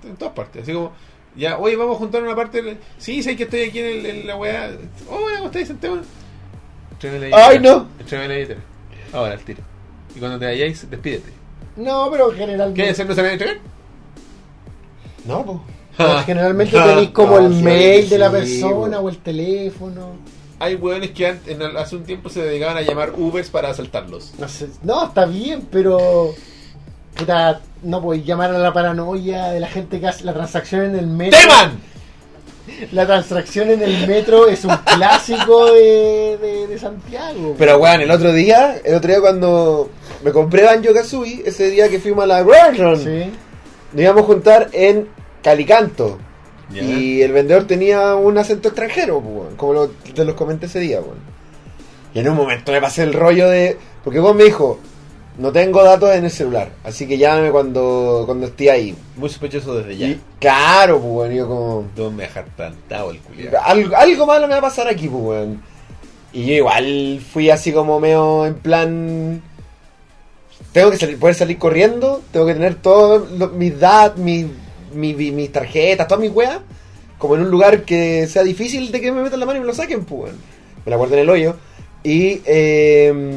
Speaker 1: En en todas partes. Así como, ya, oye, vamos a juntar una parte. del- Sí, sé que estoy aquí en, el- en la weá. Oh, weá, ¿cómo estáis sentados? Entrégame la
Speaker 3: Ay,
Speaker 1: billetera.
Speaker 3: no.
Speaker 1: Entrégame la billetera. Ahora, al tiro. Y cuando te vayáis, despídete.
Speaker 2: No, pero generalmente.
Speaker 1: ¿Qué hay que hacer? ¿No se van a entregar?
Speaker 3: No, pues.
Speaker 1: Ah.
Speaker 2: Pero Generalmente tenéis como
Speaker 3: Ah,
Speaker 2: el
Speaker 3: sí,
Speaker 2: mail de la
Speaker 3: sí,
Speaker 2: persona
Speaker 3: bo.
Speaker 2: o el teléfono.
Speaker 1: Hay weones que an- en el- hace un tiempo se dedicaban a llamar Ubers para asaltarlos.
Speaker 2: No sé. No, está bien, pero. Puta, no podéis llamar a la paranoia de la gente que hace la transacción en el metro.
Speaker 1: ¡Teman!
Speaker 2: La transacción en el metro es un clásico de, de, de Santiago.
Speaker 3: Pero weón, el otro día, el otro día cuando me compré Banjo Kazooie, ese día que fuimos a la Run,
Speaker 2: Sí.
Speaker 3: nos íbamos a juntar en Calicanto.
Speaker 1: Ya.
Speaker 3: Y el vendedor tenía un acento extranjero, pues, weón, como lo- te los comenté ese día. weón. Y en un momento me pasé el rollo de. Porque vos me dijo, no tengo datos en el celular, así que llámame cuando, cuando esté ahí.
Speaker 1: Muy sospechoso desde ya.
Speaker 3: Y claro, pues, weón, yo como.
Speaker 1: No me dejar plantado el
Speaker 2: Ah.
Speaker 1: culiado.
Speaker 3: Algo, algo malo me va a pasar aquí, pues, weón. Y yo igual fui así como medio en plan. Tengo que salir, poder salir corriendo, tengo que tener todos los- mis datos, mis, mi- mi- mis tarjetas, todas mis weas, como en un lugar que sea difícil de que me metan la mano y me lo saquen, pues, weón. Me la guardo en el hoyo. Y eh,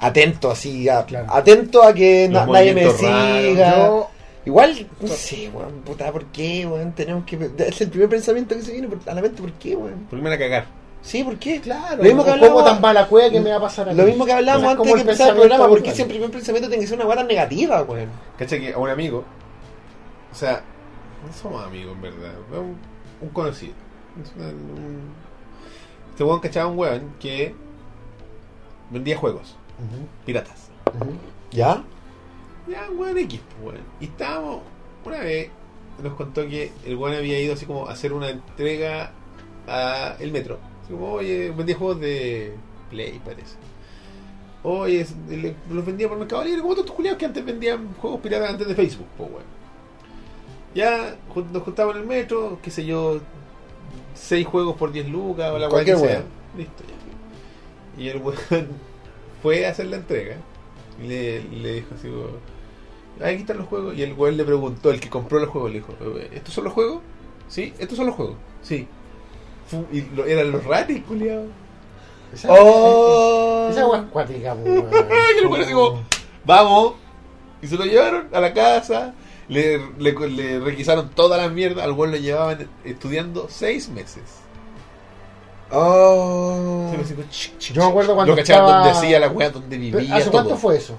Speaker 3: atento, así, a-
Speaker 2: Claro.
Speaker 3: atento a que
Speaker 1: Los
Speaker 3: na- nadie me
Speaker 1: movimientos raros.
Speaker 3: siga.
Speaker 2: Yo,
Speaker 3: Igual, no sé, weón, puta, ¿por qué, weón? Tenemos que... Es el primer pensamiento que se viene por- a la mente, ¿por qué, weón?
Speaker 1: ¿Por qué me van a cagar?
Speaker 3: Sí, ¿por qué?
Speaker 2: claro,
Speaker 3: Lo mismo que
Speaker 2: o
Speaker 3: hablamos-
Speaker 2: como tan mala cueva que me va a pasar a
Speaker 3: Lo
Speaker 2: mí.
Speaker 3: mismo que hablábamos
Speaker 2: O sea,
Speaker 3: antes
Speaker 2: como
Speaker 3: de empezar el
Speaker 2: pensamiento
Speaker 3: programa, ¿por qué
Speaker 2: actual.
Speaker 3: siempre el primer pensamiento tiene que ser una guata negativa, weón?
Speaker 1: Cacha que a un amigo, o sea, no somos amigos en verdad, es un, un conocido. Es una- un- Este weón cachaba un weón que vendía juegos,
Speaker 2: Ujú,
Speaker 1: piratas.
Speaker 2: ujú.
Speaker 3: ¿Ya?
Speaker 1: Ya, un weón X, pues, weón. Y estábamos, una vez nos contó que el weón había ido así como a hacer una entrega a el metro. Así como, oye, vendía juegos de Play, parece. Oye, es- le- los vendía por Mercado Libre, como todos estos culiados que antes vendían juegos piratas antes de Facebook, pues, weón. Ya jun- nos juntamos en el metro, qué sé yo, seis juegos por 10 lucas o la weá que
Speaker 3: Cualquier
Speaker 1: sea.
Speaker 3: weá.
Speaker 1: Listo, ya. Y el weón fue a hacer la entrega. Y le, le dijo así, como, ahí están los juegos. Y el weón le preguntó, el que compró los juegos, le dijo, "Eh, ¿estos son los juegos? Sí, estos son los juegos. Sí. Fu- Y lo- eran los ratis, culiados.
Speaker 2: Esa-
Speaker 3: ¡Oh!
Speaker 2: Esa agua es cuática, po, weón.
Speaker 1: Y el weón así como, vamos. Y se lo llevaron a la casa. Le, le, le requisaron toda la mierda. Al weón lo llevaban estudiando seis meses.
Speaker 3: ¡Oh!
Speaker 1: Se lo hicieron, ch, ch,
Speaker 2: Yo me acuerdo
Speaker 1: ch.
Speaker 2: Mm. cuando
Speaker 1: Lo cacharon
Speaker 2: estaba-
Speaker 1: donde hacía la weá, donde
Speaker 2: Pero,
Speaker 1: vivía.
Speaker 2: ¿Hace
Speaker 1: todo.
Speaker 2: cuánto fue eso?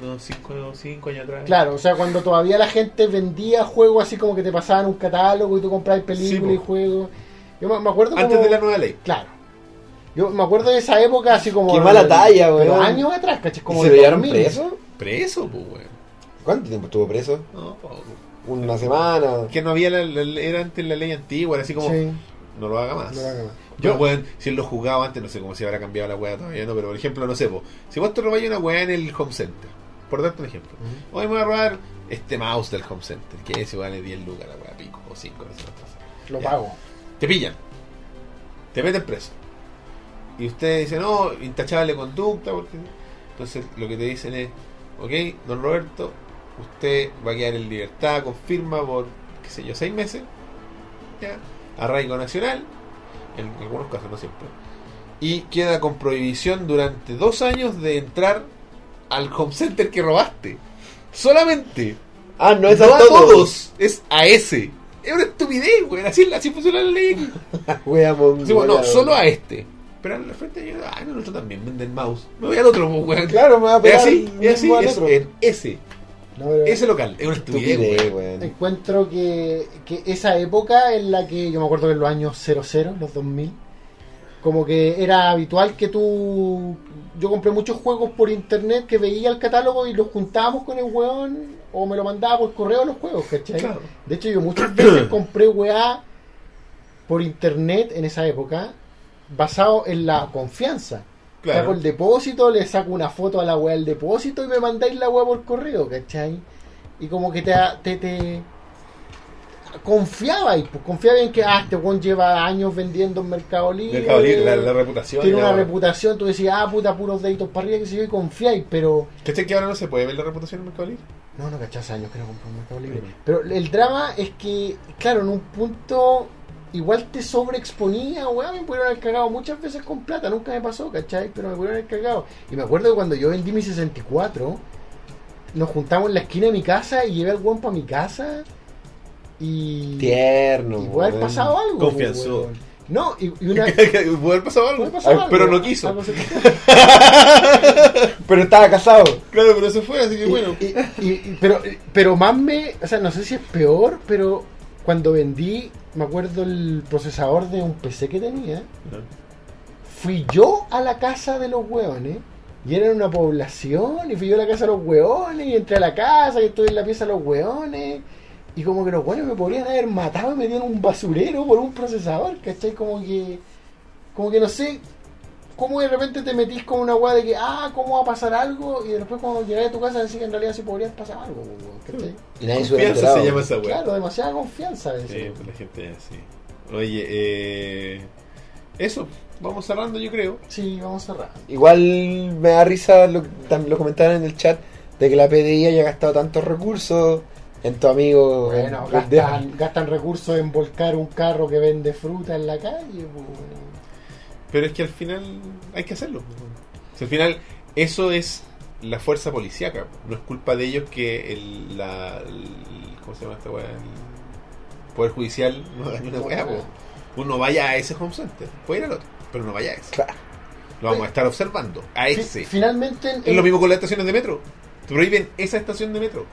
Speaker 1: No, cinco, cinco años atrás.
Speaker 2: Claro, o sea, cuando todavía la gente vendía juegos así como que te pasaban un catálogo y tú comprabas películas
Speaker 1: Sí,
Speaker 2: y
Speaker 1: po.
Speaker 2: juegos. Yo me, me acuerdo
Speaker 1: Antes
Speaker 2: como-
Speaker 1: de la nueva ley.
Speaker 2: Claro. Yo me acuerdo de esa época así como...
Speaker 3: Qué mala talla,
Speaker 2: Pero
Speaker 3: weón.
Speaker 2: años atrás, caché,
Speaker 3: ¿Y
Speaker 2: como...
Speaker 3: se
Speaker 2: del
Speaker 3: lo llevaron
Speaker 2: 2000.
Speaker 3: preso?
Speaker 1: Preso, pues, weón.
Speaker 3: ¿Cuánto tiempo estuvo preso?
Speaker 1: No, po.
Speaker 3: ¿Una semana?
Speaker 1: Que no había la, la- era antes la ley antigua, era así como,
Speaker 2: Sí,
Speaker 1: no lo haga más.
Speaker 2: no lo haga más.
Speaker 1: Yo, weón, si él lo jugaba antes, no sé cómo se habrá cambiado la weá todavía, no, pero por ejemplo, no sé, po, si vos te robáis una weá en el home center, por darte un ejemplo, hoy me voy a robar este mouse del home center, que ese vale 10 lucas la weá, pico, o 5, no sé cuánto sea.
Speaker 2: Lo
Speaker 1: Ya.
Speaker 2: pago.
Speaker 1: Te pillan, te meten preso. Y usted dice, no, intachable conducta, porque. Entonces lo que te dicen es, ok, don Roberto, usted va a quedar en libertad, confirma por, qué sé yo, seis meses, ya, arraigo nacional, en algunos casos, no siempre, y queda con prohibición durante dos años de entrar al home center que robaste. Solamente.
Speaker 3: ¡Ah, no es
Speaker 1: No
Speaker 3: a todos!
Speaker 1: es a ese. Es una estupidez, güey. Así, así funciona la ley. aquí.
Speaker 3: Ah, Wea mongola,
Speaker 1: Sí, bueno, no,
Speaker 3: weón.
Speaker 1: solo a este. Pero al frente yo, ah, no, nosotros también venden mouse. Me voy al otro, pues, weón.
Speaker 3: Claro, me va a
Speaker 1: es
Speaker 3: pegar
Speaker 1: así,
Speaker 3: el
Speaker 1: es así,
Speaker 3: mismo al
Speaker 1: es
Speaker 3: otro.
Speaker 1: en ese,
Speaker 2: No, pero-
Speaker 1: ese local. Es una estupidez,
Speaker 3: Estupidez,
Speaker 1: weón.
Speaker 3: weón.
Speaker 2: Encuentro que, que esa época en la que yo me acuerdo que en los años 00, los 2000, como que era habitual que tú. Yo compré muchos juegos por internet que veía el catálogo y los juntábamos con el weón o me lo mandaba por correo los juegos, ¿cachai?
Speaker 1: Claro.
Speaker 2: De hecho, yo muchas veces compré weá por internet en esa época basado en la confianza. Saco
Speaker 1: Claro.
Speaker 2: el depósito, le saco una foto a la weá del depósito y me mandáis la weá por correo, ¿cachai? Y como que te. te, te- confiaba ahí, pues confiaba en que ah, este weón lleva años vendiendo en Mercado Libre.
Speaker 1: Mercado Libre, la, la reputación.
Speaker 2: tiene una
Speaker 1: ya.
Speaker 2: reputación, tú decías, ah, puta, puros deditos para arriba, que sé yo, y confiáis, pero
Speaker 1: ¿Cachai que ahora no se puede ver la reputación en Mercado Libre?
Speaker 2: no, no cachás años que no compré un Mercado Libre.
Speaker 1: Mm.
Speaker 2: Pero el drama es que, claro, en un punto igual te sobreexponía, weón, me pudieron haber cagado muchas veces con plata, nunca me pasó, ¿cachai? Pero me pudieron haber cagado. Y me acuerdo que cuando yo vendí mi 64, nos juntamos en la esquina de mi casa y llevé al weón para mi casa y...
Speaker 3: Tierno.
Speaker 2: y puede haber
Speaker 3: weón.
Speaker 2: pasado algo.
Speaker 1: Confianzudo.
Speaker 2: weón. No, y, y una...
Speaker 1: Pudo haber pasado algo,
Speaker 2: puede pasar
Speaker 1: Ah,
Speaker 2: algo,
Speaker 1: pero no quiso.
Speaker 2: algo se-
Speaker 3: Pero estaba casado.
Speaker 1: Claro, pero se fue, así que bueno.
Speaker 2: Y- y- y- pero, pero más me. O sea, no sé si es peor, pero cuando vendí, me acuerdo el procesador de un PC que tenía. Fui yo a la casa de los hueones. Y era una población. Y fui yo a la casa de los hueones. Y entré a la casa. Y estuve en la pieza de los hueones. Y como que los hueones me podrían haber matado y me dieron un basurero por un procesador. ¿Cachai? Como que. Como que no sé. ¿Cómo de repente te metís con una weá de que, ah, cómo va a pasar algo? Y después cuando llegas a tu casa decís que en realidad sí podría pasar algo, pues, weón, ¿cachai?
Speaker 3: Y nadie se hubiera
Speaker 1: Confianza se
Speaker 3: enterado.
Speaker 1: llama esa weá.
Speaker 2: Claro, demasiada confianza a veces.
Speaker 1: Sí, pues la gente es así. Oye, eh, eso, vamos cerrando yo creo.
Speaker 2: Sí, vamos a cerrar.
Speaker 3: Igual me da risa lo, tam- lo comentaron en el chat de que la PDI haya gastado tantos recursos en tu amigo.
Speaker 2: Bueno,
Speaker 3: en- de-
Speaker 2: gastan, gastan recursos en volcar un carro que vende fruta en la calle, pues.
Speaker 1: Pero es que al final hay que hacerlo. Si al final eso es la fuerza policíaca. No es culpa de ellos que el, la, el- ¿cómo se llama esta weá? El Poder Judicial no haga ni una weá. po. Uno vaya a ese home center, puede ir al otro, pero no vaya a ese.
Speaker 3: Claro.
Speaker 1: Lo vamos a estar observando, a
Speaker 2: Fi-
Speaker 1: ese.
Speaker 2: Finalmente, eh, en-
Speaker 1: Es lo mismo con las estaciones de metro. Te prohíben esa estación de metro.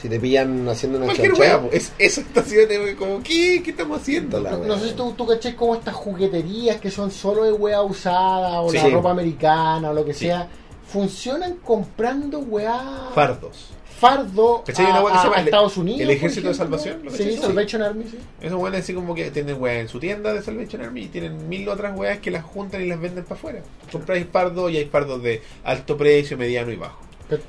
Speaker 3: Si te pillan haciendo una
Speaker 1: Cualquier
Speaker 3: chanchada,
Speaker 1: wea,
Speaker 3: pues,
Speaker 1: po. es esa estación de como, ¿qué? ¿Qué estamos haciendo?
Speaker 3: la
Speaker 2: No,
Speaker 3: wea.
Speaker 2: no sé si tú, tú caché como estas jugueterías que son solo de wea usada o la
Speaker 3: Sí.
Speaker 2: ropa americana o lo que
Speaker 1: Sí.
Speaker 2: sea, funcionan comprando wea
Speaker 1: Fardos.
Speaker 2: fardo
Speaker 1: ¿Cachai? Una wea que
Speaker 2: a-
Speaker 1: se llama
Speaker 2: a
Speaker 1: el-
Speaker 2: Estados Unidos.
Speaker 1: el
Speaker 2: por
Speaker 1: Ejército de
Speaker 2: ejemplo.
Speaker 1: Salvación, ¿lo
Speaker 2: Sí,
Speaker 1: cachai? Sí.
Speaker 2: Salvation Army, sí.
Speaker 1: Esos weones así como que tienen weas en su tienda de Salvation Army y tienen mil otras weas que las juntan y las venden para afuera. Compráis fardos y hay fardos de alto precio, mediano y bajo.
Speaker 2: Pero-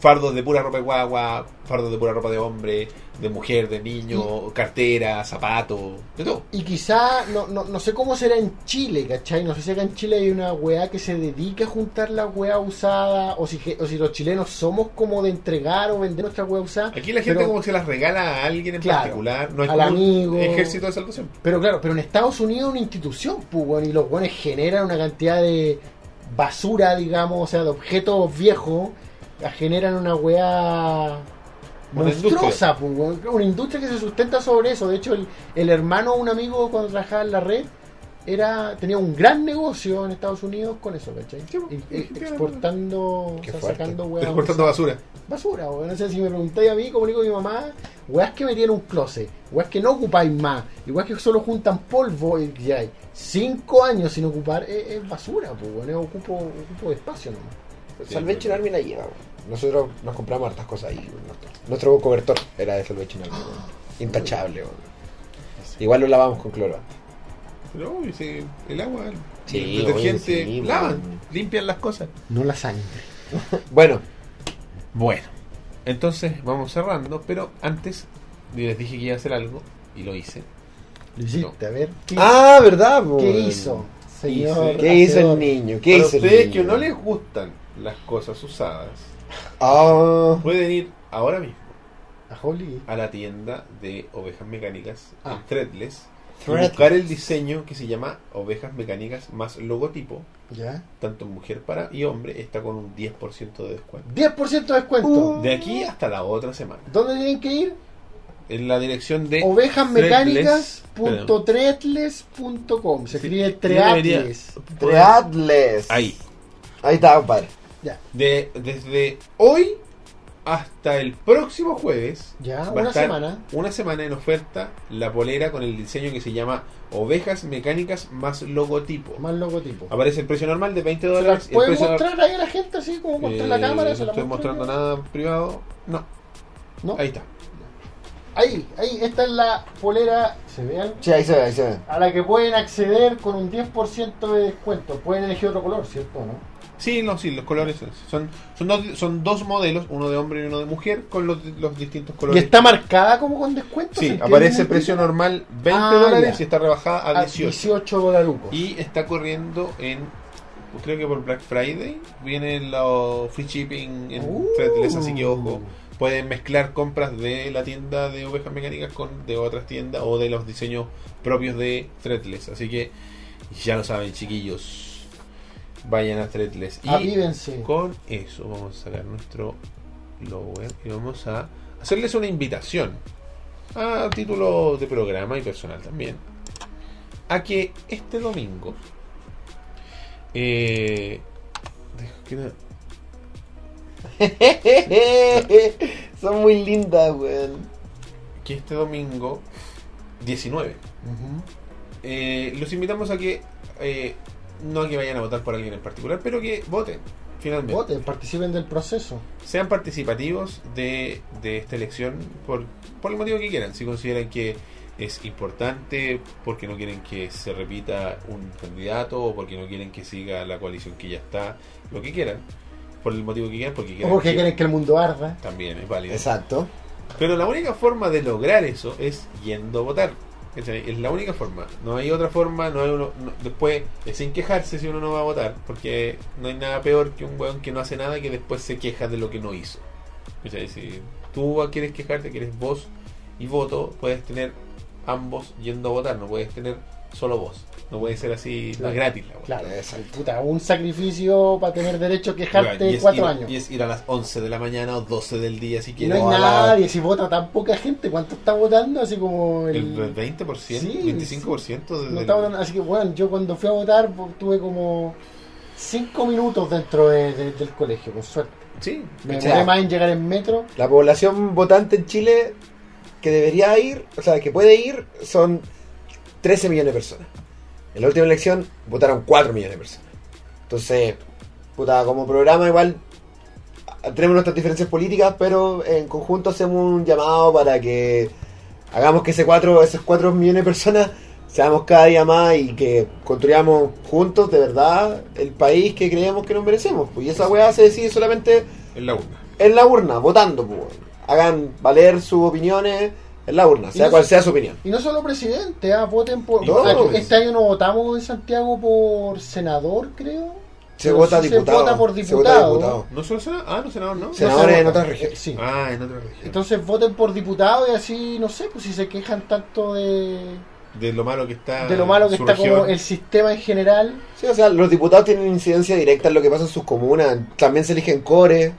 Speaker 1: Fardos de pura ropa de guagua, fardos de pura ropa de hombre, de mujer, de niño, cartera, zapato, de todo.
Speaker 2: Y quizá, no, no, no sé cómo será en Chile, ¿cachai? No sé si acá en Chile hay una weá que se dedica a juntar la weá usada, o si, ge- o si los chilenos somos como de entregar o vender nuestra weá usada.
Speaker 1: Aquí la gente
Speaker 2: pero-
Speaker 1: como que se las regala a alguien en
Speaker 2: Claro,
Speaker 1: particular, no es
Speaker 2: al
Speaker 1: como un
Speaker 2: amigo.
Speaker 1: ejército de salvación.
Speaker 2: Pero claro, pero en Estados Unidos es una institución, pues, weón, y los guanes generan una cantidad de basura, digamos, o sea, de objetos viejos, la generan una weá
Speaker 1: Una
Speaker 2: monstruosa, pues, weón. una industria que se sustenta sobre eso. De hecho, el, el hermano, un amigo cuando trabajaba en la red, era tenía un gran negocio en Estados Unidos con eso, ¿cachai?
Speaker 1: Sí, pues,
Speaker 2: Y-
Speaker 1: sí,
Speaker 2: e-
Speaker 1: sí,
Speaker 2: exportando, o
Speaker 3: Qué
Speaker 2: sea,
Speaker 3: fuerte.
Speaker 2: sacando weá
Speaker 1: Transportando basura.
Speaker 2: basura, weón. No sé si me preguntáis a mí, como le digo a mi mamá, weas que metí en un closet, weas que no ocupáis más, y weas que solo juntan polvo y ya hay cinco años sin ocupar, es, es basura, pues, weón. Es ocupo, ocupo espacio nomás.
Speaker 3: pues. Salvation Army la lleva. pues. weón. Nosotros nos compramos hartas cosas ahí. weón. Nuestro, nuestro cobertor era de Salvation Army. weón. Intachable. weón. Igual lo lavamos con cloro.
Speaker 1: No, y se- el agua, el
Speaker 3: Sí,
Speaker 1: detergente,
Speaker 3: oye, sí,
Speaker 1: lavan,
Speaker 3: bueno.
Speaker 1: limpian las cosas.
Speaker 2: No la sangre.
Speaker 3: Bueno,
Speaker 1: Bueno, entonces vamos cerrando, pero antes yo les dije que iba a hacer algo y lo hice.
Speaker 2: Lo hiciste, a ver. ¿Qué,
Speaker 3: ah, ¿verdad? weón?
Speaker 2: ¿qué hizo? Señor,
Speaker 3: ¿Qué hizo
Speaker 2: hacedor?
Speaker 3: el niño? ¿Qué
Speaker 1: Para
Speaker 3: hizo el
Speaker 1: ustedes
Speaker 3: niño?
Speaker 1: que no les gustan las cosas usadas,
Speaker 3: Ah.
Speaker 1: pueden ir ahora mismo
Speaker 2: A Holly.
Speaker 1: a la tienda de ovejas mecánicas
Speaker 2: Ah.
Speaker 1: en Threadless y
Speaker 3: Threadless.
Speaker 1: buscar el diseño que se llama ovejas mecánicas más logotipo,
Speaker 2: ¿Ya?
Speaker 1: tanto mujer para y hombre, está con un 10% de descuento.
Speaker 2: 10% de descuento.
Speaker 3: Uh.
Speaker 1: De aquí hasta la otra semana.
Speaker 2: ¿Dónde tienen que ir?
Speaker 1: En la dirección de
Speaker 2: Ovejasmecánicas.treatles.com. Se
Speaker 1: Sí,
Speaker 2: escribe
Speaker 1: yo debería-
Speaker 2: treatles.
Speaker 3: Triatles.
Speaker 1: Ahí.
Speaker 3: Ahí está, compadre.
Speaker 2: Ya.
Speaker 1: De, desde hoy hasta el próximo jueves.
Speaker 2: Ya,
Speaker 1: va a
Speaker 2: una
Speaker 1: estar
Speaker 2: semana.
Speaker 1: Una semana en oferta la polera con el diseño que se llama Ovejas Mecánicas más logotipo.
Speaker 2: Más logotipo.
Speaker 1: Aparece el precio normal de 20
Speaker 2: ¿Se las
Speaker 1: dólares. el
Speaker 2: puede
Speaker 1: precio-
Speaker 2: mostrar ahí a la gente así como mostrar la
Speaker 1: Eh,
Speaker 2: cámara?
Speaker 1: No
Speaker 2: se la
Speaker 1: estoy
Speaker 2: muestro
Speaker 1: mostrando
Speaker 2: yo?
Speaker 1: nada en privado. No,
Speaker 2: ¿No?
Speaker 1: ahí
Speaker 2: Ahí.
Speaker 1: está.
Speaker 2: ahí, esta es la polera, se vean,
Speaker 3: Sí, ahí se ve, ahí se ve.
Speaker 2: a la que pueden acceder con un 10% de descuento. Pueden elegir otro color, ¿cierto? o ¿No?
Speaker 1: Sí, no, sí, los colores son- son, son, dos, son dos modelos, uno de hombre y uno de mujer, con los, los distintos
Speaker 2: ¿Y
Speaker 1: colores.
Speaker 2: está marcada como con descuento? ¿Se
Speaker 1: Sí,
Speaker 2: entiende?
Speaker 1: aparece precio normal 20
Speaker 2: Ah,
Speaker 1: dólares
Speaker 2: ya. Ah,
Speaker 1: y está rebajada a
Speaker 2: A
Speaker 1: 18.
Speaker 2: 18 dolarucos.
Speaker 1: Y está corriendo en, pues, creo que por Black Friday, vienen los free shipping en
Speaker 2: Uh.
Speaker 1: Fretless, así que ojo. Pueden mezclar compras de la tienda de ovejas mecánicas con de otras tiendas o de los diseños propios de Threadless. Así que ya lo saben, chiquillos. Vayan a Threadless.
Speaker 2: Ah,
Speaker 1: Y
Speaker 2: Avívense.
Speaker 1: con eso vamos a sacar nuestro lower y vamos a hacerles una invitación a título de programa y personal también a que este domingo eh, deja que la-
Speaker 3: Son muy lindas, weón.
Speaker 1: que este domingo 19
Speaker 2: Ujú.
Speaker 1: eh, los invitamos a que eh, no a que vayan a votar por alguien en particular pero que voten finalmente
Speaker 2: Voten, participen del proceso.
Speaker 1: sean participativos de, de esta elección por, por el motivo que quieran. Si consideran que es importante, porque no quieren que se repita un candidato o porque no quieren que siga la coalición que ya está, lo que quieran, por el motivo que quieran, porque
Speaker 2: O
Speaker 1: quieran.
Speaker 2: porque
Speaker 1: que-
Speaker 2: quieren que el mundo arda.
Speaker 1: También es válido.
Speaker 3: Exacto.
Speaker 1: Pero la única forma de lograr eso es yendo a votar. ¿cachai? Es la única forma. No hay otra forma. No hay uno, no- después es sin quejarse si uno no va a votar. Porque no hay nada peor que un weón que no hace nada y que después se queja de lo que no hizo. ¿cachai? Si tú quieres quejarte, quieres voz y voto, puedes tener ambos yendo a votar. No puedes tener solo voz. No puede ser así no
Speaker 2: Claro.
Speaker 1: es gratis la weá.
Speaker 2: Claro,
Speaker 3: Exacto.
Speaker 2: puta, un sacrificio para tener derecho a
Speaker 1: Weón,
Speaker 2: quejarte
Speaker 1: y es
Speaker 2: cuatro
Speaker 1: ir-
Speaker 2: años.
Speaker 1: Y es ir a las 11 de la mañana o 12 del día si
Speaker 2: Y
Speaker 1: quieres.
Speaker 2: no hay
Speaker 1: O a la-
Speaker 2: nadie, si vota tan poca gente, ¿cuánto está votando? Así como el...
Speaker 1: El, 20%,
Speaker 2: Sí,
Speaker 1: 25% desde el-
Speaker 2: no está votando. Así que bueno, yo cuando fui a votar po- tuve como cinco minutos dentro de- de- del colegio, con suerte.
Speaker 1: Sí,
Speaker 2: Me
Speaker 3: O
Speaker 2: demoré
Speaker 3: sea,
Speaker 2: más en llegar en metro.
Speaker 3: La población votante en Chile que debería ir, o sea, que puede ir, son 13 millones de personas. En la última elección votaron 4 millones de personas. Entonces, puta, como programa igual a- tenemos nuestras diferencias políticas, pero en conjunto hacemos un llamado para que hagamos que ese cuatro, esos 4 millones de personas seamos cada día más y que construyamos juntos de verdad el país que creemos que nos merecemos. Pues, y esa weá se decide solamente
Speaker 1: en la urna.
Speaker 3: en la urna, votando, pues, weón. hagan valer sus opiniones en la urna, sea
Speaker 2: no
Speaker 3: cual sea su opinión.
Speaker 2: Y no solo presidente, ah, voten por...
Speaker 1: No,
Speaker 2: Aquí-
Speaker 1: pues.
Speaker 2: este año no votamos en Santiago por senador, creo.
Speaker 3: Se
Speaker 2: Pero
Speaker 3: vota
Speaker 2: sí
Speaker 3: diputado.
Speaker 2: Se vota por
Speaker 3: se vota
Speaker 2: diputado.
Speaker 3: diputado.
Speaker 1: No solo senador, ah, no senador, no.
Speaker 3: Sí. Senadores
Speaker 2: se
Speaker 3: en
Speaker 2: vota.
Speaker 3: otras regiones.
Speaker 2: Eh, Sí.
Speaker 1: Ah, en otra región.
Speaker 2: Entonces voten por diputado y así, no sé, pues si se quejan tanto de,
Speaker 1: de lo malo que está.
Speaker 3: Ah,
Speaker 2: de lo malo que
Speaker 1: su
Speaker 2: está como
Speaker 1: región.
Speaker 2: el sistema en general.
Speaker 3: Sí, o sea, los diputados tienen incidencia directa en lo que pasa en sus comunas. También se eligen cores,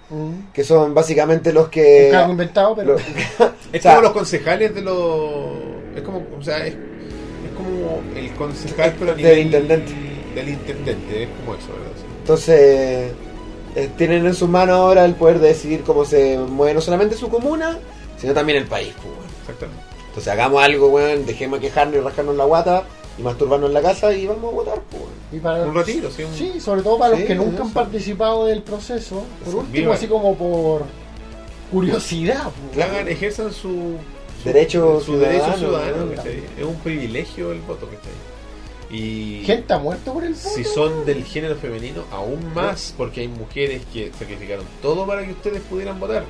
Speaker 3: que son básicamente los que.
Speaker 2: Un cargo inventado, pero...
Speaker 3: los-
Speaker 1: Es
Speaker 3: o sea-
Speaker 1: como los concejales de los. Es como. O sea, es, es como el concejal, pero a
Speaker 3: Del
Speaker 1: nivel.
Speaker 3: intendente.
Speaker 1: Del intendente, es como eso, ¿verdad? Sí.
Speaker 3: Entonces, eh, tienen en sus manos ahora el poder de decidir cómo se mueve no solamente su comuna, sino también el país, pues, weón.
Speaker 1: Exactamente.
Speaker 3: Entonces, hagamos algo, weón, dejemos de quejarnos y rascarnos la guata y masturbarnos en la casa y vamos a votar, pues. weón.
Speaker 2: y para-
Speaker 1: Un retiro, sí. un-
Speaker 2: Sí, sobre todo para
Speaker 3: Sí,
Speaker 2: los que nunca
Speaker 3: eso.
Speaker 2: han participado del proceso. Por
Speaker 1: Sí,
Speaker 2: último,
Speaker 1: viva.
Speaker 2: así como por curiosidad. pues.
Speaker 1: Hagan- ejerzan su. su-
Speaker 3: Derecho
Speaker 1: su derecho
Speaker 3: ciudadano,
Speaker 1: ciudadano, ¿cachai? Es un privilegio el voto, ¿cachai? Y.
Speaker 2: Gente ha muerto por el voto.
Speaker 1: Si son del género femenino, aún más, porque hay mujeres que sacrificaron todo para que ustedes pudieran votar.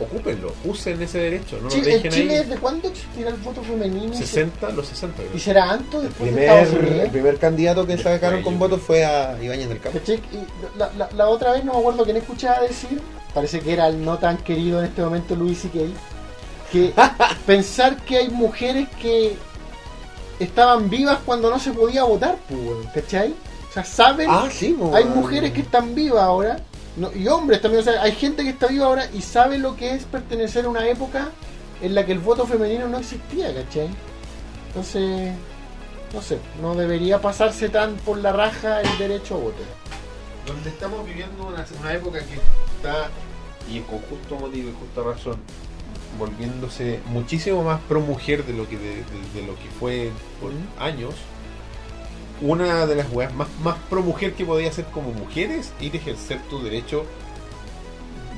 Speaker 1: Ocúpenlo, usen ese derecho, no lo
Speaker 2: Chi-
Speaker 1: dejen
Speaker 2: ¿En Chile
Speaker 1: ahí.
Speaker 2: desde cuándo existirá el voto femenino?
Speaker 1: 60, los 60. creo.
Speaker 2: ¿Y será antes
Speaker 3: El
Speaker 2: después de Estados
Speaker 3: primer, el
Speaker 2: Unidos?
Speaker 3: primer candidato que sacaron con
Speaker 1: Después,
Speaker 3: votos fue a Ibañez del Campo.
Speaker 2: ¿Cachai? Y la, la- la otra vez no me acuerdo quién escuchaba decir, parece que era el no tan querido en este momento Luis y que pensar que hay mujeres que estaban vivas cuando no se podía votar, pues, weón, ¿cachai? O sea, saben,
Speaker 3: Ah, sí, mo,
Speaker 2: hay
Speaker 3: ah.
Speaker 2: mujeres que están vivas ahora, no, y hombres también, o sea, hay gente que está viva ahora y sabe lo que es pertenecer a una época en la que el voto femenino no existía, ¿cachai? Entonces, no sé, no debería pasarse tan por la raja el derecho a voto.
Speaker 1: donde estamos viviendo una, una época que está, y con justo motivo y justa razón, volviéndose muchísimo más pro mujer de lo que, de, de- de lo que fue por años. Una de las weas más, más pro mujer que podía hacer como mujeres ir a ejercer tu derecho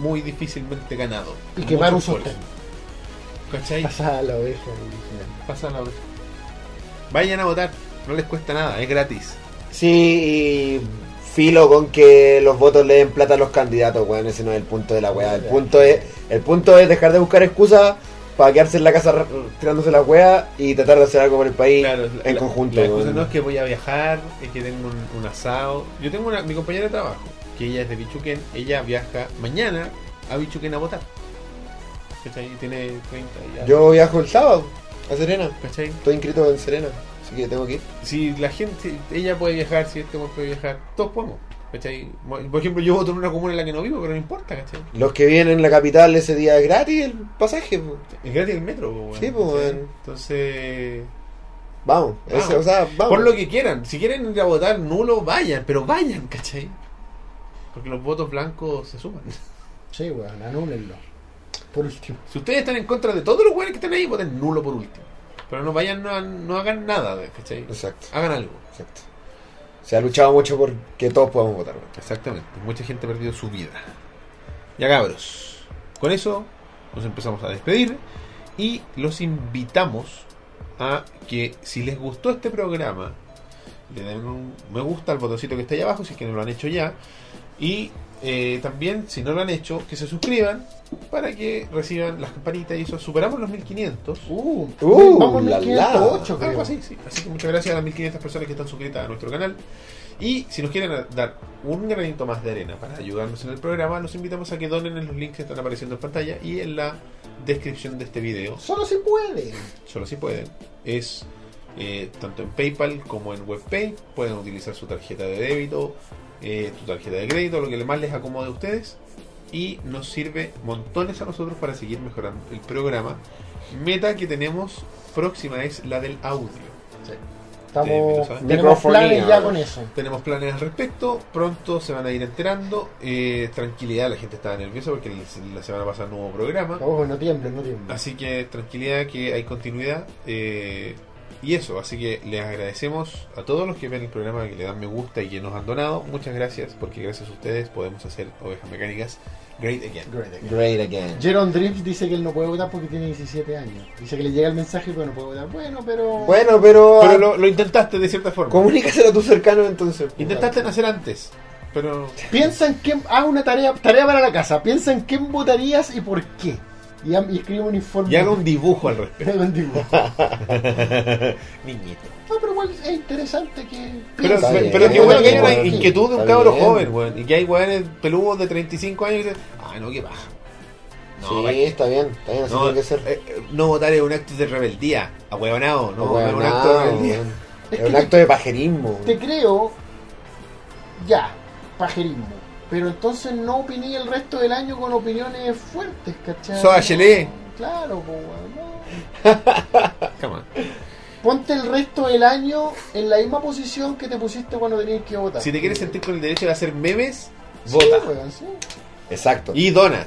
Speaker 1: muy difícilmente ganado.
Speaker 2: Y quemar
Speaker 1: Mucho
Speaker 2: un
Speaker 1: esfuerzo.
Speaker 2: sostén.
Speaker 1: ¿Cachai?
Speaker 2: Pasada la oveja original.
Speaker 1: Pasa la oreja. Vayan a votar, no les cuesta nada, es gratis.
Speaker 3: Sí, y filo con que los votos le den plata a los candidatos, weón. Ese no es el punto de la weá. El punto es, el punto es dejar de buscar excusas para quedarse en la casa ra- tirándose la weá y tratar de hacer algo por el país
Speaker 1: Claro,
Speaker 3: en
Speaker 1: la-
Speaker 3: conjunto.
Speaker 1: La excusa
Speaker 3: weón.
Speaker 1: no es que voy a viajar, es que tengo un, un asado. Yo tengo una, mi compañera de trabajo, que ella es de Bichuquén, ella viaja mañana a Bichuquén a votar. ¿Cachai? Y tiene 30 y algo,
Speaker 3: Yo viajo el sábado a Serena.
Speaker 1: ¿Cachai?
Speaker 3: Estoy inscrito en Serena, así que tengo que ir.
Speaker 1: Si la gente, ella puede viajar, si este hombre puede viajar, todos podemos. ¿Cachai? Por ejemplo, yo voto en una comuna en la que no vivo, pero no importa, ¿cachai?
Speaker 3: Los que vienen en la capital ese día es gratis el pasaje. po.
Speaker 1: Es gratis el metro, po, weón.
Speaker 3: Sí, po,
Speaker 1: ¿cachai?
Speaker 3: weón.
Speaker 1: Entonces,
Speaker 3: Vamos,
Speaker 1: Vamos.
Speaker 3: ese- o sea, vamos.
Speaker 1: por lo que quieran. Si quieren ir a votar nulo, vayan, pero vayan, ¿cachai? Porque los votos blancos se suman.
Speaker 2: Sí, weón, anúlenlo. Por último.
Speaker 1: Si ustedes están en contra de todos los weones que están ahí, voten nulo por último. Pero no vayan, no, no hagan nada, ¿cachai?
Speaker 3: Exacto,
Speaker 1: Hagan algo.
Speaker 3: exacto. Se ha luchado mucho por que todos podamos votar. weón.
Speaker 1: Exactamente. Mucha gente ha perdido su vida. Ya cabros. Con eso nos empezamos a despedir y los invitamos a que si les gustó este programa, le den un me gusta al botoncito que está ahí abajo si es que no lo han hecho ya. Y eh, también, si no lo han hecho, que se suscriban para que reciban las campanitas y eso. Superamos los 1500.
Speaker 2: Uh,
Speaker 3: Uh,
Speaker 2: vamos
Speaker 3: la, la.
Speaker 2: 1508, creo.
Speaker 1: Algo así, sí. Así que muchas gracias a las 1500 personas que están suscritas a nuestro canal. Y si nos quieren dar un granito más de arena para ayudarnos en el programa, los invitamos a que donen en los links que están apareciendo en pantalla y en la descripción de este video.
Speaker 2: Solo se puede.
Speaker 1: Solo si pueden. Es eh, tanto en PayPal como en WebPay. Pueden utilizar su tarjeta de débito, eh, tu tarjeta de crédito, lo que más les acomode a ustedes. Y nos sirve montones a nosotros para seguir mejorando el programa. Meta que tenemos próxima es la del audio.
Speaker 2: Estamos,
Speaker 1: Sí,
Speaker 2: tenemos
Speaker 3: microfonía,
Speaker 2: planes ya
Speaker 3: weón.
Speaker 2: con eso.
Speaker 1: Tenemos planes al respecto, pronto se van a ir enterando. Eh, tranquilidad, la gente estaba nerviosa porque el- la semana pasada no hubo programa.
Speaker 2: Ojo, Oh, no tiemblen, no tiemblen.
Speaker 1: Así que tranquilidad, que hay continuidad. eh, y eso, así que les agradecemos a todos los que ven el programa, que le dan me gusta y que nos han donado. Muchas gracias, porque gracias a ustedes podemos hacer Ovejas Mecánicas Great Again.
Speaker 2: Great again.
Speaker 3: Great again.
Speaker 2: Jerome Drips dice que él no puede votar porque tiene 17 años. Dice que le llega el mensaje, pero no puede votar. Bueno, pero.
Speaker 3: Bueno, pero,
Speaker 1: Pero lo, lo intentaste de cierta forma.
Speaker 3: comunícaselo a tus cercanos entonces. po.
Speaker 1: Intentaste nacer antes, pero
Speaker 2: Piensa en quién. Haz una tarea tarea para la casa. Piensa en quién votarías y por qué. Y, am- y escribe un informe.
Speaker 1: y haga un dibujo al respecto.
Speaker 2: Haga un dibujo. No,
Speaker 1: Niñito.
Speaker 2: pero igual es interesante que.
Speaker 1: Pero,
Speaker 3: Está
Speaker 1: pero-
Speaker 3: bien,
Speaker 1: pero qué
Speaker 3: está
Speaker 1: bueno que hay
Speaker 3: bien,
Speaker 1: una
Speaker 3: weón.
Speaker 1: inquietud de un
Speaker 3: Está
Speaker 1: cabro
Speaker 3: bien.
Speaker 1: joven, weón. Y que hay weones peludos de 35 años que dicen, ah, no, qué baja.
Speaker 3: sí, está bien, está bien, así
Speaker 1: No,
Speaker 3: tiene que ser.
Speaker 1: eh, eh, no votar es un acto de rebeldía. Ahueonado, no,
Speaker 3: Weón,
Speaker 1: es un acto de
Speaker 3: no,
Speaker 1: rebeldía.
Speaker 3: weón.
Speaker 2: Es
Speaker 3: Es un
Speaker 2: que-
Speaker 3: acto de pajerismo.
Speaker 2: Te creo. Ya, pajerismo. Pero entonces no opiné el resto del año con opiniones fuertes, ¿cachai?
Speaker 1: Soda Yelé.
Speaker 2: Claro, pues, weón, no.
Speaker 1: Come on.
Speaker 2: Ponte el resto del año en la misma posición que te pusiste cuando tenías que votar.
Speaker 1: Si te quieres sentir con el derecho de hacer memes,
Speaker 2: Sí,
Speaker 3: pues.
Speaker 1: vota.
Speaker 2: weón, sí.
Speaker 3: Exacto.
Speaker 1: Y dona.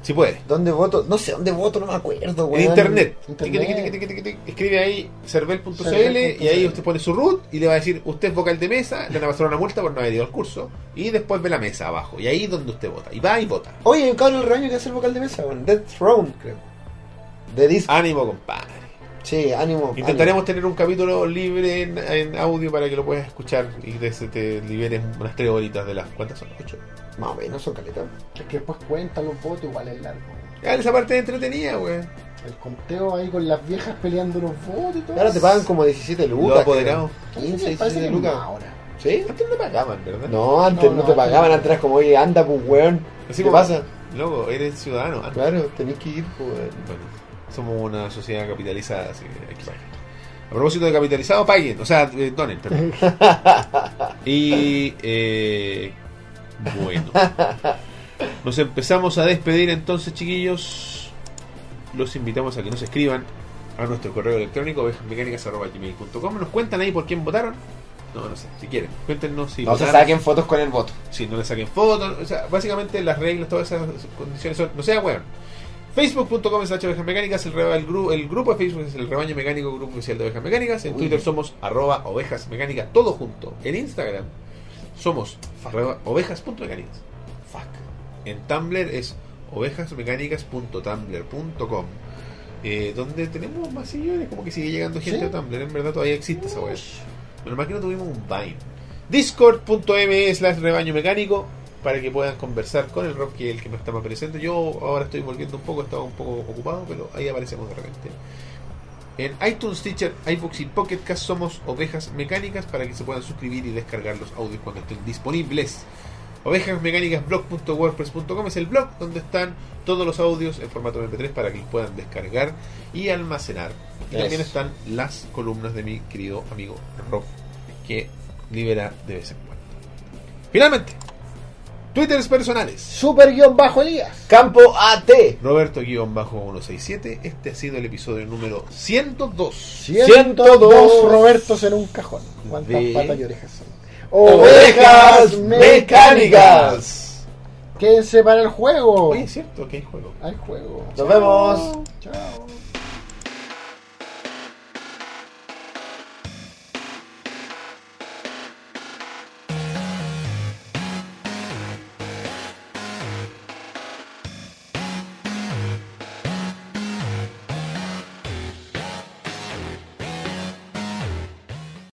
Speaker 1: Si puedes.
Speaker 3: ¿Dónde voto? No sé dónde voto, no me acuerdo,
Speaker 1: En
Speaker 3: weón.
Speaker 1: internet.
Speaker 2: Internet.
Speaker 1: Tiqui, tiqui, tiqui, tiqui, tiqui. Escribe ahí cervel.cl
Speaker 2: Cervel.cl.
Speaker 1: y ahí usted pone su root y le va a decir, usted es vocal de mesa, le van a pasar una multa por no haber ido al curso. Y después ve la mesa abajo. Y ahí es donde usted vota. Y va y vota.
Speaker 3: Oye, hay un cabrón del rebaño que hace el vocal de mesa, weón. Dead Throne, creo. De Disco.
Speaker 1: Ánimo, compadre.
Speaker 3: Sí, ánimo.
Speaker 1: Ah. Intentaremos tener un capítulo libre en, en audio para que lo puedas escuchar y te, se te liberes unas tres horitas de las. ¿Cuántas son? ¿Ocho?
Speaker 3: ánimo. Más o menos son caletas.
Speaker 2: Es que después cuentan los votos, igual es largo.
Speaker 1: Ah, esa parte es entretenida, güey.
Speaker 2: El conteo ahí con las viejas peleando los votos y todo.
Speaker 3: Ahora te pagan como 17 lucas.
Speaker 1: Lo apoderado.
Speaker 3: creo.
Speaker 2: Parece que-
Speaker 3: 15,
Speaker 2: parece
Speaker 3: 17
Speaker 2: que
Speaker 3: lucas.
Speaker 2: más ahora.
Speaker 3: ¿Sí?
Speaker 1: Antes no pagaban, ¿verdad?
Speaker 3: No, antes no,
Speaker 2: No, no,
Speaker 3: te
Speaker 2: antes
Speaker 3: pagaban,
Speaker 2: no.
Speaker 3: antes era como, oye, anda, pues, weón.
Speaker 1: Así
Speaker 3: ¿Qué
Speaker 1: como-
Speaker 3: pasa?
Speaker 1: Loco, eres ciudadano. antes.
Speaker 3: Claro, tenés que ir, pues, weón.
Speaker 1: Bueno, somos una sociedad capitalizada, así que hay que pagar. A propósito de capitalizado, paguen. O sea, eh, donen, perdón. Y. eh, bueno. Nos empezamos a despedir entonces, chiquillos. Los invitamos a que nos escriban a nuestro correo electrónico ovejasmecánicas.com. Nos cuentan ahí por quién votaron. No, no sé, si quieren. Cuéntenos si
Speaker 3: No se
Speaker 1: votaron.
Speaker 3: saquen fotos con el voto.
Speaker 1: Si no le saquen fotos, o sea, básicamente las reglas, todas esas condiciones son, no sea weón. Facebook.com es Ovejas Mecánicas, el, reba- el, gru- el grupo de Facebook es el Rebaño Mecánico, grupo oficial de Ovejas Mecánicas. En
Speaker 3: Uy.
Speaker 1: Twitter somos arroba ovejas mecánicas, todo junto. En Instagram somos arroba ovejas.mecánicas. En Tumblr es ovejasmecánicas.tumblr.com. Eh, donde tenemos más seguidores, como que sigue llegando gente
Speaker 2: Sí.
Speaker 1: a Tumblr. En verdad todavía existe esa web. Menos mal que no tuvimos un Vine. discord.me slash rebaño mecánico para que puedan conversar con el Rob, que es el que me está más presente. Yo ahora estoy volviendo un poco, estaba un poco ocupado, pero ahí aparecemos de repente. En iTunes, Teacher, iBooks y Pocket Cast somos Ovejas Mecánicas para que se puedan suscribir y descargar los audios cuando estén disponibles. Ovejasmecánicasblog.wordpress.com es el blog donde están todos los audios en formato MP3 para que los puedan descargar y almacenar. Y
Speaker 3: Eso.
Speaker 1: también están las columnas de mi querido amigo Rob, que libera de vez en cuando. Finalmente, Twitters personales.
Speaker 2: Super guión bajo Elías.
Speaker 3: Campo AT.
Speaker 1: Roberto-167, este ha sido el episodio número 102.
Speaker 2: 102 Robertos en un cajón. ¿Cuántas
Speaker 1: De-
Speaker 2: patas y orejas son?
Speaker 3: Ovejas mecánicas.
Speaker 2: Quédense para el juego.
Speaker 1: Oye, es cierto que hay juego.
Speaker 2: Al juego.
Speaker 3: Nos vemos.
Speaker 2: Chao.